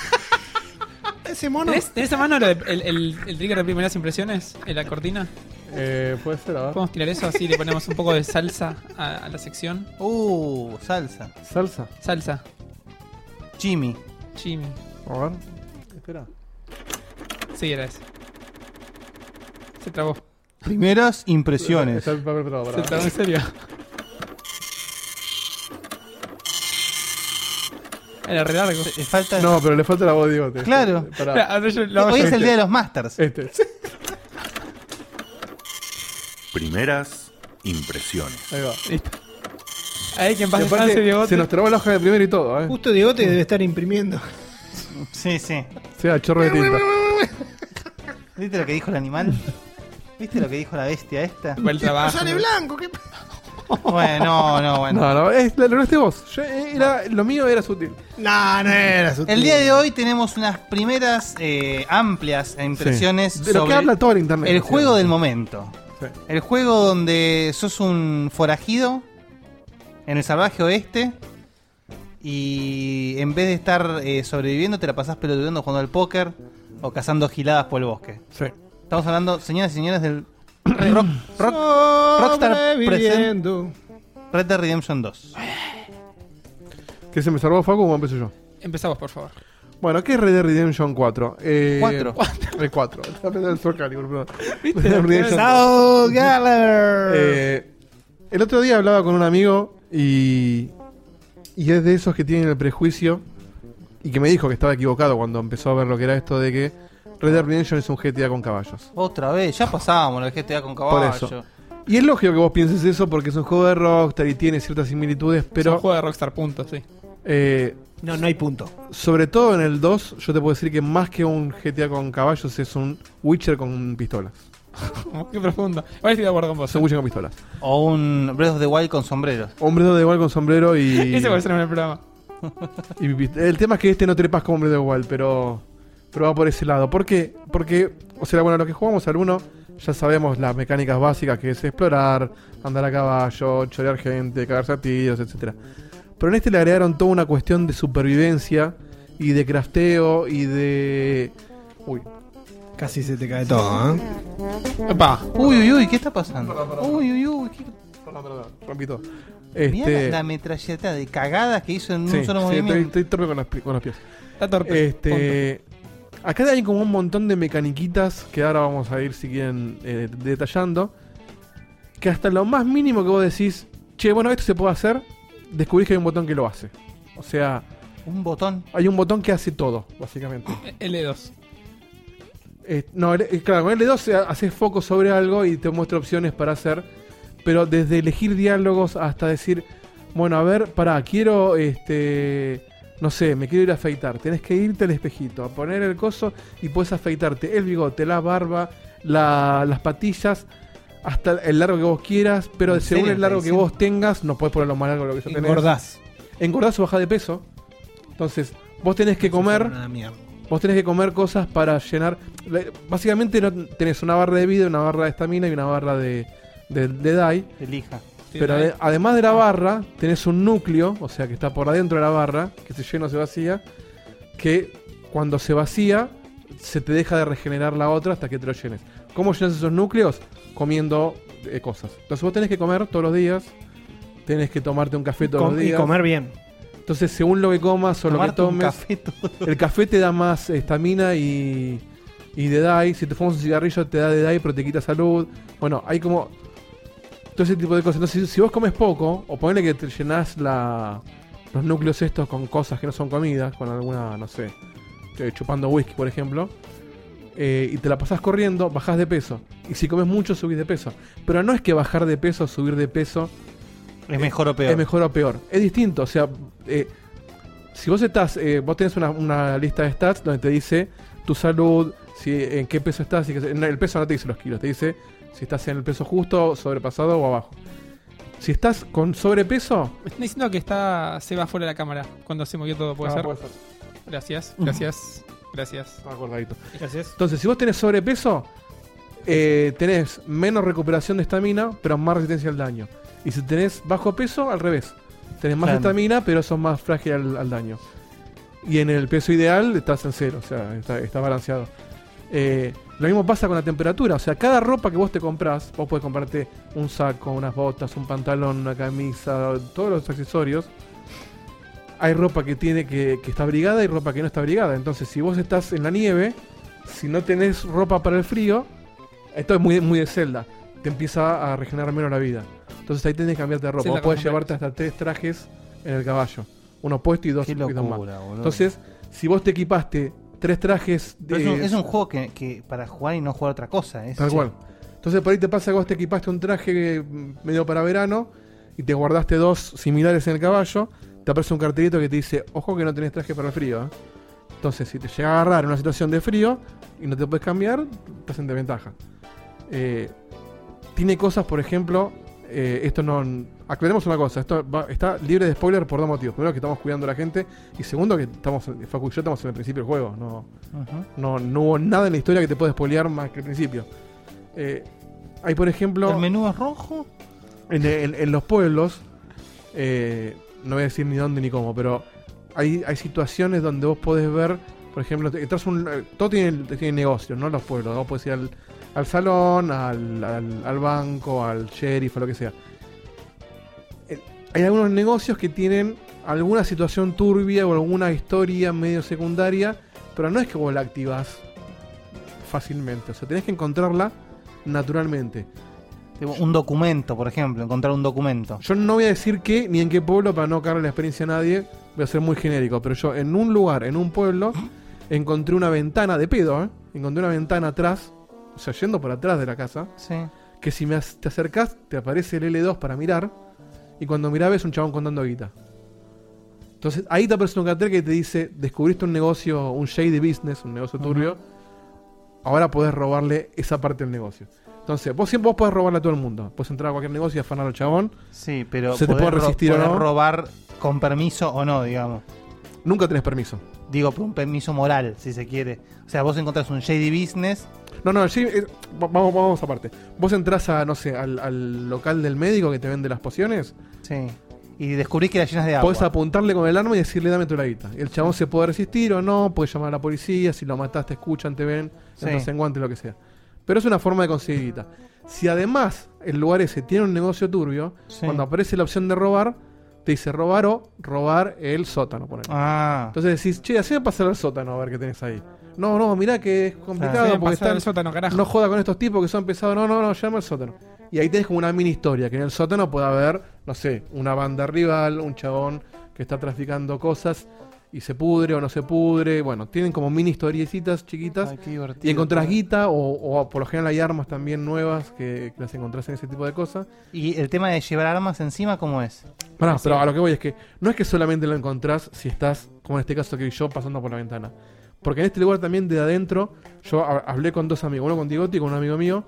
[SPEAKER 9] Ese mono.
[SPEAKER 3] ¿Tenés, tenés a mano lo de- el, el- el trigger de primeras impresiones? en ¿La cortina?
[SPEAKER 4] Eh, puede ser, a ver.
[SPEAKER 3] ¿Podemos tirar eso? Así le ponemos un poco de salsa a- a la sección.
[SPEAKER 2] Uh, salsa.
[SPEAKER 4] Salsa.
[SPEAKER 3] Salsa.
[SPEAKER 2] Jimmy.
[SPEAKER 3] Jimmy.
[SPEAKER 4] A ver. Espera.
[SPEAKER 3] Sí, era ese. Se trabó.
[SPEAKER 2] Primeras impresiones.
[SPEAKER 4] Está el papel trabado,
[SPEAKER 3] Se
[SPEAKER 4] pará.
[SPEAKER 3] trabó en serio.
[SPEAKER 4] Ah.
[SPEAKER 3] Era re largo.
[SPEAKER 2] Eh, Falta.
[SPEAKER 4] No, pero le falta la voz, digo. te-
[SPEAKER 2] Claro.
[SPEAKER 4] pará.
[SPEAKER 3] Espera, ahora yo lo hago este.
[SPEAKER 2] Hoy
[SPEAKER 3] yo.
[SPEAKER 2] es el día de los Masters.
[SPEAKER 4] Este.
[SPEAKER 13] Primeras impresiones.
[SPEAKER 4] Ahí va.
[SPEAKER 3] Listo. Ahí que en paz
[SPEAKER 4] Y aparte,
[SPEAKER 3] descanse, Diegote.
[SPEAKER 4] se nos trabó la hoja de primero y todo, eh.
[SPEAKER 5] Justo Diegote debe estar imprimiendo.
[SPEAKER 2] Sí, sí.
[SPEAKER 4] Sea chorro de tinta.
[SPEAKER 2] ¿Viste lo que dijo el animal? ¿Viste lo que dijo la bestia esta?
[SPEAKER 3] Fue el trabajo.
[SPEAKER 9] sale blanco, ¿qué
[SPEAKER 2] Bueno, no, no, bueno.
[SPEAKER 4] No, no, es, lo lograste vos. Yo- eh, era, lo mío era sutil.
[SPEAKER 9] No, no era su
[SPEAKER 2] El día de hoy tenemos unas primeras eh, amplias impresiones
[SPEAKER 4] De lo que
[SPEAKER 2] sobre
[SPEAKER 4] habla todo el internet.
[SPEAKER 2] el
[SPEAKER 4] Sí.
[SPEAKER 2] juego del momento.
[SPEAKER 4] Sí.
[SPEAKER 2] El juego donde sos un forajido en el salvaje oeste y en vez de estar eh, sobreviviendo te la pasás pelotudeando jugando al póker o cazando giladas por el bosque.
[SPEAKER 4] Sí.
[SPEAKER 2] Estamos hablando, señoras y señores, del rock, rock- Rockstar Present Red Dead Redemption 2.
[SPEAKER 4] ¿Que se me salvó Facu o empecé yo?
[SPEAKER 3] Empezamos, por favor.
[SPEAKER 4] Bueno, ¿qué es Red Dead Redemption 4? Eh,
[SPEAKER 2] Cuatro.
[SPEAKER 4] El 4. Estaba pensando en Soul Calibur, perdón. Red Dead Redemption
[SPEAKER 9] Sao Gallagher.
[SPEAKER 4] Eh, el otro día hablaba con un amigo y, y es de esos que tienen el prejuicio y que me dijo que estaba equivocado cuando empezó a ver lo que era esto de que Red Dead Redemption es un GTA con caballos.
[SPEAKER 2] Otra vez, ya pasábamos la GTA con caballo.
[SPEAKER 4] Por eso. Y es lógico que vos pienses eso porque es un juego de Rockstar y tiene ciertas similitudes,
[SPEAKER 3] Pero. Es un
[SPEAKER 4] pero
[SPEAKER 3] juego de Rockstar, punto, sí.
[SPEAKER 4] eh,
[SPEAKER 8] No, no hay punto.
[SPEAKER 4] sobre todo en el 2 yo te puedo decir que más que un GTA con caballos es un Witcher con pistolas.
[SPEAKER 3] Qué profundo. Ahora estoy de acuerdo con vos.
[SPEAKER 4] Es un Witcher con pistolas.
[SPEAKER 2] O un Breath of the Wild con sombrero.
[SPEAKER 4] Hombre de igual con sombrero y...
[SPEAKER 3] ¿eh? Ese puede ser en el programa.
[SPEAKER 4] Y vi- el tema es que este no trepas como hombre de igual, pero, pero va por ese lado. ¿Por qué? Porque, o sea, bueno, lo que jugamos al 1, ya sabemos las mecánicas básicas que es explorar, andar a caballo, chorear gente, cagarse a tiros, etc. Pero en este le agregaron toda una cuestión de supervivencia y de crafteo y de. Uy,
[SPEAKER 9] Casi se te cae todo, ¿eh?
[SPEAKER 3] Epa.
[SPEAKER 2] Uy, uy, uy, ¿qué está pasando? Uy, uy, uy, ¿qué...
[SPEAKER 4] Ah, perdón, perdón, rompí todo.
[SPEAKER 2] mirá
[SPEAKER 4] Este,
[SPEAKER 2] la, la metralleta de cagadas que hizo en
[SPEAKER 4] sí,
[SPEAKER 2] un solo
[SPEAKER 4] sí,
[SPEAKER 2] movimiento.
[SPEAKER 4] estoy, estoy torpe con los, pi- con los pies.
[SPEAKER 3] Está
[SPEAKER 5] Eh,
[SPEAKER 3] torpe.
[SPEAKER 4] Este. Acá hay como un montón de mecaniquitas que ahora vamos a ir, si quieren, eh, detallando. Que hasta lo más mínimo que vos decís, che, bueno, esto se puede hacer, descubrís que hay un botón que lo hace. O sea,
[SPEAKER 2] Un botón.
[SPEAKER 4] hay un botón que hace todo, básicamente.
[SPEAKER 3] Punto. L2.
[SPEAKER 4] Eh, no, el- eh, claro, con L2 se- haces foco sobre algo y te muestra opciones para hacer. Pero desde elegir diálogos hasta decir, bueno, a ver, pará, quiero, este, no sé, me quiero ir a afeitar. Tenés que irte al espejito, a poner el coso y puedes afeitarte el bigote, la barba, la- las patillas, hasta el largo que vos quieras. Pero
[SPEAKER 2] ¿En
[SPEAKER 4] según
[SPEAKER 2] serio?
[SPEAKER 4] el largo
[SPEAKER 2] ¿Te
[SPEAKER 4] que
[SPEAKER 2] dicen?
[SPEAKER 4] vos tengas, no podés ponerlo más largo de lo que ya tenés.
[SPEAKER 8] Engordás.
[SPEAKER 4] Engordás o bajás de peso. Entonces, vos tenés que comer.
[SPEAKER 8] Una mierda.
[SPEAKER 4] Vos tenés que comer cosas para llenar. la- Básicamente no tenés una barra de vida, una barra de estamina y una barra de, de, de die.
[SPEAKER 2] Elija.
[SPEAKER 4] Pero ade- además de la barra, tenés un núcleo, o sea que está por adentro de la barra, que se llena o se vacía, que cuando se vacía, se te deja de regenerar la otra hasta que te lo llenes. ¿Cómo llenas esos núcleos? Comiendo eh, cosas. Entonces vos tenés que comer todos los días, tenés que tomarte un café todos
[SPEAKER 8] Com-
[SPEAKER 4] los
[SPEAKER 8] y
[SPEAKER 4] días.
[SPEAKER 8] comer bien.
[SPEAKER 4] Entonces, según lo que comas o lo que
[SPEAKER 2] Tomarte un
[SPEAKER 4] tomes.
[SPEAKER 2] café todo.
[SPEAKER 4] El café te da más estamina y, y de die. Si te fumas un cigarrillo te da de die, pero te quita salud. Bueno, hay como todo ese tipo de cosas. Entonces, si, si vos comes poco, o ponele que te llenás la, los núcleos estos con cosas que no son comidas, con alguna, no sé, eh, chupando whisky, por ejemplo, eh, y te la pasás corriendo, bajás de peso. Y si comes mucho, subís de peso. Pero no es que bajar de peso o subir de peso
[SPEAKER 2] Es mejor o peor.
[SPEAKER 4] es mejor o peor. Es distinto, o sea, eh, si vos estás, eh, vos tenés una, una lista de stats donde te dice tu salud, si en qué peso estás, y que- no, el peso no te dice los kilos, te dice si estás en el peso justo, sobrepasado o abajo. Si estás con sobrepeso,
[SPEAKER 3] Me están diciendo que está se va fuera de la cámara cuando se movió todo, puede
[SPEAKER 4] Ah,
[SPEAKER 3] ser.
[SPEAKER 4] puede ser.
[SPEAKER 3] Gracias, gracias, gracias.
[SPEAKER 4] Estaba acordadito.
[SPEAKER 8] Gracias.
[SPEAKER 4] Entonces, si vos tenés sobrepeso, eh, tenés menos recuperación de estamina, pero más resistencia al daño. Y si tenés bajo peso, al revés. Tenés más
[SPEAKER 2] Claro.
[SPEAKER 4] estamina, pero sos más frágil al, al daño. Y en el peso ideal estás en cero, o sea, está, está balanceado. Eh, lo mismo pasa con la temperatura, o sea, cada ropa que vos te compras, vos podés comprarte un saco, unas botas, un pantalón, una camisa, todos los accesorios. Hay ropa que tiene que, que está abrigada y ropa que no está abrigada. Entonces, si vos estás en la nieve, si no tenés ropa para el frío, esto es muy, muy de celda, te empieza a regenerar menos la vida. Entonces ahí tenés que cambiarte de ropa.
[SPEAKER 3] Zelda
[SPEAKER 4] Vos podés
[SPEAKER 3] con sombreros.
[SPEAKER 4] llevarte hasta tres trajes en el caballo. Uno puesto y dos,
[SPEAKER 2] Qué
[SPEAKER 4] y dos más.
[SPEAKER 2] locura, boludo.
[SPEAKER 4] Entonces, si vos te equipaste tres trajes
[SPEAKER 2] Pero es, un,
[SPEAKER 4] eh,
[SPEAKER 2] es un juego que, que para jugar y no jugar otra cosa. Es,
[SPEAKER 4] Tal cual. Entonces por ahí te pasa que vos te equipaste un traje eh, medio para verano y te guardaste dos similares en el caballo, te aparece un cartelito que te dice, ojo que no tenés traje para el frío. ¿eh". Entonces si te llega a agarrar en una situación de frío y no te puedes cambiar, estás en desventaja. eh, tiene cosas, por ejemplo, eh, esto no... Aclaremos una cosa, esto va- está libre de spoiler por dos motivos. Primero, que estamos cuidando a la gente. Y segundo, que estamos, Facu y yo estamos en el principio del juego. No, no, no hubo nada en la historia que te pueda spoilear más que el principio. Eh, hay, por ejemplo...
[SPEAKER 2] ¿El menú es rojo?
[SPEAKER 4] En, en- en los pueblos, eh, no voy a decir ni dónde ni cómo, pero hay, hay situaciones donde vos podés ver, por ejemplo, te- entras a un, eh, todo tiene, tiene negocios, ¿no? Los pueblos, vos podés ir al, al salón, al, al- al banco, al sheriff, a lo que sea. Eh, Hay algunos negocios que tienen alguna situación turbia o alguna historia medio secundaria, pero no es que vos la activás fácilmente, o sea, tenés que encontrarla naturalmente.
[SPEAKER 2] Tipo, Un documento, por ejemplo, encontrar un documento.
[SPEAKER 4] Yo no voy a decir qué ni en qué pueblo para no cargar la experiencia a nadie. Voy a ser muy genérico. Pero yo en un lugar, en un pueblo, encontré una ventana de pedo, ¿eh? Encontré una ventana atrás, o sea, yendo por atrás de la casa,
[SPEAKER 2] Sí.
[SPEAKER 4] que si me ac- te acercás te aparece el L2 para mirar. Y cuando mirás ves un chabón contando guita. Entonces ahí te aparece un cartel que te dice, descubriste un negocio, un shady business, un negocio turbio. Ahora podés robarle esa parte del negocio. Entonces, vos siempre vos podés robarle a todo el mundo. Podés entrar a cualquier negocio y afanar al chabón.
[SPEAKER 2] Sí, pero
[SPEAKER 4] ¿Se te
[SPEAKER 2] poder
[SPEAKER 4] puede
[SPEAKER 2] ro-
[SPEAKER 4] resistir o
[SPEAKER 2] poder
[SPEAKER 4] no?
[SPEAKER 2] robar con permiso o no, digamos.
[SPEAKER 4] Nunca tenés permiso.
[SPEAKER 2] Digo, por un permiso moral, si se quiere. O sea, vos encontrás un shady business.
[SPEAKER 4] No, no, sí, eh, va- vamos, vamos aparte. Vos entrás a, no sé, al, al local del médico que te vende las pociones,
[SPEAKER 2] Sí. Y descubrís que la llenas de agua.
[SPEAKER 4] podés apuntarle con el arma y decirle dame tu laguita. El chabón se puede resistir o no, puede llamar a la policía, si lo matás te escuchan, te ven,
[SPEAKER 2] Sí.
[SPEAKER 4] te entras en guante, lo que sea. Pero es una forma de conseguir guita. Si además el lugar ese tiene un negocio turbio,
[SPEAKER 2] Sí.
[SPEAKER 4] cuando aparece la opción de robar, te dice robar o robar el sótano, por
[SPEAKER 2] Ah,
[SPEAKER 4] Entonces decís, che, así me pasar al sótano a ver qué tenés ahí. No, no, mirá que es complicado
[SPEAKER 3] Haceme
[SPEAKER 4] porque
[SPEAKER 3] pasar
[SPEAKER 4] están,
[SPEAKER 3] al sótano, carajo.
[SPEAKER 4] no joda con estos tipos que son pesados. No, no, no, llama al sótano. Y ahí tenés como una mini historia, que en el sótano puede haber, no sé, una banda rival, un chabón que está traficando cosas y se pudre o no se pudre. Bueno, tienen como mini historiecitas chiquitas.
[SPEAKER 2] Ay, qué divertido.
[SPEAKER 4] y encontrás guita o, o por lo general hay armas también nuevas que, que las encontrás en ese tipo de cosas.
[SPEAKER 2] ¿Y el tema de llevar armas encima cómo es?
[SPEAKER 4] Pará, pero a lo que voy es que no es que solamente lo encontrás si estás, como en este caso que yo, pasando por la ventana. Porque en este lugar también de adentro, yo ha- hablé con dos amigos, uno con Diegote y con un amigo mío.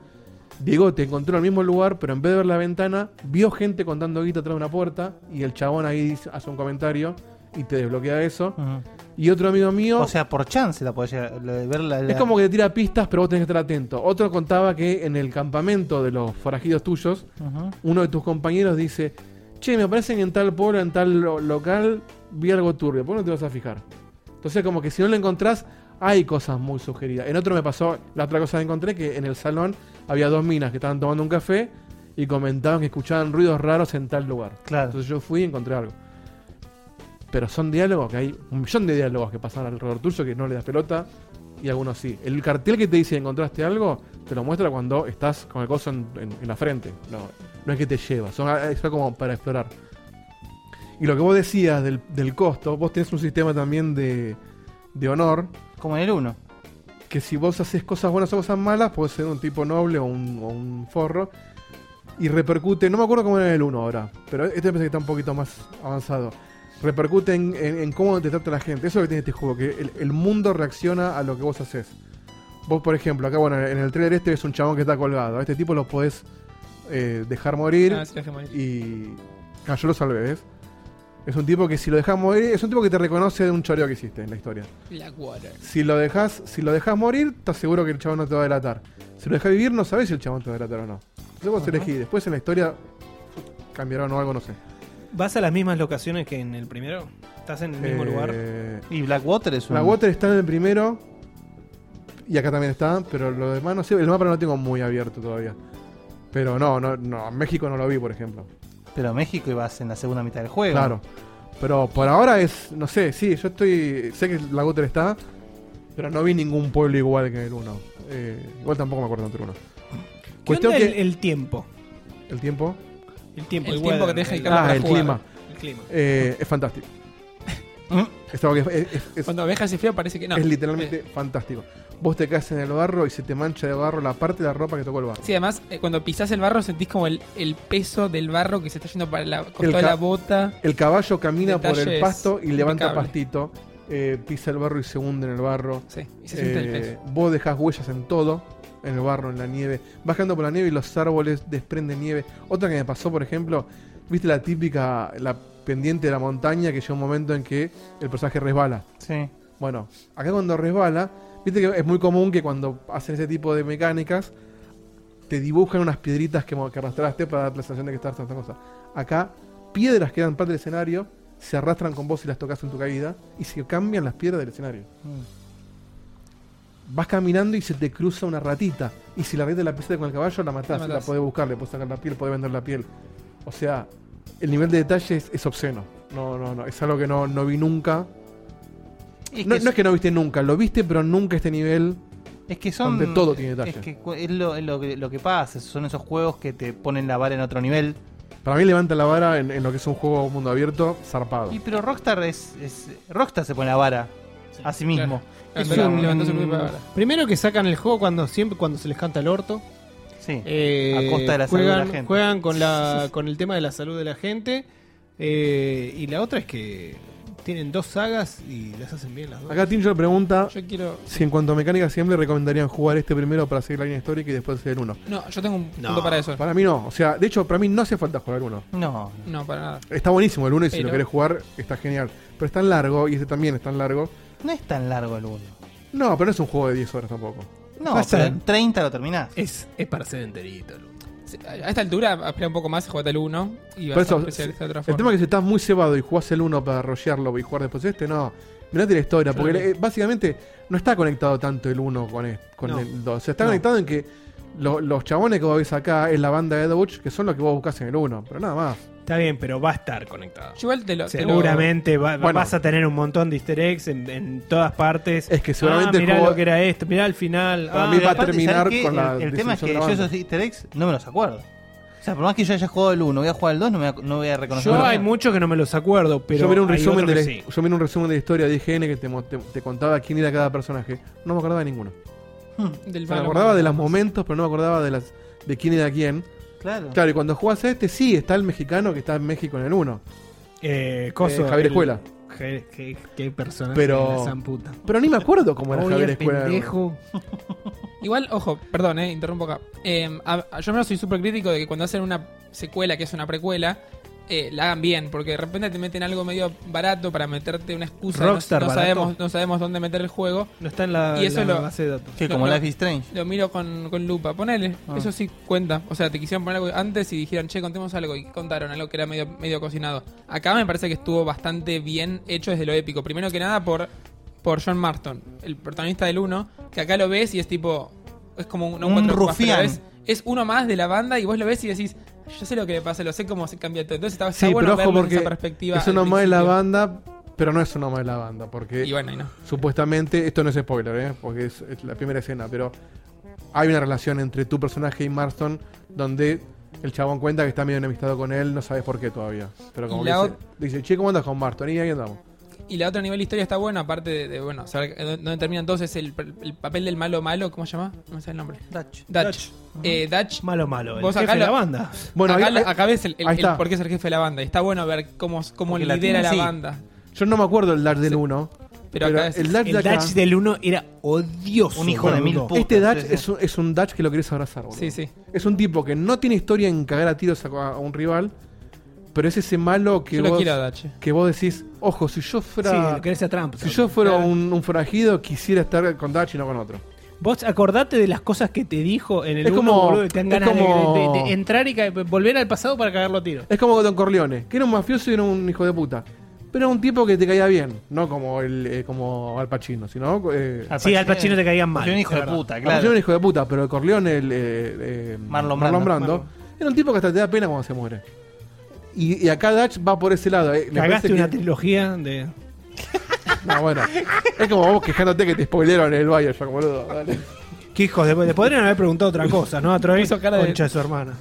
[SPEAKER 4] Diegote encontró el mismo lugar, pero en vez de ver la ventana, vio gente contando guita atrás de una puerta y el chabón ahí dice- hace un comentario y te desbloquea eso.
[SPEAKER 2] Ujú.
[SPEAKER 4] Y otro amigo mío...
[SPEAKER 2] Ah. O sea, por chance la podés llegar. lo de ver la- la-
[SPEAKER 4] Es como que te tira pistas, pero vos tenés que estar atento. Otro contaba que en el campamento de los forajidos tuyos,
[SPEAKER 2] Ujú.
[SPEAKER 4] uno de tus compañeros dice, che, me parecen en tal pueblo, en tal lo- local, vi algo turbio, ¿por qué no te vas a fijar? Entonces como que si no lo encontrás, hay cosas muy sugeridas. En otro me pasó, la otra cosa que encontré, que en el salón había dos minas que estaban tomando un café y comentaban que escuchaban ruidos raros en tal lugar.
[SPEAKER 2] Claro.
[SPEAKER 4] Entonces yo fui y encontré algo. Pero son diálogos, que hay un millón de diálogos que pasan alrededor tuyo que no le das pelota y algunos sí. El cartel que te dice encontraste algo, te lo muestra cuando estás con el coso en, en- en la frente. No, no es que te lleva, son, es como para explorar. Y lo que vos decías del, del costo, vos tenés un sistema también de, de honor,
[SPEAKER 2] Como en el 1.
[SPEAKER 4] que si vos haces cosas buenas o cosas malas, podés ser un tipo noble o un, o un forro. Y repercute, no me acuerdo cómo era el 1 ahora, pero este me parece que está un poquito más avanzado. Repercute en, en- en cómo te trata la gente. Eso es lo que tiene este juego, que el, el mundo reacciona a lo que vos haces. Vos, por ejemplo, acá, bueno, en el trailer este ves un chabón que está colgado. A este tipo lo podés eh, dejar morir
[SPEAKER 3] Ah, sí, lo dejé morir.
[SPEAKER 4] y. Ah, yo lo salvé, ¿ves? Es un tipo que si lo dejas morir, es un tipo que te reconoce de un choreo que hiciste en la historia.
[SPEAKER 3] Blackwater.
[SPEAKER 4] Si lo dejas, si lo dejas morir, estás seguro que el chabón no te va a delatar. Si lo dejas vivir, no sabés si el chabón te va a delatar o no. Entonces vos elegís, después en la historia cambiará o no algo, no sé.
[SPEAKER 5] ¿Vas a las mismas locaciones que en el primero? ¿Estás en el mismo
[SPEAKER 4] Eh,
[SPEAKER 5] lugar?
[SPEAKER 2] Y Blackwater es un.
[SPEAKER 4] La Water está en el primero. Y acá también está, pero lo demás no sé. El mapa no lo tengo muy abierto todavía. Pero no, no, no, México no lo vi, por ejemplo.
[SPEAKER 2] Pero México ibas en la segunda mitad del juego.
[SPEAKER 4] Claro. Pero por ahora es, no sé, sí, yo estoy, sé que la Gutter está, pero no vi ningún pueblo igual que en el 1. igual tampoco me acuerdo entre uno.
[SPEAKER 5] ¿Qué
[SPEAKER 4] Cuestión
[SPEAKER 5] onda el-
[SPEAKER 3] eh?
[SPEAKER 4] que...
[SPEAKER 5] el, tiempo?
[SPEAKER 4] El tiempo ah,
[SPEAKER 5] El tiempo,
[SPEAKER 3] El tiempo que
[SPEAKER 5] weather,
[SPEAKER 3] te deja
[SPEAKER 5] el-
[SPEAKER 3] ir para
[SPEAKER 4] el
[SPEAKER 3] jugar.
[SPEAKER 4] clima.
[SPEAKER 5] el clima.
[SPEAKER 4] eh, es fantástico.
[SPEAKER 2] Mm.
[SPEAKER 4] Es, algo que- es- es- es-
[SPEAKER 3] Cuando ovejas y frío parece que no. Eh,
[SPEAKER 4] es literalmente fantástico. Vos te caes en el barro y se te mancha de barro la parte de la ropa que tocó el barro.
[SPEAKER 3] Sí, además, eh, cuando pisás el barro sentís como el, el peso del barro que se está yendo para la, con
[SPEAKER 4] El
[SPEAKER 3] toda
[SPEAKER 4] ca-
[SPEAKER 3] la bota.
[SPEAKER 4] El caballo camina por el
[SPEAKER 3] Detalles
[SPEAKER 4] pasto y levanta
[SPEAKER 3] impecables.
[SPEAKER 4] pastito, eh, pisa el barro y se hunde en el barro.
[SPEAKER 3] Sí, y se siente el
[SPEAKER 4] Eh,
[SPEAKER 3] peso.
[SPEAKER 4] Vos dejas huellas en todo. en el barro, en la nieve, bajando por la nieve y los árboles desprenden nieve. Otra que me pasó, por ejemplo, viste la típica, la pendiente de la montaña que llega un momento en que el personaje resbala.
[SPEAKER 2] Sí.
[SPEAKER 4] Bueno, acá cuando resbala, viste que es muy común que cuando hacen ese tipo de mecánicas, te dibujan unas piedritas que, mo- que arrastraste para dar la sensación de que estás haciendo esta cosa. Acá, piedras que eran parte del escenario, se arrastran con vos y las tocas en tu caída, y se cambian las piedras del escenario. Vas caminando y se te cruza una ratita, y si la ratita la pisaste con el caballo, la matás,
[SPEAKER 3] La
[SPEAKER 4] la,
[SPEAKER 3] matás.
[SPEAKER 4] podés buscar, le podés sacar la piel, podés vender la piel. O sea, el nivel de detalle es, es obsceno. No, no, no, es algo que no, no vi nunca.
[SPEAKER 2] Es
[SPEAKER 4] No,
[SPEAKER 2] que
[SPEAKER 4] no es que no viste nunca, lo viste, pero nunca este nivel.
[SPEAKER 2] Es que son.
[SPEAKER 4] Donde todo tiene detalle.
[SPEAKER 2] Es, que cu- es lo, es lo que, lo que pasa. Son esos juegos que te ponen la vara en otro nivel.
[SPEAKER 4] Para mí levanta la vara en, en lo que es un juego mundo abierto, zarpado.
[SPEAKER 2] Y pero Rockstar es. es- Rockstar se pone la vara a sí mismo.
[SPEAKER 3] Es
[SPEAKER 2] Es un-
[SPEAKER 3] Levantó su
[SPEAKER 5] Mm.
[SPEAKER 3] propia palabra.
[SPEAKER 8] Primero que sacan el juego cuando siempre cuando se les canta el orto.
[SPEAKER 2] Sí.
[SPEAKER 8] Eh,
[SPEAKER 2] A costa de la salud
[SPEAKER 8] juegan,
[SPEAKER 2] de la gente.
[SPEAKER 8] Juegan con, la, con el tema de la salud de la gente. eh, y la otra es que tienen dos sagas y las hacen bien las dos.
[SPEAKER 4] Acá Tincho pregunta
[SPEAKER 3] Yo quiero.
[SPEAKER 4] si en cuanto a mecánica siempre recomendarían jugar este primero para seguir la línea histórica y después hacer el 1.
[SPEAKER 3] No, yo tengo un
[SPEAKER 8] No.
[SPEAKER 3] punto para eso.
[SPEAKER 4] Para mí no, o sea, de hecho, para mí no hace falta jugar el 1.
[SPEAKER 2] No.
[SPEAKER 3] No, para nada.
[SPEAKER 4] Está buenísimo el 1 y si
[SPEAKER 3] Pero-
[SPEAKER 4] lo querés jugar está genial. Pero es tan largo, y este también es tan largo.
[SPEAKER 2] No es tan largo el 1.
[SPEAKER 4] No, pero no es un juego de 10 horas tampoco.
[SPEAKER 2] No,
[SPEAKER 8] Pasa-
[SPEAKER 2] pero en 30 lo terminás.
[SPEAKER 4] Eh,
[SPEAKER 8] Es, es para ser enterito, Lu.
[SPEAKER 3] Sí, A esta altura, espera un poco más, jugate el 1 y vas
[SPEAKER 4] Por eso,
[SPEAKER 3] a especializar de otra
[SPEAKER 4] El
[SPEAKER 3] forma.
[SPEAKER 4] tema es que si estás muy cebado y jugás el 1 para rollearlo y jugar después este, no. Mirate la historia, porque
[SPEAKER 3] Claro.
[SPEAKER 4] eh, básicamente no está conectado tanto el 1 con, el- con
[SPEAKER 8] No.
[SPEAKER 4] el 2. O sea, está conectado en que lo- los chabones que vos ves acá es la banda de Dodge, que son los que vos buscás en el 1, pero nada más.
[SPEAKER 8] Está bien, pero va a estar conectado.
[SPEAKER 3] Yo igual te lo- te lo-
[SPEAKER 8] Seguramente va-
[SPEAKER 4] Bueno.
[SPEAKER 8] vas a tener un montón de easter eggs en, en todas partes.
[SPEAKER 4] Es que seguramente
[SPEAKER 8] Ah, mirá
[SPEAKER 4] el juego-
[SPEAKER 8] lo que era esto, mirá el final.
[SPEAKER 4] Para
[SPEAKER 8] ah,
[SPEAKER 4] mí va a
[SPEAKER 2] Aparte,
[SPEAKER 4] terminar
[SPEAKER 2] ¿sabes qué?
[SPEAKER 4] con la
[SPEAKER 2] El, el tema es que
[SPEAKER 4] desilusión
[SPEAKER 2] yo
[SPEAKER 4] de la
[SPEAKER 2] esos easter eggs no me los acuerdo. O sea, por más que yo haya jugado el 1, voy a jugar el 2, no, me voy a- no voy a reconocer.
[SPEAKER 8] yo
[SPEAKER 2] la
[SPEAKER 8] hay
[SPEAKER 2] verdad.
[SPEAKER 8] muchos que no me los acuerdo, pero
[SPEAKER 4] yo, miré un
[SPEAKER 8] hay
[SPEAKER 4] resumen de
[SPEAKER 8] otros
[SPEAKER 4] la,
[SPEAKER 8] que sí.
[SPEAKER 4] yo miré un resumen de la historia de IGN que te, mo- te- te contaba quién era cada personaje. No me acordaba de ninguno.
[SPEAKER 3] del
[SPEAKER 4] O sea, me
[SPEAKER 3] malo.
[SPEAKER 4] acordaba de los momentos, pero no me acordaba de las de quién era quién.
[SPEAKER 2] Claro.
[SPEAKER 4] Claro, y cuando jugás a este, sí, está el mexicano que está en México en el 1.
[SPEAKER 8] Eh, coso,
[SPEAKER 4] Eh, Javier
[SPEAKER 8] el-
[SPEAKER 4] Escuela.
[SPEAKER 8] Qué, qué- qué personaje
[SPEAKER 4] Pero-
[SPEAKER 8] de la san puta.
[SPEAKER 4] Pero ni me acuerdo cómo era
[SPEAKER 8] Hoy
[SPEAKER 4] Javier
[SPEAKER 8] el
[SPEAKER 4] Escuela. en el uno.
[SPEAKER 8] pendejo.
[SPEAKER 3] Igual, ojo, perdón, eh, interrumpo acá. Eh, a- a- yo menos soy súper crítico de que cuando hacen una secuela, que es una precuela, eh, la hagan bien, porque de repente te meten algo medio barato para meterte una excusa. no-
[SPEAKER 8] Rockstar
[SPEAKER 3] no,
[SPEAKER 8] barato.
[SPEAKER 3] sabemos, no sabemos dónde meter el juego.
[SPEAKER 8] No está en la,
[SPEAKER 3] Y eso
[SPEAKER 8] la
[SPEAKER 3] lo-
[SPEAKER 8] base de datos.
[SPEAKER 2] Sí,
[SPEAKER 3] no,
[SPEAKER 2] como
[SPEAKER 3] no.
[SPEAKER 2] Life is Strange.
[SPEAKER 3] Lo miro con, con lupa. Ponele,
[SPEAKER 2] Ah.
[SPEAKER 3] eso sí cuenta. O sea, te quisieron poner algo antes y dijeron, che, contemos algo. Y contaron algo que era medio, medio cocinado. Acá me parece que estuvo bastante bien hecho desde lo épico. Primero que nada por, por John Marston, el protagonista del 1, que acá lo ves y es tipo. Es como un, no
[SPEAKER 2] Un
[SPEAKER 3] cuatro copas, pero
[SPEAKER 2] rufián.
[SPEAKER 3] Es, es uno más de la banda y vos lo ves y decís, yo sé lo que le pasa, lo sé cómo se cambia todo. Entonces estaba está
[SPEAKER 4] Sí,
[SPEAKER 3] bueno
[SPEAKER 4] pero ojo
[SPEAKER 3] verlo en
[SPEAKER 4] porque
[SPEAKER 3] esa perspectiva.
[SPEAKER 4] es
[SPEAKER 3] al
[SPEAKER 4] uno más de la
[SPEAKER 3] principio.
[SPEAKER 4] banda, pero no es uno más de la banda, porque
[SPEAKER 3] Y bueno, y no.
[SPEAKER 4] supuestamente, esto no es spoiler, ¿eh? porque es, es la primera escena, pero hay una relación entre tu personaje y Marston donde el chabón cuenta que está medio enemistado con él, no sabes por qué todavía. Pero como
[SPEAKER 3] Y
[SPEAKER 4] que
[SPEAKER 3] la
[SPEAKER 4] dice, dice, che, ¿cómo andas con Marston? Y ahí andamos.
[SPEAKER 3] Y la otra a nivel de historia está buena, aparte de, de, bueno, saber que- eh, dó- dónde termina entonces el, el papel del malo malo, ¿cómo se llama? No me sale el nombre.
[SPEAKER 2] Dutch.
[SPEAKER 3] Dutch. Eh, Dutch.
[SPEAKER 8] Malo, malo. El
[SPEAKER 3] Vos
[SPEAKER 8] jefe
[SPEAKER 3] acá
[SPEAKER 8] de la
[SPEAKER 3] lo-
[SPEAKER 8] banda.
[SPEAKER 4] Bueno,
[SPEAKER 3] acá,
[SPEAKER 4] ahí-
[SPEAKER 3] la- acá ves el, el-
[SPEAKER 4] ahí
[SPEAKER 3] el
[SPEAKER 4] está.
[SPEAKER 3] por qué es el jefe de la banda. Y está bueno ver cómo, cómo
[SPEAKER 2] Porque la tiene
[SPEAKER 3] lidera la,
[SPEAKER 2] así.
[SPEAKER 3] banda.
[SPEAKER 4] yo no me acuerdo el Dutch del 1,
[SPEAKER 3] Pero
[SPEAKER 4] pero,
[SPEAKER 3] acá es-
[SPEAKER 4] el Dutch
[SPEAKER 8] El
[SPEAKER 4] de acá-
[SPEAKER 8] Dutch del 1 era odioso.
[SPEAKER 2] Un hijo de mil
[SPEAKER 8] boludo.
[SPEAKER 2] putas.
[SPEAKER 4] Este Dutch
[SPEAKER 2] sí, sí.
[SPEAKER 4] Es, un, es un Dutch que lo querés abrazar, boludo.
[SPEAKER 3] Sí, sí.
[SPEAKER 4] Es un tipo que no tiene historia en cagar a tiros a, a un rival, pero es ese malo que
[SPEAKER 3] Yo lo
[SPEAKER 4] vos,
[SPEAKER 3] quiero a Dutch.
[SPEAKER 4] que vos decís, ojo, si yo fuera,
[SPEAKER 8] Sí, lo querés a Trump.
[SPEAKER 4] si yo fuera un, un forajido, quisiera estar con Dutch y no con otro.
[SPEAKER 8] Vos acordate de las cosas que te dijo en el
[SPEAKER 4] Es
[SPEAKER 8] 1,
[SPEAKER 4] como-
[SPEAKER 8] boludo, que te dan
[SPEAKER 4] es
[SPEAKER 8] ganas de-
[SPEAKER 4] como-
[SPEAKER 8] de, de entrar y ca- volver al pasado para cagarlo a tiro.
[SPEAKER 4] Es como Don Corleone, que era un mafioso y era un hijo de puta. Pero era un tipo que te caía bien, no como el eh, como Al Pacino, sino eh,
[SPEAKER 2] Al
[SPEAKER 8] Sí, al Pacino
[SPEAKER 2] Pacino
[SPEAKER 8] te caían mal.
[SPEAKER 2] Yo un hijo
[SPEAKER 8] es
[SPEAKER 2] de
[SPEAKER 8] verdad.
[SPEAKER 2] puta,
[SPEAKER 4] Al Pacino
[SPEAKER 2] claro.
[SPEAKER 4] era un hijo de puta, pero Corleone, el, eh, eh,
[SPEAKER 2] Marlon Brando.
[SPEAKER 4] era un tipo que hasta te da pena cuando se muere. Y, y acá Dutch va por ese lado. eh. Me
[SPEAKER 8] Cagaste
[SPEAKER 4] parece
[SPEAKER 8] una
[SPEAKER 4] que-
[SPEAKER 8] trilogía de.
[SPEAKER 4] No, bueno. Es como vos quejándote que te spoilearon el Bioshock, boludo. Dale.
[SPEAKER 8] Qué hijos de. Le podrían haber preguntado otra cosa, ¿no? A través
[SPEAKER 3] Puso cara de-
[SPEAKER 8] concha de su hermana.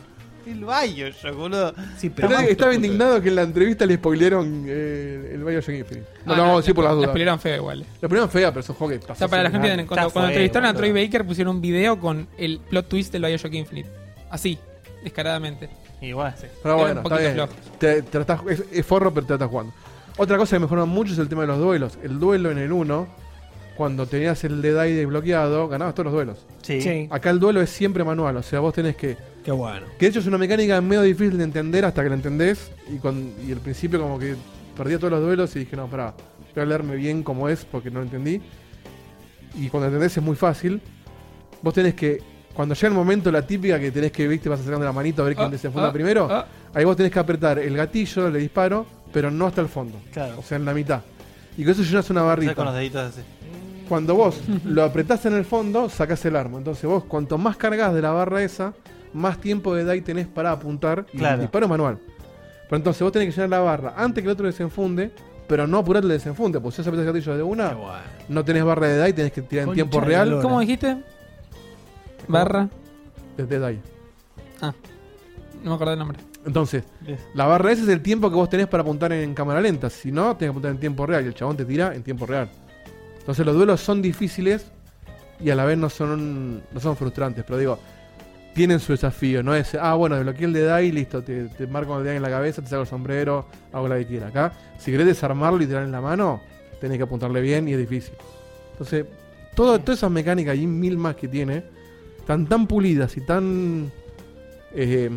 [SPEAKER 2] El Bioshock, boludo.
[SPEAKER 8] Sí, pero.
[SPEAKER 4] Está, estaba indignado que en la entrevista le spoilearon eh, el Bioshock Infinite. No
[SPEAKER 3] Ah,
[SPEAKER 4] lo vamos a decir
[SPEAKER 3] la-
[SPEAKER 4] por las
[SPEAKER 3] La
[SPEAKER 4] dudas.
[SPEAKER 3] spoilearon feo igual. eh.
[SPEAKER 4] La primera fea, pero es un juego que
[SPEAKER 3] O
[SPEAKER 4] pasó.
[SPEAKER 3] sea, para la
[SPEAKER 4] hace
[SPEAKER 3] gente,
[SPEAKER 4] un año.
[SPEAKER 3] cuando, cuando
[SPEAKER 2] feo,
[SPEAKER 3] entrevistaron a Troy
[SPEAKER 2] boludo.
[SPEAKER 3] Baker, pusieron un video con el plot twist del Bioshock Infinite. Así, descaradamente.
[SPEAKER 2] Y bueno, sí.
[SPEAKER 4] Pero
[SPEAKER 3] era
[SPEAKER 4] bueno,
[SPEAKER 3] un
[SPEAKER 4] está bien.
[SPEAKER 3] poquito
[SPEAKER 4] Te- te la estás- es, es forro, pero te la estás jugando. Otra cosa que mejoraron mucho es el tema de los duelos. El duelo en el 1 cuando tenías el Dead Eye desbloqueado, ganabas todos los duelos.
[SPEAKER 2] Sí.
[SPEAKER 5] Sí.
[SPEAKER 4] Acá el duelo es siempre manual, o sea, vos tenés que.
[SPEAKER 8] Qué bueno.
[SPEAKER 4] Que de hecho es una mecánica medio difícil de entender hasta que la entendés. Y, cuan- y al principio, como que perdía todos los duelos y dije, no, pará, voy a leerme bien cómo es porque no lo entendí. Y cuando entendés es muy fácil. Vos tenés que. Cuando llega el momento, la típica que tenés que, viste, vas acercando la manito a ver quién
[SPEAKER 3] Ah,
[SPEAKER 4] desenfunda
[SPEAKER 3] ah,
[SPEAKER 4] primero.
[SPEAKER 3] ah.
[SPEAKER 4] Ahí vos tenés que apretar el gatillo, le disparo, pero no hasta el fondo.
[SPEAKER 2] Claro.
[SPEAKER 4] O sea, en la mitad. Y con eso llenas una barrita.
[SPEAKER 2] Con los deditos así.
[SPEAKER 4] Cuando vos lo apretás en el fondo, sacás el arma. Entonces vos, cuanto más cargas de la barra esa, más tiempo de die tenés para apuntar y
[SPEAKER 2] Claro.
[SPEAKER 4] el disparo es manual. Pero entonces vos tenés que llenar la barra antes que el otro desenfunde, pero no apurate el desenfunde, porque si vos apretás el gatillo de una, no tenés barra de die, tenés que tirar en
[SPEAKER 8] Concha
[SPEAKER 4] tiempo
[SPEAKER 8] de
[SPEAKER 4] real
[SPEAKER 8] lora.
[SPEAKER 3] ¿Cómo dijiste? Barra.
[SPEAKER 4] de de die.
[SPEAKER 3] No me acuerdo el nombre.
[SPEAKER 4] Entonces, la barra esa es el tiempo que vos tenés para apuntar en cámara lenta. Si no, tenés que apuntar en tiempo real y el chabón te tira en tiempo real. Entonces los duelos son difíciles y a la vez no son, no son frustrantes, pero digo, tienen su desafío. No es, ah, bueno, desbloqueé el Deadeye y listo, te, te marco el Deadeye en la cabeza, te saco el sombrero, hago la que quiera. Acá, si querés desarmarlo y tirarlo en la mano, tenés que apuntarle bien y es difícil. Entonces, todo, todas esas mecánicas y mil más que tiene, están tan pulidas y tan... eh,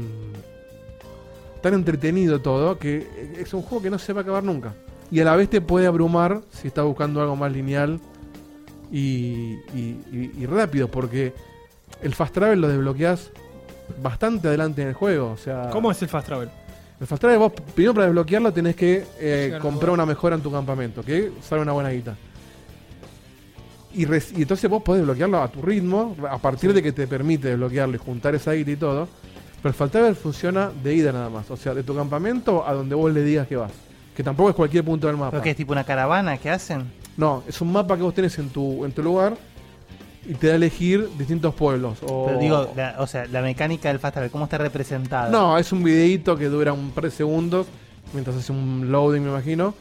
[SPEAKER 4] tan entretenido todo que es un juego que no se va a acabar nunca. Y a la vez te puede abrumar si estás buscando algo más lineal y, y- y- y rápido, porque el fast travel lo desbloqueas bastante adelante en el juego. O sea,
[SPEAKER 5] ¿Cómo es el fast travel?
[SPEAKER 4] el fast travel vos primero para desbloquearlo tenés que eh,
[SPEAKER 3] Llegar al
[SPEAKER 4] comprar una mejora en tu campamento, que sale una buena guita. Y, res- y entonces vos podés desbloquearlo a tu ritmo, a partir de que te permite desbloquearlo y juntar esa guita y todo. Pero el fast travel funciona de ida nada más, o sea, de tu campamento a donde vos le digas que vas. Que tampoco es cualquier punto del mapa.
[SPEAKER 2] ¿Pero qué es tipo una caravana que hacen?
[SPEAKER 4] No, es un mapa que vos tenés en tu, en tu lugar y te da a elegir distintos pueblos. O,
[SPEAKER 2] Pero digo, la- o sea, la mecánica del fast travel, ¿cómo está representada?
[SPEAKER 4] Oh. No, es un videíto que dura un par de segundos mientras hace un loading, me imagino,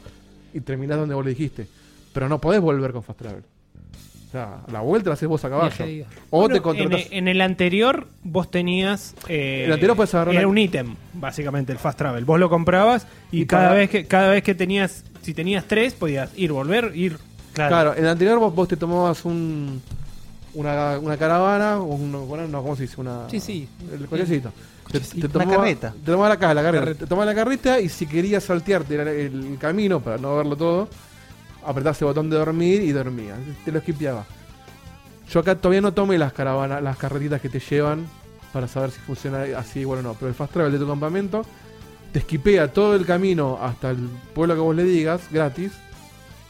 [SPEAKER 4] y terminás donde vos le dijiste. Pero no podés volver con Fast Travel. O sea, la vuelta la haces vos a caballo.
[SPEAKER 3] Viaje de ida.
[SPEAKER 4] O
[SPEAKER 5] Bueno,
[SPEAKER 4] te contratás.
[SPEAKER 5] en, en el anterior vos tenías. eh,
[SPEAKER 4] El anterior podés agarrar
[SPEAKER 5] Era
[SPEAKER 4] una-
[SPEAKER 5] un ítem, básicamente, el fast travel. Vos lo comprabas y,
[SPEAKER 4] Y
[SPEAKER 5] cada,
[SPEAKER 4] para-
[SPEAKER 5] vez que, cada vez que tenías. Si tenías tres, podías ir, volver, ir.
[SPEAKER 2] claro.
[SPEAKER 4] Claro, en el anterior vos, vos te tomabas un, una, una caravana, o un, bueno, no, ¿cómo se dice? Una,
[SPEAKER 3] Sí, sí.
[SPEAKER 4] El cochecito. Te,
[SPEAKER 3] Cochecito.
[SPEAKER 4] te
[SPEAKER 2] Una
[SPEAKER 4] tomaba-
[SPEAKER 2] carreta.
[SPEAKER 4] Te tomaba la, ca- la carreta.
[SPEAKER 3] Carreta.
[SPEAKER 4] Te tomaba la carreta y si querías saltearte el, el camino para no verlo todo, apretás el botón de dormir y dormías. Te lo esquipeaba. Yo acá todavía no tomé las caravanas, las carretitas que te llevan para saber si funciona así igual o no. Pero el fast travel de tu campamento te esquipea todo el camino hasta el pueblo que vos le digas, gratis.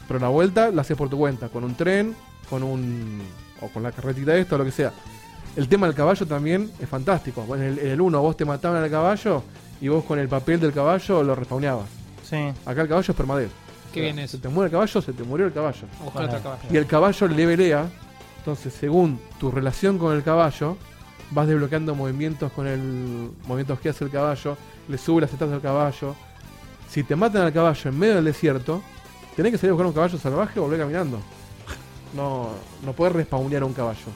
[SPEAKER 4] Pero la vuelta la haces por tu cuenta, con un tren, con un. o con la carretita esta o lo que sea. El tema del caballo también es fantástico. En el- en el 1 vos te mataban al caballo y vos con el papel del caballo lo respawneabas.
[SPEAKER 2] Sí.
[SPEAKER 4] Acá el caballo es permadez.
[SPEAKER 3] Qué bien
[SPEAKER 4] Se
[SPEAKER 3] eso.
[SPEAKER 4] te muere el caballo, se te murió el caballo.
[SPEAKER 3] A buscar otro caballo.
[SPEAKER 4] Y el caballo levelea. Entonces, según tu relación con el caballo, vas desbloqueando movimientos con el. movimientos que hace el caballo, le sube las setas al caballo. Si te matan al caballo en medio del desierto, tenés que salir a buscar un caballo salvaje o volver caminando. No, no podés respawnear un caballo.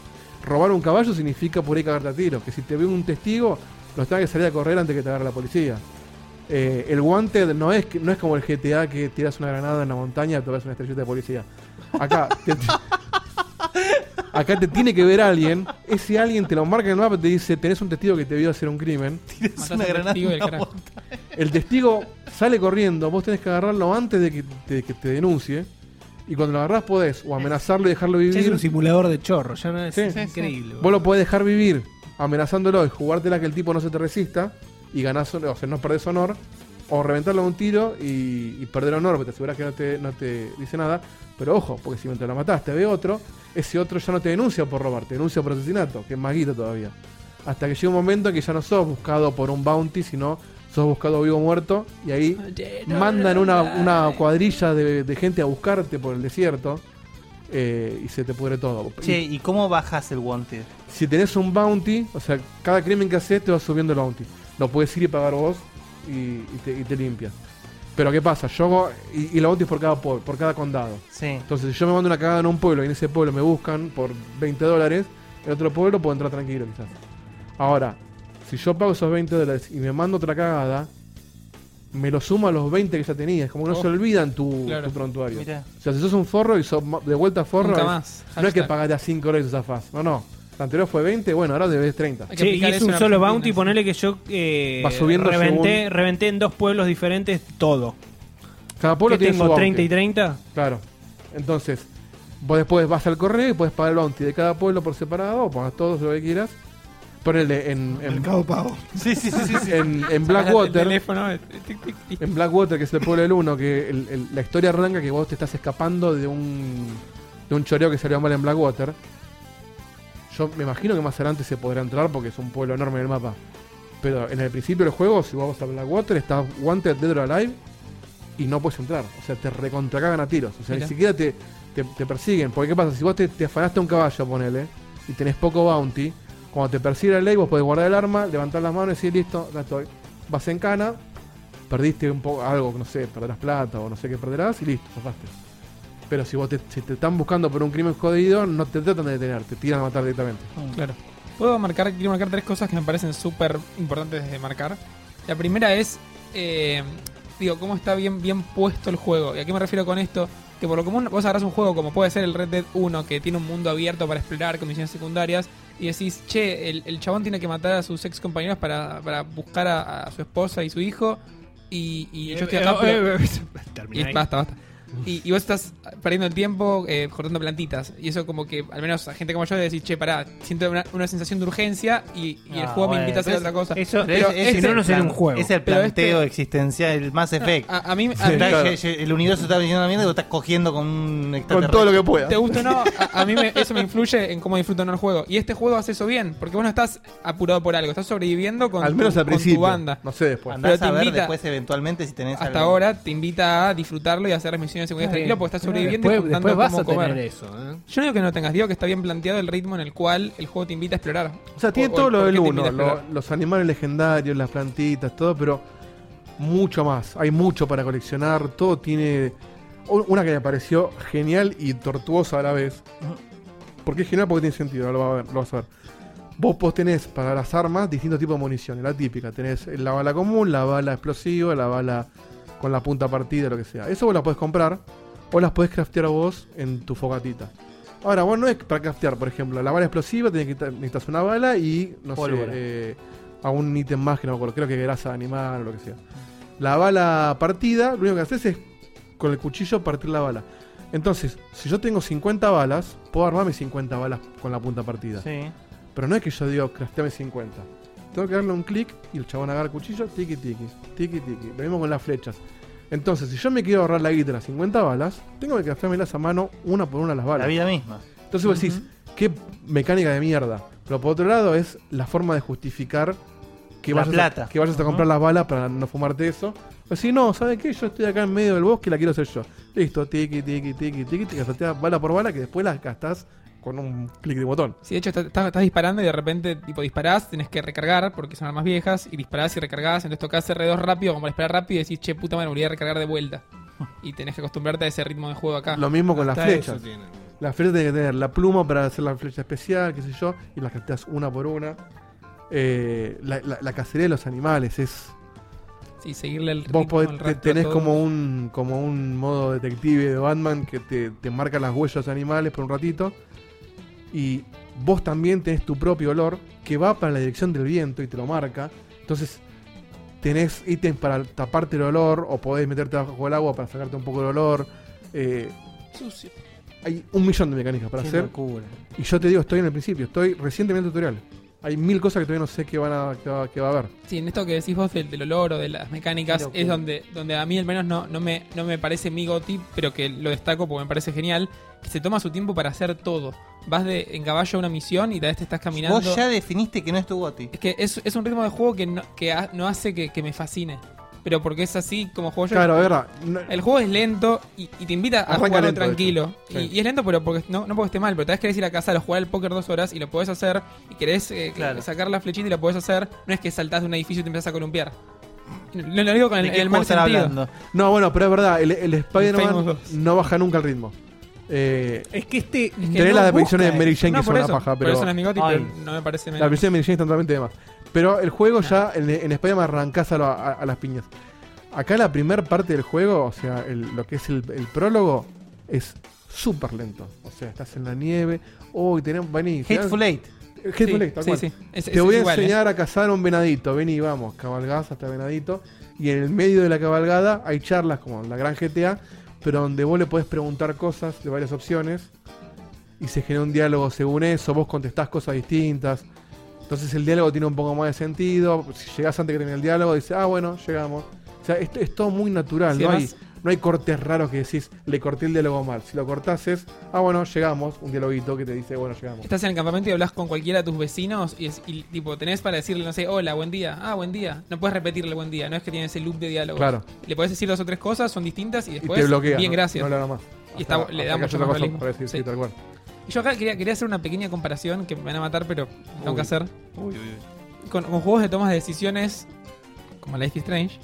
[SPEAKER 4] Robar un caballo significa por ahí cagarte a tiros, que si te ve un testigo, los tenés que salir a correr antes que te agarre la policía. Eh, el Wanted no es, que- no es como el GTA que tiras una granada en la montaña y te ves una estrellita de policía. Acá te, acá te tiene que ver alguien. Ese alguien te lo marca en el mapa y te dice: Tenés un testigo que te vio hacer un crimen.
[SPEAKER 2] Es
[SPEAKER 3] Matás
[SPEAKER 2] una
[SPEAKER 3] al
[SPEAKER 2] granada.
[SPEAKER 3] testigo y el
[SPEAKER 2] una
[SPEAKER 3] carajo.
[SPEAKER 2] bomba.
[SPEAKER 4] El testigo sale corriendo, vos tenés que agarrarlo antes de que te, que te denuncie. Y cuando lo agarrás podés o amenazarlo y dejarlo
[SPEAKER 8] Ya es
[SPEAKER 4] vivir.
[SPEAKER 8] un simulador de chorro, ya no es,
[SPEAKER 4] Sí.
[SPEAKER 8] es
[SPEAKER 4] Sí, sí.
[SPEAKER 8] increíble.
[SPEAKER 4] Vos lo podés dejar vivir amenazándolo y jugártela que el tipo no se te resista y ganás, o sea, no perdés honor, o reventarlo a un tiro y, y perder honor, porque te asegurás que no te, no te dice nada. Pero ojo, porque si mientras lo matás te ve otro, ese otro ya no te denuncia por robar, te denuncia por asesinato, que es más guita todavía. Hasta que llega un momento en que ya no sos buscado por un bounty, sino sos buscado vivo o muerto, y ahí mandan una, una cuadrilla de, de gente a buscarte por el desierto eh, y se te pudre todo.
[SPEAKER 2] Che, ¿y cómo bajas el wanted?
[SPEAKER 4] Si tenés un bounty, o sea, cada crimen que haces te va subiendo el bounty. Lo puedes ir y pagar vos y, y te, y te limpias. Pero ¿qué pasa? Yo hago- y, y el bounty es por cada, pueblo, por cada condado.
[SPEAKER 2] Sí.
[SPEAKER 4] Entonces, si yo me mando una cagada en un pueblo y en ese pueblo me buscan por 20 dólares, en otro pueblo puedo entrar tranquilo quizás. Ahora, si yo pago esos 20 dólares y me mando otra cagada, me lo sumo a los 20 que ya tenías. Como que no
[SPEAKER 3] Oh.
[SPEAKER 4] se olvidan tu,
[SPEAKER 3] Claro.
[SPEAKER 4] tu prontuario.
[SPEAKER 2] Mirá.
[SPEAKER 4] O sea, si sos un forro y sos ma- de vuelta forro,
[SPEAKER 3] Nunca
[SPEAKER 4] es-
[SPEAKER 3] más.
[SPEAKER 4] no es que
[SPEAKER 3] Hashtag.
[SPEAKER 4] pagaste a 5 horas y zafás. No, no. La anterior fue 20, bueno, ahora debes 30.
[SPEAKER 3] Hay que
[SPEAKER 5] Che, y
[SPEAKER 3] aplicar
[SPEAKER 5] es
[SPEAKER 3] eso
[SPEAKER 5] un
[SPEAKER 3] en
[SPEAKER 5] solo
[SPEAKER 3] Argentina.
[SPEAKER 5] bounty, ponele que yo eh,
[SPEAKER 4] Va subiendo
[SPEAKER 5] reventé,
[SPEAKER 4] según-
[SPEAKER 5] reventé en dos pueblos diferentes todo.
[SPEAKER 4] Cada pueblo
[SPEAKER 5] ¿Qué
[SPEAKER 4] tiene su
[SPEAKER 5] tengo?
[SPEAKER 4] bounty.
[SPEAKER 5] ¿30 y 30?
[SPEAKER 4] Claro. Entonces, vos después vas al correo y puedes pagar el bounty de cada pueblo por separado, o pagas todos lo que quieras. Ponele en, en,
[SPEAKER 9] Mercado Pago.
[SPEAKER 2] Sí, sí, sí, sí. sí.
[SPEAKER 4] en, en
[SPEAKER 3] Sacás El
[SPEAKER 4] Blackwater.
[SPEAKER 3] teléfono, eh, tic, tic, tic.
[SPEAKER 4] En Blackwater, que es el pueblo del uno, que el- el- la historia arranca que vos te estás escapando de un, de un choreo que salió mal en Blackwater. Yo me imagino que más adelante se podrá entrar porque es un pueblo enorme en el mapa. Pero en el principio del juego, si vos vas a Blackwater, estás Wanted Dead or Alive y no puedes entrar. O sea, te recontracagan a tiros. O sea,
[SPEAKER 3] Mirá.
[SPEAKER 4] ni siquiera te, te, te persiguen. Porque ¿qué pasa? Si vos te, te afanaste un caballo, ponele, y tenés poco bounty, cuando te persigue la ley, vos podés guardar el arma, levantar las manos y decir, listo, ya estoy. Vas en cana, perdiste un poco algo, no sé, perderás plata o no sé qué perderás y listo, zafaste. Pero si vos te, si te están buscando por un crimen jodido, no te tratan de detener, te tiran a matar directamente.
[SPEAKER 3] Claro. Puedo marcar, quiero marcar tres cosas que me parecen súper importantes de marcar. La primera es, eh, digo, cómo está bien, bien puesto el juego. ¿Y a qué me refiero con esto? Que por lo común vos agarrás un juego como puede ser el Red Dead 1, que tiene un mundo abierto para explorar con misiones secundarias, y decís, che, el, el chabón tiene que matar a sus ex compañeros para, para buscar a, a su esposa y su hijo, y, y yo estoy
[SPEAKER 5] Eh,
[SPEAKER 3] acá... pero- y basta, basta. Y, y vos estás perdiendo el tiempo eh, cortando plantitas. Y eso como que, al menos a gente como yo, le decís, che, pará, siento una, una sensación de urgencia y, y el
[SPEAKER 2] Ah,
[SPEAKER 3] juego
[SPEAKER 2] bueno,
[SPEAKER 3] me invita a hacer
[SPEAKER 2] entonces,
[SPEAKER 3] otra cosa.
[SPEAKER 5] Eso,
[SPEAKER 2] Pero este
[SPEAKER 5] eso- si no, no sería un
[SPEAKER 2] plan-
[SPEAKER 5] juego.
[SPEAKER 2] Es el
[SPEAKER 3] Pero
[SPEAKER 2] planteo
[SPEAKER 3] este- Ah,
[SPEAKER 2] existencial, el Mass Effect.
[SPEAKER 3] A, a mí, a mí-
[SPEAKER 2] Está- ye- ye- El universo está viniendo a la mierda y vos estás cogiendo con un
[SPEAKER 4] Con
[SPEAKER 2] extraterrestre.
[SPEAKER 4] todo lo que pueda.
[SPEAKER 3] te gusta o no, a, a mí me- eso me influye en cómo disfruto o no el juego. Y este juego hace eso bien, porque vos no estás apurado por algo, estás sobreviviendo con,
[SPEAKER 4] Al menos
[SPEAKER 3] tu,
[SPEAKER 4] al
[SPEAKER 3] con tu
[SPEAKER 4] principio.
[SPEAKER 3] banda.
[SPEAKER 4] No sé después.
[SPEAKER 2] Andás
[SPEAKER 3] Pero te
[SPEAKER 2] a ver
[SPEAKER 3] invita-
[SPEAKER 2] después eventualmente si tenés
[SPEAKER 3] Hasta
[SPEAKER 2] algo.
[SPEAKER 3] ahora te invita a disfrutarlo y a hacer las misiones de seguridad tranquilo porque estás sobreviviendo y
[SPEAKER 8] Después,
[SPEAKER 3] juntando
[SPEAKER 8] después vas
[SPEAKER 3] cómo
[SPEAKER 8] a tener
[SPEAKER 3] comer.
[SPEAKER 8] eso. ¿eh?
[SPEAKER 3] Yo no digo que no tengas, digo que está bien planteado el ritmo en el cual el juego te invita a explorar.
[SPEAKER 4] O sea, tiene
[SPEAKER 3] O- o
[SPEAKER 4] todo
[SPEAKER 3] el
[SPEAKER 4] lo
[SPEAKER 3] por qué
[SPEAKER 4] del
[SPEAKER 3] te invita
[SPEAKER 4] uno,
[SPEAKER 3] a
[SPEAKER 4] lo-
[SPEAKER 3] explorar.
[SPEAKER 4] los animales legendarios, las plantitas, todo, pero mucho más. Hay mucho para coleccionar, todo tiene. u- Una que me pareció genial y tortuosa a la vez. Porque es genial porque tiene sentido, ahora lo, vas a ver, lo vas a ver. Vos, vos tenés para las armas distintos tipos de municiones, la típica. Tenés la bala común, la bala explosiva, la bala con la punta partida, lo que sea. Eso vos la podés comprar o las podés craftear vos en tu fogatita. Ahora, vos no es para craftear, por ejemplo, la bala explosiva, tenés que ta- necesitas una bala y, no
[SPEAKER 2] Pólvora.
[SPEAKER 4] sé, eh, algún ítem más que no me acuerdo, creo que grasa de animal o lo que sea. La bala partida, lo único que haces es con el cuchillo partir la bala. Entonces, si yo tengo 50 balas, puedo armarme 50 balas con la punta partida.
[SPEAKER 2] Sí.
[SPEAKER 4] Pero no es que yo digo, crafteame 50. Tengo que darle un clic y el chabón agarra el cuchillo, tiki tiki, tiki tiki. Lo mismo con las flechas. Entonces, si yo me quiero ahorrar la guita de las 50 balas, tengo que crafteármelas a mano una por una las
[SPEAKER 2] La
[SPEAKER 4] balas.
[SPEAKER 2] vida misma.
[SPEAKER 4] Entonces vos decís, qué mecánica de mierda. Pero por otro lado es la forma de justificar que
[SPEAKER 2] La
[SPEAKER 4] vayas,
[SPEAKER 2] plata.
[SPEAKER 4] A, que vayas a comprar las balas para no fumarte eso. O si no, ¿sabes qué? Yo estoy acá en medio del bosque y la quiero hacer yo. Listo, tiki, tiki, tiki, tiki, te gastaste bala por bala que después las gastás con un clic de botón.
[SPEAKER 3] Sí, de hecho estás, estás- estás disparando y de repente tipo disparás, tenés que recargar porque son armas viejas y disparás y recargás, entonces tocas R2 rápido como para disparar rápido y decís, che puta madre, volví a recargar de vuelta. Y tenés que acostumbrarte a ese ritmo de juego acá.
[SPEAKER 4] Lo mismo con las
[SPEAKER 8] Hasta eso
[SPEAKER 4] flechas.
[SPEAKER 8] tiene.
[SPEAKER 4] La flecha tiene que tener la pluma para hacer la flecha especial, qué sé yo, y las capteas una por una. Eh, la, la- la cacería de los animales es.
[SPEAKER 3] Sí, seguirle el ritmo.
[SPEAKER 4] Vos podés-
[SPEAKER 3] el
[SPEAKER 4] te-
[SPEAKER 3] rastro,
[SPEAKER 4] tenés
[SPEAKER 3] todo.
[SPEAKER 4] como un, como un modo detective de Batman que te, te marca las huellas de los animales por un ratito. Y vos también tenés tu propio olor que va para la dirección del viento y te lo marca. Entonces tenés ítems para taparte el olor o podés meterte bajo el agua para sacarte un poco el olor. Eh, hay un millón de mecánicas para
[SPEAKER 2] Qué
[SPEAKER 4] hacer.
[SPEAKER 2] locura.
[SPEAKER 4] Y yo te digo, estoy en el principio, estoy recientemente en el tutorial. Hay mil cosas que todavía no sé qué van a, qué va, qué va a haber.
[SPEAKER 3] Sí, en esto que decís vos del, del olor o de las mecánicas
[SPEAKER 2] Locura.
[SPEAKER 3] es donde, donde a mí al menos no, no, me, no me parece mi goti, pero que lo destaco porque me parece genial, que se toma su tiempo para hacer todo. Vas de en caballo a una misión y tal vez te estás caminando.
[SPEAKER 2] Vos ya definiste que no es tu goti.
[SPEAKER 3] Es que es, es un ritmo de juego que no, que ha- no hace que, que me fascine. Pero porque es así como juego yo.
[SPEAKER 4] Claro, es verdad. no-
[SPEAKER 3] El juego es lento y, y te invita a
[SPEAKER 4] Arranca
[SPEAKER 3] jugarlo
[SPEAKER 4] lento, de
[SPEAKER 3] tranquilo.
[SPEAKER 4] hecho.
[SPEAKER 3] Y,
[SPEAKER 4] Sí.
[SPEAKER 3] y es lento, pero porque no, no porque esté mal. Pero tal vez querés ir a casa a jugar al póker dos horas y lo podés hacer. Y querés eh,
[SPEAKER 2] Claro.
[SPEAKER 3] sacar la flechita y lo podés hacer. No es que saltás de un edificio y te empezás a columpiar. No lo digo con el,
[SPEAKER 2] ¿De qué
[SPEAKER 3] el
[SPEAKER 2] juego
[SPEAKER 3] mal
[SPEAKER 2] están
[SPEAKER 3] sentido.
[SPEAKER 2] hablando?
[SPEAKER 4] No, bueno, pero es verdad, el, el
[SPEAKER 3] Famous
[SPEAKER 4] Spider-Man
[SPEAKER 3] dos.
[SPEAKER 4] no baja nunca el ritmo. Eh,
[SPEAKER 5] Es que este.
[SPEAKER 4] tenés las apariciones de Mary Jane
[SPEAKER 3] No,
[SPEAKER 4] que son
[SPEAKER 3] por
[SPEAKER 4] una
[SPEAKER 3] eso.
[SPEAKER 4] paja,
[SPEAKER 3] por
[SPEAKER 4] pero
[SPEAKER 3] eso no es mi goti, pero
[SPEAKER 2] Ay.
[SPEAKER 3] no me parece
[SPEAKER 4] la
[SPEAKER 3] menos.
[SPEAKER 4] aparición de Mary Jane están totalmente de más. Pero el juego ya en, en Spider-Man arrancás a, lo- a- a las piñas. Acá la primera parte del juego, o sea, el- lo que es el, el prólogo, es súper lento. O sea, estás en la nieve. Uy, tenemos. Vení. te dan-
[SPEAKER 2] Hateful Eight.
[SPEAKER 4] Hateful
[SPEAKER 3] Sí,
[SPEAKER 4] Eight, tal
[SPEAKER 3] sí,
[SPEAKER 4] cual.
[SPEAKER 3] sí. Es-
[SPEAKER 4] Te
[SPEAKER 3] es
[SPEAKER 4] voy a
[SPEAKER 3] igual, ¿eh?
[SPEAKER 4] enseñar a cazar un venadito. Vení, vamos. Cabalgás hasta venadito. Y en el medio de la cabalgada hay charlas como la gran GTA, pero donde vos le podés preguntar cosas de varias opciones. Y se genera un diálogo según eso. Vos contestás cosas distintas. Entonces el diálogo tiene un poco más de sentido. Si llegás antes que termine el diálogo, dices, ah, bueno, llegamos. O sea, es, es todo muy natural.
[SPEAKER 3] Sí,
[SPEAKER 4] no, hay,
[SPEAKER 3] además-
[SPEAKER 4] no hay cortes raros que decís, le corté el diálogo mal. Si lo cortás es, ah, bueno, llegamos. Un dialoguito que te dice, bueno, llegamos.
[SPEAKER 3] Estás en el campamento y hablas con cualquiera de tus vecinos y, es- y, tipo tenés para decirle, no sé, hola, buen día, ah, buen día. No puedes repetirle buen día, no es que tienes el loop de diálogo.
[SPEAKER 4] Claro.
[SPEAKER 3] Le podés decir dos o tres cosas, son distintas y
[SPEAKER 4] Y
[SPEAKER 3] después.
[SPEAKER 4] te bloquea.
[SPEAKER 3] Bien,
[SPEAKER 4] no-
[SPEAKER 3] gracias.
[SPEAKER 4] No le habla más.
[SPEAKER 3] Y está- le da
[SPEAKER 4] que
[SPEAKER 3] mucho
[SPEAKER 4] haya otra
[SPEAKER 3] más
[SPEAKER 4] cosa
[SPEAKER 3] realismo.
[SPEAKER 4] para decir, sí,
[SPEAKER 3] Sí.
[SPEAKER 4] tal cual.
[SPEAKER 3] Y Yo acá quería, quería hacer una pequeña comparación que me van a matar, pero tengo
[SPEAKER 4] Uy.
[SPEAKER 3] que hacer. Con, con juegos de tomas de decisiones como Life is Strange.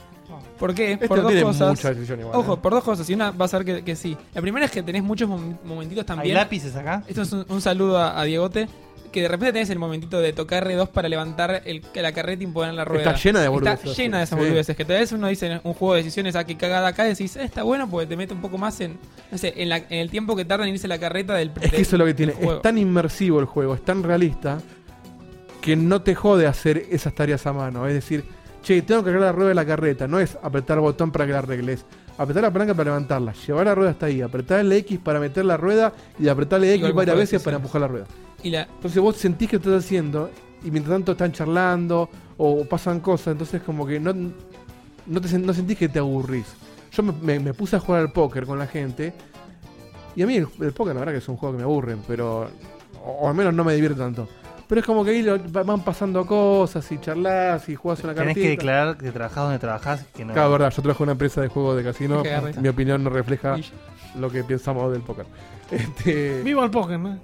[SPEAKER 3] ¿Por qué?
[SPEAKER 4] Este
[SPEAKER 3] por
[SPEAKER 4] no
[SPEAKER 3] dos
[SPEAKER 4] tiene
[SPEAKER 3] cosas.
[SPEAKER 4] mucha decisión igual.
[SPEAKER 3] Ojo,
[SPEAKER 4] ¿eh?
[SPEAKER 3] por dos cosas. Y una va a ser que, que sí. La primera es que tenés muchos mom- momentitos
[SPEAKER 2] ¿Hay
[SPEAKER 3] también.
[SPEAKER 2] lápices acá?
[SPEAKER 3] Esto es un, un saludo a, a Diegote. Que de repente tenés el momentito de tocar R2 para levantar el, la carreta y poner la rueda.
[SPEAKER 4] Está llena de boludeces.
[SPEAKER 3] Está llena de esas
[SPEAKER 4] Sí.
[SPEAKER 3] boludeces. Que tal vez uno dice en un juego de decisiones a que cagada acá decís, "Eh, está bueno porque te mete un poco más en, no sé, en, la- en el tiempo que tarda en irse la carreta del
[SPEAKER 4] Es que
[SPEAKER 3] del-
[SPEAKER 4] eso es lo que
[SPEAKER 3] del
[SPEAKER 4] tiene.
[SPEAKER 3] juego.
[SPEAKER 4] Es tan inmersivo el juego, es tan realista que no te jode hacer esas tareas a mano. Es decir, che, tengo que arreglar la rueda de la carreta. No es apretar el botón para que la arregles. Apretar la palanca para levantarla, llevar la rueda hasta ahí, apretar el X para meter la rueda y apretarle X
[SPEAKER 3] Igual que un
[SPEAKER 4] varias
[SPEAKER 3] juego de
[SPEAKER 4] veces para
[SPEAKER 3] decisiones.
[SPEAKER 4] empujar la rueda.
[SPEAKER 3] Y la,
[SPEAKER 4] Entonces vos sentís que estás haciendo y mientras tanto están charlando o pasan cosas, entonces como que no, no, te, sen- no sentís que te aburrís. Yo me, me- me puse a jugar al póker con la gente y a mí el, el póker la verdad que es un juego que me aburren, pero... O, o al menos no me divierto tanto. Pero es como que ahí lo- va- van pasando cosas y charlas y jugás una
[SPEAKER 2] Tenés
[SPEAKER 4] cartita.
[SPEAKER 2] que declarar que trabajás donde trabajás. Que no.
[SPEAKER 4] Claro, verdad, yo trabajo en una empresa de juegos de casino,
[SPEAKER 3] Qué garreta.
[SPEAKER 4] mi opinión no refleja
[SPEAKER 3] y-
[SPEAKER 4] lo que pensamos del póker. Este,
[SPEAKER 5] Vivo al Pokémon.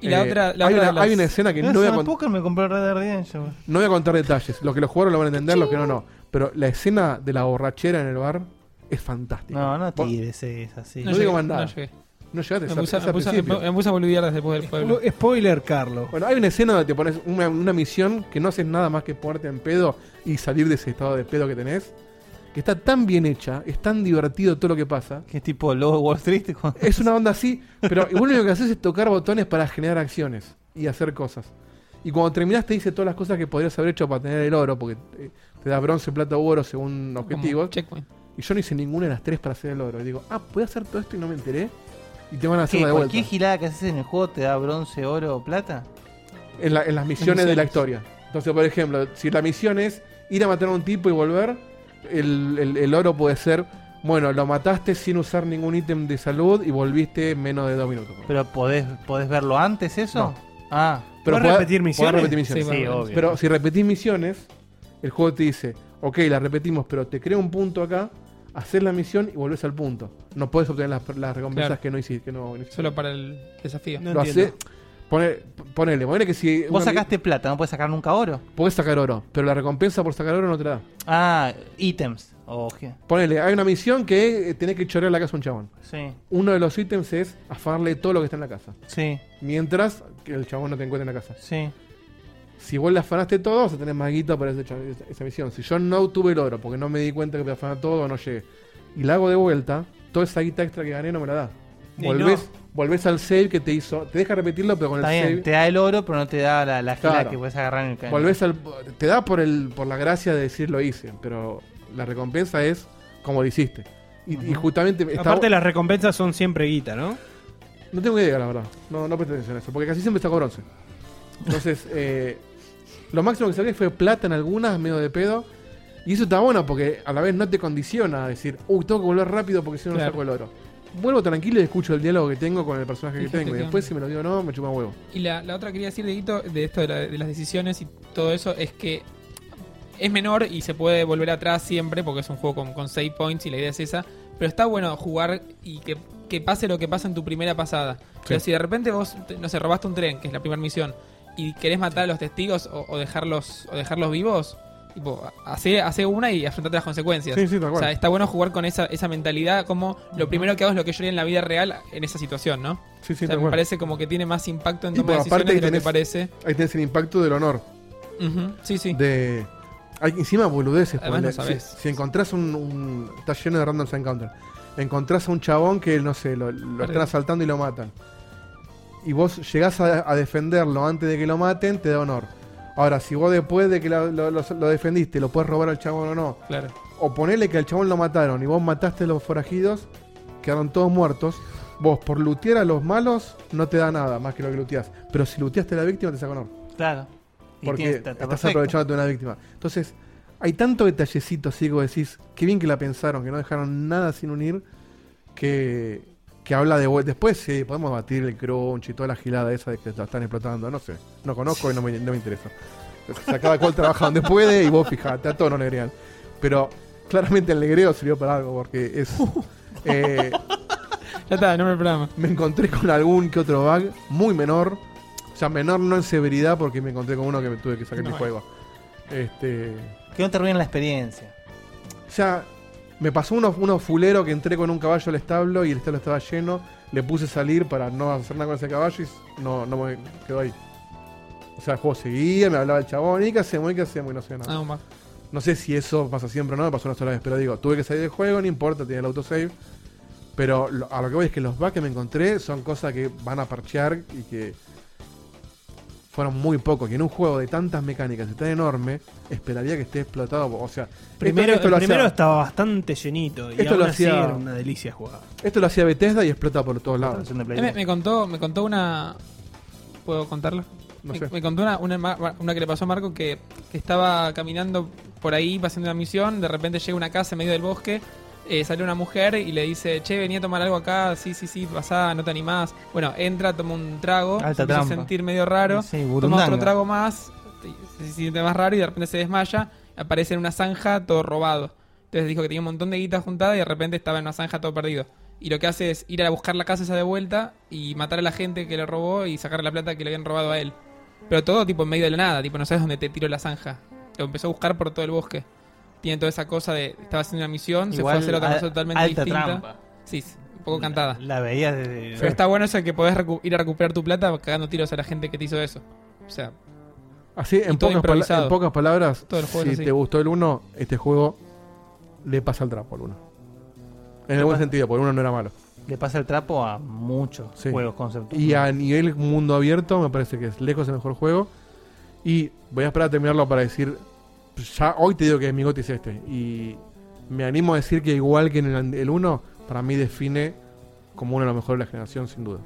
[SPEAKER 3] y la
[SPEAKER 4] eh,
[SPEAKER 3] otra. La
[SPEAKER 4] hay,
[SPEAKER 3] otra de
[SPEAKER 4] una, hay
[SPEAKER 3] las-
[SPEAKER 4] una escena que
[SPEAKER 2] No,
[SPEAKER 4] no,
[SPEAKER 2] no
[SPEAKER 4] voy a
[SPEAKER 2] el
[SPEAKER 4] contar.
[SPEAKER 2] póker me compré Red Dead Redemption. güey.
[SPEAKER 4] No voy a contar detalles. Los que lo jugaron lo van a entender, los que no, no. Pero la escena de la borrachera en el bar es fantástica.
[SPEAKER 2] No, no
[SPEAKER 4] Vos-
[SPEAKER 2] tires esa, sí.
[SPEAKER 4] No digo
[SPEAKER 3] llegué,
[SPEAKER 4] más nada.
[SPEAKER 3] llegué.
[SPEAKER 4] No
[SPEAKER 3] Me
[SPEAKER 4] llegaste esa-
[SPEAKER 3] puse,
[SPEAKER 4] esa
[SPEAKER 3] me, puse, me,
[SPEAKER 4] principio.
[SPEAKER 3] me puse a boludear desde después del pueblo.
[SPEAKER 8] Spoiler, Carlos.
[SPEAKER 4] Bueno, hay una escena donde te pones una, una misión que no haces nada más que ponerte en pedo y salir de ese estado de pedo que tenés. Que está tan bien hecha, es tan divertido todo lo que pasa.
[SPEAKER 2] Que es tipo Lobo de Wall Street. cuando-
[SPEAKER 4] Es una onda así, pero vos lo único que haces es tocar botones para generar acciones y hacer cosas. Y cuando terminás te dice todas las cosas que podrías haber hecho para tener el oro, porque eh, te da bronce, plata u oro según
[SPEAKER 3] Como
[SPEAKER 4] objetivos.
[SPEAKER 3] Checkpoint.
[SPEAKER 4] Y yo no hice ninguna de las tres para hacer el oro. Y digo, ah, ¿puedo hacer todo esto y no me enteré? Y te van a hacer
[SPEAKER 2] ¿Qué,
[SPEAKER 4] la de vuelta.
[SPEAKER 2] ¿Cualquier gilada que haces en el juego te da bronce, oro o plata?
[SPEAKER 4] En, la- en las misiones de la historia. Entonces, por ejemplo, si la misión es ir a matar a un tipo y volver, el, el- el oro puede ser, bueno, lo mataste sin usar ningún ítem de salud y volviste en menos de dos minutos.
[SPEAKER 2] ¿Pero podés, podés verlo antes eso?
[SPEAKER 4] No.
[SPEAKER 2] Ah,
[SPEAKER 4] Pero
[SPEAKER 5] ¿Podés
[SPEAKER 4] podés-
[SPEAKER 5] repetir
[SPEAKER 4] podés
[SPEAKER 5] misiones?
[SPEAKER 4] repetir misiones.
[SPEAKER 3] Sí,
[SPEAKER 2] sí,
[SPEAKER 3] bueno,
[SPEAKER 2] obvio.
[SPEAKER 4] Pero si repetís misiones, el juego te dice, ok, la repetimos, pero te crea un punto acá, haces la misión y volvés al punto. No puedes obtener las, las recompensas
[SPEAKER 3] Claro.
[SPEAKER 4] que no hiciste. Que no, no hiciste.
[SPEAKER 3] Solo para el desafío.
[SPEAKER 5] No
[SPEAKER 4] lo hace.
[SPEAKER 5] entiendo.
[SPEAKER 4] Pone, ponele, ponele que si. un
[SPEAKER 2] Vos
[SPEAKER 4] ami-
[SPEAKER 2] sacaste plata, no podés sacar nunca oro.
[SPEAKER 4] Podés sacar oro, pero la recompensa por sacar oro no te la da.
[SPEAKER 2] Ah, ítems. O qué.
[SPEAKER 4] Ponele, hay una misión que eh, tenés que chorear la casa a un chabón.
[SPEAKER 2] Sí,
[SPEAKER 4] Uno de los ítems es afanarle todo lo que está en la casa.
[SPEAKER 2] sí,
[SPEAKER 4] Mientras que el chabón no te encuentre en la casa.
[SPEAKER 2] sí.
[SPEAKER 4] Si vos le afanaste todo, vas a tener más guita para ese cha- esa, esa misión. Si yo no obtuve el oro porque no me di cuenta que me afané todo, no llegué. Y la hago de vuelta, toda esa guita extra que gané no me la da.
[SPEAKER 5] Y
[SPEAKER 4] Volvés, volvés al save que te hizo. Te deja repetirlo, pero con
[SPEAKER 2] Está
[SPEAKER 4] el
[SPEAKER 2] bien,
[SPEAKER 4] save.
[SPEAKER 2] te da el oro, pero no te da la, la gilada
[SPEAKER 4] Claro.
[SPEAKER 2] que puedes agarrar en el camino.
[SPEAKER 4] Volvés al. Te da por el por la gracia de decir lo hice, pero la recompensa es como lo hiciste. Y, y justamente. está-
[SPEAKER 5] Aparte, las recompensas son siempre guita, ¿no?
[SPEAKER 4] No tengo idea, la verdad. No, no presté atención a eso, porque casi siempre saco bronce. Entonces, eh, lo máximo que saqué fue plata en algunas, medio de pedo. Y eso está bueno porque a la vez no te condiciona a decir, uy, tengo que volver rápido porque si no,
[SPEAKER 3] Claro.
[SPEAKER 4] no saco el oro. Vuelvo tranquilo y escucho el diálogo que tengo con el personaje que
[SPEAKER 3] Fíjate
[SPEAKER 4] tengo. Y
[SPEAKER 3] que-
[SPEAKER 4] después, si me lo digo o no, me chupa un huevo.
[SPEAKER 3] Y la, la otra quería decir, Dieguito, de esto de, la- de las decisiones y todo eso, es que es menor y se puede volver atrás siempre porque es un juego con, con save points y la idea es esa. Pero está bueno jugar y que, que pase lo que pasa en tu primera pasada. Pero si de repente vos, te- no sé, robaste un tren, que es la primera misión, y querés matar a los testigos o, o dejarlos o dejarlos vivos, tipo, hace, hace una y afrontate las consecuencias.
[SPEAKER 4] Sí, sí, tal
[SPEAKER 3] o
[SPEAKER 4] cual.
[SPEAKER 3] sea, está bueno jugar con esa, esa mentalidad como lo primero que hago es lo que yo haría en la vida real en esa situación, ¿no?
[SPEAKER 4] Sí, sí,
[SPEAKER 3] O sea,
[SPEAKER 4] tal
[SPEAKER 3] me
[SPEAKER 4] cual.
[SPEAKER 3] parece como que tiene más impacto en
[SPEAKER 4] Y
[SPEAKER 3] toma de
[SPEAKER 4] porque aparte
[SPEAKER 3] decisiones de lo que
[SPEAKER 4] tenés-
[SPEAKER 3] parece.
[SPEAKER 4] Ahí tenés el impacto del honor.
[SPEAKER 3] Ujú, Sí, sí.
[SPEAKER 4] De Hay encima boludeces.
[SPEAKER 3] Además,
[SPEAKER 4] ponele.
[SPEAKER 3] no sabés.
[SPEAKER 4] si, si encontrás un, un- Está lleno de randoms encounter. Encontrás a un chabón que, no sé, lo, lo
[SPEAKER 3] Perdí.
[SPEAKER 4] están asaltando y lo matan. Y vos llegás a, a defenderlo antes de que lo maten, te da honor. Ahora, si vos después de que la- lo, lo- lo defendiste, lo puedes robar al chabón o no.
[SPEAKER 3] Claro.
[SPEAKER 4] O ponele que al chabón lo mataron y vos mataste a los forajidos, quedaron todos muertos. Vos, por lootear a los malos, no te da nada más que lo que looteás. Pero si looteaste a la víctima, te saca honor.
[SPEAKER 2] Claro. Y
[SPEAKER 4] Porque
[SPEAKER 2] tiene- está- está
[SPEAKER 4] estás
[SPEAKER 2] perfecto.
[SPEAKER 4] aprovechándote de una víctima. Entonces, hay tanto detallecito así que vos decís, qué bien que la pensaron, que no dejaron nada sin unir, que, que habla de... vuel- Después sí, podemos batir el crunch y toda la gilada esa de que la están explotando, no sé. No conozco y no me, no me interesa. O sea, cada cual trabaja donde puede y vos fijate, a todos nos negrean. Pero claramente el negreo sirvió para algo, porque es... eh,
[SPEAKER 3] Ya está, no me programa.
[SPEAKER 4] me encontré con algún que otro bug muy menor. O sea, menor no en severidad porque me encontré con uno que me tuve que sacar
[SPEAKER 3] No,
[SPEAKER 4] mi juego. Este.
[SPEAKER 2] Que no te arruinen la experiencia.
[SPEAKER 4] O sea, me pasó uno, uno fulero que entré con un caballo al establo y el establo estaba lleno. Le puse salir para no hacer nada con ese caballo y s- no, no me quedó ahí. O sea, el juego seguía, me hablaba el chabón, ¿y qué hacemos? ¿Y qué hacemos? Y no hacía nada.
[SPEAKER 3] No, más.
[SPEAKER 4] No sé si eso pasa siempre o no, me pasó una sola vez, pero digo, tuve que salir del juego, no importa, tenía el autosave. Pero lo- a lo que voy es que los bugs que me encontré son cosas que van a parchear y que fueron muy pocos. Y en un juego de tantas mecánicas y tan enorme, esperaría que esté explotado. O sea, esto-
[SPEAKER 5] Primero,
[SPEAKER 4] esto, lo
[SPEAKER 5] primero
[SPEAKER 4] hacía,
[SPEAKER 5] estaba bastante llenito. Y
[SPEAKER 4] Esto
[SPEAKER 5] aún
[SPEAKER 4] lo
[SPEAKER 5] así
[SPEAKER 4] hacía-
[SPEAKER 5] era una delicia jugar.
[SPEAKER 4] esto lo hacía Bethesda y explota por todos
[SPEAKER 2] La
[SPEAKER 4] lados.
[SPEAKER 2] versión de Play
[SPEAKER 3] Eh, Me,
[SPEAKER 2] dos.
[SPEAKER 3] me contó, me contó una. ¿Puedo contarla?
[SPEAKER 4] No
[SPEAKER 3] me,
[SPEAKER 4] sé.
[SPEAKER 3] me contó una, una, ma- una que le pasó a Marco que, que estaba caminando por ahí, va haciendo una misión, de repente llega a una casa en medio del bosque, eh, sale una mujer y le dice, che, venía a tomar algo acá, sí, sí, sí, pasá, no te animás. Bueno, entra, toma un trago,
[SPEAKER 2] Alta
[SPEAKER 3] se empieza a
[SPEAKER 2] trampa.
[SPEAKER 3] sentir medio raro,
[SPEAKER 2] Sí,
[SPEAKER 3] toma
[SPEAKER 2] burundanga.
[SPEAKER 3] otro trago más, se siente más raro y de repente se desmaya, aparece en una zanja todo robado. Entonces dijo que tenía un montón de guita juntada y de repente estaba en una zanja todo perdido. Y lo que hace es ir a buscar la casa esa de vuelta y matar a la gente que le robó y sacar la plata que le habían robado a él. Pero todo tipo en medio de la nada, tipo no sabes dónde te tiró la zanja. Lo empezó a buscar por todo el bosque. Tiene toda esa cosa de estaba haciendo una misión, se fue a
[SPEAKER 2] Igual,
[SPEAKER 3] hacer otra
[SPEAKER 2] al-
[SPEAKER 3] cosa totalmente
[SPEAKER 2] alta
[SPEAKER 3] distinta.
[SPEAKER 2] trampa.
[SPEAKER 3] Sí, sí, un poco cantada.
[SPEAKER 2] La veías desde.
[SPEAKER 3] Pero está bueno eso de que podés recu- ir a recuperar tu plata cagando tiros a la gente que te hizo eso. O sea,
[SPEAKER 4] Así,
[SPEAKER 3] todo
[SPEAKER 4] en pocas, pala-
[SPEAKER 3] improvisado.
[SPEAKER 4] en pocas palabras,
[SPEAKER 3] Todo el juego
[SPEAKER 4] si
[SPEAKER 3] es así.
[SPEAKER 4] te gustó el 1, este juego le pasa el trapo al 1. En el buen sentido, porque el 1 no era malo.
[SPEAKER 2] Le pasa el trapo a muchos
[SPEAKER 4] Sí.
[SPEAKER 2] juegos conceptuales.
[SPEAKER 4] Y a nivel mundo abierto, me parece que es lejos el mejor juego. Y voy a esperar a terminarlo para decir. pues Ya hoy te digo que mi goti es este. Y me animo a decir que, igual que en el- el 1, para mí define como uno de los mejores de la generación, sin duda.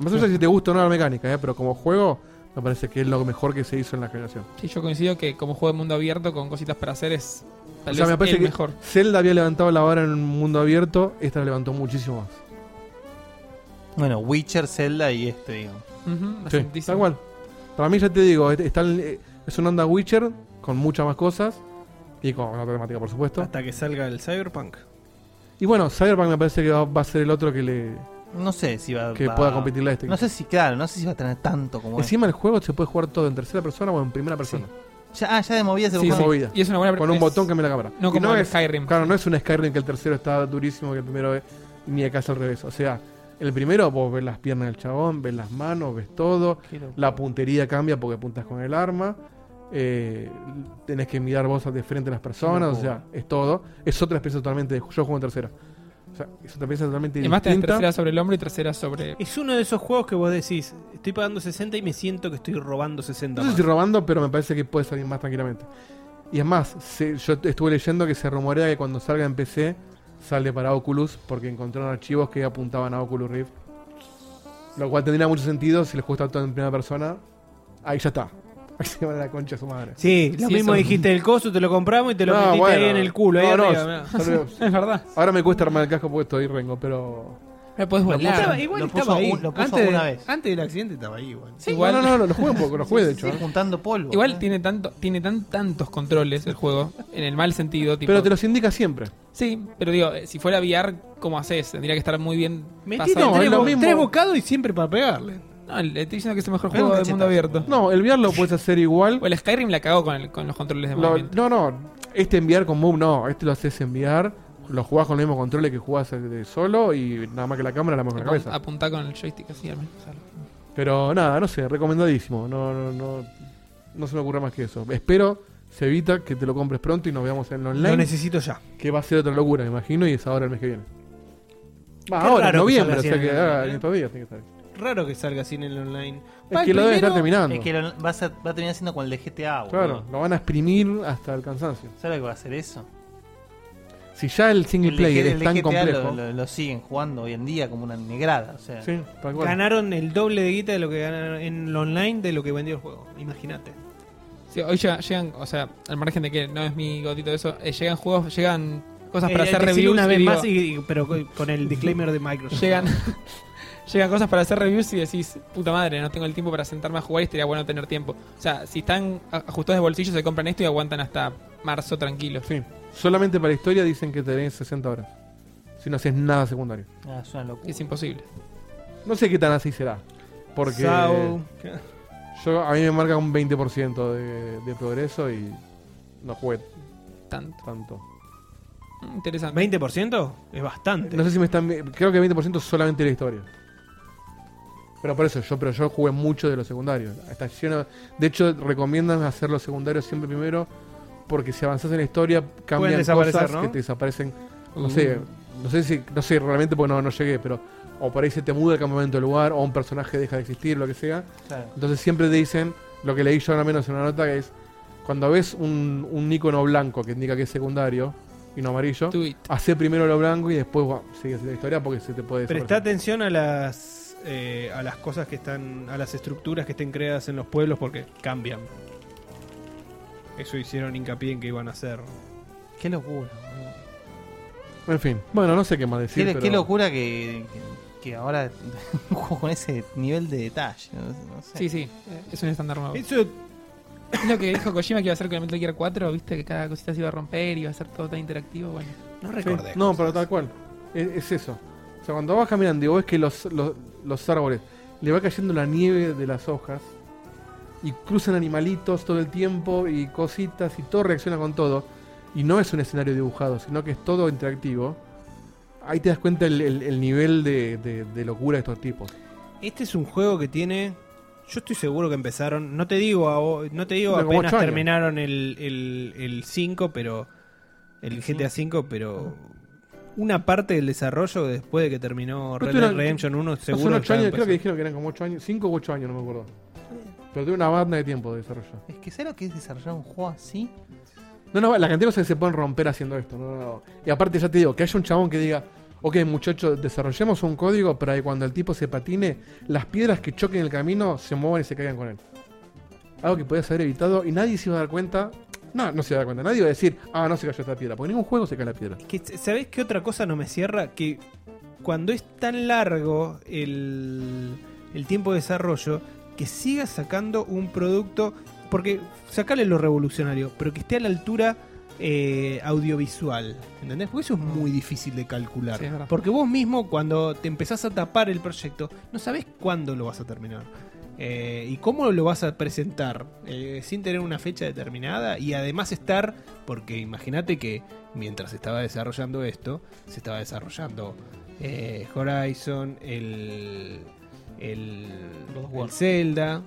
[SPEAKER 4] Más allá de si te gusta o no la mecánica, ¿eh? pero como juego, me parece que es lo mejor que se hizo en la generación.
[SPEAKER 3] sí, yo coincido que como juego de mundo abierto con cositas para hacer es tal
[SPEAKER 4] o sea,
[SPEAKER 3] vez
[SPEAKER 4] me parece
[SPEAKER 3] el
[SPEAKER 4] que
[SPEAKER 3] mejor.
[SPEAKER 4] Zelda había levantado la vara en un mundo abierto, esta la levantó muchísimo más.
[SPEAKER 2] Bueno, Witcher, Zelda y este, digamos.
[SPEAKER 3] Ujú,
[SPEAKER 4] Sí,
[SPEAKER 3] asentísimo.
[SPEAKER 4] tal cual. Para mí, ya te digo, es- está en- eh, es una onda Witcher con muchas más cosas y con otra temática, por supuesto.
[SPEAKER 5] Hasta que salga el Cyberpunk.
[SPEAKER 4] Y bueno, Cyberpunk me parece que va, va a ser el otro que le
[SPEAKER 2] No sé si va
[SPEAKER 4] que
[SPEAKER 2] va-
[SPEAKER 4] pueda competirle a este.
[SPEAKER 2] No sé si, claro, no sé si va a tener tanto como este.
[SPEAKER 4] Encima, el juego se puede jugar todo en tercera persona o en primera persona.
[SPEAKER 2] Ya, ah, ya de movida se
[SPEAKER 3] Sí,
[SPEAKER 4] Con
[SPEAKER 3] sí.
[SPEAKER 2] busca-
[SPEAKER 4] movida.
[SPEAKER 3] Y es una buena
[SPEAKER 4] Con un
[SPEAKER 3] es-
[SPEAKER 4] botón que me la cámara.
[SPEAKER 3] No
[SPEAKER 4] Y
[SPEAKER 3] como el
[SPEAKER 4] es,
[SPEAKER 3] Skyrim.
[SPEAKER 4] Claro, no es un Skyrim que el tercero está durísimo, que el primero es ni acá es al revés. O sea, el primero vos ves las piernas del chabón, ves las manos, ves todo. La puntería cambia porque apuntas con el arma. eh, tenés que mirar vos de frente a las personas. O sea, es todo. Es otra experiencia totalmente. de- Yo juego en tercera. O sea, es otra experiencia totalmente
[SPEAKER 3] Y más tenés
[SPEAKER 4] distinta.
[SPEAKER 3] tercera sobre el hombro y tercera sobre.
[SPEAKER 5] Es uno de esos juegos que vos decís, estoy pagando 60 y me siento que estoy robando 60.
[SPEAKER 4] No sé
[SPEAKER 5] más.
[SPEAKER 4] si robando, pero me parece que puede salir más tranquilamente. Y es más, se- yo estuve leyendo que se rumorea que cuando salga en PC sale para Oculus porque encontraron archivos que apuntaban a Oculus Rift. Lo cual tendría mucho sentido si les gusta todo en primera persona. Ahí ya está. Ahí se van a la concha a su madre.
[SPEAKER 5] Sí, lo
[SPEAKER 3] Sí,
[SPEAKER 5] mismo
[SPEAKER 3] eso-
[SPEAKER 5] dijiste del coso, te lo compramos y te lo
[SPEAKER 4] No,
[SPEAKER 5] metiste
[SPEAKER 4] bueno.
[SPEAKER 5] ahí en el culo. ahí
[SPEAKER 4] No, no,
[SPEAKER 5] arriba, mirá.
[SPEAKER 4] Tal vez-
[SPEAKER 3] Es verdad.
[SPEAKER 4] Ahora me cuesta armar el casco porque estoy rengo, pero.
[SPEAKER 3] Ahora podés
[SPEAKER 8] Estaba-
[SPEAKER 3] volar.
[SPEAKER 8] igual
[SPEAKER 2] Lo puso
[SPEAKER 8] estaba ahí.
[SPEAKER 2] un- lo puso
[SPEAKER 8] antes,
[SPEAKER 2] una
[SPEAKER 8] de-
[SPEAKER 2] vez.
[SPEAKER 8] antes del accidente estaba ahí, igual.
[SPEAKER 3] Igual,
[SPEAKER 4] No, no, no, lo jugué un poco, lo jugué de hecho.
[SPEAKER 2] Estoy
[SPEAKER 4] ¿eh?
[SPEAKER 2] juntando polvo.
[SPEAKER 3] igual
[SPEAKER 2] ¿eh?
[SPEAKER 3] tiene tanto, tiene tan tantos controles el juego, en el mal sentido, tipo.
[SPEAKER 4] Pero te los indica siempre.
[SPEAKER 3] Sí, pero digo, eh, si fuera VR, ¿cómo haces? Tendría que estar muy bien
[SPEAKER 8] Metí
[SPEAKER 3] pasado.
[SPEAKER 4] no, es
[SPEAKER 8] tres,
[SPEAKER 4] lo
[SPEAKER 8] bo-
[SPEAKER 4] mismo.
[SPEAKER 8] tres bocados y siempre para pegarle.
[SPEAKER 3] No, le estoy diciendo que es el mejor
[SPEAKER 2] Pero
[SPEAKER 3] juego
[SPEAKER 2] un
[SPEAKER 3] del mundo
[SPEAKER 2] cachetazo.
[SPEAKER 3] abierto.
[SPEAKER 4] No, el VR lo puedes hacer igual.
[SPEAKER 3] O el Skyrim la cagó con, el- con los controles de
[SPEAKER 4] Lo-
[SPEAKER 3] movimiento.
[SPEAKER 4] no, no. Este enviar con Move no. Este lo haces enviar. Lo jugás con los mismos controles que jugás eh, de solo y nada más que la cámara la más con la
[SPEAKER 3] Apun-
[SPEAKER 4] cabeza.
[SPEAKER 3] Apuntá con el joystick así al menos.
[SPEAKER 4] Pero nada, no sé, recomendadísimo. No, no, no, no se me ocurre más que eso. Espero se evita que te lo compres pronto y nos veamos en el online.
[SPEAKER 5] Lo necesito ya.
[SPEAKER 4] que va a ser otra locura, me imagino, y es ahora el mes que viene. Va,
[SPEAKER 5] Qué
[SPEAKER 4] ahora, en
[SPEAKER 5] raro
[SPEAKER 4] noviembre, o
[SPEAKER 5] que salga
[SPEAKER 4] sea que
[SPEAKER 5] así en el
[SPEAKER 4] ahora
[SPEAKER 5] online,
[SPEAKER 4] en estos días tiene que estar.
[SPEAKER 5] Raro que salga así en el online.
[SPEAKER 4] Es que lo deben estar terminando.
[SPEAKER 2] Es que lo- va, a ser- va a terminar siendo con el de GTA. boludo.
[SPEAKER 4] Claro, lo van a exprimir hasta el cansancio.
[SPEAKER 2] ¿Sabes lo que va a hacer eso?
[SPEAKER 4] Si ya el single
[SPEAKER 2] El de
[SPEAKER 4] player
[SPEAKER 2] G-
[SPEAKER 4] es
[SPEAKER 2] el de
[SPEAKER 4] tan
[SPEAKER 2] GTA
[SPEAKER 4] complejo.
[SPEAKER 2] Lo, lo- lo siguen jugando hoy en día como una negrada. O sea,
[SPEAKER 4] Sí, tal cual.
[SPEAKER 5] Ganaron el doble de guita de lo que ganaron en el online de lo que vendió el juego. Imagínate.
[SPEAKER 3] Sí, hoy ya llegan, o sea, al margen de que no es mi gotito eso, eh, llegan juegos, llegan cosas para
[SPEAKER 5] Eh,
[SPEAKER 3] hacer
[SPEAKER 5] decirlo
[SPEAKER 3] reviews.
[SPEAKER 5] una vez
[SPEAKER 3] y digo,
[SPEAKER 5] más, y- y- pero con con el disclaimer de Microsoft.
[SPEAKER 3] llegan, llegan cosas para hacer reviews y decís, puta madre, no tengo el tiempo para sentarme a jugar y estaría bueno tener tiempo. O sea, si están a- ajustados de bolsillo, se compran esto y aguantan hasta marzo tranquilos.
[SPEAKER 4] Sí. Solamente para historia dicen que tenés 60 horas. Si no haces nada secundario.
[SPEAKER 2] ah, es una locura.
[SPEAKER 3] Es imposible.
[SPEAKER 4] No sé qué tan así será. Porque
[SPEAKER 5] Sao.
[SPEAKER 4] yo, a mí me marca un 20% de, de progreso y no jugué
[SPEAKER 3] Tanto.
[SPEAKER 4] tanto.
[SPEAKER 3] Mm, Interesante.
[SPEAKER 5] ¿20%? Es bastante.
[SPEAKER 4] No sé si me están. Creo que 20% solamente la historia. Pero por eso, yo, pero yo jugué mucho de los secundarios. Está lleno. De hecho, recomiendan hacer los secundarios siempre primero. Porque si avanzas en la historia, cambian
[SPEAKER 5] desaparecer,
[SPEAKER 4] cosas
[SPEAKER 5] ¿no?
[SPEAKER 4] que te desaparecen. No sé. No sé si. No sé realmente porque no, no llegué, pero. O por ahí se te muda el campamento de lugar, o un personaje deja de existir, lo que sea.
[SPEAKER 2] Claro.
[SPEAKER 4] Entonces siempre te dicen, lo que leí yo al menos en una nota, que es cuando ves un, un icono blanco que indica que es secundario y no amarillo,
[SPEAKER 3] Tweet.
[SPEAKER 4] Hacé primero lo blanco y después bueno, sigues la historia porque se te puede
[SPEAKER 5] Presta
[SPEAKER 4] desaparecer.
[SPEAKER 5] atención a las eh, a las cosas que están, a las estructuras que estén creadas en los pueblos porque cambian. Eso hicieron hincapié en que iban a hacer.
[SPEAKER 2] Qué locura. boludo.
[SPEAKER 4] En fin, bueno, no sé qué más
[SPEAKER 2] Qué,
[SPEAKER 4] decir.
[SPEAKER 2] qué
[SPEAKER 4] pero
[SPEAKER 2] locura que, que, que ahora un juego con ese nivel de detalle. No, no sé.
[SPEAKER 3] Sí, sí, eh, es un estándar nuevo. Es
[SPEAKER 5] Eso
[SPEAKER 3] lo que dijo Kojima que iba a hacer con el Metal Gear 4, viste que cada cosita se iba a romper y iba a ser todo tan interactivo. Bueno,
[SPEAKER 5] no
[SPEAKER 4] sí,
[SPEAKER 5] recordé.
[SPEAKER 4] No, pero tal cual. Es, es eso. O sea, cuando vas caminando y vos ves que los, los, los árboles le va cayendo la nieve de las hojas y cruzan animalitos todo el tiempo y cositas y todo reacciona con todo. Y no es un escenario dibujado, sino que es todo interactivo. Ahí te das cuenta el, el- el nivel de, de- de locura de estos tipos.
[SPEAKER 5] Este es un juego que tiene. Yo estoy seguro que empezaron. No te digo, a vos- no te digo
[SPEAKER 4] Tiene como
[SPEAKER 5] apenas
[SPEAKER 4] ocho años.
[SPEAKER 5] terminaron el, el, el 5, pero. El GTA 5, pero. Una parte del desarrollo después de que terminó
[SPEAKER 4] Pero
[SPEAKER 5] Red
[SPEAKER 4] tuvieron-
[SPEAKER 5] Dead Redemption 1,
[SPEAKER 4] Hace
[SPEAKER 5] seguro.
[SPEAKER 4] ocho
[SPEAKER 5] ya
[SPEAKER 4] años, creo
[SPEAKER 5] empezó.
[SPEAKER 4] que dijeron que eran como 8 años, 5 u 8 años, no me acuerdo. Pero tuve una banda de tiempo de desarrollo.
[SPEAKER 2] Es que ¿sabes lo que es desarrollar un juego así?
[SPEAKER 4] No, no, la cantidad de cosas que se pueden romper haciendo esto. No, no, no. Y aparte, ya te digo, que haya un chabón que diga, ok, muchachos, desarrollemos un código para que cuando el tipo se patine, las piedras que choquen el camino se muevan y se caigan con él. Algo que podías haber evitado y nadie se iba a dar cuenta. No, no se iba a dar cuenta. Nadie iba a decir, ah, no se cayó esta piedra. Porque en ningún juego se cae la piedra.
[SPEAKER 5] Que, ¿Sabés qué otra cosa no me cierra? Que cuando es tan largo el, el tiempo de desarrollo, que sigas sacando un producto. Porque sacale lo revolucionario, pero que esté a la altura eh, audiovisual. ¿Entendés? Porque eso es muy difícil de calcular.
[SPEAKER 3] Mm. Sí, es verdad.
[SPEAKER 5] porque vos mismo, cuando te empezás a tapar el proyecto, no sabés cuándo lo vas a terminar. Eh, y cómo lo vas a presentar eh, sin tener una fecha determinada y además estar, porque imagínate que mientras se estaba desarrollando esto, se estaba desarrollando eh, Horizon, el, el,
[SPEAKER 3] God of
[SPEAKER 5] el
[SPEAKER 3] War.
[SPEAKER 5] Zelda,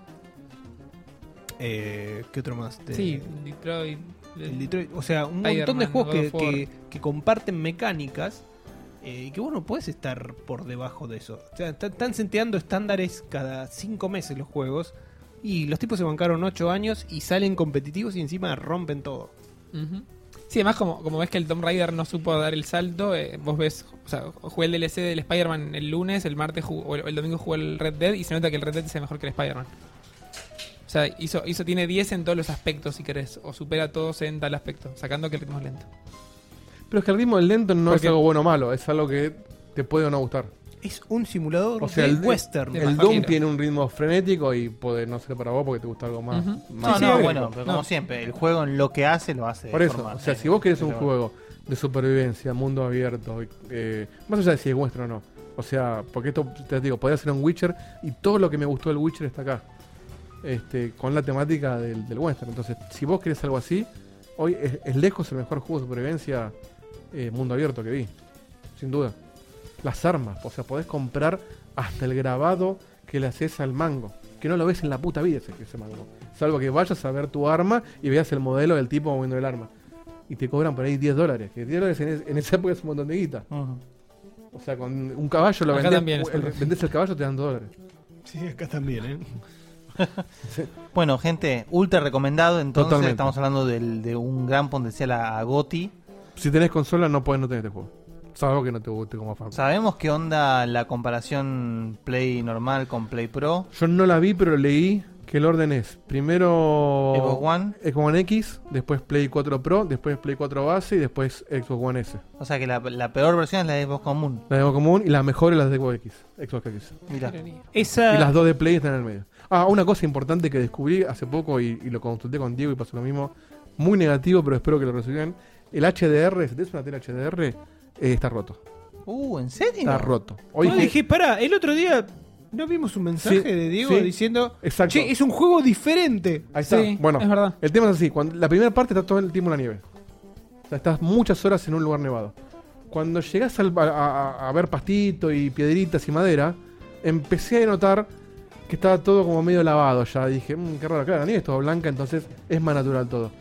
[SPEAKER 5] eh, ¿qué otro más? Te-
[SPEAKER 3] sí, Detroit. eh,
[SPEAKER 5] el Detroit, o sea, un
[SPEAKER 3] Spider-Man,
[SPEAKER 5] montón de juegos que,
[SPEAKER 3] God of War.
[SPEAKER 5] que- que comparten mecánicas eh, y que vos no puedes estar por debajo de eso. O sea, está- están senteando estándares cada cinco meses los juegos y los tipos se bancaron ocho años y salen competitivos y encima rompen todo.
[SPEAKER 3] Ujú. Sí, además, como, como ves que el Tomb Raider no supo dar el salto, eh, vos ves, o sea, jugué el DLC del Spider-Man el lunes, el martes jug- o el, el domingo jugué el Red Dead y se nota que el Red Dead es mejor que el Spider-Man. O sea, hizo, hizo, tiene 10 en todos los aspectos, si querés, o supera a todos en tal aspecto, sacando que el ritmo es lento.
[SPEAKER 4] Pero es que el ritmo del lento no
[SPEAKER 3] Porque-
[SPEAKER 4] es algo bueno o malo, es algo que te puede o no gustar.
[SPEAKER 5] Es un simulador
[SPEAKER 4] O sea,
[SPEAKER 5] de
[SPEAKER 4] el-
[SPEAKER 5] western.
[SPEAKER 3] de-
[SPEAKER 4] El
[SPEAKER 3] Imagino.
[SPEAKER 4] Doom tiene un ritmo frenético y puede no ser para vos porque te gusta algo más.
[SPEAKER 3] Ujú.
[SPEAKER 2] No,
[SPEAKER 4] más
[SPEAKER 2] no,
[SPEAKER 4] lento.
[SPEAKER 2] bueno, pero como
[SPEAKER 3] No.
[SPEAKER 2] siempre, el juego en lo que hace lo hace. de
[SPEAKER 4] Por eso,
[SPEAKER 2] forma-
[SPEAKER 4] o sea,
[SPEAKER 2] sí,
[SPEAKER 4] si vos querés un
[SPEAKER 2] pero-
[SPEAKER 4] juego de supervivencia, mundo abierto, eh, más allá de si es vuestro o no. O sea, porque esto, te digo, podía ser un Witcher y todo lo que me gustó del Witcher está acá. Este, con la temática del, del western. Entonces, si vos querés algo así, hoy es, es lejos el mejor juego de supervivencia eh, mundo abierto que vi. Sin duda. Las armas, o sea, podés comprar hasta el grabado que le haces al mango. que no lo ves en la puta vida ese, ese mango. Salvo que vayas a ver tu arma y veas el modelo del tipo moviendo el arma. Y te cobran por ahí 10 dólares. Que 10 dólares en, es- en esa época es un montón de guita.
[SPEAKER 2] Ujú.
[SPEAKER 4] O sea, con un caballo lo
[SPEAKER 3] Acá
[SPEAKER 4] vendés,
[SPEAKER 3] también es
[SPEAKER 4] el,
[SPEAKER 3] verdad.
[SPEAKER 4] vendés el caballo te dan 2 dólares.
[SPEAKER 9] Sí, acá también, ¿eh?
[SPEAKER 2] Bueno, gente, ultra recomendado. Entonces,
[SPEAKER 4] Totalmente.
[SPEAKER 2] estamos hablando del- de un gran potencial a, a Goti.
[SPEAKER 4] Si tenés consola no podés no tener este juego. Salvo que no te guste como fan.
[SPEAKER 2] ¿Sabemos qué onda la comparación Play normal con Play Pro?
[SPEAKER 4] Yo no la vi, pero leí que el orden es primero
[SPEAKER 2] Xbox One.
[SPEAKER 4] Xbox One X, después Play 4 Pro, después Play 4 base y después Xbox One S.
[SPEAKER 2] O sea que la, la peor versión es la de Xbox común.
[SPEAKER 4] La de Xbox común y las mejores las de Xbox X. Xbox X.
[SPEAKER 2] Mira.
[SPEAKER 4] Y las
[SPEAKER 5] Esa.
[SPEAKER 4] dos de Play están en el medio. Ah, una cosa importante que descubrí hace poco y, y lo consulté con Diego y pasó lo mismo. Muy negativo, pero espero que lo resuelvan. El HDR, si tenés una tele HDR, eh, está roto.
[SPEAKER 2] Uh, ¿en serio?
[SPEAKER 4] Está roto.
[SPEAKER 8] Hoy
[SPEAKER 4] Hoy que-
[SPEAKER 8] dije, pará, el otro día no vimos un mensaje
[SPEAKER 4] Sí,
[SPEAKER 8] de Diego
[SPEAKER 4] sí.
[SPEAKER 8] diciendo,
[SPEAKER 4] Exacto.
[SPEAKER 8] che, es un juego diferente.
[SPEAKER 4] Ahí está.
[SPEAKER 3] Sí,
[SPEAKER 4] bueno,
[SPEAKER 3] es verdad.
[SPEAKER 4] El tema es así, cuando la primera parte está todo el tiempo en la nieve. O sea, estás muchas horas en un lugar nevado. Cuando llegas al- a, a- a ver pastito y piedritas y madera, empecé a notar que estaba todo como medio lavado ya. Dije, "Mm, qué raro, claro, la nieve es toda blanca, entonces es más natural todo.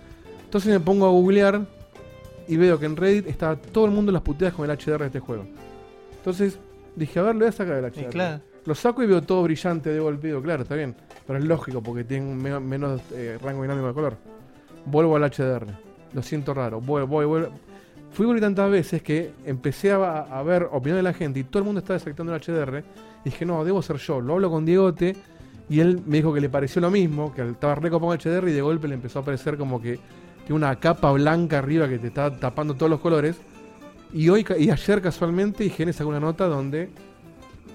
[SPEAKER 4] Entonces me pongo a googlear y veo que en Reddit está todo el mundo en las puteadas con el HDR de este juego. Entonces dije, a ver, le voy a sacar el
[SPEAKER 2] Sí,
[SPEAKER 4] HDR.
[SPEAKER 2] claro.
[SPEAKER 4] Lo saco y veo todo brillante de golpe. Digo, claro, está bien. Pero es lógico porque tiene me- menos eh, rango dinámico de color. Vuelvo al HDR. Lo siento raro. Voy, voy, vuelvo. Fui por ahí tantas veces que empecé a, a ver opinión de la gente y todo el mundo estaba desactivando el HDR. Y dije, no, debo ser yo. Lo hablo con Diegote y él me dijo que le pareció lo mismo, que estaba re copado con HDR y de golpe le empezó a parecer como que tiene una capa blanca arriba que te está tapando todos los colores. Y hoy ca- y ayer casualmente IGN sacó una nota donde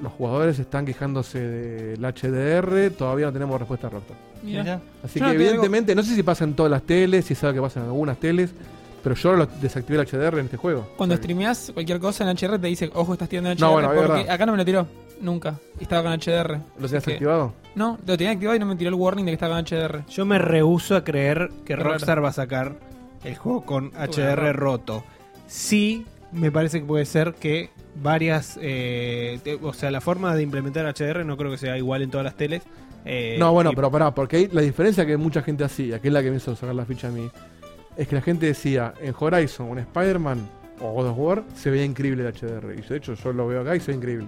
[SPEAKER 4] los jugadores están quejándose del HDR, todavía no tenemos respuesta rota.
[SPEAKER 3] Mira.
[SPEAKER 2] Mira.
[SPEAKER 4] Así
[SPEAKER 3] Yo no
[SPEAKER 4] que
[SPEAKER 3] te digo-
[SPEAKER 4] evidentemente, no sé si pasa en todas las teles, si sabe que pasa en algunas teles, pero yo lo desactivé el HDR en este juego.
[SPEAKER 3] Cuando
[SPEAKER 4] O sea que-
[SPEAKER 3] streameas cualquier cosa en HR te dice, ojo, estás tirando en HR.
[SPEAKER 4] No, bueno, es
[SPEAKER 3] porque
[SPEAKER 4] verdad.
[SPEAKER 3] acá no me lo tiró nunca. Y estaba con HR.
[SPEAKER 4] ¿Lo tenías
[SPEAKER 3] Sí.
[SPEAKER 4] activado?
[SPEAKER 3] No, lo tenía activado y no me tiró el warning de que estaba en HR.
[SPEAKER 8] Yo me rehuso a creer que
[SPEAKER 3] raro.
[SPEAKER 8] Rockstar va a sacar el juego con
[SPEAKER 3] raro.
[SPEAKER 8] HDR roto. Sí, me parece que puede ser que varias. eh, te- o sea, la forma de implementar HDR no creo que sea igual en todas las teles. eh,
[SPEAKER 4] no, bueno,
[SPEAKER 8] y-
[SPEAKER 4] pero pará, porque ahí la diferencia que mucha gente hacía, que es la que me hizo sacar la ficha a mí, es que la gente decía, en Horizon, un Spider-Man o God of War, se veía increíble el HDR. Y de hecho yo lo veo acá y se ve increíble.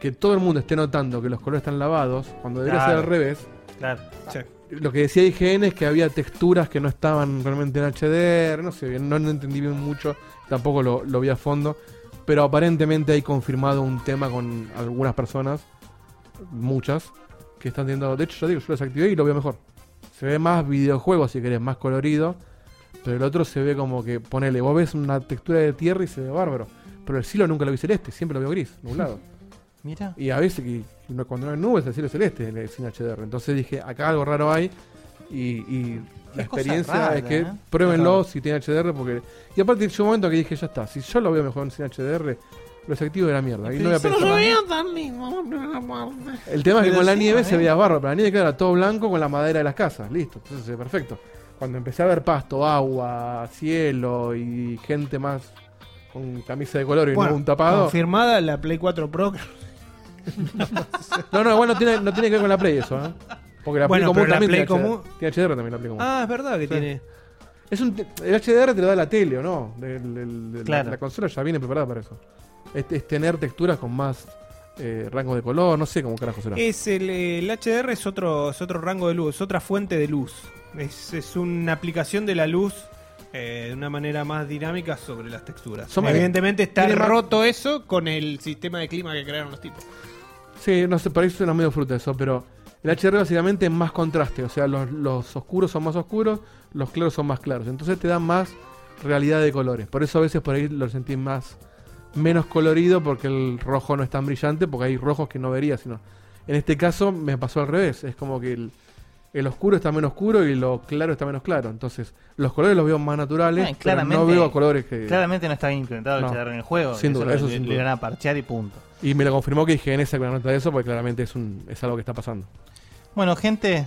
[SPEAKER 4] Que todo el mundo esté notando que los colores están lavados, cuando debería
[SPEAKER 2] Claro.
[SPEAKER 4] ser al revés,
[SPEAKER 2] Claro.
[SPEAKER 4] lo que decía IGN es que había texturas que no estaban realmente en HDR, no sé bien, no, no entendí bien mucho, tampoco lo, lo vi a fondo, pero aparentemente hay confirmado un tema con algunas personas, muchas, que están teniendo, de hecho yo digo, yo lo desactivé y lo veo mejor. Se ve más videojuego si querés, más colorido, pero el otro se ve como que, ponele, vos ves una textura de tierra y se ve bárbaro, pero el cielo nunca lo vi celeste, siempre lo veo gris, nublado.
[SPEAKER 2] Mira.
[SPEAKER 4] Y a veces, y no- cuando no hay nubes, el cielo es celeste en el- sin HDR. Entonces dije, acá algo raro hay. Y, y la
[SPEAKER 2] Qué cosa
[SPEAKER 4] experiencia
[SPEAKER 2] rara,
[SPEAKER 4] es que
[SPEAKER 2] ¿eh?
[SPEAKER 4] pruébenlo
[SPEAKER 2] Ajá.
[SPEAKER 4] si tiene HDR. porque Y aparte, llegó un momento que dije, ya está. Si yo lo veo mejor sin HDR, lo desactivo de la mierda. Y no voy a pensar más. El tema es que
[SPEAKER 2] Pero
[SPEAKER 4] con la
[SPEAKER 2] sí,
[SPEAKER 4] nieve
[SPEAKER 2] ¿eh?
[SPEAKER 4] se veía barro. Pero la nieve, claro, era todo blanco con la madera de las casas. Listo, entonces eh, perfecto. Cuando empecé a ver pasto, agua, cielo y gente más con camisa de color y
[SPEAKER 8] Bueno,
[SPEAKER 4] no un tapado.
[SPEAKER 8] Confirmada la Play 4 Pro.
[SPEAKER 4] No, no, igual no tiene, no tiene que ver con la Play eso, ¿eh? Porque la
[SPEAKER 8] Bueno,
[SPEAKER 4] Play común
[SPEAKER 8] pero la
[SPEAKER 4] también
[SPEAKER 8] Play
[SPEAKER 4] tiene,
[SPEAKER 8] común-
[SPEAKER 4] HDR, tiene HDR también la Play común.
[SPEAKER 8] Ah, es verdad que tiene.
[SPEAKER 4] Es un te- el HDR te lo da la tele, ¿o no? Del- del- del-
[SPEAKER 2] Claro.
[SPEAKER 4] La consola ya viene preparada para eso. Es, es tener texturas con más eh, rangos de color, no sé cómo carajo será.
[SPEAKER 8] Es el, eh, el HDR es otro, es otro rango de luz, es otra fuente de luz. Es, es una aplicación de la luz eh, de una manera más dinámica sobre las texturas.
[SPEAKER 4] Somos-
[SPEAKER 8] Evidentemente está
[SPEAKER 4] Tiene más-
[SPEAKER 8] roto eso con el sistema de clima que crearon los tipos.
[SPEAKER 4] Sí, no sé, por ahí suena medio fruta eso, pero el HDR básicamente es más contraste, o sea, los, los oscuros son más oscuros, los claros son más claros, entonces te da más realidad de colores. Por eso a veces por ahí lo sentís más menos colorido porque el rojo no es tan brillante, porque hay rojos que no vería, sino en este caso me pasó al revés, es como que el, el oscuro está menos oscuro y lo claro está menos claro, entonces los colores los veo más naturales,
[SPEAKER 2] No, y
[SPEAKER 4] pero no
[SPEAKER 2] claramente-
[SPEAKER 4] veo colores que
[SPEAKER 2] Claramente no está bien implementado
[SPEAKER 4] No.
[SPEAKER 2] el HDR en el juego.
[SPEAKER 4] Sin duda,
[SPEAKER 2] lo-
[SPEAKER 4] eso
[SPEAKER 2] le,
[SPEAKER 4] sin
[SPEAKER 2] le
[SPEAKER 4] duda.
[SPEAKER 2] van a parchear y punto.
[SPEAKER 4] y me lo confirmó que IGN sacó una nota de eso porque claramente es un es algo que está pasando.
[SPEAKER 2] Bueno, gente,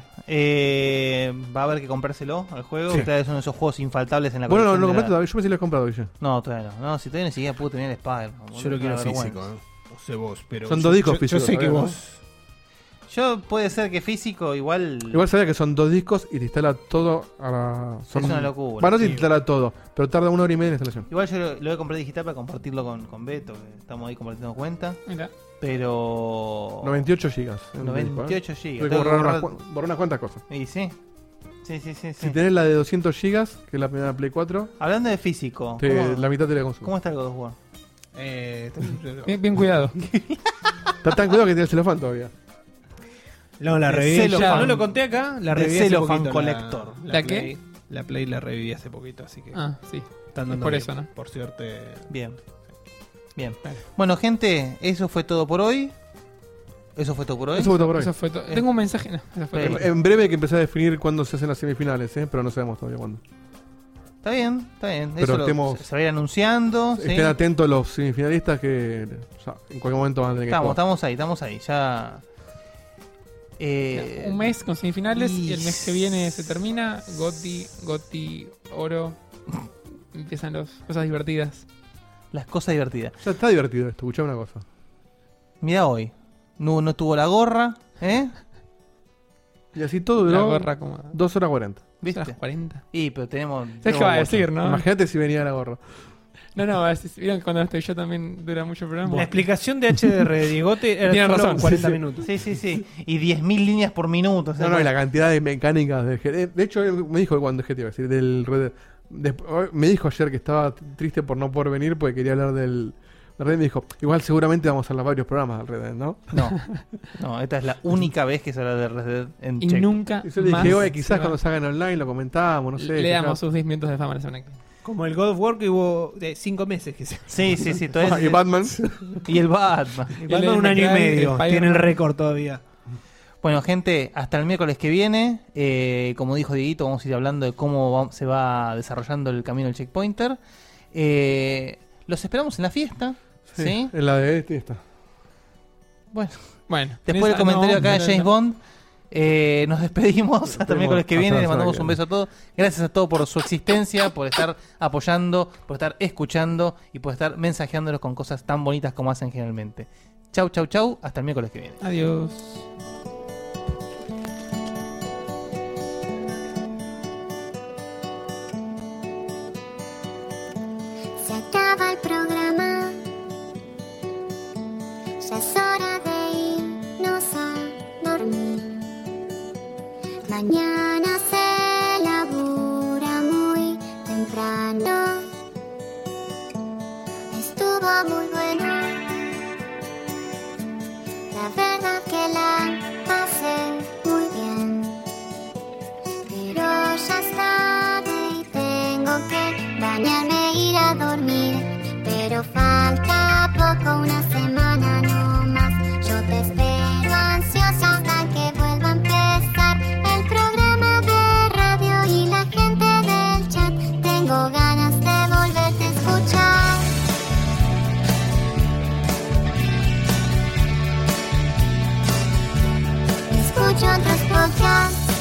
[SPEAKER 2] eh, va a haber que comprárselo al juego.
[SPEAKER 4] Sí.
[SPEAKER 2] Ustedes son esos juegos infaltables en la
[SPEAKER 4] Bueno, no,
[SPEAKER 2] colección
[SPEAKER 4] no lo
[SPEAKER 2] de
[SPEAKER 4] compré
[SPEAKER 2] la- Mm.
[SPEAKER 4] todavía, yo pensé que lo he comprado, Guille.
[SPEAKER 2] No, todavía no. No, si todavía ni siquiera pude tener el Spider.
[SPEAKER 9] Yo lo quiero físico, ¿eh? No sé vos, pero.
[SPEAKER 4] Son
[SPEAKER 9] yo-
[SPEAKER 4] dos discos
[SPEAKER 9] yo- Yo
[SPEAKER 4] físicos,
[SPEAKER 9] sé que
[SPEAKER 4] ¿no?
[SPEAKER 9] vos.
[SPEAKER 2] Yo puede ser que físico igual.
[SPEAKER 4] Igual sabía que son dos discos y te instala todo a la... son-
[SPEAKER 2] una locura,
[SPEAKER 4] Bueno, no te
[SPEAKER 2] sí.
[SPEAKER 4] instala todo, pero tarda una hora y media en instalación.
[SPEAKER 2] Igual yo lo, lo he comprado digital para compartirlo con, con Beto, que estamos ahí compartiendo cuenta.
[SPEAKER 3] Mira.
[SPEAKER 2] Pero.
[SPEAKER 4] 98 gigas. en un disco, ¿eh?
[SPEAKER 2] 98 gigas.
[SPEAKER 4] Tuve que
[SPEAKER 2] Tengo que
[SPEAKER 4] borrar unas,
[SPEAKER 2] borrar- Mm.
[SPEAKER 4] cu- borrar unas cuantas cosas.
[SPEAKER 2] Y sí. Sí, sí, sí. sí.
[SPEAKER 4] Si tenés la de 200 gigas, que es la primera Play 4,
[SPEAKER 2] Hablando de físico,
[SPEAKER 4] te-
[SPEAKER 2] ¿cómo,
[SPEAKER 4] la mitad te la consumo.
[SPEAKER 2] cómo está el God of War?
[SPEAKER 8] eh,
[SPEAKER 3] Bien, bien cuidado.
[SPEAKER 4] Está tan cuidado que tiene el celofán todavía.
[SPEAKER 8] No, la
[SPEAKER 2] De
[SPEAKER 8] reviví.
[SPEAKER 2] celofán.
[SPEAKER 8] ya.
[SPEAKER 2] No lo
[SPEAKER 8] conté acá.
[SPEAKER 2] De
[SPEAKER 8] La reviví hace
[SPEAKER 2] celofán
[SPEAKER 8] poquito.
[SPEAKER 2] collector.
[SPEAKER 8] La,
[SPEAKER 3] ¿La qué?
[SPEAKER 8] Play, La Play la reviví hace poquito, así que.
[SPEAKER 3] Ah, sí.
[SPEAKER 8] están
[SPEAKER 3] es
[SPEAKER 8] dando
[SPEAKER 3] por
[SPEAKER 8] bien,
[SPEAKER 3] eso, ¿no?
[SPEAKER 8] Por suerte.
[SPEAKER 2] Bien. Bien. Bueno, gente, eso fue todo por hoy. Eso fue todo por hoy.
[SPEAKER 4] Eso fue todo por hoy.
[SPEAKER 3] Eso fue todo. Tengo un mensaje. No, eso fue
[SPEAKER 2] Eh,
[SPEAKER 4] En,
[SPEAKER 3] todo.
[SPEAKER 4] en breve hay que empezar a definir cuándo se hacen las semifinales, ¿eh? pero no sabemos todavía cuándo.
[SPEAKER 2] Está bien, está bien.
[SPEAKER 4] Pero
[SPEAKER 2] eso lo-
[SPEAKER 4] estemos-
[SPEAKER 2] se- se va a ir anunciando. ¿sí?
[SPEAKER 4] Estén atentos los semifinalistas que ya, en cualquier momento van a tener que
[SPEAKER 2] Estamos,
[SPEAKER 4] jugar.
[SPEAKER 2] estamos ahí, estamos ahí. Ya. Eh,
[SPEAKER 3] Un mes con semifinales y el mes que viene se termina. Goti, Goti, Oro. Empiezan las cosas divertidas.
[SPEAKER 2] Las cosas divertidas.
[SPEAKER 4] Ya está divertido esto, escuchá una cosa.
[SPEAKER 2] Mira hoy. No, no tuvo la gorra, ¿eh?
[SPEAKER 4] Y así todo
[SPEAKER 3] La
[SPEAKER 4] duró
[SPEAKER 3] gorra como.
[SPEAKER 4] 2 horas 40.
[SPEAKER 3] A las
[SPEAKER 2] ¿Viste?
[SPEAKER 3] 40.
[SPEAKER 2] Y, pero tenemos.
[SPEAKER 3] ¿Sabes qué va a decir, no?
[SPEAKER 4] Imagínate si venía la gorra.
[SPEAKER 3] No, no, a veces- vieron que cuando no estoy yo también dura mucho el programa.
[SPEAKER 5] La explicación de HDR de Diegote era
[SPEAKER 3] Tiene
[SPEAKER 5] solo
[SPEAKER 3] razón,
[SPEAKER 5] 40
[SPEAKER 3] sí, sí.
[SPEAKER 5] minutos.
[SPEAKER 2] Sí, sí, sí. Y 10.000 líneas por minuto. o sea,
[SPEAKER 4] No, no, y la cantidad de mecánicas del G- eh, De hecho, él me dijo cuando es que te iba a decir, del Red Dead. Desp- me dijo ayer que estaba t- triste por no poder venir porque quería hablar del del Red Dead. Me dijo, igual seguramente vamos a hablar varios programas del Red Dead, ¿no?
[SPEAKER 2] No, no, esta es la única vez que se habla de Red Dead en
[SPEAKER 3] y
[SPEAKER 2] Check.
[SPEAKER 3] nunca.
[SPEAKER 4] Y yo le dije,
[SPEAKER 3] más
[SPEAKER 4] oye,
[SPEAKER 3] se
[SPEAKER 4] quizás
[SPEAKER 3] va".
[SPEAKER 4] cuando salgan online lo comentábamos, no sé.
[SPEAKER 3] Le
[SPEAKER 4] quizás".
[SPEAKER 3] damos sus 10 minutos de fama a la semana que viene.
[SPEAKER 5] Como el God of War que hubo de 5 meses que se
[SPEAKER 2] Sí, sí, sí. todo
[SPEAKER 4] Ah,
[SPEAKER 2] es-
[SPEAKER 4] y Batman.
[SPEAKER 2] y el Batman.
[SPEAKER 3] Y
[SPEAKER 5] Falta
[SPEAKER 3] le-
[SPEAKER 5] un año y
[SPEAKER 3] McLaren,
[SPEAKER 5] medio.
[SPEAKER 3] Spider-Man.
[SPEAKER 5] Tiene el récord todavía.
[SPEAKER 2] Bueno, gente, hasta el miércoles que viene, eh, como dijo Dieguito, vamos a ir hablando de cómo va- se va desarrollando el camino del checkpointer. Eh, los esperamos en la fiesta, ¿sí?
[SPEAKER 4] Sí, en la de este y está.
[SPEAKER 2] Bueno,
[SPEAKER 3] Bueno.
[SPEAKER 2] después del
[SPEAKER 3] esa-
[SPEAKER 2] comentario
[SPEAKER 3] no,
[SPEAKER 2] acá de
[SPEAKER 3] no,
[SPEAKER 2] James
[SPEAKER 3] no.
[SPEAKER 2] Bond, eh, nos despedimos hasta el
[SPEAKER 4] Esperemos
[SPEAKER 2] miércoles que
[SPEAKER 4] hasta
[SPEAKER 2] viene.
[SPEAKER 4] la
[SPEAKER 2] Les
[SPEAKER 4] semana
[SPEAKER 2] mandamos
[SPEAKER 4] que
[SPEAKER 2] un
[SPEAKER 4] viene.
[SPEAKER 2] beso a todos. Gracias a todos por su existencia, por estar apoyando, por estar escuchando y por estar mensajeándonos con cosas tan bonitas como hacen generalmente. Chau, chau, chau. Hasta el miércoles que viene.
[SPEAKER 3] Adiós.
[SPEAKER 14] Se acaba el programa. Ya es hora de irnos a dormir. Mañana se labura muy temprano. Estuvo muy bueno. La verdad que la pasé muy bien. Pero ya es tarde y tengo que bañarme e ir a dormir. Pero falta poco, una semana no más. Yo te espero ansiosa hasta que vuelva a empezar el programa de radio y la gente del chat. Tengo ganas de volverte a escuchar. Escucho otros podcasts.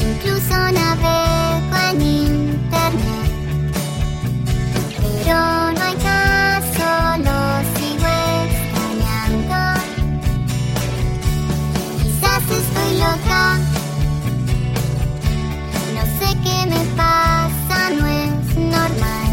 [SPEAKER 14] Incluso navego en internet. Pero no hay caso, lo sigo extrañando. Quizás estoy loca. No sé qué me pasa, no es normal.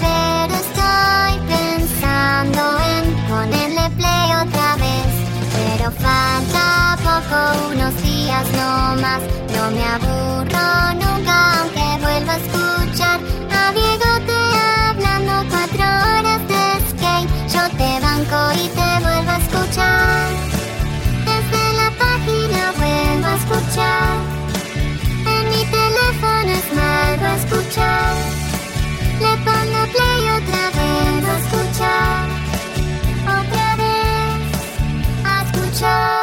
[SPEAKER 14] Pero estoy pensando en ponerle play otra vez. Pero falta poco, unos días no más. No me aburro nunca, aunque vuelva a escuchar a Diego te hablando cuatro horas de skate. Yo te banco y te vuelvo a escuchar. Desde la página vuelvo a escuchar. En mi teléfono es malo escuchar. Le pongo play otra vez a escuchar. Otra vez a escuchar.